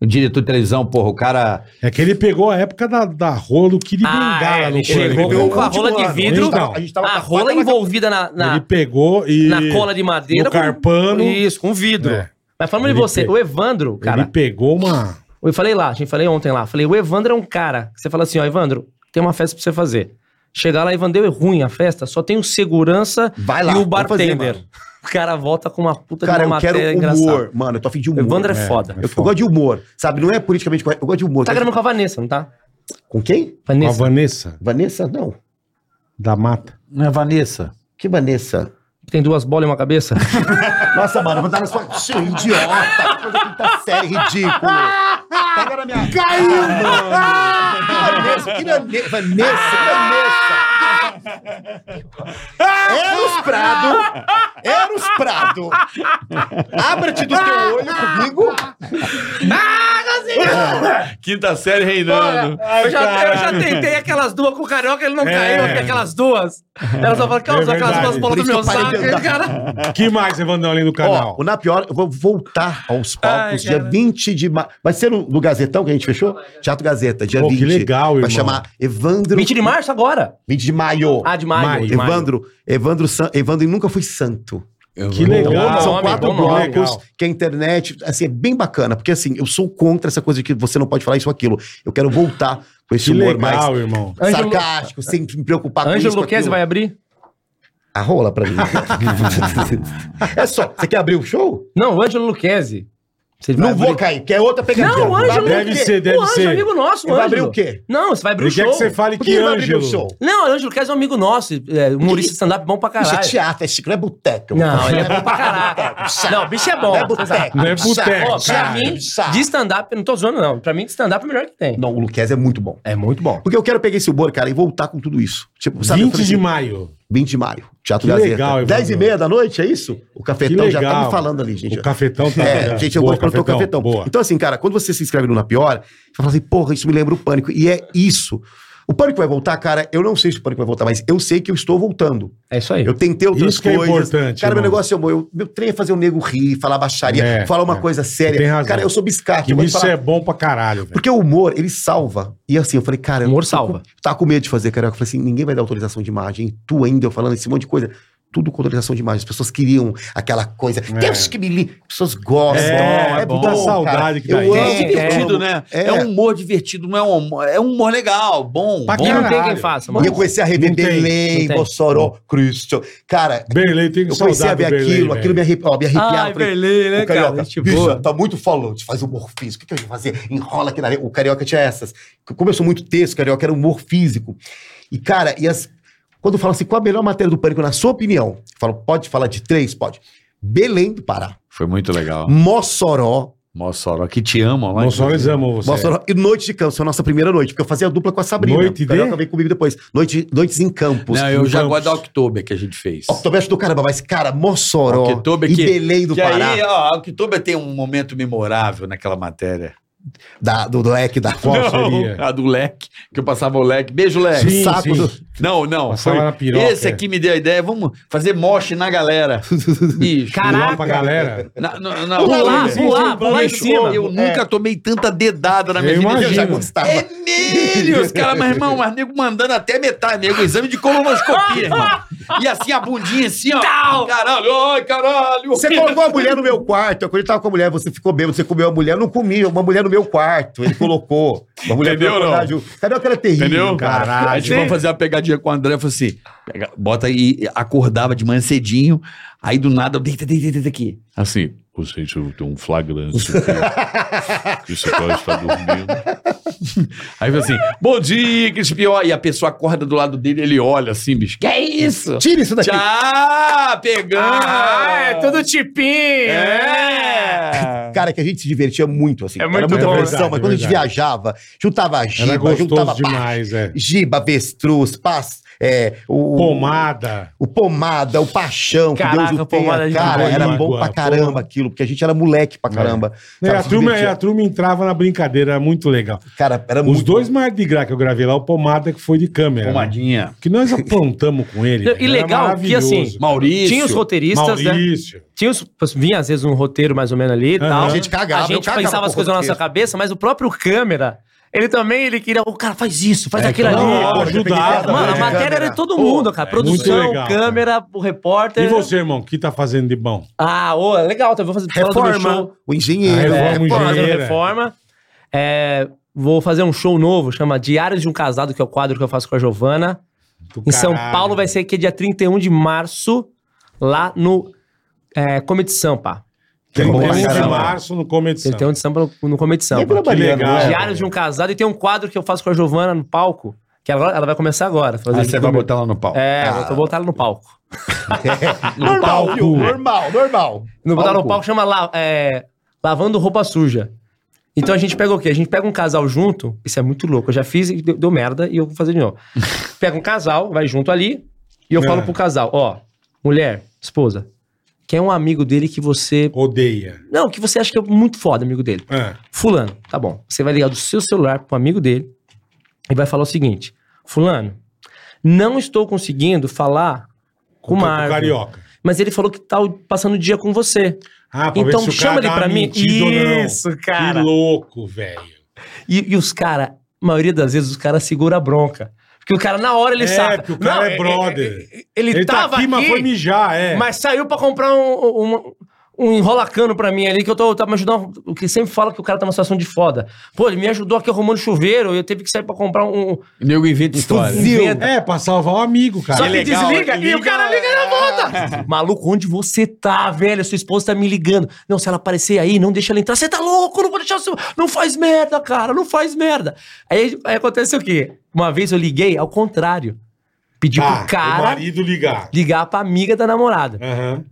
Speaker 7: O diretor de televisão, porra, o cara.
Speaker 3: É que ele pegou a época da, da rolo que ele
Speaker 5: Ah,
Speaker 3: bengala
Speaker 5: é,
Speaker 3: no
Speaker 5: ele chegou
Speaker 3: pânico.
Speaker 6: pegou
Speaker 5: com a rola de
Speaker 6: Continuando.
Speaker 5: vidro,
Speaker 3: Então,
Speaker 6: gente
Speaker 5: a
Speaker 6: com
Speaker 5: rola
Speaker 6: faca na
Speaker 5: envolvida na, na,
Speaker 3: Ele pegou e...
Speaker 5: na cola de madeira.
Speaker 3: no carpano.
Speaker 5: Isso, com vidro.
Speaker 3: É.
Speaker 5: Mas falando de
Speaker 3: Ele
Speaker 5: você,
Speaker 3: pe-
Speaker 5: o Evandro, um cara,
Speaker 3: Ele pegou uma...
Speaker 5: eu falei lá, a gente falei ontem lá, falei, o Evandro é um cara, que você fala assim, ó, Evandro, tem uma festa pra você fazer. Chegar lá, Evandro, é ruim a festa, só tem o segurança
Speaker 6: Vai lá,
Speaker 5: e o
Speaker 6: vamos fazer,
Speaker 5: bartender.
Speaker 6: mano.
Speaker 5: o cara volta com uma puta
Speaker 6: Cara,
Speaker 5: de uma
Speaker 6: eu quero
Speaker 5: matéria
Speaker 6: humor.
Speaker 5: engraçada.
Speaker 6: Mano, eu tô afim de
Speaker 5: O
Speaker 6: humor.
Speaker 5: Evandro é,
Speaker 3: É,
Speaker 5: foda.
Speaker 3: é
Speaker 6: Eu, eu gosto de humor, sabe? Não é politicamente correto. Eu gosto de humor.
Speaker 5: Tá
Speaker 6: Quero-
Speaker 5: gravando com a Vanessa, não tá?
Speaker 6: Com quem?
Speaker 3: Com a
Speaker 5: Vanessa.
Speaker 3: Vanessa
Speaker 6: Vanessa? Não.
Speaker 3: da Mata.
Speaker 7: Não é Vanessa?
Speaker 6: Que Vanessa?
Speaker 5: Tem duas bolas e uma cabeça?
Speaker 6: Nossa, mano, eu vou dar na sua. Seu é um idiota! Que coisa que tá séria, ridículo! Pega na minha. Caiu, Vanessa, que é Vane- Vanessa, que Vanessa! é Eros Prado! Eros Prado! Abra-te do teu olho comigo!
Speaker 7: Quinta série reinando.
Speaker 5: eu, já, eu já tentei aquelas duas com o carioca, ele não
Speaker 6: É.
Speaker 5: caiu aqui, aquelas duas. Ela só fala, calma,
Speaker 3: É
Speaker 5: só aquelas
Speaker 3: verdade.
Speaker 5: duas bolas
Speaker 6: Por
Speaker 5: do meu
Speaker 6: isso que eu
Speaker 5: saco.
Speaker 6: parei de
Speaker 5: e o Cara...
Speaker 3: que mais, Evandro, além do canal?
Speaker 6: Ó, o Na Pior, eu vou voltar aos palcos
Speaker 5: Ai,
Speaker 6: dia
Speaker 5: cara.
Speaker 6: 20 de março. Vai ser no, no Gazetão que a gente fechou? Teatro Gazeta, dia
Speaker 3: Pô, que
Speaker 6: 20.
Speaker 3: legal,
Speaker 6: Vai
Speaker 3: irmão.
Speaker 6: chamar Evandro.
Speaker 5: 20 de março agora?
Speaker 6: 20 de maio.
Speaker 5: Ah, de maio.
Speaker 3: Maio.
Speaker 5: de maio.
Speaker 6: Evandro, Evandro, San... Evandro nunca foi santo.
Speaker 3: que legal.
Speaker 5: Bom
Speaker 6: São
Speaker 5: nome,
Speaker 6: quatro
Speaker 5: bom nome.
Speaker 6: blocos
Speaker 3: Legal.
Speaker 6: que a internet, assim, é bem bacana, porque assim, eu sou contra essa coisa de que você não pode falar isso ou aquilo. Eu quero voltar com esse
Speaker 3: Que
Speaker 6: humor
Speaker 3: legal,
Speaker 6: mais
Speaker 3: irmão.
Speaker 5: Ângelo-
Speaker 6: sarcástico, sem me preocupar tá com
Speaker 5: Ângelo
Speaker 6: isso. com
Speaker 5: Luquezzi
Speaker 6: aquilo.
Speaker 5: vai abrir?
Speaker 6: A rola pra mim. é só, você quer abrir o show?
Speaker 5: Não, o Ângelo Luquezzi. Você vai
Speaker 6: Não
Speaker 5: abrir-
Speaker 6: vou cair, que é outra pegadinha.
Speaker 5: Não, o
Speaker 6: Vai
Speaker 5: Ângelo
Speaker 6: abrir
Speaker 3: Deve
Speaker 6: o quê?
Speaker 3: ser, deve
Speaker 5: o Ângelo
Speaker 3: ser.
Speaker 5: é amigo nosso, o
Speaker 6: Ele vai abrir
Speaker 5: Ângelo.
Speaker 6: o quê?
Speaker 5: Não, você vai abrir
Speaker 3: Ele
Speaker 5: o
Speaker 3: quer
Speaker 5: show.
Speaker 3: que você fale
Speaker 6: Por
Speaker 3: que,
Speaker 6: que ele vai abrir
Speaker 3: Ângelo.
Speaker 6: o show?
Speaker 5: Não, o Ângelo Luquezzi é um amigo nosso, é, humorista stand-up bom pra
Speaker 6: Isso é
Speaker 5: caralho.
Speaker 6: teatro, é chico, não é boteco.
Speaker 5: Não, ele é bom pra caralho. Não, o bicho é bom.
Speaker 6: Não é boteco.
Speaker 3: Não é boteco,
Speaker 5: Ó, pra
Speaker 6: Chato,
Speaker 5: mim,
Speaker 6: chato.
Speaker 5: de stand-up, não tô zoando não, pra mim de stand-up é o melhor que tem.
Speaker 6: Não, o Luquez é muito bom.
Speaker 5: É muito bom.
Speaker 6: Porque eu quero pegar esse humor, cara, e voltar com tudo isso. Tipo, sabe, eu
Speaker 3: 20
Speaker 6: falei
Speaker 3: de
Speaker 6: assim,
Speaker 3: maio.
Speaker 6: 20 de maio. Teatro
Speaker 3: Que
Speaker 6: Gazeta.
Speaker 3: legal, Evandro.
Speaker 6: 10 e meia da noite, é isso? O
Speaker 3: Que
Speaker 6: cafetão
Speaker 3: legal.
Speaker 6: já tá me falando ali, gente.
Speaker 3: O cafetão tá
Speaker 6: É, gente, eu
Speaker 3: Boa,
Speaker 6: gosto quando eu tô cafetão.
Speaker 3: Boa.
Speaker 6: Então, assim, cara, quando você se inscreve no Na Pior, você fala assim, porra, isso me lembra o pânico. E é isso. O pânico vai voltar, cara. Eu não sei se o pânico vai voltar, mas eu sei que eu estou voltando.
Speaker 5: É isso aí.
Speaker 6: Eu tentei outras
Speaker 3: Isso que é
Speaker 6: coisas.
Speaker 3: importante,
Speaker 6: Cara, meu
Speaker 3: irmão.
Speaker 6: negócio é bom. Eu, meu trem é fazer o nego rir, falar baixaria,
Speaker 3: É,
Speaker 6: falar uma
Speaker 3: é.
Speaker 6: coisa séria.
Speaker 3: Tem razão.
Speaker 6: Cara, eu sou biscate.
Speaker 3: Que
Speaker 6: eu vou te
Speaker 3: isso
Speaker 6: falar.
Speaker 3: é bom pra caralho, velho.
Speaker 6: Porque o humor, ele salva. E assim, eu falei, cara. eu
Speaker 5: Humor
Speaker 6: tô
Speaker 5: salva.
Speaker 6: com- Tava com medo de fazer, cara. Eu falei assim: ninguém vai dar autorização de imagem. Tu ainda, eu falando esse monte de coisa. Tudo com autorização de imagem. As pessoas queriam aquela coisa. Deus que me livre. As pessoas gostam.
Speaker 3: É, é puta
Speaker 6: cara.
Speaker 3: saudade que
Speaker 6: eu
Speaker 3: dá
Speaker 6: amo,
Speaker 3: isso.
Speaker 5: É
Speaker 7: divertido,
Speaker 6: eu amo.
Speaker 7: né? É.
Speaker 6: É.
Speaker 7: um humor divertido, não é um humor, é um humor legal, bom.
Speaker 3: Pra
Speaker 7: bom.
Speaker 5: E não tem quem
Speaker 3: Caralho.
Speaker 5: faça,
Speaker 6: E
Speaker 5: mano.
Speaker 6: eu comecei a rever
Speaker 3: Não tem,
Speaker 6: Belém,
Speaker 5: não tem.
Speaker 6: Mossoró, Cristo. Cara,
Speaker 3: Berlei tem
Speaker 6: eu comecei a
Speaker 3: saudade do
Speaker 6: ver
Speaker 3: Berlei,
Speaker 6: aquilo,
Speaker 3: velho.
Speaker 6: aquilo me, arrepi... ó, me arrepiava.
Speaker 5: Ai,
Speaker 6: Falei,
Speaker 5: Berlim, né,
Speaker 6: o carioca,
Speaker 5: cara? Gente
Speaker 6: bicho,
Speaker 5: boa.
Speaker 6: tá muito falante, faz o humor físico. O que, que eu vou fazer? Enrola aqui na areia. O carioca tinha essas. Como eu sou muito texto, carioca era humor físico. E, cara, e as... quando fala assim, qual a melhor matéria do pânico, na sua opinião? Eu falo, pode falar de três? Pode. Belém do Pará,
Speaker 7: Foi muito legal.
Speaker 6: Mossoró,
Speaker 7: Mossoró, que te amam lá.
Speaker 3: Nós só
Speaker 7: inclusive.
Speaker 3: amam você.
Speaker 6: Mossoró e Noite de Campos, foi a nossa primeira noite, porque eu fazia a dupla com a Sabrina.
Speaker 3: Noite
Speaker 6: o carioca
Speaker 3: de?
Speaker 6: veio comigo depois. Noite, noites em Campos.
Speaker 7: Não, eu
Speaker 3: No
Speaker 7: já
Speaker 3: campus.
Speaker 7: gosto da October que a gente fez.
Speaker 6: October do caramba, mas, cara, Mossoró
Speaker 7: Oktober
Speaker 6: e
Speaker 7: que-
Speaker 6: Belém do
Speaker 7: que
Speaker 6: Pará,
Speaker 7: aí, é ó, a October tem um momento memorável naquela matéria.
Speaker 6: da, do leque da
Speaker 3: Qual seria?
Speaker 7: a do leque, que eu passava o leque. Beijo, leque.
Speaker 3: É. Sim,
Speaker 6: saco
Speaker 3: sim.
Speaker 6: É, do-
Speaker 7: Não, não.
Speaker 3: Passava
Speaker 7: Foi,
Speaker 3: na piroca,
Speaker 7: esse
Speaker 3: é.
Speaker 7: aqui me deu a ideia. Vamos fazer moche na galera. Bicho.
Speaker 6: Ah,
Speaker 3: Lá pra
Speaker 5: Caraca.
Speaker 3: galera.
Speaker 7: Na, na, na-
Speaker 5: Pular,
Speaker 7: Bicho,
Speaker 5: pular, pular em cima.
Speaker 7: Eu nunca tomei tanta dedada na minha
Speaker 3: Eu
Speaker 7: vida.
Speaker 3: imagino.
Speaker 6: Já gostava.
Speaker 7: É nele, os caras, mas irmão, mas nego mandando até metade, nego, exame de colonoscopia, irmão. E assim, a bundinha assim, ó. Caralho, ai, caralho.
Speaker 6: Você colocou a mulher no meu quarto. Quando ele tava com a mulher, você ficou bêbado, você comeu a mulher. Eu não comi, uma mulher no meu quarto. Ele colocou. Uma mulher
Speaker 7: Entendeu,
Speaker 6: no meu
Speaker 7: não?
Speaker 6: quarto. Cadê aquela terrível,
Speaker 7: Entendeu?
Speaker 6: cara?
Speaker 7: Aí
Speaker 3: Caralho.
Speaker 7: gente vamos fazer uma pegadinha com o André, eu falei assim, pega- bota aí, acordava de manhã cedinho, aí do nada, deita, deita, deita aqui.
Speaker 4: Assim, você tem um flagrante. que você pode estar dormindo.
Speaker 7: Aí eu falei assim, bom dia, Crispió. E a pessoa acorda do lado dele, ele olha assim, bicho, que é isso?
Speaker 6: Tira isso daqui.
Speaker 7: Tchau, pegando.
Speaker 5: Ah, é tudo tipinho.
Speaker 7: É.
Speaker 6: Cara, que a gente se divertia muito, assim.
Speaker 5: É muito
Speaker 6: Era muita
Speaker 5: bom, né?
Speaker 6: pressão, mas
Speaker 3: Verdade,
Speaker 6: quando a gente
Speaker 3: verdade.
Speaker 6: viajava, juntava
Speaker 3: Era
Speaker 6: giba, juntava
Speaker 3: gostoso
Speaker 6: pá,
Speaker 3: demais, é.
Speaker 6: giba, avestruz, pás, é, o,
Speaker 3: Pomada.
Speaker 6: o pomada, o paixão, que
Speaker 5: Caraca,
Speaker 6: Deus o
Speaker 5: pomada a
Speaker 6: tenha.
Speaker 5: gente
Speaker 6: Cara,
Speaker 3: não
Speaker 6: era
Speaker 3: lembra,
Speaker 6: bom pra
Speaker 3: porra.
Speaker 6: caramba aquilo, porque a gente era moleque pra caramba.
Speaker 3: É,
Speaker 6: Sabe,
Speaker 3: a,
Speaker 6: se
Speaker 3: turma,
Speaker 6: divertia.
Speaker 3: a turma entrava na brincadeira, era muito legal.
Speaker 6: Cara, era
Speaker 3: Os
Speaker 6: muito
Speaker 3: dois mais de graça que eu gravei lá, o Pomada que foi de câmera. né?
Speaker 7: Pomadinha.
Speaker 3: Que nós aprontamos com ele.
Speaker 5: E legal que, assim,
Speaker 7: Maurício.
Speaker 5: Tinha os roteiristas, né?
Speaker 3: Maurício.
Speaker 5: Tinha os, vinha às vezes um roteiro mais ou menos ali e
Speaker 3: Aham.
Speaker 5: tal.
Speaker 6: A gente cagava,
Speaker 5: A
Speaker 6: eu
Speaker 5: gente
Speaker 6: cagava
Speaker 5: pensava as
Speaker 6: pro
Speaker 5: coisas na nossa
Speaker 6: roteiro.
Speaker 5: cabeça, mas o próprio câmera, ele também, ele queria, o cara faz isso, faz
Speaker 6: É,
Speaker 5: aquilo
Speaker 6: então,
Speaker 5: ali.
Speaker 6: lógico, eu peguei
Speaker 3: ajudava,
Speaker 6: piada
Speaker 3: né,
Speaker 5: Mano, a
Speaker 6: de
Speaker 5: matéria
Speaker 6: câmera.
Speaker 5: era de todo mundo, cara.
Speaker 3: muito
Speaker 5: Produção,
Speaker 3: legal, cara.
Speaker 5: câmera, o repórter.
Speaker 3: E você, irmão, o que tá fazendo de bom?
Speaker 5: Ah, ô, legal, tá, vou fazer falando do meu show.
Speaker 6: Reforma, o engenheiro.
Speaker 3: A
Speaker 6: é,
Speaker 3: reforma, o
Speaker 5: Vou
Speaker 6: reforma.
Speaker 5: fazer uma
Speaker 3: Engenheira.
Speaker 5: reforma. É, vou fazer um show novo, chama Diário de um Casado, que é o quadro que eu faço com a Giovana.
Speaker 3: Do
Speaker 5: Em São
Speaker 3: caralho.
Speaker 5: Paulo vai ser que dia 31 de março, lá no é, Comedy Sampa.
Speaker 3: Tem
Speaker 6: Bom pra
Speaker 3: 31 de
Speaker 6: caramba.
Speaker 3: março no Comedy Samba.
Speaker 5: 31 de Sampa no, no Comedy
Speaker 6: Nem
Speaker 5: Sampa.
Speaker 6: pela Bahia,
Speaker 3: legal.
Speaker 6: né?
Speaker 5: Diário de um Casado. E tem um quadro que eu faço com a Giovana no palco, que ela, ela vai começar agora. fazer
Speaker 7: Ah,
Speaker 5: junto
Speaker 7: você vai
Speaker 5: comigo.
Speaker 7: botar lá no Ah. pau.
Speaker 5: É, eu vou botar ela no palco.
Speaker 3: é,
Speaker 6: Normal, É. viu? Normal, normal.
Speaker 5: No botar no
Speaker 6: Palco.
Speaker 5: palco chama la- é, Lavando Roupa Suja. Então a gente pega o quê? A gente pega um casal junto. Isso é muito louco. Eu já fiz e deu, deu merda e eu vou fazer de novo. pega um casal, vai junto ali. E eu
Speaker 3: É.
Speaker 5: falo pro casal: ó, mulher, esposa, quem é um amigo dele que você.
Speaker 3: Odeia.
Speaker 5: Não, que você acha que é muito foda, amigo dele.
Speaker 3: É.
Speaker 5: Fulano, tá bom. Você vai ligar do seu celular pro amigo dele e vai falar o seguinte: Fulano, não estou conseguindo falar com o
Speaker 3: Com
Speaker 5: Marco.
Speaker 3: Carioca.
Speaker 5: Mas ele falou que tá passando o dia com você.
Speaker 3: Ah,
Speaker 5: Então
Speaker 3: o
Speaker 5: chama ele
Speaker 3: dá
Speaker 5: pra
Speaker 3: uma
Speaker 5: mim.
Speaker 3: mentida ou não.
Speaker 5: Isso, cara.
Speaker 3: Que louco, velho.
Speaker 5: E, e os caras, a maioria das vezes, os caras segura a bronca. Porque o cara, na hora, ele
Speaker 3: É,
Speaker 5: sabe.
Speaker 3: porque o cara é brother.
Speaker 5: Ele,
Speaker 3: Ele tá
Speaker 5: tava
Speaker 3: aqui,
Speaker 5: aqui,
Speaker 3: mas foi mijar, é.
Speaker 5: mas saiu pra comprar um, um, um enrolacano pra mim ali, que eu tô, tá me ajudando. O que sempre fala que o cara tá numa situação de foda. Pô, ele me ajudou aqui arrumando chuveiro, eu teve que sair pra comprar um.
Speaker 7: Nego inventa história.
Speaker 5: Inventa.
Speaker 3: É, pra salvar o amigo, cara.
Speaker 5: Só que
Speaker 6: legal,
Speaker 5: desliga
Speaker 6: ele
Speaker 5: e o cara liga e na volta. Maluco, onde você tá, velho? Sua esposa tá me ligando. Não, se ela aparecer aí, não deixa ela entrar. Você tá louco, não vou deixar o seu... Não faz merda, cara, não faz merda. Aí, aí acontece o quê? Uma vez eu liguei ao contrário. Pedi
Speaker 3: Tá,
Speaker 5: pro Tipo, cara
Speaker 3: O marido ligar.
Speaker 5: ligar pra amiga da namorada.
Speaker 3: Aham.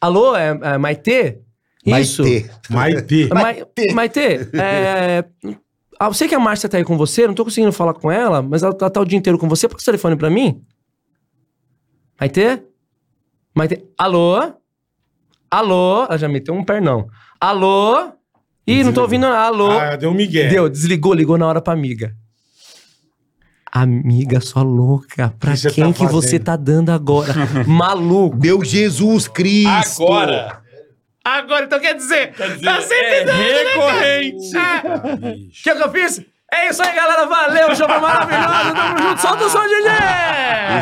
Speaker 5: Alô, é, é Maitê? Isso.
Speaker 6: Maitê.
Speaker 3: Maitê.
Speaker 5: Mai- Maitê, é... ah, eu sei que a Márcia tá aí com você, não tô conseguindo falar com ela, mas ela tá, tá o dia inteiro com você, passa o telefone pra mim. Maitê? Maitê? Alô? Alô? Ela já meteu um pernão. Alô? Ih, não tô ouvindo nada. Alô?
Speaker 3: Ah, deu um migué.
Speaker 5: Deu, desligou, ligou na hora pra amiga. Amiga, sua louca, pra
Speaker 3: que você tá
Speaker 5: quem que você
Speaker 3: fazendo?
Speaker 5: tá dando agora? Maluco.
Speaker 6: Meu Jesus Cristo.
Speaker 5: Agora, então quer dizer, tá sempre
Speaker 3: é,
Speaker 5: dando, recorrente. Ah. O que, que eu fiz? É isso aí, galera. Valeu, show foi maravilhoso. Tamo junto. Solta o som, DJ!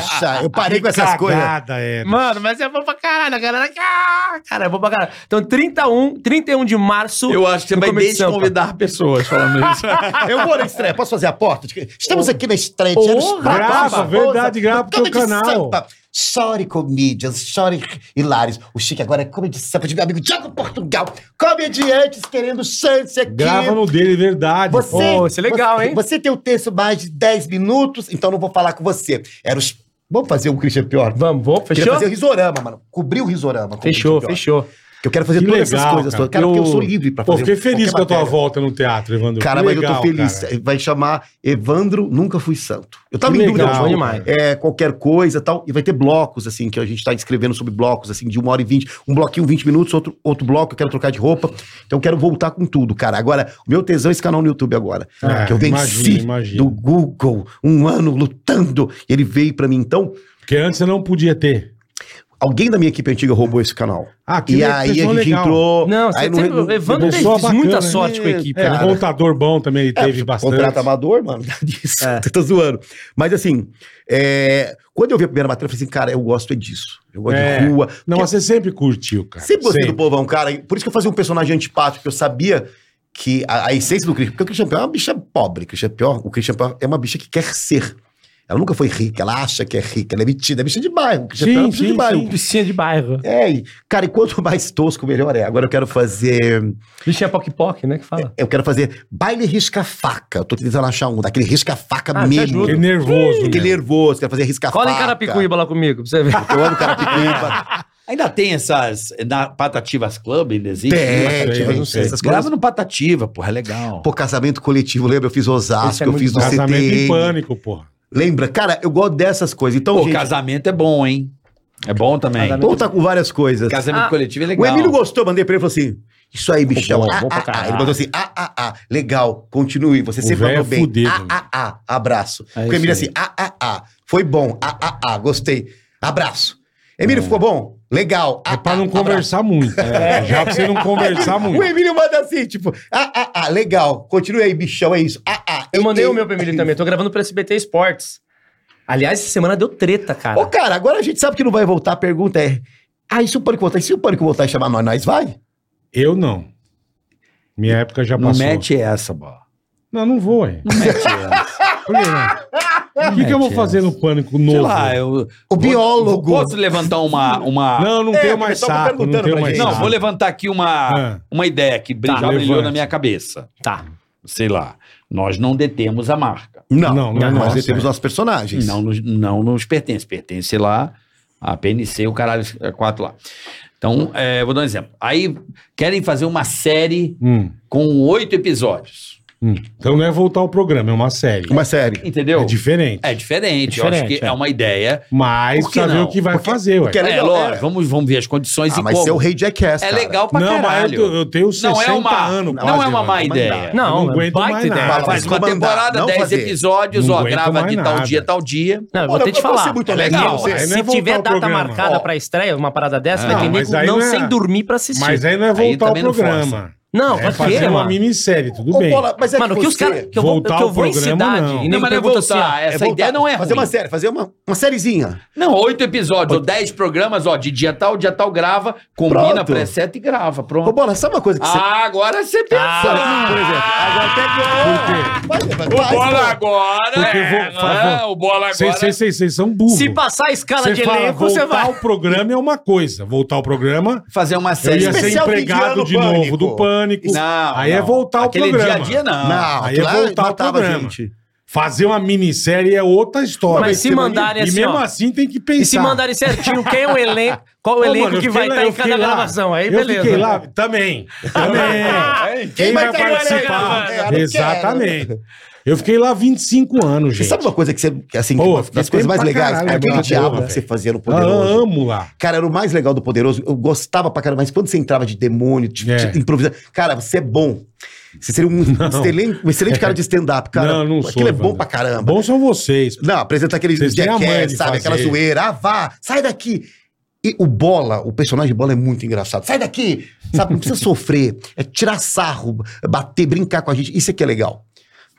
Speaker 6: Puxa, eu parei com essas coisas.
Speaker 3: Cagada, é.
Speaker 5: Mano, mas é bom pra caralho, a galera. Ah, cara, é bom pra caralho. Então, 31, 31 de março.
Speaker 7: Eu acho que você
Speaker 5: no
Speaker 7: vai
Speaker 5: Comedy Sampa.
Speaker 7: desconvidar pessoas falando isso.
Speaker 6: Eu vou na estreia, posso fazer a porta? Estamos aqui na estreia.
Speaker 5: Ô,
Speaker 6: Diário Extra,
Speaker 3: grava,
Speaker 6: Barbosa,
Speaker 3: verdade, grava pro teu
Speaker 6: Comedy
Speaker 3: canal.
Speaker 6: Sampa. Chore comedians, chore hilários. O Chique agora é Comedy Sampa de meu amigo Diabo Portugal. Comediantes querendo chance aqui.
Speaker 3: Grava no dele, verdade.
Speaker 6: Você,
Speaker 5: Pô, isso é legal,
Speaker 6: você-
Speaker 5: hein?
Speaker 6: Você tem o texto mais de 10 minutos, então não vou falar com você. Era os... Vamos fazer o Christian Pior?
Speaker 5: Vamos, vamos,
Speaker 6: Queria
Speaker 5: fechou?
Speaker 6: fazer o risorama, mano. Cobrir o risorama. com o
Speaker 5: Fechou,
Speaker 6: Christian Pior.
Speaker 5: fechou.
Speaker 6: Que eu quero fazer
Speaker 3: Que
Speaker 6: todas essas
Speaker 3: legal,
Speaker 6: coisas
Speaker 3: cara.
Speaker 6: todas. Cara, porque eu
Speaker 3: Eu-
Speaker 6: sou livre pra
Speaker 3: Pô,
Speaker 6: fazer.
Speaker 3: fiquei feliz
Speaker 6: qualquer
Speaker 3: com a tua
Speaker 6: matéria.
Speaker 3: volta no teatro, Evandro.
Speaker 6: Cara,
Speaker 3: Que
Speaker 6: mas eu tô
Speaker 3: legal,
Speaker 6: feliz.
Speaker 3: cara.
Speaker 6: Vai chamar Evandro Nunca Fui Santo. Eu tava
Speaker 3: Que
Speaker 6: em dúvida
Speaker 3: legal,
Speaker 6: tipo,
Speaker 5: demais.
Speaker 6: é, qualquer coisa e tal. E vai ter blocos, assim, que a gente tá escrevendo sobre blocos, assim, de uma hora e vinte. Um bloquinho, 20 minutos, outro, outro bloco, eu quero trocar de roupa. Então eu quero voltar com tudo, cara. Agora, o meu tesão é esse canal no YouTube agora.
Speaker 3: Ah,
Speaker 6: que eu venci
Speaker 3: imagino, imagino.
Speaker 6: do Google um ano lutando. E ele veio pra mim, então.
Speaker 3: Porque antes você não podia ter.
Speaker 6: Alguém da minha equipe antiga roubou esse canal.
Speaker 3: Ah,
Speaker 6: e
Speaker 3: le-
Speaker 6: aí a
Speaker 3: vocês
Speaker 6: gente
Speaker 3: são legal.
Speaker 6: entrou.
Speaker 5: Não, você
Speaker 6: aí
Speaker 5: sempre, o Evandro
Speaker 3: pessoa
Speaker 5: fez muita
Speaker 3: bacana,
Speaker 5: sorte com a
Speaker 6: né?
Speaker 5: equipe.
Speaker 3: É,
Speaker 5: né?
Speaker 3: um
Speaker 6: cara.
Speaker 3: contador bom também ele teve
Speaker 6: É,
Speaker 3: bastante.
Speaker 6: Contrato amador, mano, nada disso.
Speaker 5: É.
Speaker 6: Tô zoando. Mas assim, é, quando eu vi a primeira matéria, eu falei assim, cara, eu gosto é disso. Eu gosto
Speaker 3: É.
Speaker 6: de rua.
Speaker 3: Não,
Speaker 6: Porque
Speaker 3: mas você sempre curtiu, cara.
Speaker 6: Sempre gostei do povão, cara. Por isso que eu fazia um personagem antipático, porque eu sabia que a, a essência do Christian... Porque o Christian Pior é uma bicha pobre. Christian Pior, o Christian Pior é uma bicha que quer ser. Ela nunca foi rica, ela acha que é rica, ela é metida, é bicha de bairro. O Christian
Speaker 3: Sim,
Speaker 6: Pior é uma bicha
Speaker 3: sim,
Speaker 6: de bairro.
Speaker 3: sim.
Speaker 5: Piscina um de bairro.
Speaker 6: É, e, cara, e quanto mais tosco, melhor é. Agora eu quero fazer...
Speaker 5: Bichinha poc-poc, né? Que fala.
Speaker 6: Eu quero fazer baile risca-faca. Eu tô tentando achar um daquele risca-faca
Speaker 5: Ah, te
Speaker 6: mesmo.
Speaker 5: ajudo.
Speaker 3: Aquele nervoso.
Speaker 6: Fiquei
Speaker 3: né?
Speaker 6: nervoso, quero fazer risca
Speaker 5: Cola em
Speaker 6: É faca.
Speaker 5: Carapicuíba lá comigo, pra você ver.
Speaker 6: Eu amo Carapicuíba.
Speaker 7: Ainda tem essas. Na Patativas Club, ainda existe?
Speaker 6: Tem,
Speaker 3: Tem,
Speaker 6: tipo, eu não
Speaker 3: tem.
Speaker 6: sei. Essas coisas.
Speaker 7: Grava no Patativa, porra, é legal.
Speaker 6: Pô, casamento coletivo, lembra? Eu fiz
Speaker 5: Esse
Speaker 6: Osasco,
Speaker 5: é
Speaker 6: eu
Speaker 5: muito
Speaker 6: fiz no
Speaker 3: Casamento em
Speaker 6: CTN.
Speaker 3: pânico, porra.
Speaker 6: Lembra? Cara, eu gosto dessas coisas. Então,
Speaker 7: Pô,
Speaker 6: gente,
Speaker 7: casamento é bom, hein? É bom também.
Speaker 5: Casamento-
Speaker 6: bom tá com várias coisas.
Speaker 7: Casamento
Speaker 5: Ah,
Speaker 7: coletivo é
Speaker 6: O
Speaker 7: legal.
Speaker 6: Emílio gostou, mandei pra ele e falou assim: Isso aí, bichão.
Speaker 5: Bom,
Speaker 6: ah,
Speaker 5: é bom pra
Speaker 6: ah, ah.
Speaker 5: caralho.
Speaker 6: Ele mandou assim: Ah, ah, ah, legal, continue. Você
Speaker 3: O
Speaker 6: sempre
Speaker 3: velho
Speaker 6: mandou
Speaker 3: é
Speaker 6: bem.
Speaker 3: fudido,
Speaker 6: ah,
Speaker 3: né?
Speaker 6: ah, ah, abraço.
Speaker 5: É
Speaker 6: Porque o Emílio
Speaker 5: isso
Speaker 6: assim: Ah, ah, ah, foi bom. Ah, ah, ah, gostei. Abraço.
Speaker 5: É.
Speaker 6: Emílio, ficou bom? Legal. Ah,
Speaker 3: É pra
Speaker 6: ah,
Speaker 3: não
Speaker 6: abraço.
Speaker 3: conversar muito. É, já pra você não conversar
Speaker 6: O
Speaker 3: muito.
Speaker 6: Emílio manda assim, tipo, ah, ah, ah, legal, continue aí, bichão, é isso. Ah, ah,
Speaker 5: Eu
Speaker 6: ei,
Speaker 5: mandei
Speaker 6: ei.
Speaker 5: o meu pra Emílio também. Tô gravando pro SBT Esportes. Aliás, essa semana deu treta,
Speaker 3: Ah,
Speaker 5: cara.
Speaker 6: Ô, cara, agora a gente sabe que não vai voltar. A pergunta é: Ah, e se o pânico voltar? E se o pânico voltar e chamar nós, nós vai?
Speaker 3: Eu não. Minha época já
Speaker 7: Não
Speaker 3: passou.
Speaker 7: mete essa, bola.
Speaker 3: Não, não vou, hein.
Speaker 7: Não mete essa.
Speaker 3: Por que não? O que, que eu vou
Speaker 7: mete
Speaker 3: fazer no pânico novo?
Speaker 7: Sei lá, eu.
Speaker 6: O biólogo.
Speaker 7: Posso levantar uma. uma...
Speaker 3: Não, não
Speaker 6: É,
Speaker 3: tenho
Speaker 6: o
Speaker 3: mais
Speaker 6: pessoal tá
Speaker 3: saco, não
Speaker 6: perguntando
Speaker 3: tenho
Speaker 6: pra
Speaker 3: mais
Speaker 6: gente.
Speaker 7: Não,
Speaker 3: saco.
Speaker 7: vou levantar aqui uma,
Speaker 3: Ah.
Speaker 7: uma ideia que bri-
Speaker 5: Tá,
Speaker 7: já brilhou
Speaker 3: levante.
Speaker 7: na minha cabeça.
Speaker 5: Tá.
Speaker 7: Sei lá. Nós não detemos a marca.
Speaker 6: Não,
Speaker 3: Não, não é
Speaker 6: nós
Speaker 3: nossa,
Speaker 6: detemos
Speaker 3: é.
Speaker 6: nossos personagens.
Speaker 7: Não nos, não nos pertence. Pertence lá a PNC, o caralho, é, quatro lá. Então, é, vou dar um exemplo. Aí querem fazer uma série
Speaker 3: Hum,
Speaker 7: com oito episódios.
Speaker 3: hum. Então não é voltar ao programa, é uma série.
Speaker 6: Uma série.
Speaker 7: Entendeu?
Speaker 3: É diferente.
Speaker 7: É diferente. Eu
Speaker 5: Diferente,
Speaker 7: acho que é.
Speaker 5: é.
Speaker 7: uma ideia.
Speaker 3: Mas
Speaker 7: Por que
Speaker 3: precisa ver
Speaker 7: não?
Speaker 3: o que vai fazer, ué.
Speaker 6: porque É
Speaker 7: É,
Speaker 6: legal,
Speaker 7: lógico,
Speaker 6: é.
Speaker 7: vamos, vamos ver as condições
Speaker 6: Ah,
Speaker 7: e
Speaker 6: mas
Speaker 7: como.
Speaker 6: ser o rei Jackass,
Speaker 7: É
Speaker 6: cara.
Speaker 7: legal pra
Speaker 3: Não, mas
Speaker 7: caralho.
Speaker 3: eu, eu tenho 60
Speaker 7: Não é uma-
Speaker 3: anos.
Speaker 7: não é uma má ideia.
Speaker 5: Não,
Speaker 3: Não, não aguento
Speaker 5: baita
Speaker 3: mais
Speaker 5: ideia.
Speaker 3: nada.
Speaker 6: Fala,
Speaker 7: Faz uma
Speaker 6: comandar,
Speaker 7: temporada,
Speaker 6: não
Speaker 7: 10
Speaker 6: fazer.
Speaker 7: episódios,
Speaker 3: Não
Speaker 7: ó,
Speaker 3: aguento
Speaker 7: grava
Speaker 3: mais
Speaker 7: de
Speaker 3: nada.
Speaker 7: tal dia, tal dia.
Speaker 5: Não, eu
Speaker 6: Pô,
Speaker 5: vou ter
Speaker 6: não,
Speaker 5: te
Speaker 6: pode
Speaker 5: falar.
Speaker 6: ser muito
Speaker 5: É
Speaker 6: alegre,
Speaker 5: legal.
Speaker 6: não sei.
Speaker 3: Aí não é
Speaker 5: Se
Speaker 3: voltar
Speaker 5: tiver
Speaker 3: ao
Speaker 5: data
Speaker 3: programa.
Speaker 5: marcada
Speaker 6: Ó.
Speaker 5: pra estreia, uma parada dessa, vai
Speaker 3: Ah,
Speaker 5: ter
Speaker 3: mas
Speaker 5: nego
Speaker 3: aí
Speaker 5: não
Speaker 3: não é-
Speaker 5: sem dormir pra assistir.
Speaker 3: Mas aí não é
Speaker 7: Aí
Speaker 3: voltar ao
Speaker 7: também não
Speaker 3: programa.
Speaker 5: Não,
Speaker 3: É
Speaker 5: vai
Speaker 3: fazer
Speaker 5: ter,
Speaker 3: uma
Speaker 5: mano.
Speaker 3: minissérie, tudo
Speaker 6: Ô,
Speaker 3: bem.
Speaker 6: Bola, mas é
Speaker 5: Mano, que os
Speaker 6: você-
Speaker 5: caras. Que eu vou,
Speaker 3: voltar
Speaker 5: que eu
Speaker 3: ao
Speaker 5: vou em
Speaker 3: programa,
Speaker 5: cidade.
Speaker 3: não.
Speaker 5: E
Speaker 7: Não,
Speaker 5: nego
Speaker 7: mas não é
Speaker 5: pergunta assim,
Speaker 7: voltar.
Speaker 5: ah,
Speaker 6: É
Speaker 7: Essa
Speaker 6: voltar-
Speaker 7: ideia não é
Speaker 6: Fazer
Speaker 7: ruim.
Speaker 6: uma série, fazer uma, uma sériezinha.
Speaker 7: Não, oito episódios, ou dez programas, ó, de dia tal, dia tal, grava, combina,
Speaker 6: Pronto.
Speaker 7: preseta e grava,
Speaker 6: Ô,
Speaker 7: pronto.
Speaker 6: Bola, sabe uma coisa que você...
Speaker 7: Ah, agora você pensa.
Speaker 5: Ah,
Speaker 6: por exemplo, agora
Speaker 3: Por quê?
Speaker 6: Vai, vai,
Speaker 7: o
Speaker 6: vai,
Speaker 7: bola
Speaker 6: vai.
Speaker 7: agora.
Speaker 3: Porque eu vou-
Speaker 7: é,
Speaker 3: fa-
Speaker 7: né?
Speaker 3: vou-
Speaker 7: o bola agora.
Speaker 3: Vocês- Vocês vocês- vocês são burros.
Speaker 5: Se passar a escala
Speaker 3: Você
Speaker 5: de
Speaker 3: fala,
Speaker 5: elenco,
Speaker 3: voltar
Speaker 5: você vai.
Speaker 3: ao programa é uma coisa. Voltar ao programa,
Speaker 7: Fazer uma
Speaker 3: eu
Speaker 7: série.
Speaker 3: ia ser
Speaker 6: Especial fim de
Speaker 3: empregado
Speaker 6: ano,
Speaker 3: de
Speaker 6: Pânico.
Speaker 3: novo do Pânico.
Speaker 7: Não,
Speaker 3: Aí é
Speaker 7: não.
Speaker 3: voltar ao
Speaker 7: Aquele
Speaker 3: programa.
Speaker 7: dia a dia, não.
Speaker 3: Aí
Speaker 6: Não,
Speaker 3: é
Speaker 6: aquilo lá
Speaker 3: voltar ao
Speaker 6: matava a
Speaker 3: programa.
Speaker 6: gente.
Speaker 3: Fazer uma minissérie é outra história.
Speaker 5: Mas se mandarem
Speaker 3: E
Speaker 5: assim,
Speaker 3: mesmo
Speaker 5: ó.
Speaker 3: assim tem que pensar.
Speaker 5: E se mandarem certinho quem é o elenco, qual o
Speaker 3: Ô,
Speaker 5: elenco
Speaker 3: mano, eu
Speaker 5: que
Speaker 3: fiquei
Speaker 5: vai
Speaker 3: lá-
Speaker 5: estar
Speaker 3: eu
Speaker 5: em
Speaker 3: fiquei
Speaker 5: cada
Speaker 3: lá.
Speaker 5: gravação. Aí,
Speaker 3: eu
Speaker 5: beleza. Ah,
Speaker 3: fiquei lá, também. Também. Quem vai
Speaker 6: tá no elenco,
Speaker 3: participar?
Speaker 6: né? Eu não
Speaker 3: Exatamente. Eu fiquei lá 25 anos,
Speaker 6: Você
Speaker 3: gente.
Speaker 6: sabe uma coisa que você, que, assim,
Speaker 3: Pô,
Speaker 6: uma das
Speaker 3: fiquei
Speaker 6: coisas mais
Speaker 3: pra
Speaker 6: legais,
Speaker 3: caralho,
Speaker 6: cara, aquele
Speaker 3: aquela
Speaker 6: diabo
Speaker 3: porra,
Speaker 6: que você
Speaker 3: velho.
Speaker 6: fazia no
Speaker 3: Ah,
Speaker 6: Poderoso.
Speaker 3: amo lá.
Speaker 6: Cara, era o mais legal do Poderoso. Eu gostava pra caramba, mas quando você entrava de demônio, de,
Speaker 3: É.
Speaker 6: de improvisar. Cara, você é bom. Você seria um, excelente, um excelente cara de stand-up, cara.
Speaker 3: Não, não
Speaker 6: Aquilo
Speaker 3: sou,
Speaker 6: é bom
Speaker 3: Wanda.
Speaker 6: pra caramba.
Speaker 3: Bom são vocês.
Speaker 6: Não, apresenta aquele
Speaker 3: Vocês têm a manha
Speaker 6: jackass,
Speaker 3: de
Speaker 6: sabe? Aquela
Speaker 3: fazer.
Speaker 6: zoeira. Ah, vá, sai daqui. E o Bola, o personagem Bola é muito engraçado. Sai daqui, sabe? Não precisa sofrer. É tirar sarro, bater, brincar com a gente. Isso é que é legal.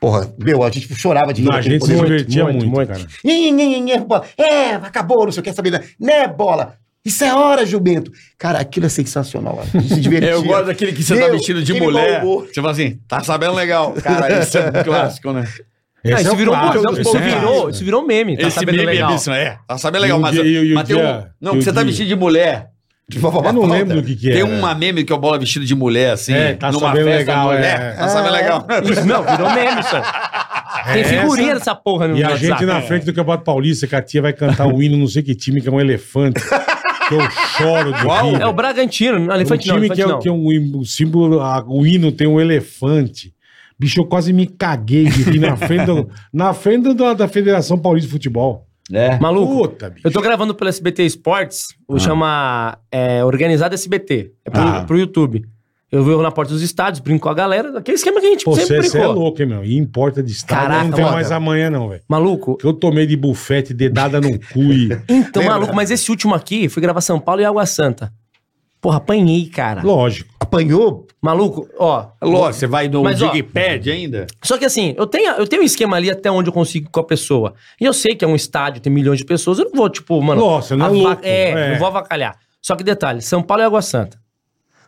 Speaker 6: Porra, meu, a gente chorava de rir
Speaker 3: Não, a
Speaker 6: naquele
Speaker 3: gente se
Speaker 6: poderoso.
Speaker 3: divertia
Speaker 5: muito,
Speaker 3: muito,
Speaker 5: muito.
Speaker 3: cara.
Speaker 6: Nhe, nhe, nhe, nhe, bola. É, acabou, não sei o que, saber. Né, bola? Isso é hora, Jumento. Cara, aquilo é sensacional. A gente se divertia.
Speaker 7: Eu gosto daquele que você tá
Speaker 6: Meu,
Speaker 7: vestido de
Speaker 6: aquele
Speaker 7: mulher.
Speaker 6: mau humor.
Speaker 7: Você fala assim, tá sabendo legal. Cara, isso é um clássico, né?
Speaker 5: Não,
Speaker 3: Esse é
Speaker 5: isso,
Speaker 3: o
Speaker 5: virou,
Speaker 3: clássico,
Speaker 5: um-
Speaker 3: esse
Speaker 5: isso,
Speaker 3: é o
Speaker 5: virou,
Speaker 3: clássico.
Speaker 5: isso virou um meme, tá sabendo
Speaker 7: meme
Speaker 5: legal.
Speaker 7: abismo, é. Tá sabendo legal,
Speaker 3: E o
Speaker 7: mas.
Speaker 3: dia- e o- e o
Speaker 7: mas tem um,
Speaker 3: dia-
Speaker 7: não,
Speaker 3: e
Speaker 7: que
Speaker 3: o
Speaker 7: você tá
Speaker 3: dia?
Speaker 7: vestido de mulher.
Speaker 6: De forma
Speaker 3: Eu não
Speaker 6: fralda.
Speaker 3: lembro o que que é.
Speaker 7: Tem uma meme que é o bola vestido de mulher, assim.
Speaker 3: É, tá
Speaker 7: numa
Speaker 3: sabendo
Speaker 7: festa,
Speaker 3: legal,
Speaker 7: mulher.
Speaker 3: é.
Speaker 7: Tá sabendo legal.
Speaker 5: Isso, não, virou meme isso. aí. Tem figurinha dessa porra no
Speaker 3: E a
Speaker 5: WhatsApp.
Speaker 3: gente na frente do Campeonato Paulista, que a tia vai cantar o hino, não sei que time, que é um elefante. que eu choro de rir.
Speaker 5: É o Bragantino, não, elefante
Speaker 3: um
Speaker 5: não,
Speaker 3: time
Speaker 5: elefante
Speaker 3: que é,
Speaker 5: não.
Speaker 3: que é um im- o símbolo, a- o hino tem um elefante. Bicho, eu quase me caguei de rir na frente, do- na frente da, da Federação Paulista de Futebol.
Speaker 7: É.
Speaker 5: Maluco,
Speaker 3: Puta, bicho.
Speaker 5: eu tô gravando pelo SBT Esportes, o chama é, Organizado SBT, é pro,
Speaker 3: Ah.
Speaker 5: pro YouTube. Eu vou na porta dos estádios, brinco com a galera, aquele esquema que a gente
Speaker 3: Pô,
Speaker 5: sempre
Speaker 3: você é
Speaker 5: brincou.
Speaker 3: louco, hein, meu? E importa de estádio,
Speaker 5: Caraca,
Speaker 3: eu não tem
Speaker 6: mano.
Speaker 3: mais amanhã, não, velho.
Speaker 5: Maluco,
Speaker 3: Que eu tomei de bufete, dedada no cu e...
Speaker 5: então,
Speaker 6: Lembra?
Speaker 5: maluco, mas esse último aqui, fui gravar São Paulo e Água Santa. Porra, apanhei, cara.
Speaker 3: Lógico.
Speaker 6: Apanhou?
Speaker 5: Maluco, ó.
Speaker 7: Lógico, você vai no
Speaker 5: Mas, ó,
Speaker 7: Digipad ainda?
Speaker 5: Só que assim, eu tenho, eu tenho um esquema ali até onde eu consigo com a pessoa. E eu sei que é um estádio, tem milhões de pessoas, eu não vou, tipo, mano.
Speaker 3: Nossa, não é
Speaker 5: ava-
Speaker 3: louco,
Speaker 5: É,
Speaker 3: é.
Speaker 5: não vou avacalhar. Só que detalhe: São Paulo e Água Santa.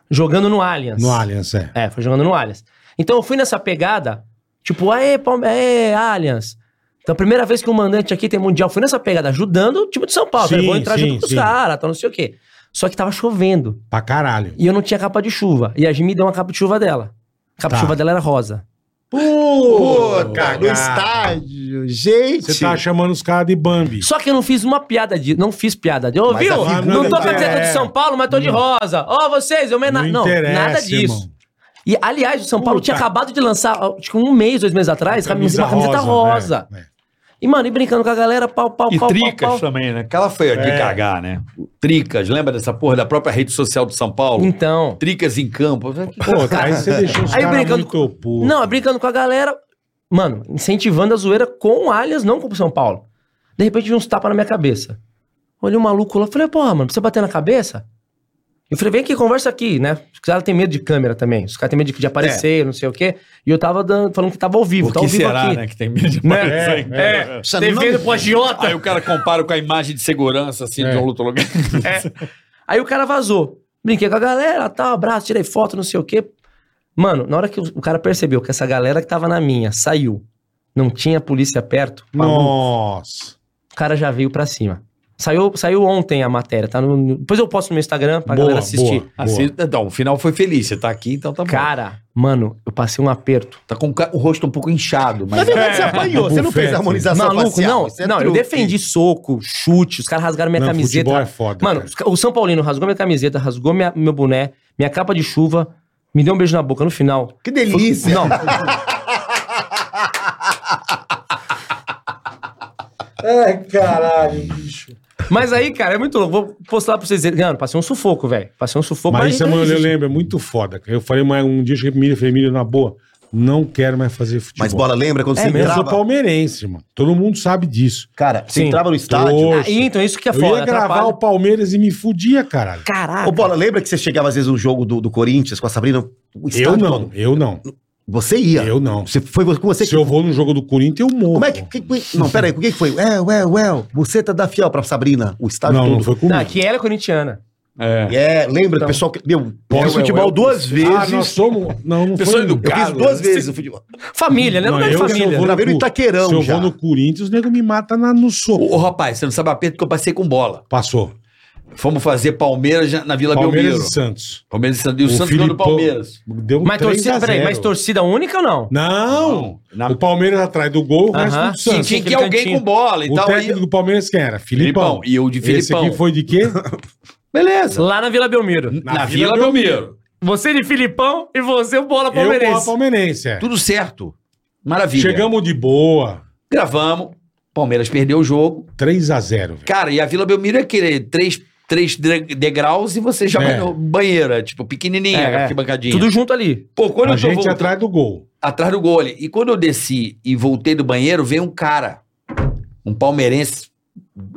Speaker 5: Jogando no Allianz.
Speaker 3: No Allianz, é.
Speaker 5: É, foi jogando no Allianz. Então eu fui nessa pegada, tipo, aê, Palme aê, Allianz. Então, a primeira vez que o mandante aqui tem mundial, fui nessa pegada, ajudando o time de São Paulo. Falei,
Speaker 3: Sim,
Speaker 5: vou entrar
Speaker 3: sim,
Speaker 5: junto com os
Speaker 3: sim.
Speaker 5: caras, tal, não sei o quê. Só que tava chovendo.
Speaker 3: Pra caralho.
Speaker 5: E eu não tinha capa de chuva. E a Jimmy deu uma capa de chuva dela. A capa
Speaker 3: Tá.
Speaker 5: de chuva dela era rosa.
Speaker 6: Puta, no
Speaker 3: cagada.
Speaker 6: estádio, gente.
Speaker 3: Você tá chamando os caras de Bambi.
Speaker 5: Só que eu não fiz uma piada de. Não fiz piada de.
Speaker 6: Mas
Speaker 5: Ouviu?
Speaker 6: a figura
Speaker 5: Não tô
Speaker 3: não
Speaker 5: pra dizer que eu tô
Speaker 3: é.
Speaker 5: de São Paulo, mas tô de rosa. Ó, vocês, eu
Speaker 3: Não,
Speaker 5: homenagem. É Não,
Speaker 3: interessa,
Speaker 5: nada disso.
Speaker 3: irmão.
Speaker 5: E, aliás, o São Paulo
Speaker 3: Puta.
Speaker 5: tinha acabado de lançar, ó, acho que um mês, dois meses atrás, camisa, uma camiseta rosa.
Speaker 3: né? É.
Speaker 5: E, mano, e brincando com a galera, pau, pau,
Speaker 7: E
Speaker 5: pau,
Speaker 7: tricas
Speaker 5: pau, pau.
Speaker 7: também, né? Aquela foi a de
Speaker 3: É.
Speaker 7: cagar, né? Tricas, lembra dessa porra da própria rede social de São Paulo?
Speaker 5: Então.
Speaker 7: Tricas em campo.
Speaker 3: Pô, aí você deixou os
Speaker 5: Aí
Speaker 3: caras
Speaker 5: brincando
Speaker 3: muito puto.
Speaker 5: Não, é brincando com a galera. Mano, incentivando a zoeira com o Allianz, não com o São Paulo. De repente, vi uns tapas na minha cabeça. Olhei um maluco lá, falei, porra, mano, precisa bater na cabeça? Eu falei, vem aqui, conversa aqui, né? Os caras têm medo de câmera também. Os caras têm medo de, de aparecer, não sei o quê. E eu tava dando- falando que tava ao vivo,
Speaker 7: É. O
Speaker 5: tá ao
Speaker 7: que
Speaker 5: vivo
Speaker 7: será,
Speaker 5: aqui.
Speaker 7: né? Que tem medo de
Speaker 5: Né?
Speaker 7: aparecer em
Speaker 5: É,
Speaker 7: câmera.
Speaker 6: Isso
Speaker 5: devendo
Speaker 6: não-
Speaker 5: pro agiota.
Speaker 7: Aí o cara compara com a imagem de segurança, assim,
Speaker 3: É.
Speaker 7: de um lutologar.
Speaker 5: Aí o cara vazou. Brinquei com a galera, tal, abraço, tirei foto, não sei o quê. Mano, na hora que o o cara percebeu que essa galera que tava na minha saiu, não tinha polícia perto, maluco,
Speaker 3: Nossa.
Speaker 5: o cara já veio pra cima. Saiu, saiu ontem a matéria, tá? no- no- depois eu posto no meu Instagram pra galera assistir.
Speaker 3: boa,
Speaker 7: Assim, então, o final foi feliz. Você tá aqui, então tá bom.
Speaker 5: Cara, mano, eu passei um aperto.
Speaker 7: Tá com o ca- o rosto um pouco inchado,
Speaker 6: Na
Speaker 7: mas.
Speaker 6: verdade, você apanhou. Você não fez
Speaker 3: Bufete.
Speaker 6: harmonização
Speaker 5: Maluco,
Speaker 6: facial.
Speaker 5: não,
Speaker 6: isso é
Speaker 5: não, eu
Speaker 6: truque.
Speaker 5: defendi soco, chute, os caras rasgaram minha
Speaker 3: Não,
Speaker 5: camiseta.
Speaker 3: futebol é foda.
Speaker 5: Mano,
Speaker 3: cara.
Speaker 5: os ca- o São Paulino rasgou minha camiseta, rasgou minha- meu boné, minha capa de chuva, me deu um beijo na boca no final.
Speaker 6: Que delícia.
Speaker 5: Não.
Speaker 6: Ai, caralho, bicho.
Speaker 5: Mas aí, cara, é muito louco. Vou postar lá pra vocês verem. Mano, passei um sufoco, velho. Passei um sufoco.
Speaker 3: Mas
Speaker 5: mas
Speaker 3: isso,
Speaker 5: não
Speaker 3: mano, eu
Speaker 5: existe.
Speaker 3: lembro, é muito foda. cara. Eu falei uma- um dia, eu cheguei pro Emílio, eu falei, Emílio, na boa, não quero mais fazer futebol.
Speaker 6: Mas bola, lembra quando
Speaker 5: É
Speaker 6: você
Speaker 5: mesmo,
Speaker 3: Eu
Speaker 6: entrava?
Speaker 3: sou palmeirense, mano. Todo mundo sabe disso.
Speaker 6: Cara, você
Speaker 5: Sim.
Speaker 6: entrava no estádio.
Speaker 3: Tô.
Speaker 5: Ah, e então, isso que é
Speaker 3: eu
Speaker 5: foda.
Speaker 3: ia gravar
Speaker 5: atrapalha.
Speaker 3: o Palmeiras e me fudia, caralho.
Speaker 5: Caraca.
Speaker 6: Ô, Bola, lembra que você chegava às vezes no jogo do, do Corinthians com a Sabrina? O
Speaker 3: Eu
Speaker 6: estádio
Speaker 3: não,
Speaker 6: todo?
Speaker 3: eu não.
Speaker 6: Você ia.
Speaker 3: Eu não.
Speaker 6: tá Você, foi você, com você
Speaker 3: Se eu vou no jogo do Corinthians, eu morro.
Speaker 6: Como é que. que- que- não, peraí, o que que foi? É, ué, ué, você tá da fiel pra Sabrina, o estádio
Speaker 3: Não,
Speaker 6: todo.
Speaker 3: não foi comigo.
Speaker 5: Não, que ela é corintiana.
Speaker 7: É.
Speaker 6: É, lembra,
Speaker 5: Então.
Speaker 6: o pessoal. que- Meu,
Speaker 3: Posso-
Speaker 6: eu fiz futebol
Speaker 3: eu-
Speaker 6: duas
Speaker 3: Ah, nós
Speaker 6: vezes.
Speaker 3: somos... Não, não
Speaker 7: Pessoa
Speaker 3: foi.
Speaker 7: educada.
Speaker 6: eu fiz
Speaker 7: Carlos,
Speaker 6: duas
Speaker 7: você-
Speaker 6: vezes o futebol.
Speaker 5: Família, né?
Speaker 3: Não,
Speaker 5: Lugar de
Speaker 3: eu, se eu
Speaker 5: família.
Speaker 3: vou
Speaker 6: Já veio no
Speaker 3: cu-
Speaker 6: Itaquerão,
Speaker 3: Se eu
Speaker 6: já.
Speaker 3: vou no Corinthians, o nego me mata na, no soco.
Speaker 7: Ô, rapaz, você não sabe o aperto que eu passei com bola.
Speaker 3: Passou.
Speaker 7: Fomos fazer Palmeiras já- na Vila
Speaker 3: Palmeiras
Speaker 7: Belmiro.
Speaker 3: e Santos.
Speaker 7: Palmeiras e Santos. E o, Santos ganhou do
Speaker 3: Filipão
Speaker 7: Palmeiras.
Speaker 3: Deu
Speaker 5: Mas
Speaker 3: 3 a
Speaker 5: torcida, peraí,
Speaker 3: 0.
Speaker 5: mas torcida única ou não?
Speaker 3: Não!
Speaker 7: Na-
Speaker 3: O Palmeiras atrás do gol, o resto
Speaker 5: Aham.
Speaker 3: do
Speaker 7: Sim,
Speaker 3: Santos.
Speaker 7: tinha que
Speaker 5: aquele
Speaker 7: alguém
Speaker 5: cantinho.
Speaker 7: com bola e
Speaker 3: O
Speaker 7: tal.
Speaker 3: técnico
Speaker 7: E...
Speaker 3: do Palmeiras quem era? Filipão.
Speaker 7: Filipão. E o de
Speaker 3: Esse
Speaker 7: Filipão.
Speaker 3: aqui foi de quê?
Speaker 7: Beleza.
Speaker 5: Lá na Vila Belmiro.
Speaker 7: Na, Vila, Belmiro.
Speaker 5: Você de Filipão e você o Bola
Speaker 3: Eu com a
Speaker 5: Palmeirense.
Speaker 3: palmeirense, é.
Speaker 7: Tudo certo. Maravilha.
Speaker 3: Chegamos de boa.
Speaker 7: Gravamos. Palmeiras perdeu o jogo.
Speaker 3: 3x0, velho.
Speaker 7: Cara, e a Vila Belmiro é aquele três, três dre- degraus e você já
Speaker 3: É.
Speaker 7: vai no banheiro. É, tipo, pequenininha,
Speaker 5: É, é.
Speaker 7: arquibancadinha.
Speaker 5: Tudo junto ali.
Speaker 7: Pô, quando
Speaker 3: A
Speaker 7: eu tô
Speaker 3: gente
Speaker 7: voltando-
Speaker 3: atrás do gol.
Speaker 7: atrás do gol ali. E quando eu desci e voltei do banheiro, veio um cara, um palmeirense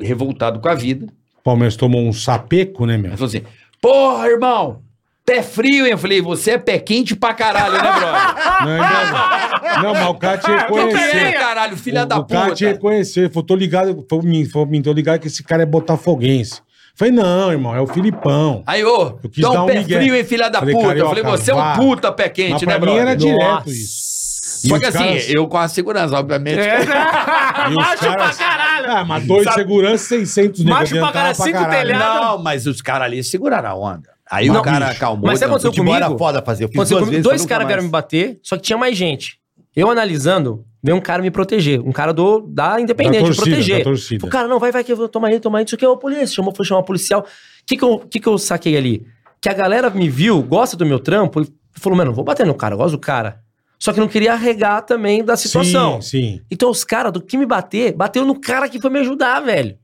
Speaker 7: revoltado com a vida.
Speaker 3: O Palmeiras tomou um sapeco, né, meu?
Speaker 7: Ele falou assim: Porra, irmão, pé frio, hein? Eu falei: Você é pé quente pra caralho, né, brother?
Speaker 3: Não, ainda- não, mas o cara te
Speaker 7: Eu falei,
Speaker 3: reconheceu.
Speaker 7: caralho, filha
Speaker 3: o,
Speaker 7: da
Speaker 3: o cara te
Speaker 7: puta.
Speaker 3: reconheceu. Ele falou, tô ligado, foi mim, foi mim, tô ligado que esse cara é botafoguense. Falei, não, irmão, é o Filipão.
Speaker 7: Aí, ô,
Speaker 3: Eu quis dar
Speaker 7: dá
Speaker 3: um
Speaker 7: um pé
Speaker 3: migué.
Speaker 7: frio, hein, filha da
Speaker 3: Falei,
Speaker 7: puta.
Speaker 3: carioca,
Speaker 7: eu falei, você é
Speaker 3: vá.
Speaker 7: um puta pé
Speaker 3: Mas
Speaker 7: quente,
Speaker 3: pra
Speaker 7: né,
Speaker 3: mim
Speaker 7: brother?
Speaker 3: era É direto
Speaker 5: Nossa.
Speaker 3: isso. E
Speaker 7: Só
Speaker 3: os
Speaker 7: que assim,
Speaker 3: caras-
Speaker 7: eu com a segurança, obviamente.
Speaker 5: É,
Speaker 7: Tá
Speaker 3: E os caras- Ah, mas dois de segurança, 600 nego
Speaker 5: Macho pra
Speaker 3: adiantava
Speaker 5: caralho, cinco telhados.
Speaker 7: Não, mas os caras ali seguraram a onda. Aí
Speaker 5: Não,
Speaker 7: o cara
Speaker 5: bicho.
Speaker 7: acalmou.
Speaker 5: Mas sabe
Speaker 7: não,
Speaker 5: o que aconteceu
Speaker 6: Futebol era
Speaker 5: comigo?
Speaker 6: foda fazer. Eu fiz
Speaker 5: Aconteceu
Speaker 6: duas
Speaker 5: comigo,
Speaker 6: vezes.
Speaker 5: dois
Speaker 6: nunca
Speaker 5: caras
Speaker 6: mais.
Speaker 5: vieram me bater, só que tinha mais gente. Eu analisando, veio um cara me proteger, um cara do da Independente,
Speaker 3: Da torcida,
Speaker 5: me proteger.
Speaker 3: da torcida.
Speaker 5: O cara, não, vai, vai, que eu vou tomar ele, tomar ele, isso aqui, ô polícia, chamou, foi chamar o policial. O que que eu, que que eu saquei ali? Que a galera me viu, gosta do meu trampo, e falou, mano, vou bater no cara, eu gosto do cara. Só que não queria arregar também da situação.
Speaker 3: Sim, sim.
Speaker 5: Então os caras do que me bater, bateu no cara que foi me ajudar, velho.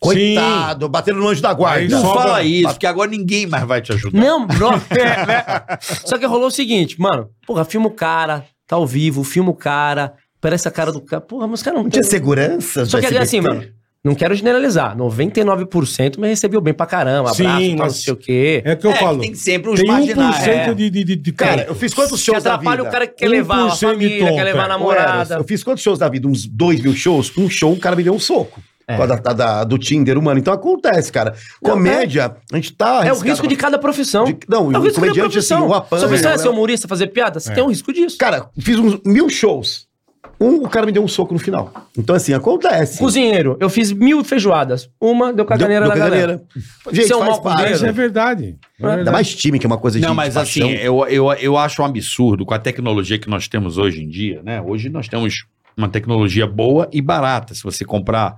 Speaker 6: Coitado, batendo no anjo da
Speaker 3: Aí
Speaker 6: guarda.
Speaker 7: não
Speaker 3: sobra-
Speaker 7: fala isso, porque agora ninguém mais vai te ajudar.
Speaker 5: Não, bro. É, né? Só que rolou o seguinte, mano. Porra, filma o cara, tá ao vivo, filma o cara, parece a cara do cara. Porra, mas os caras não
Speaker 6: Não tinha segurança.
Speaker 5: Só
Speaker 6: do
Speaker 5: que é
Speaker 6: SBT?
Speaker 5: assim, mano. Não quero generalizar. 99% me recebeu bem pra caramba.
Speaker 3: Sim,
Speaker 5: Abraço, tal, não
Speaker 3: mas-
Speaker 5: sei o quê.
Speaker 3: É o que eu
Speaker 7: É,
Speaker 3: falo.
Speaker 7: tem sempre os
Speaker 5: um
Speaker 3: Tem
Speaker 7: marginais.
Speaker 3: 1%
Speaker 7: é.
Speaker 3: de, de, de, de
Speaker 6: Cara,
Speaker 3: tempo.
Speaker 6: eu fiz quantos
Speaker 5: Que
Speaker 6: shows da vida? Um
Speaker 5: atrapalha o cara que quer levar a
Speaker 3: 1% de
Speaker 5: família,
Speaker 3: tonto,
Speaker 5: quer levar a
Speaker 3: é.
Speaker 5: namorada.
Speaker 6: Eu fiz quantos shows da vida? Uns dois mil shows? Um show, um cara me deu um soco.
Speaker 5: É.
Speaker 6: Com a da- da- da- do Tinder humano. Então acontece, cara.
Speaker 5: Não,
Speaker 6: Comédia, a gente tá.
Speaker 5: É o
Speaker 6: arriscado
Speaker 5: risco
Speaker 6: pra-
Speaker 5: de cada profissão.
Speaker 6: de- Não,
Speaker 5: é
Speaker 6: e
Speaker 5: o
Speaker 6: o
Speaker 5: risco de cada
Speaker 6: comediante, assim,
Speaker 5: profissão.
Speaker 6: o
Speaker 5: Se a
Speaker 6: apanha.
Speaker 5: pessoa é
Speaker 6: né?
Speaker 5: ser humorista, fazer piada, você
Speaker 3: É.
Speaker 5: tem um risco disso.
Speaker 6: Cara, fiz uns mil shows. Um, o cara me deu um soco no final. Então, assim, acontece.
Speaker 5: Cozinheiro, eu fiz mil feijoadas. Uma deu caganeira
Speaker 6: Deu-
Speaker 5: na
Speaker 6: deu
Speaker 5: galera.
Speaker 6: caganeira. Gente,
Speaker 5: Seu
Speaker 6: faz
Speaker 5: mal
Speaker 6: parte.
Speaker 3: Isso é verdade. É
Speaker 6: Ainda
Speaker 3: verdade.
Speaker 6: mais time, que é uma coisa de
Speaker 7: Não, mas
Speaker 6: de paixão.
Speaker 7: assim, eu, eu, eu acho um absurdo com a tecnologia que nós temos hoje em dia, né? Hoje nós temos uma tecnologia boa e barata. Se você comprar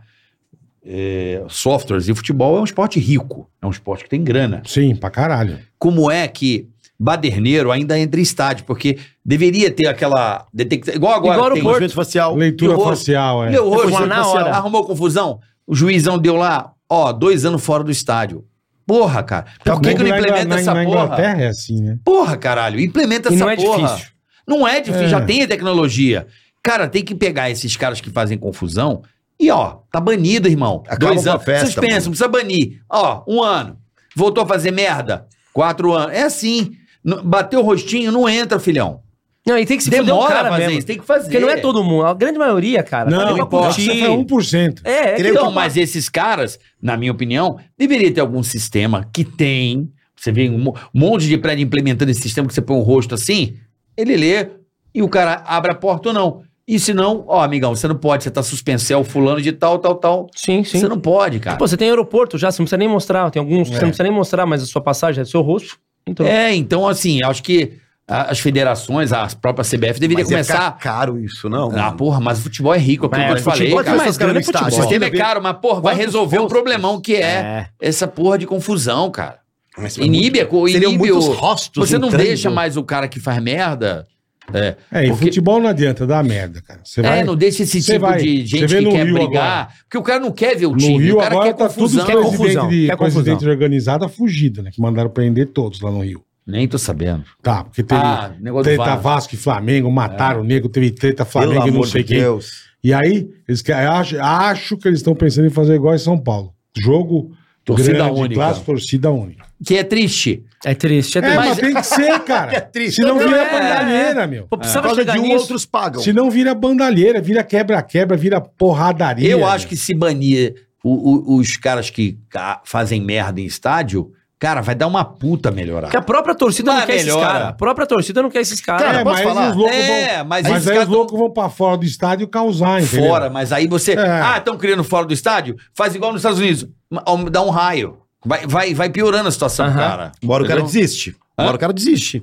Speaker 7: é, softwares e futebol, é um esporte rico. É um esporte que tem grana.
Speaker 3: Sim, pra caralho.
Speaker 7: Como é que Baderneiro ainda entra em estádio? Porque deveria ter aquela detecção. Igual agora.
Speaker 5: Igual no
Speaker 7: tem,
Speaker 5: Porto.
Speaker 6: Movimento facial.
Speaker 3: Leitura
Speaker 7: Eu vou-
Speaker 3: facial, é.
Speaker 7: Meu rosto,
Speaker 5: Confusão na hora.
Speaker 7: arrumou confusão. O juizão deu lá, ó, dois anos fora do estádio. Porra, cara.
Speaker 5: Tá
Speaker 7: Por que, que não
Speaker 3: Tá Na-
Speaker 7: implementa
Speaker 3: na,
Speaker 7: essa
Speaker 3: na
Speaker 7: porra?
Speaker 3: Inglaterra é assim, né?
Speaker 7: Porra, caralho, implementa
Speaker 5: E
Speaker 7: essa
Speaker 5: não é
Speaker 7: porra.
Speaker 5: difícil.
Speaker 7: Não é difícil,
Speaker 3: É.
Speaker 7: já tem a tecnologia. Cara, tem que pegar esses caras que fazem confusão e, ó, tá banido, irmão.
Speaker 6: Acaba com a festa,
Speaker 7: Vocês pensam,
Speaker 6: mano.
Speaker 7: não precisa banir. Ó, um ano. Voltou a fazer merda. Quatro anos. É assim. N- Bateu o rostinho, não entra, filhão.
Speaker 5: Não, e tem que se fuder o
Speaker 7: Demora a
Speaker 5: cara
Speaker 7: fazer
Speaker 5: mesmo.
Speaker 7: isso, tem que fazer.
Speaker 5: Porque não é todo mundo, a grande maioria, cara. tá ali pra
Speaker 3: importa.
Speaker 5: curtir.
Speaker 3: Isso é 1%.
Speaker 5: É, é que
Speaker 7: Então,
Speaker 5: não-
Speaker 7: mas esses caras, na minha opinião, deveria ter algum sistema que tem. Você vê um mo- monte de prédio implementando esse sistema que você põe o rosto assim, ele lê e o cara abre a porta ou não. E se não, ó, amigão, você não pode, você tá suspenso, você é o fulano de tal, tal, tal.
Speaker 5: Sim, sim. Tipo
Speaker 7: Você não pode, cara.
Speaker 5: Pô, você tem aeroporto já, você não precisa nem mostrar. Tem alguns
Speaker 6: É.
Speaker 5: que você não precisa nem mostrar, mas a sua passagem é do seu rosto. Então,
Speaker 7: É, então, assim, acho que a- as federações, a própria CBF deveria
Speaker 6: Mas ia ficar
Speaker 7: começar.
Speaker 6: caro isso, não?
Speaker 7: Ah, porra, mas o futebol é rico, aquilo
Speaker 5: Mas
Speaker 7: que eu te falei.
Speaker 6: futebol é
Speaker 7: cara.
Speaker 6: mais
Speaker 7: Mas
Speaker 6: grana
Speaker 7: grana
Speaker 6: é
Speaker 7: é futebol. O
Speaker 6: futebol.
Speaker 7: sistema é caro, mas, porra, vai resolver o problemão que é essa porra de confusão, cara.
Speaker 6: Mas
Speaker 7: Inibe, a co-
Speaker 6: Seriam
Speaker 7: inibe
Speaker 6: muitos
Speaker 7: o-
Speaker 6: rostos
Speaker 7: Você não
Speaker 6: entrando.
Speaker 7: deixa mais o cara que faz merda. É,
Speaker 3: É, e
Speaker 7: Porque-
Speaker 3: futebol não adianta, dá merda, cara. Você vai...
Speaker 7: é, não deixa esse
Speaker 3: você
Speaker 7: tipo
Speaker 3: vai-
Speaker 7: de
Speaker 3: você
Speaker 7: gente
Speaker 3: vê
Speaker 7: que
Speaker 3: no
Speaker 7: quer
Speaker 3: Rio
Speaker 7: brigar. Porque o cara não quer ver o
Speaker 3: No
Speaker 7: time.
Speaker 3: Rio
Speaker 7: o cara
Speaker 3: agora
Speaker 7: quer
Speaker 3: tá tudo
Speaker 7: confusão.
Speaker 3: presidente,
Speaker 5: quer confusão,
Speaker 3: de,
Speaker 5: quer confusão.
Speaker 3: presidente de organizada fugido, né? Que mandaram prender todos lá no Rio.
Speaker 7: Nem tô sabendo.
Speaker 3: Tá, porque teve
Speaker 7: Ah, negócio do É.
Speaker 3: treta
Speaker 7: VAR.
Speaker 3: Vasco e Flamengo, mataram o nego, teve treta
Speaker 6: Pelo
Speaker 3: Flamengo e não
Speaker 6: amor
Speaker 3: sei
Speaker 6: de
Speaker 3: quem.
Speaker 6: Deus.
Speaker 3: E aí, eles que- acho, acho que eles estão pensando em fazer igual em São Paulo. Jogo
Speaker 7: Torcida
Speaker 3: grande,
Speaker 7: única.
Speaker 3: clássico, torcida única.
Speaker 7: Que é triste.
Speaker 5: é triste. É
Speaker 3: É,
Speaker 5: triste.
Speaker 3: mas tem que ser, cara.
Speaker 6: É triste.
Speaker 3: Se não
Speaker 6: Não,
Speaker 3: vira
Speaker 5: é.
Speaker 3: bandalheira, meu.
Speaker 5: Pô,
Speaker 6: Por
Speaker 5: precisava
Speaker 6: causa
Speaker 5: chegar
Speaker 6: de um,
Speaker 5: nisso.
Speaker 6: outros pagam.
Speaker 3: Se não vira bandalheira, vira quebra-quebra, vira porradaria.
Speaker 7: Eu
Speaker 3: meu.
Speaker 7: acho que se banir o- o- os caras que ca- fazem merda em estádio, cara, vai dar uma puta melhorar.
Speaker 5: Porque a própria torcida
Speaker 7: Ah,
Speaker 5: não quer esses
Speaker 7: melhora.
Speaker 5: caras. A própria torcida não quer esses caras.
Speaker 6: Cara,
Speaker 3: é,
Speaker 6: posso
Speaker 3: mas
Speaker 6: falar?
Speaker 3: os loucos vão...
Speaker 7: É, mas,
Speaker 3: Mas
Speaker 7: esses
Speaker 3: aí os
Speaker 7: caras
Speaker 3: loucos vão pra fora do estádio causar, entendeu?
Speaker 7: fora, mas aí você.
Speaker 3: É.
Speaker 7: Ah, estão criando fora do estádio? Faz igual nos Estados Unidos. Ma- Dá um raio. Vai, vai, vai piorando a situação,
Speaker 5: Aham.
Speaker 7: cara.
Speaker 6: Bora o cara
Speaker 7: Entendeu?
Speaker 6: desiste.
Speaker 7: Hã?
Speaker 6: Bora o cara desiste.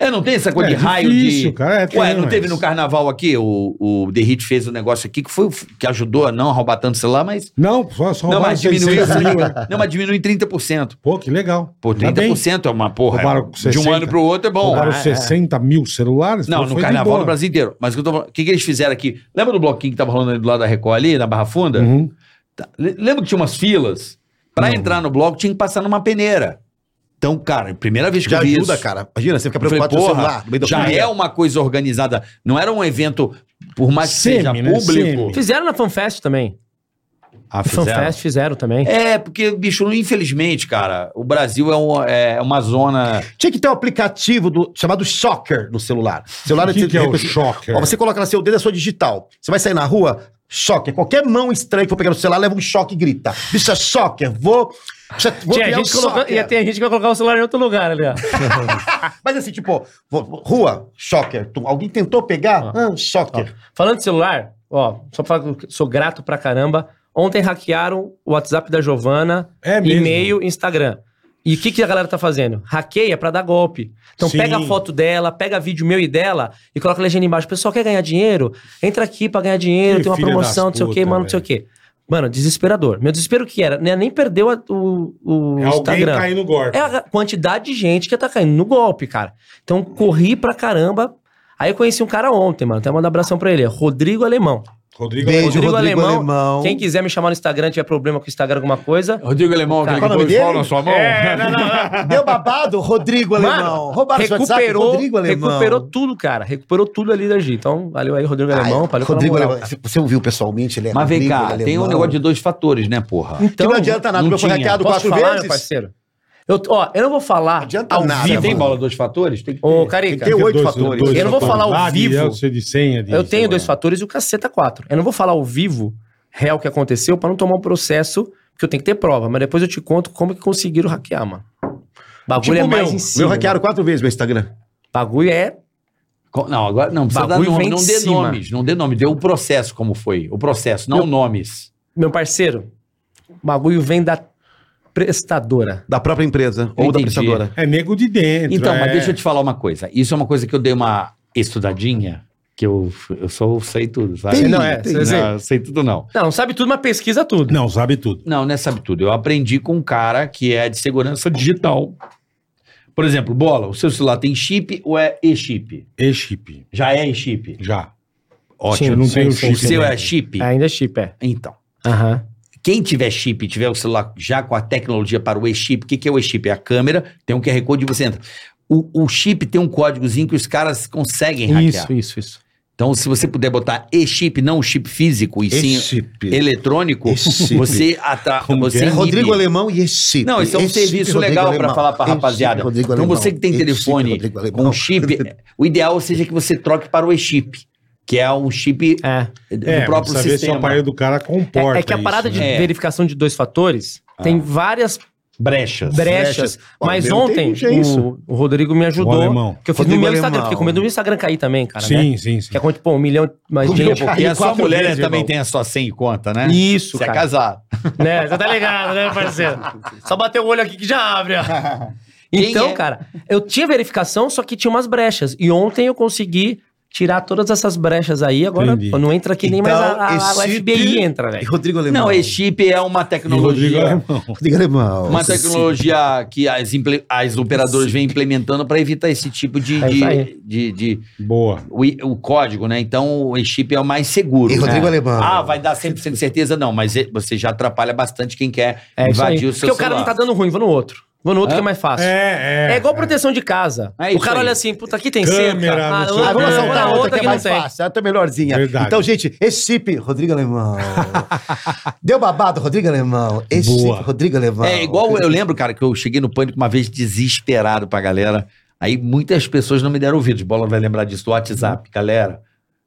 Speaker 7: É, não tem essa coisa
Speaker 3: É
Speaker 7: de raio
Speaker 3: difícil,
Speaker 7: de.
Speaker 3: cara, é, tem,
Speaker 7: Ué, não
Speaker 3: mas-
Speaker 7: teve no carnaval aqui? O, o The Hit fez um negócio aqui que foi o f- que ajudou a não roubar tanto celular, mas.
Speaker 3: Não, só, só
Speaker 7: Não,
Speaker 3: roubaram
Speaker 7: mas diminuiu.
Speaker 3: 600 mil, né?
Speaker 7: não, mas diminui 30%.
Speaker 3: Pô, que legal.
Speaker 7: Pô,
Speaker 3: Tá bem.
Speaker 7: 30% é uma porra.
Speaker 3: Roubaram
Speaker 7: de um
Speaker 3: 60.
Speaker 7: ano pro outro é bom.
Speaker 3: Roubaram
Speaker 7: Ah, é.
Speaker 3: 60 mil celulares?
Speaker 7: Não,
Speaker 3: pô,
Speaker 7: no
Speaker 3: foi de
Speaker 7: carnaval
Speaker 3: boa.
Speaker 7: no Brasil inteiro. Mas o que eu tô falando, o que, que eles fizeram aqui? Lembra do bloquinho que tava rolando ali do lado da Record ali, na Barra Funda?
Speaker 3: Uhum.
Speaker 7: Tá. Le- Lembra que tinha umas filas? Pra entrar no bloco tinha que passar numa peneira. Então, cara, primeira vez que
Speaker 6: Já
Speaker 7: eu vi
Speaker 6: ajuda,
Speaker 7: isso.
Speaker 6: cara. Imagina, você fica
Speaker 7: Eu falei,
Speaker 6: preocupado com o
Speaker 7: porra,
Speaker 6: celular. no meio da
Speaker 7: já
Speaker 6: corrida.
Speaker 7: é uma coisa organizada. Não era um evento, por mais que
Speaker 3: Semi,
Speaker 7: seja
Speaker 3: né?
Speaker 7: público.
Speaker 3: Semi.
Speaker 5: Fizeram na FanFest também.
Speaker 7: Ah,
Speaker 5: Na
Speaker 7: fizeram?
Speaker 5: FanFest fizeram também.
Speaker 7: É, porque, bicho, infelizmente, cara, o Brasil é, um- é uma zona.
Speaker 6: Tinha que ter um aplicativo do- chamado Shocker no celular. Celular
Speaker 3: O que, que é o
Speaker 6: repente-
Speaker 3: choque?
Speaker 6: Ó, você coloca lá seu dedo, é sua digital. Você vai sair na rua, choque. Qualquer mão estranha que for pegar no celular, leva um choque e grita. Bicha, choque, vou. bicha, vou
Speaker 5: Tinha
Speaker 6: criar um
Speaker 5: gente colocando,
Speaker 6: choque.
Speaker 5: ia ter gente que vai colocar o celular em outro lugar ali, ó.
Speaker 6: Mas assim, tipo, vou- rua, choker. Tu- Alguém tentou pegar? Ah, choker.
Speaker 5: Falando de celular, ó, só pra falar que eu sou grato pra caramba. Ontem hackearam o WhatsApp da Giovana,
Speaker 3: É mesmo.
Speaker 5: e-mail, Instagram. E o que, que a galera tá fazendo? Hackeia pra dar golpe. Então
Speaker 3: Sim.
Speaker 5: pega a foto dela, pega vídeo meu e dela e coloca a legenda embaixo. Pessoal, quer ganhar dinheiro? Entra aqui pra ganhar dinheiro,
Speaker 3: Que
Speaker 5: tem uma
Speaker 3: filha das
Speaker 5: promoção, não sei o quê,
Speaker 3: puta,
Speaker 5: mano, não sei o quê. Mano, desesperador. Meu desespero que era, né? Nem perdeu a- o,
Speaker 3: É
Speaker 5: o
Speaker 3: alguém
Speaker 5: um Instagram.
Speaker 3: cair no golpe.
Speaker 5: É a quantidade de gente que tá caindo no golpe, cara. Então, corri pra caramba. Aí eu conheci um cara ontem, mano. Até mandar um abração pra ele. é Rodrigo Alemão.
Speaker 3: Rodrigo
Speaker 6: Beijo.
Speaker 5: Rodrigo,
Speaker 6: Rodrigo
Speaker 5: Alemão.
Speaker 6: Alemão.
Speaker 5: Quem quiser me chamar no Instagram, tiver problema com o Instagram, alguma coisa.
Speaker 7: Rodrigo Alemão,
Speaker 5: Cara,
Speaker 7: que
Speaker 6: qual é o nome
Speaker 7: pôs pau
Speaker 6: dele?
Speaker 7: na sua mão?
Speaker 6: Deu babado? Rodrigo Alemão. Roubaram seu WhatsApp?
Speaker 5: recuperou,
Speaker 6: Rodrigo Alemão.
Speaker 5: recuperou tudo, cara. Recuperou tudo ali da G. Então, valeu aí, Rodrigo
Speaker 6: Ai,
Speaker 5: Alemão. Valeu
Speaker 6: Rodrigo
Speaker 5: pela moral,
Speaker 6: Alemão. Você ouviu pessoalmente, ele é
Speaker 7: Mas vem
Speaker 6: Rodrigo
Speaker 7: cá, tem um
Speaker 6: Alemão.
Speaker 7: negócio de dois fatores, né, porra?
Speaker 5: Então,
Speaker 6: que não adianta nada,
Speaker 7: não
Speaker 6: porque eu fui
Speaker 7: tinha.
Speaker 6: hackeado
Speaker 5: Posso
Speaker 6: quatro
Speaker 5: falar, meu
Speaker 6: vezes.
Speaker 5: parceiro? Eu, ó, eu não vou falar.
Speaker 6: adianta
Speaker 5: ao
Speaker 6: nada,
Speaker 5: vivo.
Speaker 6: mano.
Speaker 7: Tem bola dois fatores? Tem que
Speaker 5: Ô,
Speaker 6: Tem que
Speaker 5: Carica.
Speaker 6: ter oito
Speaker 3: Dois-
Speaker 6: fatores.
Speaker 3: dois
Speaker 5: Eu não vou falar ao
Speaker 3: fatores.
Speaker 5: vivo.
Speaker 3: Ah, de- é, de senha, de-
Speaker 5: Eu tenho dois
Speaker 3: agora.
Speaker 5: fatores e o caceta quatro. Eu não vou falar ao vivo real que aconteceu pra não tomar um processo, porque eu tenho que ter prova. Mas depois eu te conto como que conseguiram hackear, mano. Bagulho
Speaker 6: Tipo
Speaker 5: é
Speaker 6: o meu.
Speaker 5: mais em cima.
Speaker 6: Meu hackearam quatro vezes meu Instagram.
Speaker 5: mano. Bagulho é
Speaker 7: Co- Não, agora não precisa dar
Speaker 5: Bagulho
Speaker 7: nome,
Speaker 5: vem
Speaker 7: não
Speaker 5: de
Speaker 7: dê
Speaker 5: cima.
Speaker 7: nomes, não dê nome, dê o processo como foi, o processo, não
Speaker 5: Eu-
Speaker 7: nomes.
Speaker 5: Meu parceiro, o bagulho vem da prestadora.
Speaker 6: Da própria empresa
Speaker 7: Eu
Speaker 6: ou da
Speaker 7: entendi.
Speaker 6: prestadora.
Speaker 3: É nego de dentro.
Speaker 7: Então,
Speaker 3: é...
Speaker 7: mas deixa eu te falar uma coisa. Isso é uma coisa que eu dei uma estudadinha, que eu, eu só sei tudo, sabe?
Speaker 6: Tem,
Speaker 7: não,
Speaker 6: tem.
Speaker 7: sei, não, sei tudo não.
Speaker 5: Não, não sabe tudo, mas pesquisa tudo.
Speaker 3: Não, sabe tudo.
Speaker 7: Não, não é sabe tudo. Eu aprendi com um cara que é de segurança digital. Por exemplo, bola, o seu celular tem chip ou é e-chip?
Speaker 3: E chip.
Speaker 7: Já é e-chip.
Speaker 3: Já.
Speaker 7: Ótimo.
Speaker 3: eu não tenho
Speaker 7: o
Speaker 3: chip.
Speaker 7: seu
Speaker 3: né?
Speaker 7: é chip?
Speaker 5: Ainda é chip, é.
Speaker 7: Então.
Speaker 5: Aham.
Speaker 7: Quem tiver chip e tiver o celular já com a tecnologia para o e-chip, o que, que é o e-chip? É a câmera, tem um QR Code e você entra. O, o chip tem um códigozinho que os caras conseguem hackear.
Speaker 5: Isso, isso, isso.
Speaker 7: Então, se você puder botar e-chip, não o chip físico, e sim
Speaker 6: E-chip.
Speaker 7: eletrônico,
Speaker 6: E-chip.
Speaker 7: você atra...
Speaker 3: Como
Speaker 7: você
Speaker 3: que é?
Speaker 7: inibe.
Speaker 6: Rodrigo Alemão e esse. tipo
Speaker 7: Não, esse é um serviço legal pra falar pra rapaziada. Então, você que tem telefone Com chip, o ideal seja que você troque para o e-chip, que é um chip
Speaker 5: É.
Speaker 7: do
Speaker 3: É,
Speaker 7: próprio
Speaker 3: saber se o
Speaker 7: sistema.
Speaker 3: aparelho do cara comporta
Speaker 5: É, é que a parada
Speaker 3: isso,
Speaker 5: de
Speaker 3: né?
Speaker 7: né? É.
Speaker 5: verificação de dois fatores tem várias
Speaker 7: Brechas.
Speaker 5: brechas.
Speaker 6: Brechas. Ó,
Speaker 5: Mas
Speaker 6: meu, tem
Speaker 5: ontem
Speaker 6: gente, é isso.
Speaker 5: o, o Rodrigo me
Speaker 3: O
Speaker 5: ajudou.
Speaker 3: alemão.
Speaker 5: Que eu fiz no
Speaker 6: Rodrigo
Speaker 5: meu Instagram,
Speaker 6: alemão.
Speaker 5: fiquei com medo do meu Instagram cair também, cara. né?
Speaker 3: Sim, sim, sim.
Speaker 5: Que é quando, tipo, um milhão mais gente.
Speaker 7: Porque Ah, a sua
Speaker 5: Quatro
Speaker 7: mulher
Speaker 5: vezes,
Speaker 7: também
Speaker 5: irmão.
Speaker 7: tem a sua senha e conta, né?
Speaker 5: Isso,
Speaker 7: Você é
Speaker 5: cara.
Speaker 7: casado.
Speaker 5: né? Você tá ligado, né, parceiro? Só bater o olho aqui que já abre, ó.
Speaker 7: Quem
Speaker 5: Então,
Speaker 7: é?
Speaker 5: cara, eu tinha verificação, só que tinha umas brechas. E ontem eu consegui tirar todas essas brechas aí. Agora
Speaker 3: Entendi.
Speaker 5: pô, não entra aqui nem
Speaker 6: Então,
Speaker 5: mais a, a- a
Speaker 6: esse
Speaker 5: FBI
Speaker 6: de-
Speaker 5: entra,
Speaker 6: E
Speaker 5: velho.
Speaker 6: Rodrigo Alemão.
Speaker 7: Não, e-chip
Speaker 3: E
Speaker 7: é uma
Speaker 3: o Rodrigo é
Speaker 7: tecnologia.
Speaker 3: Alemão.
Speaker 6: Rodrigo Alemão.
Speaker 7: Uma
Speaker 6: esse-
Speaker 7: tecnologia que as, imple- as operadoras vêm implementando para evitar esse tipo de,
Speaker 5: É isso
Speaker 7: de-
Speaker 5: aí.
Speaker 7: de- de-
Speaker 3: Boa.
Speaker 7: o, i- o código, né? Então o chip é o mais seguro.
Speaker 6: E Rodrigo
Speaker 7: É.
Speaker 6: Alemão.
Speaker 7: Ah, vai dar 100% de certeza? Não, mas e- você já atrapalha bastante quem quer
Speaker 5: É isso aí.
Speaker 7: invadir o seu
Speaker 5: Porque o cara não
Speaker 7: celular.
Speaker 5: tá dando ruim, vou no outro. Vou no outro
Speaker 7: Hã?
Speaker 5: que é mais fácil.
Speaker 3: É,
Speaker 5: É igual
Speaker 3: pro
Speaker 5: proteção de casa.
Speaker 7: É
Speaker 5: o
Speaker 7: isso
Speaker 5: cara
Speaker 7: aí.
Speaker 5: olha assim, puta, aqui tem
Speaker 3: Câmera,
Speaker 5: cerca.
Speaker 3: não
Speaker 5: Ah,
Speaker 3: sei o
Speaker 5: não,
Speaker 6: Ah,
Speaker 3: quê.
Speaker 5: vamos
Speaker 6: vamos
Speaker 3: É.
Speaker 5: assaltar
Speaker 6: assaltar outra que é
Speaker 5: não
Speaker 6: mais
Speaker 5: tem.
Speaker 6: fácil, é até melhorzinha.
Speaker 3: Verdade.
Speaker 6: Então, gente, esse chip, Rodrigo Alemão. Deu babado, Rodrigo Alemão. Esse
Speaker 3: Boa.
Speaker 6: chip, Rodrigo Alemão.
Speaker 7: É igual eu lembro, cara, que eu cheguei no pânico uma vez desesperado pra galera. Aí muitas pessoas não me deram ouvidos. Bola vai lembrar disso do
Speaker 5: Uhum.
Speaker 7: WhatsApp, galera.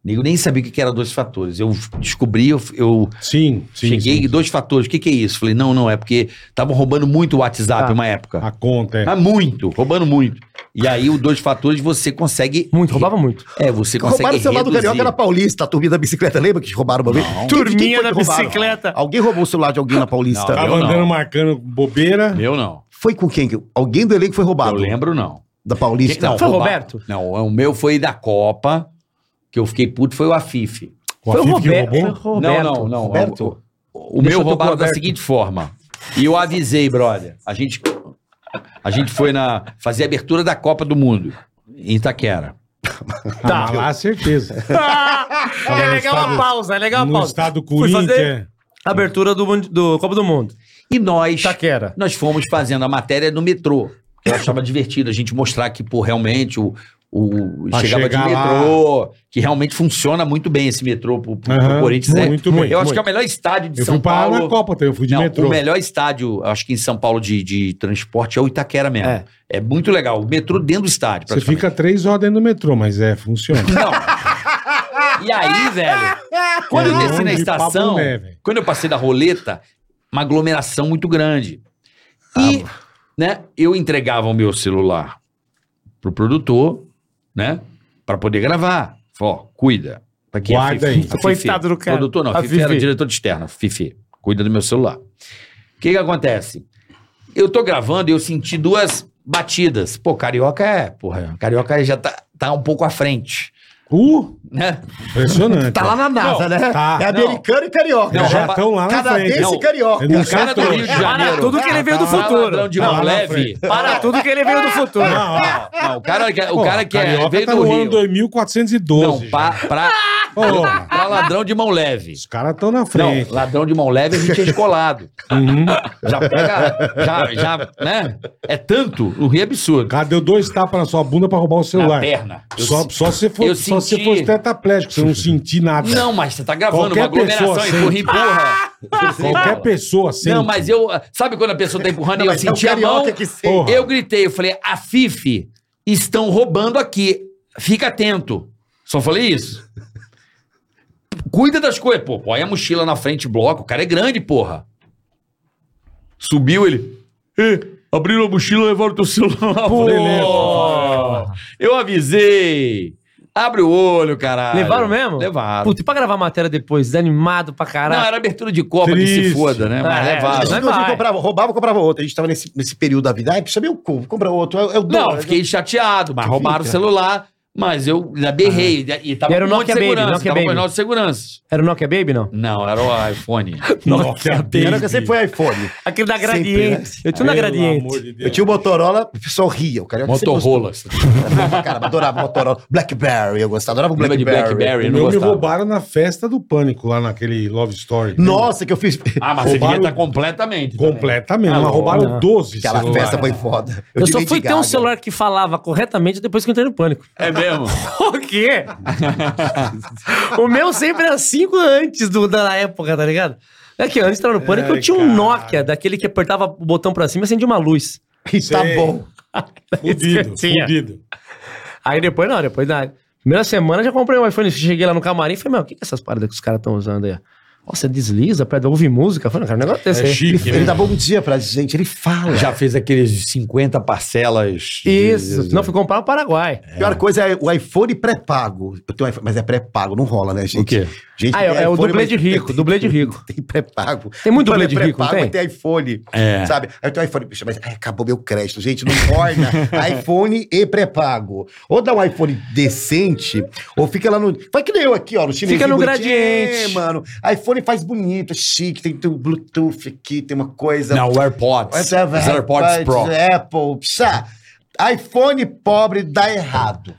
Speaker 7: Eu nem sabia o que que era dois fatores. Eu descobri, eu, eu
Speaker 3: Sim, sim.
Speaker 7: cheguei
Speaker 3: sim.
Speaker 7: dois fatores. O que, que é isso? Falei, não, não, é porque estavam roubando muito o WhatsApp
Speaker 5: Tá.
Speaker 7: uma época.
Speaker 3: A conta é.
Speaker 7: Mas muito, roubando muito. E aí, o dois fatores você consegue.
Speaker 5: Muito, roubava muito.
Speaker 7: É, você consegue.
Speaker 6: Roubaram o celular do
Speaker 7: reduzir.
Speaker 6: Carioca na Paulista, a turminha da bicicleta. Lembra que roubaram uma vez? Quem- quem foi que roubaram? Alguém roubou o celular de alguém na Paulista.
Speaker 7: Não,
Speaker 3: Tava
Speaker 7: eu não.
Speaker 3: andando marcando bobeira.
Speaker 7: Meu não.
Speaker 6: Foi com quem? Alguém do elenco foi
Speaker 4: Tá
Speaker 6: roubado.
Speaker 7: Eu lembro, não.
Speaker 6: Da Paulista.
Speaker 7: não
Speaker 5: Foi o
Speaker 7: roubar-
Speaker 5: Roberto?
Speaker 7: Não, é o meu foi da Copa, que eu fiquei puto, foi o Afife.
Speaker 3: O Afif que roubou.
Speaker 5: foi o Roberto.
Speaker 7: Não, não, não.
Speaker 6: Roberto?
Speaker 7: O- O, o
Speaker 5: Deixa eu
Speaker 7: meu
Speaker 5: tô com o
Speaker 7: roubado da
Speaker 5: Roberto.
Speaker 7: seguinte forma. E eu avisei, brother. A gente, a gente foi na fazer a abertura da Copa do Mundo em Itaquera.
Speaker 3: Tá. lá, certeza.
Speaker 5: É legal uma pausa, é legal uma
Speaker 3: No
Speaker 5: pausa.
Speaker 3: estado
Speaker 5: Fui fazer-
Speaker 3: Corinthians. é.
Speaker 5: Abertura do, mundo- do Copa do Mundo.
Speaker 7: E nós,
Speaker 5: Itaquera.
Speaker 7: nós fomos fazendo a matéria no metrô. Eu achava divertido a gente mostrar que, pô, realmente o, o
Speaker 3: Pra
Speaker 7: chegava de
Speaker 3: chegar lá.
Speaker 7: metrô, que realmente funciona muito bem esse metrô pro, pro, pro
Speaker 3: Aham,
Speaker 7: Corinthians, né?
Speaker 3: muito bem,
Speaker 7: Eu acho
Speaker 3: muito.
Speaker 7: que é o melhor estádio de
Speaker 3: Eu
Speaker 7: São
Speaker 3: fui parar
Speaker 7: Paulo.
Speaker 3: na Copa, também, eu fui de
Speaker 7: Não,
Speaker 3: metrô.
Speaker 7: o melhor estádio, acho que em São Paulo, de, de transporte é o Itaquera mesmo.
Speaker 5: É.
Speaker 7: É. muito legal. O metrô dentro do estádio,
Speaker 3: Você
Speaker 7: praticamente.
Speaker 3: fica três horas dentro do metrô, mas é, funciona.
Speaker 7: Não. E aí, velho, quando eu
Speaker 3: É
Speaker 7: desci na
Speaker 3: longe, papo
Speaker 7: estação,
Speaker 3: leve.
Speaker 7: quando eu passei da roleta, uma aglomeração muito grande.
Speaker 3: Ah,
Speaker 7: E, né, eu entregava o meu celular pro produtor, né, pra poder gravar. Falei, ó, cuida. Tá aqui, a
Speaker 3: Guarda
Speaker 7: Fifi.
Speaker 3: aí.
Speaker 7: A Fifi.
Speaker 5: Coitado do cara.
Speaker 7: Produtor não,
Speaker 5: A
Speaker 7: a Fifi, era
Speaker 5: Fifi.
Speaker 7: diretor de externa. Fifi, cuida do meu celular. O que que acontece? Eu tô gravando e eu senti duas batidas. Pô, carioca é, porra, carioca já tá, tá um pouco à frente,
Speaker 3: Uh,
Speaker 7: né?
Speaker 3: impressionante.
Speaker 6: Tá lá na NASA, né?
Speaker 3: tá.
Speaker 6: É
Speaker 7: Não.
Speaker 6: americano e carioca.
Speaker 7: Não,
Speaker 3: Eles já
Speaker 7: rapaz,
Speaker 3: estão lá na frente.
Speaker 6: Canadense e carioca.
Speaker 3: Ele não
Speaker 7: O cara do
Speaker 3: Acertou.
Speaker 7: Rio de Janeiro.
Speaker 5: Tudo que ele veio do
Speaker 3: Tá, tá,
Speaker 5: futuro.
Speaker 7: Ladrão de
Speaker 3: Tá lá
Speaker 7: mão
Speaker 3: na
Speaker 7: leve.
Speaker 3: frente.
Speaker 5: Para tudo que ele veio do futuro.
Speaker 3: Não, ó.
Speaker 7: Não, o cara, que- o
Speaker 3: Pô,
Speaker 7: cara que é,
Speaker 3: Carioca
Speaker 7: veio
Speaker 3: tá
Speaker 7: do
Speaker 3: no
Speaker 7: Rio.
Speaker 3: ano 2412.
Speaker 7: Não, pra, pra,
Speaker 3: já. Porra,
Speaker 7: pra ladrão de mão leve.
Speaker 3: os caras estão na
Speaker 7: Não,
Speaker 3: frente.
Speaker 7: ladrão de mão leve a gente é escolado.
Speaker 3: Uhum.
Speaker 7: Já pega, já, já, né? É tanto, o Rio é
Speaker 3: O
Speaker 7: absurdo.
Speaker 3: cara deu dois tapas na sua bunda pra roubar o
Speaker 7: Na
Speaker 3: celular.
Speaker 7: perna. Eu
Speaker 3: Só,
Speaker 7: se-
Speaker 3: só se for,
Speaker 7: eu
Speaker 3: só se
Speaker 7: senti-
Speaker 3: fosse tetraplégico, você não sentir nada.
Speaker 7: Não, mas você tá gravando
Speaker 3: Qualquer
Speaker 7: uma aglomeração
Speaker 3: pessoa
Speaker 7: e empurra,
Speaker 3: sente.
Speaker 7: empurra.
Speaker 3: Qualquer pessoa sente.
Speaker 7: Não, mas eu... Sabe quando a pessoa tá empurrando e eu
Speaker 6: mas é o
Speaker 7: senti a
Speaker 6: carioca
Speaker 7: mão?
Speaker 6: que sente.
Speaker 3: Porra.
Speaker 7: Eu gritei, eu falei, a Fife estão roubando aqui. Fica atento. Só falei isso. Cuida das coisas, pô. Põe a mochila na frente, bloco. O cara é grande, porra. Subiu ele. "Ê, abriram a mochila e levaram teu celular. Pô,
Speaker 3: Lelé.
Speaker 7: eu avisei. Abre o olho, caralho.
Speaker 5: Levaram mesmo?
Speaker 7: Levaram.
Speaker 5: Puta, e pra gravar matéria depois, desanimado pra
Speaker 7: não,
Speaker 5: caralho.
Speaker 7: era abertura de Copa que
Speaker 3: Triste.
Speaker 7: se foda, né? Mas
Speaker 5: É,
Speaker 7: levaram.
Speaker 5: não
Speaker 6: Não,
Speaker 5: é
Speaker 6: a gente
Speaker 5: vai.
Speaker 6: comprava, roubava, comprava outro. A gente tava nesse, nesse período da vida. Ai, precisa ver o cu, compra outro. É, é o
Speaker 7: Não,
Speaker 6: dólar.
Speaker 7: fiquei chateado, mas roubaram o celular. Mas eu ainda berrei. E tava
Speaker 5: E era o
Speaker 7: com um monte de
Speaker 5: Nokia Baby,
Speaker 7: segurança.
Speaker 5: Nokia
Speaker 7: tava com
Speaker 5: Baby.
Speaker 7: nós de segurança.
Speaker 5: Era o Nokia Baby, não?
Speaker 7: Não, era o iPhone.
Speaker 3: Nokia Baby.
Speaker 6: né? Era que sempre foi iPhone.
Speaker 5: Aquele
Speaker 3: né?
Speaker 5: da
Speaker 6: Sempre,
Speaker 5: Gradiente. Eu
Speaker 7: é
Speaker 5: tinha um da Gradiente.
Speaker 6: Eu tinha o Motorola, o pessoal ria. O cara
Speaker 7: Motorola.
Speaker 6: Cara, adorava Motorola. Blackberry, eu gostava. Adorava o
Speaker 7: Lembra de
Speaker 6: Blackberry.
Speaker 7: Blackberry?
Speaker 3: O
Speaker 7: Eu não
Speaker 3: meu me
Speaker 7: gostava.
Speaker 3: roubaram na festa do pânico, lá naquele Love Story.
Speaker 6: Nossa, que eu fiz.
Speaker 7: Ah, mas você devia
Speaker 3: Roubaram-
Speaker 7: estar completamente. também.
Speaker 3: Completamente. mas
Speaker 7: Ah,
Speaker 3: roubaram
Speaker 5: não.
Speaker 3: 12
Speaker 6: Aquela
Speaker 3: celulares.
Speaker 6: festa foi foda.
Speaker 5: Eu, só
Speaker 6: tive
Speaker 5: fui
Speaker 6: de
Speaker 5: ter um
Speaker 6: Gaga.
Speaker 5: celular que falava corretamente depois que eu entrei no pânico.
Speaker 7: É mesmo?
Speaker 5: O quê? o meu sempre era cinco antes do, da época, tá ligado? É que antes de entrar no pânico,
Speaker 3: Ai,
Speaker 5: eu tinha um
Speaker 3: cara.
Speaker 5: Nokia, daquele que apertava o botão pra cima e acendia uma luz.
Speaker 6: Tá
Speaker 3: Sei.
Speaker 6: bom.
Speaker 3: Fudido,
Speaker 5: Tinha.
Speaker 3: fudido.
Speaker 5: Aí depois, não, depois da primeira semana já comprei um iPhone. Cheguei lá no camarim e falei, meu, o que, que essas paradas que os caras estão usando aí? ó? Ó, você desliza, perde, ouve música. Eu Falei, não, cara, o negócio é
Speaker 3: É
Speaker 5: esse. aí.
Speaker 3: chique,
Speaker 6: Ele
Speaker 3: né?
Speaker 6: dá bom um dia pra gente, ele fala.
Speaker 7: Já fez aqueles 50 parcelas.
Speaker 5: Isso, não, fui comprar no Paraguai.
Speaker 6: A pior coisa é o iPhone pré-pago. Eu tenho um iPhone, mas é pré-pago, não rola, né, gente?
Speaker 7: O quê?
Speaker 6: Gente,
Speaker 5: Ah, é,
Speaker 6: tem
Speaker 5: é o
Speaker 6: iPhone,
Speaker 5: dublê
Speaker 6: mas
Speaker 5: de rico,
Speaker 6: tem-
Speaker 5: dublê de rico.
Speaker 6: Tem pré-pago.
Speaker 5: Tem muito
Speaker 6: Eu falei,
Speaker 5: dublê de rico, não
Speaker 6: pré-pago,
Speaker 5: tem?
Speaker 6: Tem iPhone.
Speaker 7: É.
Speaker 6: Sabe? Aí eu tenho iPhone, puxa, mas ai, acabou meu crédito, gente, não torna. iPhone e pré-pago. Ou dá um iPhone decente, ou fica lá no. Vai que nem eu aqui, ó, no chinês.
Speaker 5: Fica no
Speaker 6: bonitinho,
Speaker 5: gradiente.
Speaker 6: mano. iPhone faz bonito, é chique, tem, tem o Bluetooth aqui, tem uma coisa.
Speaker 7: Não, é o AirPods. Os
Speaker 6: Essa-
Speaker 7: AirPods Pro.
Speaker 6: Apple, psa. iPhone pobre dá errado.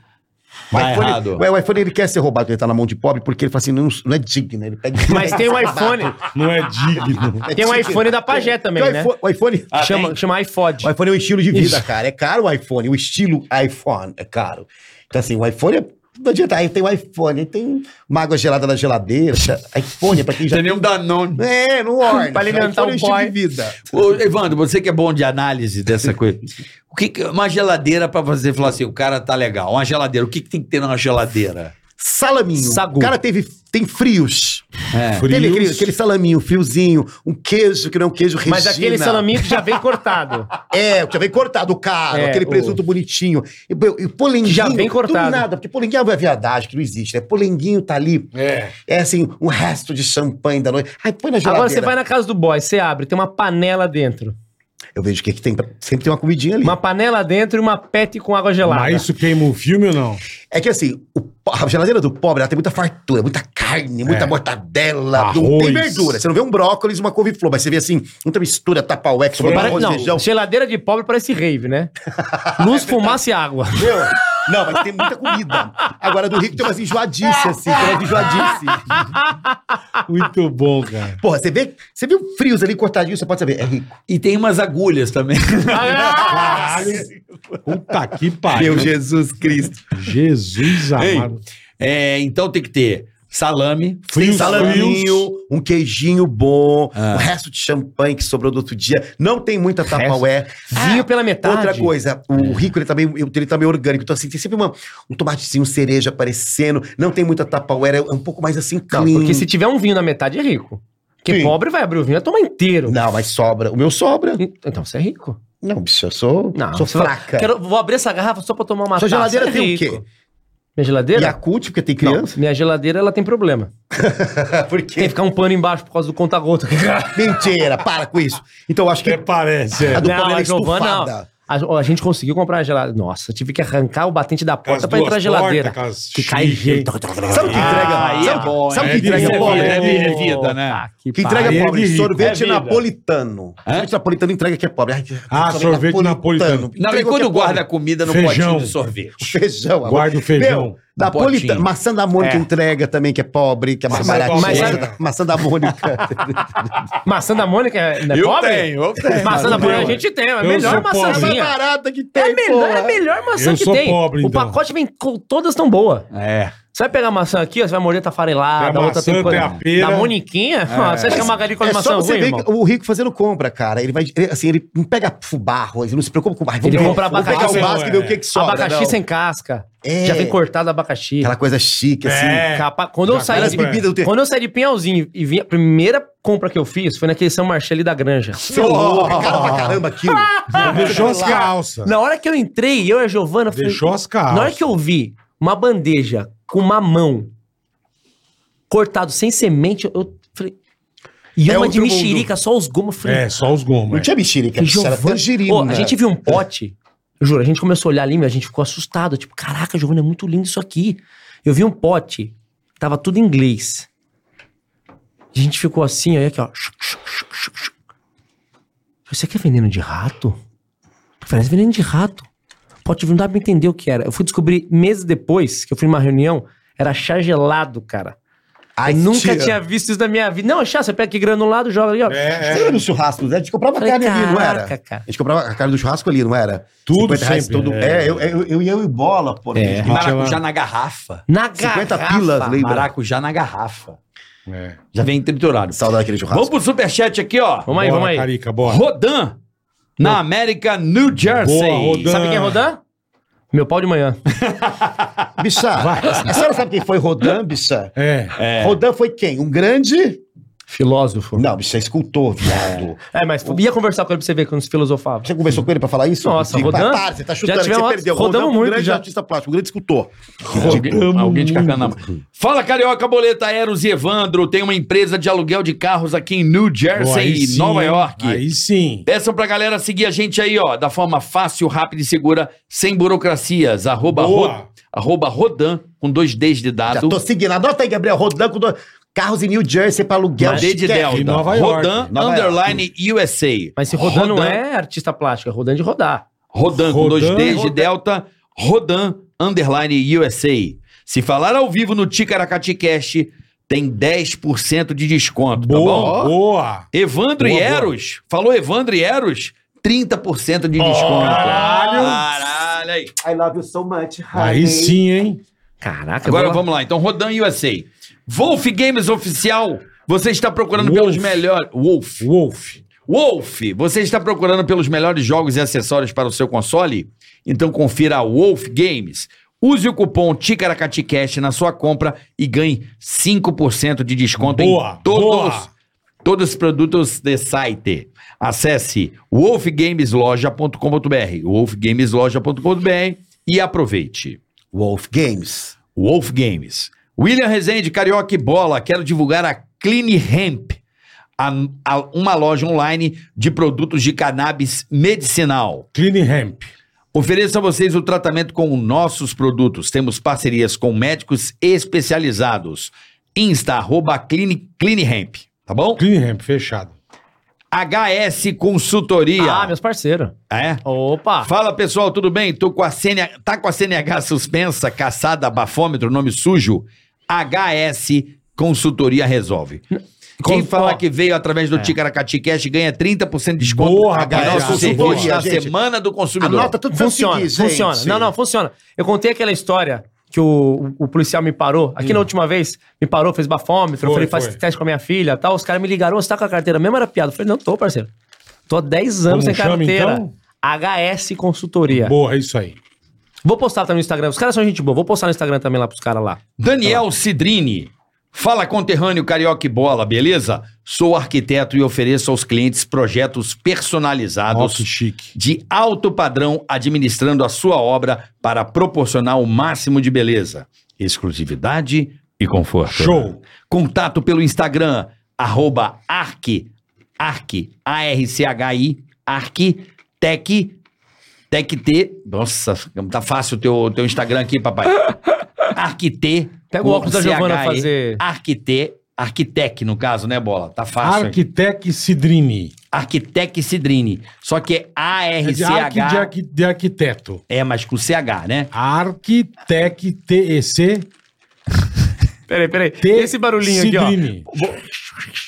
Speaker 6: O
Speaker 7: Dá
Speaker 6: iPhone,
Speaker 7: errado.
Speaker 6: Ué, o iPhone ele quer ser roubado, ele tá na mão de pobre, porque ele fala assim, não, não é digno. Ele pega
Speaker 5: Mas tem um iPhone,
Speaker 3: Não é digno.
Speaker 6: É
Speaker 5: tem um
Speaker 6: digno.
Speaker 5: iPhone da Pajé também,
Speaker 6: Porque o
Speaker 5: né?
Speaker 6: iPhone- O iPhone,
Speaker 7: Ah,
Speaker 5: Chama, chama iPod.
Speaker 6: o iPhone é um estilo de vida,
Speaker 5: Isso.
Speaker 6: cara. É caro o iPhone, o estilo iPhone é caro. Então assim, o iPhone é... Não adianta, aí tem o iPhone, aí tem uma água gelada na geladeira. iPhone é pra quem já...
Speaker 7: Tem nenhum um danone.
Speaker 6: É, não orna.
Speaker 5: Pra alimentar
Speaker 6: iPhone
Speaker 5: o
Speaker 6: é estilo
Speaker 5: boy.
Speaker 6: de vida.
Speaker 7: Ô, Evandro, você que é bom de análise dessa coisa. O que que- uma geladeira pra você falar assim, o cara tá legal. Uma geladeira, o que, que tem que ter numa geladeira?
Speaker 6: Salaminho.
Speaker 5: Sagu.
Speaker 6: O cara teve, tem frios.
Speaker 7: É.
Speaker 3: Frios.
Speaker 6: Aquele, aquele, aquele salaminho, friozinho, um queijo que não é um queijo regina.
Speaker 5: Mas aquele salaminho que já vem cortado.
Speaker 6: É, que já vem cortado, caro.
Speaker 5: É,
Speaker 6: aquele
Speaker 5: o-
Speaker 6: presunto bonitinho. E, e polenguinho.
Speaker 5: Já vem cortado.
Speaker 6: Do nada, porque polenguinho é uma viadagem que não existe, né? Polenguinho tá ali.
Speaker 3: É.
Speaker 6: É assim, um resto de champanhe da noite. Aí põe na geladeira.
Speaker 5: Agora você vai na casa do boy, você abre, tem uma panela dentro.
Speaker 6: Eu vejo o que, que tem. pra- Sempre tem uma comidinha ali. um
Speaker 5: Uma panela dentro e uma pet com água gelada.
Speaker 3: Mas isso queima o filme ou não?
Speaker 6: É que assim, o po- a geladeira do pobre, ela tem muita fartura, muita carne, muita
Speaker 3: É.
Speaker 6: mortadela, não
Speaker 3: Arroz.
Speaker 6: tem verdura. Você não vê um brócolis, uma couve-flor, mas você vê assim, muita mistura, tapauex,
Speaker 5: Não,
Speaker 6: sobre
Speaker 5: pare-
Speaker 6: arroz,
Speaker 5: não,
Speaker 6: feijão.
Speaker 5: geladeira de pobre parece rave, né? Luz, fumaça e água.
Speaker 6: Entendeu? Não, mas tem muita comida. Agora, do rico tem umas enjoadices, assim, tem umas enjoadices.
Speaker 3: Muito bom, cara.
Speaker 6: Porra, você vê, você vê o frios ali cortadinho, você pode saber, é rico.
Speaker 7: E tem umas agulhas também.
Speaker 5: Ah,
Speaker 3: Caralho. Puta que pariu.
Speaker 6: Jesus Cristo.
Speaker 3: Jesus
Speaker 7: Ei,
Speaker 3: amado.
Speaker 7: É, então tem que ter
Speaker 6: Tem
Speaker 7: salame,
Speaker 3: Frios, frios.
Speaker 6: Um salaminho, um queijinho bom,
Speaker 7: Ah.
Speaker 6: o resto de champanhe que sobrou do outro dia. Não tem muita tapaué.
Speaker 5: é. Vinho pela metade.
Speaker 6: Outra coisa, o rico ele também ele tá meio orgânico. Então, assim, tem sempre uma, um tomatezinho cereja aparecendo. Não tem muita tapaué, é um pouco mais assim
Speaker 5: Não,
Speaker 6: clean.
Speaker 5: porque se tiver um vinho na metade é rico. Porque
Speaker 6: Sim.
Speaker 5: pobre vai abrir o vinho e toma inteiro.
Speaker 6: Não, mas sobra. O meu sobra.
Speaker 5: Então você é rico.
Speaker 6: Não, bicho, eu sou,
Speaker 5: Não,
Speaker 6: sou
Speaker 5: você vai-
Speaker 6: fraca.
Speaker 5: Quero, vou abrir essa garrafa só pra tomar uma
Speaker 6: Sua
Speaker 5: taça.
Speaker 6: geladeira
Speaker 5: É
Speaker 6: tem o
Speaker 5: rico.
Speaker 6: quê?
Speaker 5: Minha geladeira?
Speaker 6: Yakult, porque tem
Speaker 5: Não,
Speaker 6: criança?
Speaker 5: minha geladeira ela tem problema.
Speaker 6: Por
Speaker 5: Tem que ficar um pano embaixo por causa do conta-gota.
Speaker 6: Mentira, para com isso. Então, eu acho que
Speaker 3: Até parece. É.
Speaker 6: a do
Speaker 5: Não,
Speaker 6: Paulo
Speaker 5: a
Speaker 6: é
Speaker 5: Giovana.
Speaker 6: estufada.
Speaker 5: A, ó, a gente conseguiu comprar a geladeira. Nossa, eu tive que arrancar o batente da porta
Speaker 3: Aquelas
Speaker 5: pra entrar na
Speaker 3: duas
Speaker 5: geladeira.
Speaker 3: portas, aquelas
Speaker 5: que cai
Speaker 3: chique,
Speaker 5: gelo.
Speaker 6: Sabe o que entrega?
Speaker 7: aí
Speaker 6: sabe
Speaker 7: é bom,
Speaker 6: sabe o
Speaker 3: é
Speaker 6: que entrega
Speaker 3: de
Speaker 6: pobre?
Speaker 3: vida, é
Speaker 7: vida, é vida, né?
Speaker 5: Tá,
Speaker 6: O que
Speaker 5: pariu.
Speaker 6: entrega
Speaker 3: Aí é
Speaker 6: pobre?
Speaker 3: de rico,
Speaker 6: sorvete
Speaker 7: é vida.
Speaker 6: napolitano. Sorvete napolitano entrega que é pobre. Ai,
Speaker 3: Ah, sorvete napolitano.
Speaker 7: Não, mas
Speaker 6: Entregou
Speaker 7: quando
Speaker 6: que é pobre.
Speaker 7: guarda a comida no
Speaker 3: Feijão.
Speaker 7: potinho de sorvete.
Speaker 6: Feijão. agora.
Speaker 3: Guarda o feijão.
Speaker 6: Meu, napolitano.
Speaker 7: potinho.
Speaker 6: Maçã da Mônica
Speaker 5: Um É.
Speaker 6: entrega também, que é pobre, que é mais
Speaker 3: Maçã da
Speaker 6: baratinha.
Speaker 3: Mônica.
Speaker 6: Maçã da Mônica.
Speaker 5: Maçã da Mônica é, não é
Speaker 7: Eu
Speaker 5: pobre?
Speaker 7: tenho, eu tenho.
Speaker 5: Maçã da
Speaker 3: Eu
Speaker 5: Mônica a
Speaker 3: tenho.
Speaker 5: gente tem, é a
Speaker 3: Eu
Speaker 5: melhor
Speaker 3: sou então.
Speaker 6: É a mais
Speaker 5: maçãzinha.
Speaker 6: barata que
Speaker 5: É
Speaker 6: tem,
Speaker 5: a melhor,
Speaker 6: porra.
Speaker 5: é a melhor maçã
Speaker 3: Eu
Speaker 5: que
Speaker 3: sou
Speaker 5: tem.
Speaker 3: pobre,
Speaker 5: o
Speaker 3: então.
Speaker 5: pacote vem com todas tão boa.
Speaker 7: É.
Speaker 5: Você vai pegar a maçã aqui, ó, você vai morder, tá farelada,
Speaker 3: Tem a
Speaker 5: a outra tem
Speaker 3: maçã,
Speaker 5: coisa.
Speaker 3: tem a pera.
Speaker 5: Da Moniquinha? ó, Você acha que a Magali come
Speaker 6: É
Speaker 5: maçã
Speaker 6: só você
Speaker 5: ruim,
Speaker 6: ver
Speaker 5: irmão?
Speaker 6: que o rico fazendo compra, cara. Ele vai, ele- assim, ele não pega fubá, arroz, ele não se preocupa com o barro.
Speaker 5: Ele
Speaker 6: Vamos-
Speaker 5: compra
Speaker 6: vamos
Speaker 5: abacaxi,
Speaker 6: pegar o básico e ver o que que sobra.
Speaker 5: abacaxi
Speaker 6: não.
Speaker 5: sem casca.
Speaker 6: É.
Speaker 5: Já vem cortado abacaxi.
Speaker 6: Aquela coisa chique, assim.
Speaker 3: É.
Speaker 5: Capa- Quando, eu
Speaker 3: Já
Speaker 5: saí
Speaker 6: Várias
Speaker 5: de,
Speaker 3: compra.
Speaker 6: bebidas do ter...
Speaker 5: quando eu saí de Pinhalzinho e vim, a primeira compra que eu fiz foi naquele São Marcelo ali da Granja.
Speaker 6: Seu louco,
Speaker 3: Oh.
Speaker 6: é caro pra caramba aquilo.
Speaker 3: Deixou as calças.
Speaker 5: Na hora que eu entrei, eu e a Giovana, eu falei,
Speaker 3: Deixou as
Speaker 5: na hora
Speaker 3: calças.
Speaker 5: que eu vi uma bandeja com mamão cortado sem semente, eu falei. E
Speaker 6: É
Speaker 5: uma de
Speaker 6: outro mundo.
Speaker 5: mexerica, só os gomos. eu Falei,
Speaker 3: É, só os
Speaker 6: Não
Speaker 3: gomos. é.
Speaker 6: tinha mexerica,
Speaker 5: Que
Speaker 6: isso era
Speaker 5: Giovana-
Speaker 6: tangerina.
Speaker 5: Pô, a gente viu um pote, eu juro, a gente começou a olhar ali, meu, a gente ficou assustado. Tipo, caraca, Giovana, é muito lindo isso aqui. Eu vi um pote, tava tudo em inglês. A gente ficou assim, aí aqui, ó. Shuc, shuc, shuc, shuc, shuc. Isso aqui é veneno de rato? Parece veneno de rato. Pote, não dá pra entender o que era. Eu fui descobrir meses depois, que eu fui numa reunião, era chá gelado, cara.
Speaker 6: Ai,
Speaker 5: eu nunca
Speaker 6: tia.
Speaker 5: tinha visto isso na minha vida. Não, é chá, você pega aqui granulado, joga ali, ó.
Speaker 6: Você
Speaker 3: É, é.
Speaker 6: lembra do churrasco, né? A gente comprava
Speaker 5: Falei,
Speaker 6: carne ali, não
Speaker 5: "Caraca,
Speaker 6: era?
Speaker 5: cara."
Speaker 6: A gente comprava a carne do churrasco ali, não era?
Speaker 3: Tudo
Speaker 6: 50 reais
Speaker 3: sempre.
Speaker 6: todo-
Speaker 3: é.
Speaker 6: É, eu, eu, eu, eu e bola, pô.
Speaker 5: É.
Speaker 6: gente.
Speaker 7: Maracujá na garrafa.
Speaker 5: Na
Speaker 6: 50
Speaker 5: garrafa,
Speaker 6: pilas, lembra?
Speaker 7: Maracujá na garrafa.
Speaker 3: É.
Speaker 7: Já vem triturado.
Speaker 6: Saudade daquele churrasco.
Speaker 7: Vamos pro superchat aqui, ó.
Speaker 5: Vamos aí,
Speaker 3: Bora,
Speaker 5: vamos aí.
Speaker 3: Carica, bora.
Speaker 7: Rodan, na América, New Jersey.
Speaker 3: Boa, Rodan.
Speaker 5: Sabe quem é Rodan? Meu pau de manhã.
Speaker 6: Bicha, a senhora sabe quem foi Rodan, bicha?
Speaker 3: É.
Speaker 6: Rodan foi quem? Um grande...
Speaker 5: Filósofo.
Speaker 6: Não, bicha, escultor, viado.
Speaker 5: É, mas ia conversar com ele pra você ver quando se filosofava.
Speaker 6: Você conversou com ele pra falar isso?
Speaker 5: Nossa,
Speaker 6: Digo,
Speaker 5: Rodan-
Speaker 6: Para, você tá chutando,
Speaker 5: já
Speaker 6: que
Speaker 5: tivemos-
Speaker 6: você perdeu.
Speaker 5: rodamos
Speaker 6: Rodan foi um
Speaker 5: muito
Speaker 6: grande
Speaker 5: já.
Speaker 6: artista plástico, um grande escultor.
Speaker 7: Alguém, alguém de Cacanama. Fala, Carioca, Boleta, Eros e Evandro. Tem uma empresa de aluguel de carros aqui em New
Speaker 3: Pô, aí
Speaker 7: Jersey,
Speaker 3: sim,
Speaker 7: Nova
Speaker 3: hein?
Speaker 7: York.
Speaker 3: Aí sim.
Speaker 7: Peçam pra galera seguir a gente aí, ó, da forma fácil, rápida e segura, sem burocracias. Arroba,
Speaker 3: Boa.
Speaker 7: Ro- arroba Rodan, com dois Ds de
Speaker 6: Já
Speaker 7: dado.
Speaker 6: tô seguindo. Anota aí, Gabriel. Rodan com dois carros em New Jersey pra aluguel.
Speaker 7: D de
Speaker 6: Esquece.
Speaker 3: Em
Speaker 7: Delta.
Speaker 3: Nova York.
Speaker 7: Rodan,
Speaker 6: Nova
Speaker 7: underline USA.
Speaker 5: Mas se Rodan, não é artista plástico, é Rodan de rodar.
Speaker 7: Rodan, com
Speaker 3: Rodan,
Speaker 7: dois Ds de
Speaker 3: Rodan.
Speaker 7: Delta, Rodan, underline USA. Se falar ao vivo no Ticaracati Cash, tem 10% de desconto, tá bom?
Speaker 3: Boa, boa.
Speaker 7: Evandro
Speaker 3: Boa,
Speaker 7: e
Speaker 3: boa.
Speaker 7: Eros, falou Evandro e Eros, 30% de desconto.
Speaker 3: caralho.
Speaker 7: Caralho aí.
Speaker 6: I love you so much, honey.
Speaker 3: Aí sim, hein?
Speaker 5: Caraca,
Speaker 7: Agora
Speaker 5: vou lá.
Speaker 7: vamos lá, então, Rodan USA. Wolf Games Oficial, você está procurando
Speaker 3: Wolf.
Speaker 7: pelos melhores... Wolf.
Speaker 3: Wolf.
Speaker 7: Wolf, você está procurando pelos melhores jogos e acessórios para o seu console? Então confira a Wolf Games. Use o cupom TICARACATICAST na sua compra e ganhe 5% de desconto
Speaker 3: Boa,
Speaker 7: em todos,
Speaker 3: boa.
Speaker 7: todos os produtos do site. Acesse wolfgamesloja.com.br, wolfgamesloja.com.br e aproveite.
Speaker 6: Wolf Games.
Speaker 7: Wolf Games. William Rezende, Carioca e Bola, quero divulgar a Clean Hemp, a- a- uma loja online de produtos de cannabis medicinal.
Speaker 3: Clean Ramp.
Speaker 7: Ofereço a vocês o tratamento com nossos produtos. Temos parcerias com médicos especializados. Insta, arroba Clean, Clean Hemp, tá bom?
Speaker 3: Clean Ramp, fechado.
Speaker 7: HS Consultoria.
Speaker 5: Ah, meus parceiros.
Speaker 7: É?
Speaker 5: Opa!
Speaker 7: Fala pessoal, tudo bem? Tô com a CNH, tá com a CNH suspensa, caçada, bafômetro, nome sujo? HS Consultoria Resolve. Quem
Speaker 5: Cons-
Speaker 7: falar
Speaker 5: ó.
Speaker 7: que veio através
Speaker 6: É.
Speaker 7: do Ticaracati Cash ganha 30% de desconto
Speaker 3: Boa,
Speaker 7: em
Speaker 3: rapaziada.
Speaker 7: nosso
Speaker 3: Boa,
Speaker 7: serviço
Speaker 6: boa,
Speaker 7: da
Speaker 6: gente.
Speaker 7: Semana do Consumidor.
Speaker 6: Anota tudo que eu
Speaker 5: Funciona,
Speaker 6: segui, gente.
Speaker 5: funciona. Não, não, funciona. Eu contei aquela história que o, o policial me parou. Aqui na última vez, me parou, fez bafômetro. eu
Speaker 3: Hum. Foi,
Speaker 5: falei, faz
Speaker 3: foi.
Speaker 5: teste com a minha filha tal. Os caras me ligaram, "Ô, você tá com a carteira mesmo? Era piada. Eu falei, não tô, parceiro. Tô há 10 anos
Speaker 3: Como
Speaker 5: sem
Speaker 3: chama,
Speaker 5: carteira.
Speaker 3: então?
Speaker 5: HS Consultoria.
Speaker 3: Boa, é isso aí.
Speaker 5: Vou postar também no Instagram. Os caras são gente boa. Vou postar no Instagram também lá pros caras lá.
Speaker 7: Daniel Cidrini. Fala conterrâneo Carioca e Bola, beleza? Sou arquiteto e ofereço aos clientes projetos personalizados
Speaker 3: Nossa, que chique.
Speaker 7: de alto padrão administrando a sua obra para proporcionar o máximo de beleza, exclusividade e conforto.
Speaker 3: Show.
Speaker 7: Contato pelo Instagram, arroba arc, arc, A-R-C-H-I, arc, tec, tec, T. Nossa, tá fácil o teu, teu Instagram aqui, papai. Arquite.
Speaker 5: Pega o óculos da Giovana fazer.
Speaker 7: Arquite, Arquitec, no caso, né, Bola? Tá fácil. aqui.
Speaker 3: Arquitec Cidrini.
Speaker 7: Arquitec Cidrini. Só que é
Speaker 3: É de, arqui, de,
Speaker 7: A-R-C-H.
Speaker 3: arqui, de arquiteto.
Speaker 7: É, mas com CH, né?
Speaker 3: Arquitec TEC
Speaker 5: Peraí, peraí.
Speaker 3: T.
Speaker 5: Esse barulhinho aqui,
Speaker 3: Cidrini.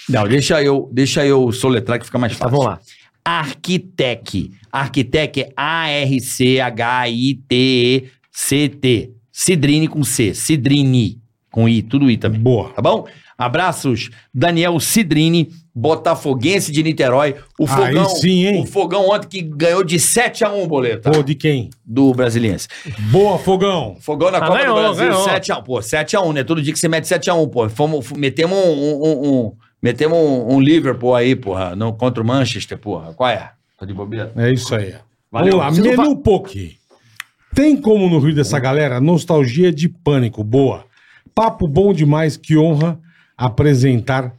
Speaker 7: Não, deixa eu, deixa eu soletrar que fica mais
Speaker 5: ó. Tá,
Speaker 7: fácil.
Speaker 5: vamos lá.
Speaker 7: Arquitec. Arquitec é A-R-C-H-I-T-E-C-T. Cidrine com C. Cidrine. Com I, tudo I também.
Speaker 3: Boa.
Speaker 7: Tá bom? Abraços, Daniel Cidrine, botafoguense de Niterói. O
Speaker 3: Aí
Speaker 7: fogão,
Speaker 3: sim, hein?
Speaker 7: O fogão ontem que ganhou de 7 a 1 boleta
Speaker 3: Pô, de quem?
Speaker 7: tá? do Brasiliense.
Speaker 3: Boa, Fogão.
Speaker 7: Fogão na
Speaker 5: Ah,
Speaker 7: Copa
Speaker 5: ganhou,
Speaker 7: do Brasil,
Speaker 5: ganhou.
Speaker 7: 7x1. Pô, 7x1, né? Todo dia que você mete 7x1, pô. Fomos, f- metemos um, um, um- um- metemos um, um Liverpool aí, porra, no, contra o Manchester, porra. Qual é? Tô de bobeira.
Speaker 3: É isso aí.
Speaker 7: Valeu.
Speaker 3: Vamos lá,
Speaker 5: Preciso
Speaker 3: menu pouco. Tem como no Rio dessa galera? Nostalgia de pânico, boa. Papo bom demais, que honra apresentar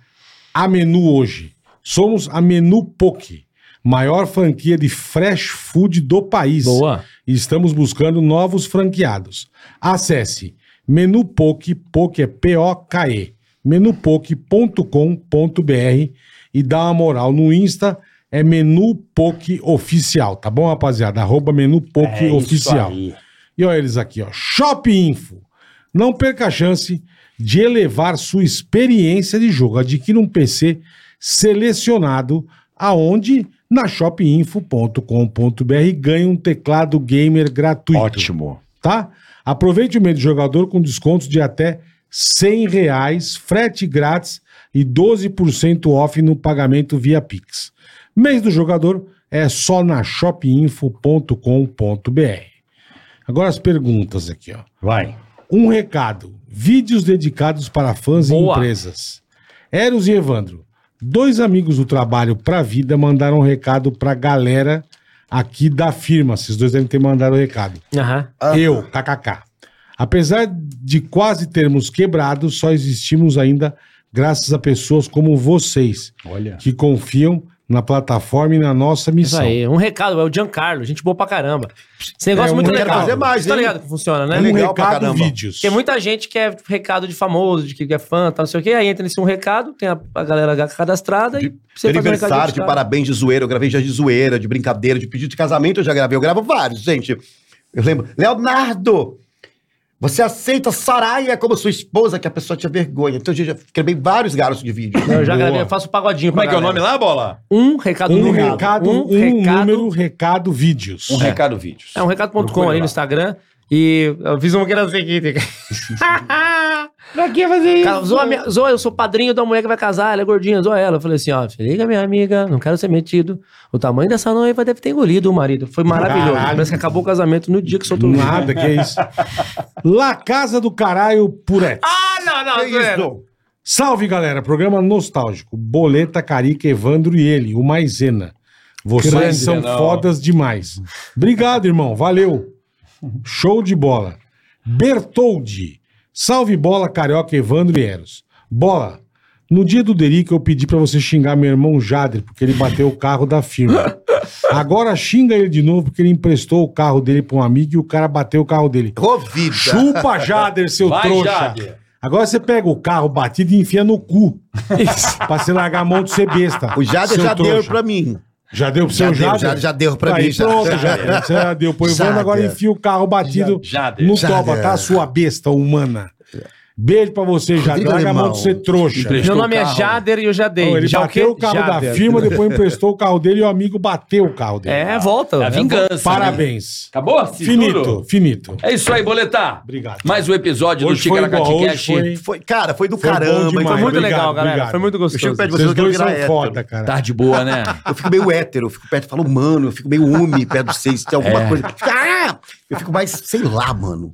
Speaker 3: a Menu hoje. Somos a Menu Poke, maior franquia de fresh food do país.
Speaker 4: Boa.
Speaker 3: E estamos buscando novos franqueados. Acesse menupoke, poke é P-O-K-E, menupoke.com.br e dá uma moral no Insta, é menupoke oficial, tá bom, rapaziada? Arroba menupoke oficial. E olha eles aqui, ó. Shop Info. Não perca a chance de elevar sua experiência de jogo. Adquira um PC selecionado aonde na shopinfo.com.br e ganhe um teclado gamer gratuito,
Speaker 8: Ótimo.
Speaker 3: tá? Aproveite o mês do jogador com descontos de até 100 reais, frete grátis e 12% off no pagamento via Pix. Mês do jogador é só na shopinfo.com.br. Agora as perguntas aqui, ó.
Speaker 8: Vai.
Speaker 3: Um recado. Vídeos dedicados para fãs
Speaker 5: Boa.
Speaker 3: e empresas. Eros e Evandro, dois amigos do trabalho pra vida, mandaram um recado pra galera aqui da firma. Vocês dois devem ter mandado o recado.
Speaker 5: Aham.
Speaker 3: Eu, kkk. Apesar de quase termos quebrado, só existimos ainda graças a pessoas como vocês,
Speaker 8: Olha.
Speaker 3: que confiam na plataforma e na nossa
Speaker 5: Isso
Speaker 3: missão.
Speaker 5: aí. Um recado, é o Giancarlo, gente boa pra caramba. Esse
Speaker 3: É,
Speaker 5: negócio é
Speaker 3: um
Speaker 5: muito
Speaker 3: recado.
Speaker 5: legal.
Speaker 6: Fazer mais,
Speaker 5: Você tá
Speaker 6: hein?
Speaker 5: ligado que funciona, né?
Speaker 6: É
Speaker 3: Um
Speaker 6: legal pra
Speaker 3: recado,
Speaker 6: caramba.
Speaker 3: vídeos.
Speaker 5: Porque muita gente quer recado de famoso, de que é fã, tal, não sei o quê. Aí entra nesse um recado, tem a, a galera cadastrada e
Speaker 6: De
Speaker 5: você faz um recado
Speaker 6: aniversário, de
Speaker 5: dedicado.
Speaker 6: parabéns, de zoeira. Eu gravei já de zoeira, de brincadeira, de pedido de casamento. Eu já gravei. Eu gravo vários, gente. Eu lembro. Leonardo, você aceita Saraya como sua esposa, que a pessoa tinha vergonha. Então, eu já gravei vários garotos de vídeo.
Speaker 5: Eu já
Speaker 3: Boa.
Speaker 5: gravei, eu faço um pagodinho.
Speaker 7: Como é
Speaker 5: pra
Speaker 7: que é o nome
Speaker 5: galera.
Speaker 7: lá, Bola?
Speaker 5: Um recado
Speaker 3: Um
Speaker 5: número.
Speaker 3: recado, um, número, recado, vídeos.
Speaker 7: Um recado vídeos.
Speaker 5: É um recado.com
Speaker 7: Procure
Speaker 5: ali
Speaker 7: lá.
Speaker 5: no Instagram. E eu fiz uma que era o seguinte.
Speaker 1: Pra que fazer
Speaker 5: Cara, zoa, minha- zoa, eu sou padrinho da mulher que vai casar, ela é gordinha, zoa ela. Eu falei assim, ó, se liga, minha amiga, não quero ser metido. O tamanho dessa noiva deve ter engolido o marido. Foi maravilhoso.
Speaker 3: Caralho.
Speaker 5: Parece que acabou o casamento no dia que soltou o livro.
Speaker 3: Nada, que é isso. La Casa do Caralho Puré.
Speaker 5: Ah, não, não, zoeira.
Speaker 3: Salve, galera. Programa nostálgico. Boleta, Carica, Evandro e ele, o Maisena. Vocês
Speaker 4: Grande,
Speaker 3: são
Speaker 7: Renal.
Speaker 3: fodas demais. Obrigado, irmão. Valeu. Show de bola. Bertoldi. Salve, bola, Carioca, Evandro e Eros. Bola. No dia do Derica, eu pedi pra você xingar meu irmão Jader, porque ele bateu o carro da firma. Agora xinga ele de novo, porque ele emprestou o carro dele pra um amigo e o cara bateu o carro dele.
Speaker 6: Covid.
Speaker 3: Chupa, Jader, seu
Speaker 7: Vai,
Speaker 3: trouxa.
Speaker 7: Jader.
Speaker 3: Agora você pega o carro batido e enfia no cu. pra você largar a mão de ser besta.
Speaker 6: O Jader
Speaker 3: seu
Speaker 6: já deu
Speaker 3: trouxa.
Speaker 6: pra mim.
Speaker 3: Já deu pro
Speaker 6: Já
Speaker 3: seu
Speaker 6: deu,
Speaker 3: Jader?
Speaker 6: já- já deu pra
Speaker 3: Aí,
Speaker 6: mim, já.
Speaker 3: Pronto, já, já, deu. Pô, Ivano,
Speaker 6: Jader.
Speaker 3: agora enfia o carro batido
Speaker 7: Jader.
Speaker 3: no
Speaker 6: Jader.
Speaker 3: toba, tá? Sua besta humana. Beijo pra você, Jader.
Speaker 6: Rodrigo
Speaker 3: Larga a mão
Speaker 6: Alemão.
Speaker 3: de ser trouxa.
Speaker 7: Emprestou
Speaker 5: Meu nome é
Speaker 7: o carro.
Speaker 5: Jader e eu já dei.
Speaker 3: Pô, ele
Speaker 5: já
Speaker 3: bateu o
Speaker 5: quê?
Speaker 3: carro da
Speaker 5: Jader.
Speaker 3: firma, depois emprestou o carro dele e o amigo bateu o carro dele.
Speaker 5: É, volta.
Speaker 7: É a
Speaker 5: É
Speaker 7: vingança. né?
Speaker 3: Parabéns.
Speaker 4: Tá
Speaker 7: Acabou?
Speaker 3: Finito, finito.
Speaker 7: É isso aí, Boletar.
Speaker 3: Obrigado.
Speaker 7: Mais um episódio
Speaker 3: Hoje
Speaker 7: do
Speaker 3: foi bom,
Speaker 7: Ticaracati
Speaker 4: é
Speaker 3: hoje
Speaker 7: Cash.
Speaker 3: foi-
Speaker 6: Foi, cara, foi do
Speaker 3: Foi bom
Speaker 6: caramba.
Speaker 3: demais.
Speaker 6: Então,
Speaker 5: Foi muito
Speaker 3: Obrigado,
Speaker 5: legal, galera.
Speaker 3: obrigado.
Speaker 5: Foi muito
Speaker 6: Eu chego
Speaker 5: gostoso.
Speaker 6: perto de vocês,
Speaker 3: Vocês
Speaker 6: eu quero
Speaker 3: dois
Speaker 6: virar
Speaker 3: são
Speaker 6: hétero.
Speaker 3: foda, cara.
Speaker 7: Tarde boa, né?
Speaker 6: Eu fico meio hétero, eu fico perto, eu falo, mano, eu fico meio ume perto de vocês, tem
Speaker 7: É.
Speaker 6: alguma coisa. Ah! Eu fico mais, sei lá, mano.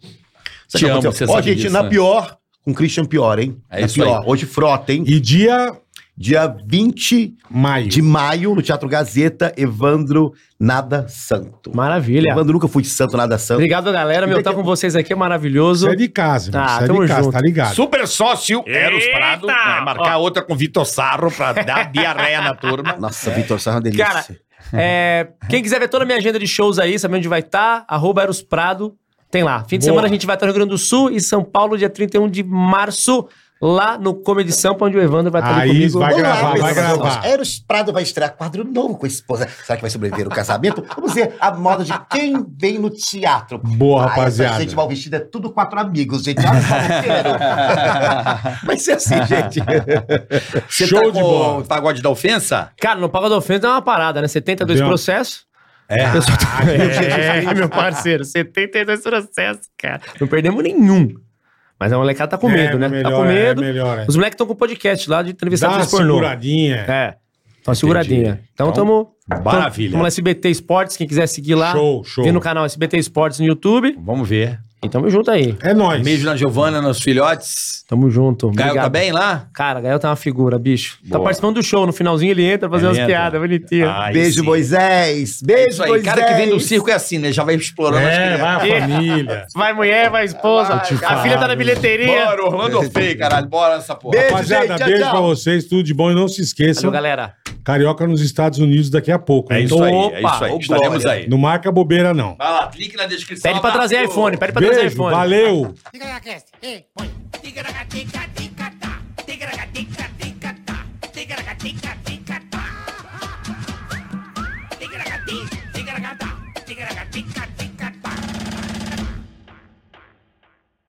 Speaker 7: Te
Speaker 6: que
Speaker 7: amo,
Speaker 6: aconteceu?
Speaker 7: você
Speaker 6: Ó,
Speaker 7: sabe
Speaker 6: gente,
Speaker 7: disso,
Speaker 6: na
Speaker 7: né?
Speaker 6: pior, com Christian pior, hein?
Speaker 7: É
Speaker 6: na
Speaker 7: isso
Speaker 6: pior.
Speaker 7: aí.
Speaker 6: Hoje frota, hein?
Speaker 3: E dia
Speaker 6: Dia 20
Speaker 3: maio.
Speaker 6: de maio, no Teatro Gazeta, Evandro Nada Santo.
Speaker 5: Maravilha.
Speaker 6: Evandro nunca fui de santo, nada santo.
Speaker 5: Obrigado, galera. Meu estar com vocês aqui é maravilhoso.
Speaker 3: Você é de casa, irmão.
Speaker 5: Ah,
Speaker 3: Você é
Speaker 5: tamo
Speaker 3: de casa,
Speaker 5: junto.
Speaker 3: tá ligado?
Speaker 4: Super sócio Eros Prado. Vai marcar outra com Vitor Sarro pra dar diarreia na turma.
Speaker 6: Nossa, Vitor, isso é uma delícia.
Speaker 5: Cara, é, quem quiser ver toda a minha agenda de shows aí, saber onde vai estar, arroba Eros Prado, tem lá. Fim de
Speaker 3: Boa.
Speaker 5: semana a gente vai estar no Rio Grande do Sul e São Paulo, dia 31 de março, lá no Comedy Sampa, onde o Evandro vai estar
Speaker 3: Aí
Speaker 5: ali comigo.
Speaker 3: vai
Speaker 6: Olá,
Speaker 3: gravar, vai
Speaker 6: pessoas.
Speaker 3: gravar.
Speaker 6: Eros Prado vai estrear quadro novo com a esposa. Será que vai sobreviver o casamento? Vamos ver a moda de quem vem no teatro.
Speaker 3: Boa,
Speaker 6: Ah, essa
Speaker 3: rapaziada.
Speaker 6: gente mal vestida é tudo quatro amigos, gente. Ah, só quero. vai ser assim, gente.
Speaker 7: Você
Speaker 3: Show
Speaker 7: tá
Speaker 3: de
Speaker 7: com
Speaker 3: bola.
Speaker 7: o pagode da ofensa?
Speaker 5: Cara, no Paga da Ofensa é uma parada, né? 72
Speaker 3: Deu.
Speaker 5: processos. É. é, meu parceiro, 72 processos, cara. Não perdemos nenhum. Mas a molecada tá com medo,
Speaker 3: É,
Speaker 5: né?
Speaker 3: melhor,
Speaker 5: tá com
Speaker 3: é,
Speaker 5: medo.
Speaker 3: melhor, é.
Speaker 5: Os moleques estão com podcast lá
Speaker 3: Dá
Speaker 5: de entrevistar
Speaker 3: uma
Speaker 5: atriz pornô.
Speaker 3: seguradinha.
Speaker 5: É. Tá uma seguradinha. Então, tamo.
Speaker 7: Maravilha.
Speaker 5: Tamo no SBT Esportes, quem quiser seguir lá.
Speaker 3: Show, show.
Speaker 5: Vem no canal SBT Esportes no YouTube.
Speaker 7: Vamos ver.
Speaker 5: E tamo junto aí.
Speaker 3: É nóis.
Speaker 7: Beijo na Giovana, nos filhotes.
Speaker 5: Tamo junto.
Speaker 7: Gael tá
Speaker 5: Obrigado.
Speaker 7: bem lá?
Speaker 5: Cara, Gael tá uma figura, bicho. Tá
Speaker 7: Boa.
Speaker 5: participando do show. No finalzinho ele entra fazer
Speaker 7: Ele
Speaker 5: umas
Speaker 7: entra. Ah.
Speaker 5: piadas, bonitinho.
Speaker 7: Aí
Speaker 6: Beijo,
Speaker 7: sim.
Speaker 6: Moisés.
Speaker 7: É
Speaker 6: Beijo,
Speaker 7: isso aí.
Speaker 6: Moisés.
Speaker 7: Cara que vem do circo é assim, né? Já vai explorando as
Speaker 3: É,
Speaker 7: crianças.
Speaker 3: vai a família.
Speaker 5: Vai mulher, vai esposa.
Speaker 3: te
Speaker 5: a
Speaker 3: falar,
Speaker 5: filha tá na
Speaker 3: meu.
Speaker 5: bilheteria.
Speaker 7: Bora, Orlando Fei, caralho. Bora essa porra.
Speaker 6: Beijo,
Speaker 3: Rapaziada,
Speaker 6: gente. Tchau,
Speaker 3: beijo
Speaker 6: tchau.
Speaker 3: pra vocês, tudo de bom e não se esqueçam.
Speaker 5: Valeu, galera.
Speaker 3: Carioca nos Estados Unidos daqui a pouco.
Speaker 9: É
Speaker 3: hein?
Speaker 9: isso
Speaker 3: Então,
Speaker 9: aí, é
Speaker 7: Opa,
Speaker 9: isso aí.
Speaker 7: ô,
Speaker 9: Estaremos
Speaker 7: glória.
Speaker 9: aí.
Speaker 3: Não marca bobeira, não.
Speaker 7: Vai lá, clique na descrição.
Speaker 5: Pede pra trazer
Speaker 7: abraço.
Speaker 5: iPhone, pede pra trazer
Speaker 3: Beijo,
Speaker 5: iPhone.
Speaker 3: valeu.
Speaker 1: Tigra-ga-ti, tigra-ga-ti.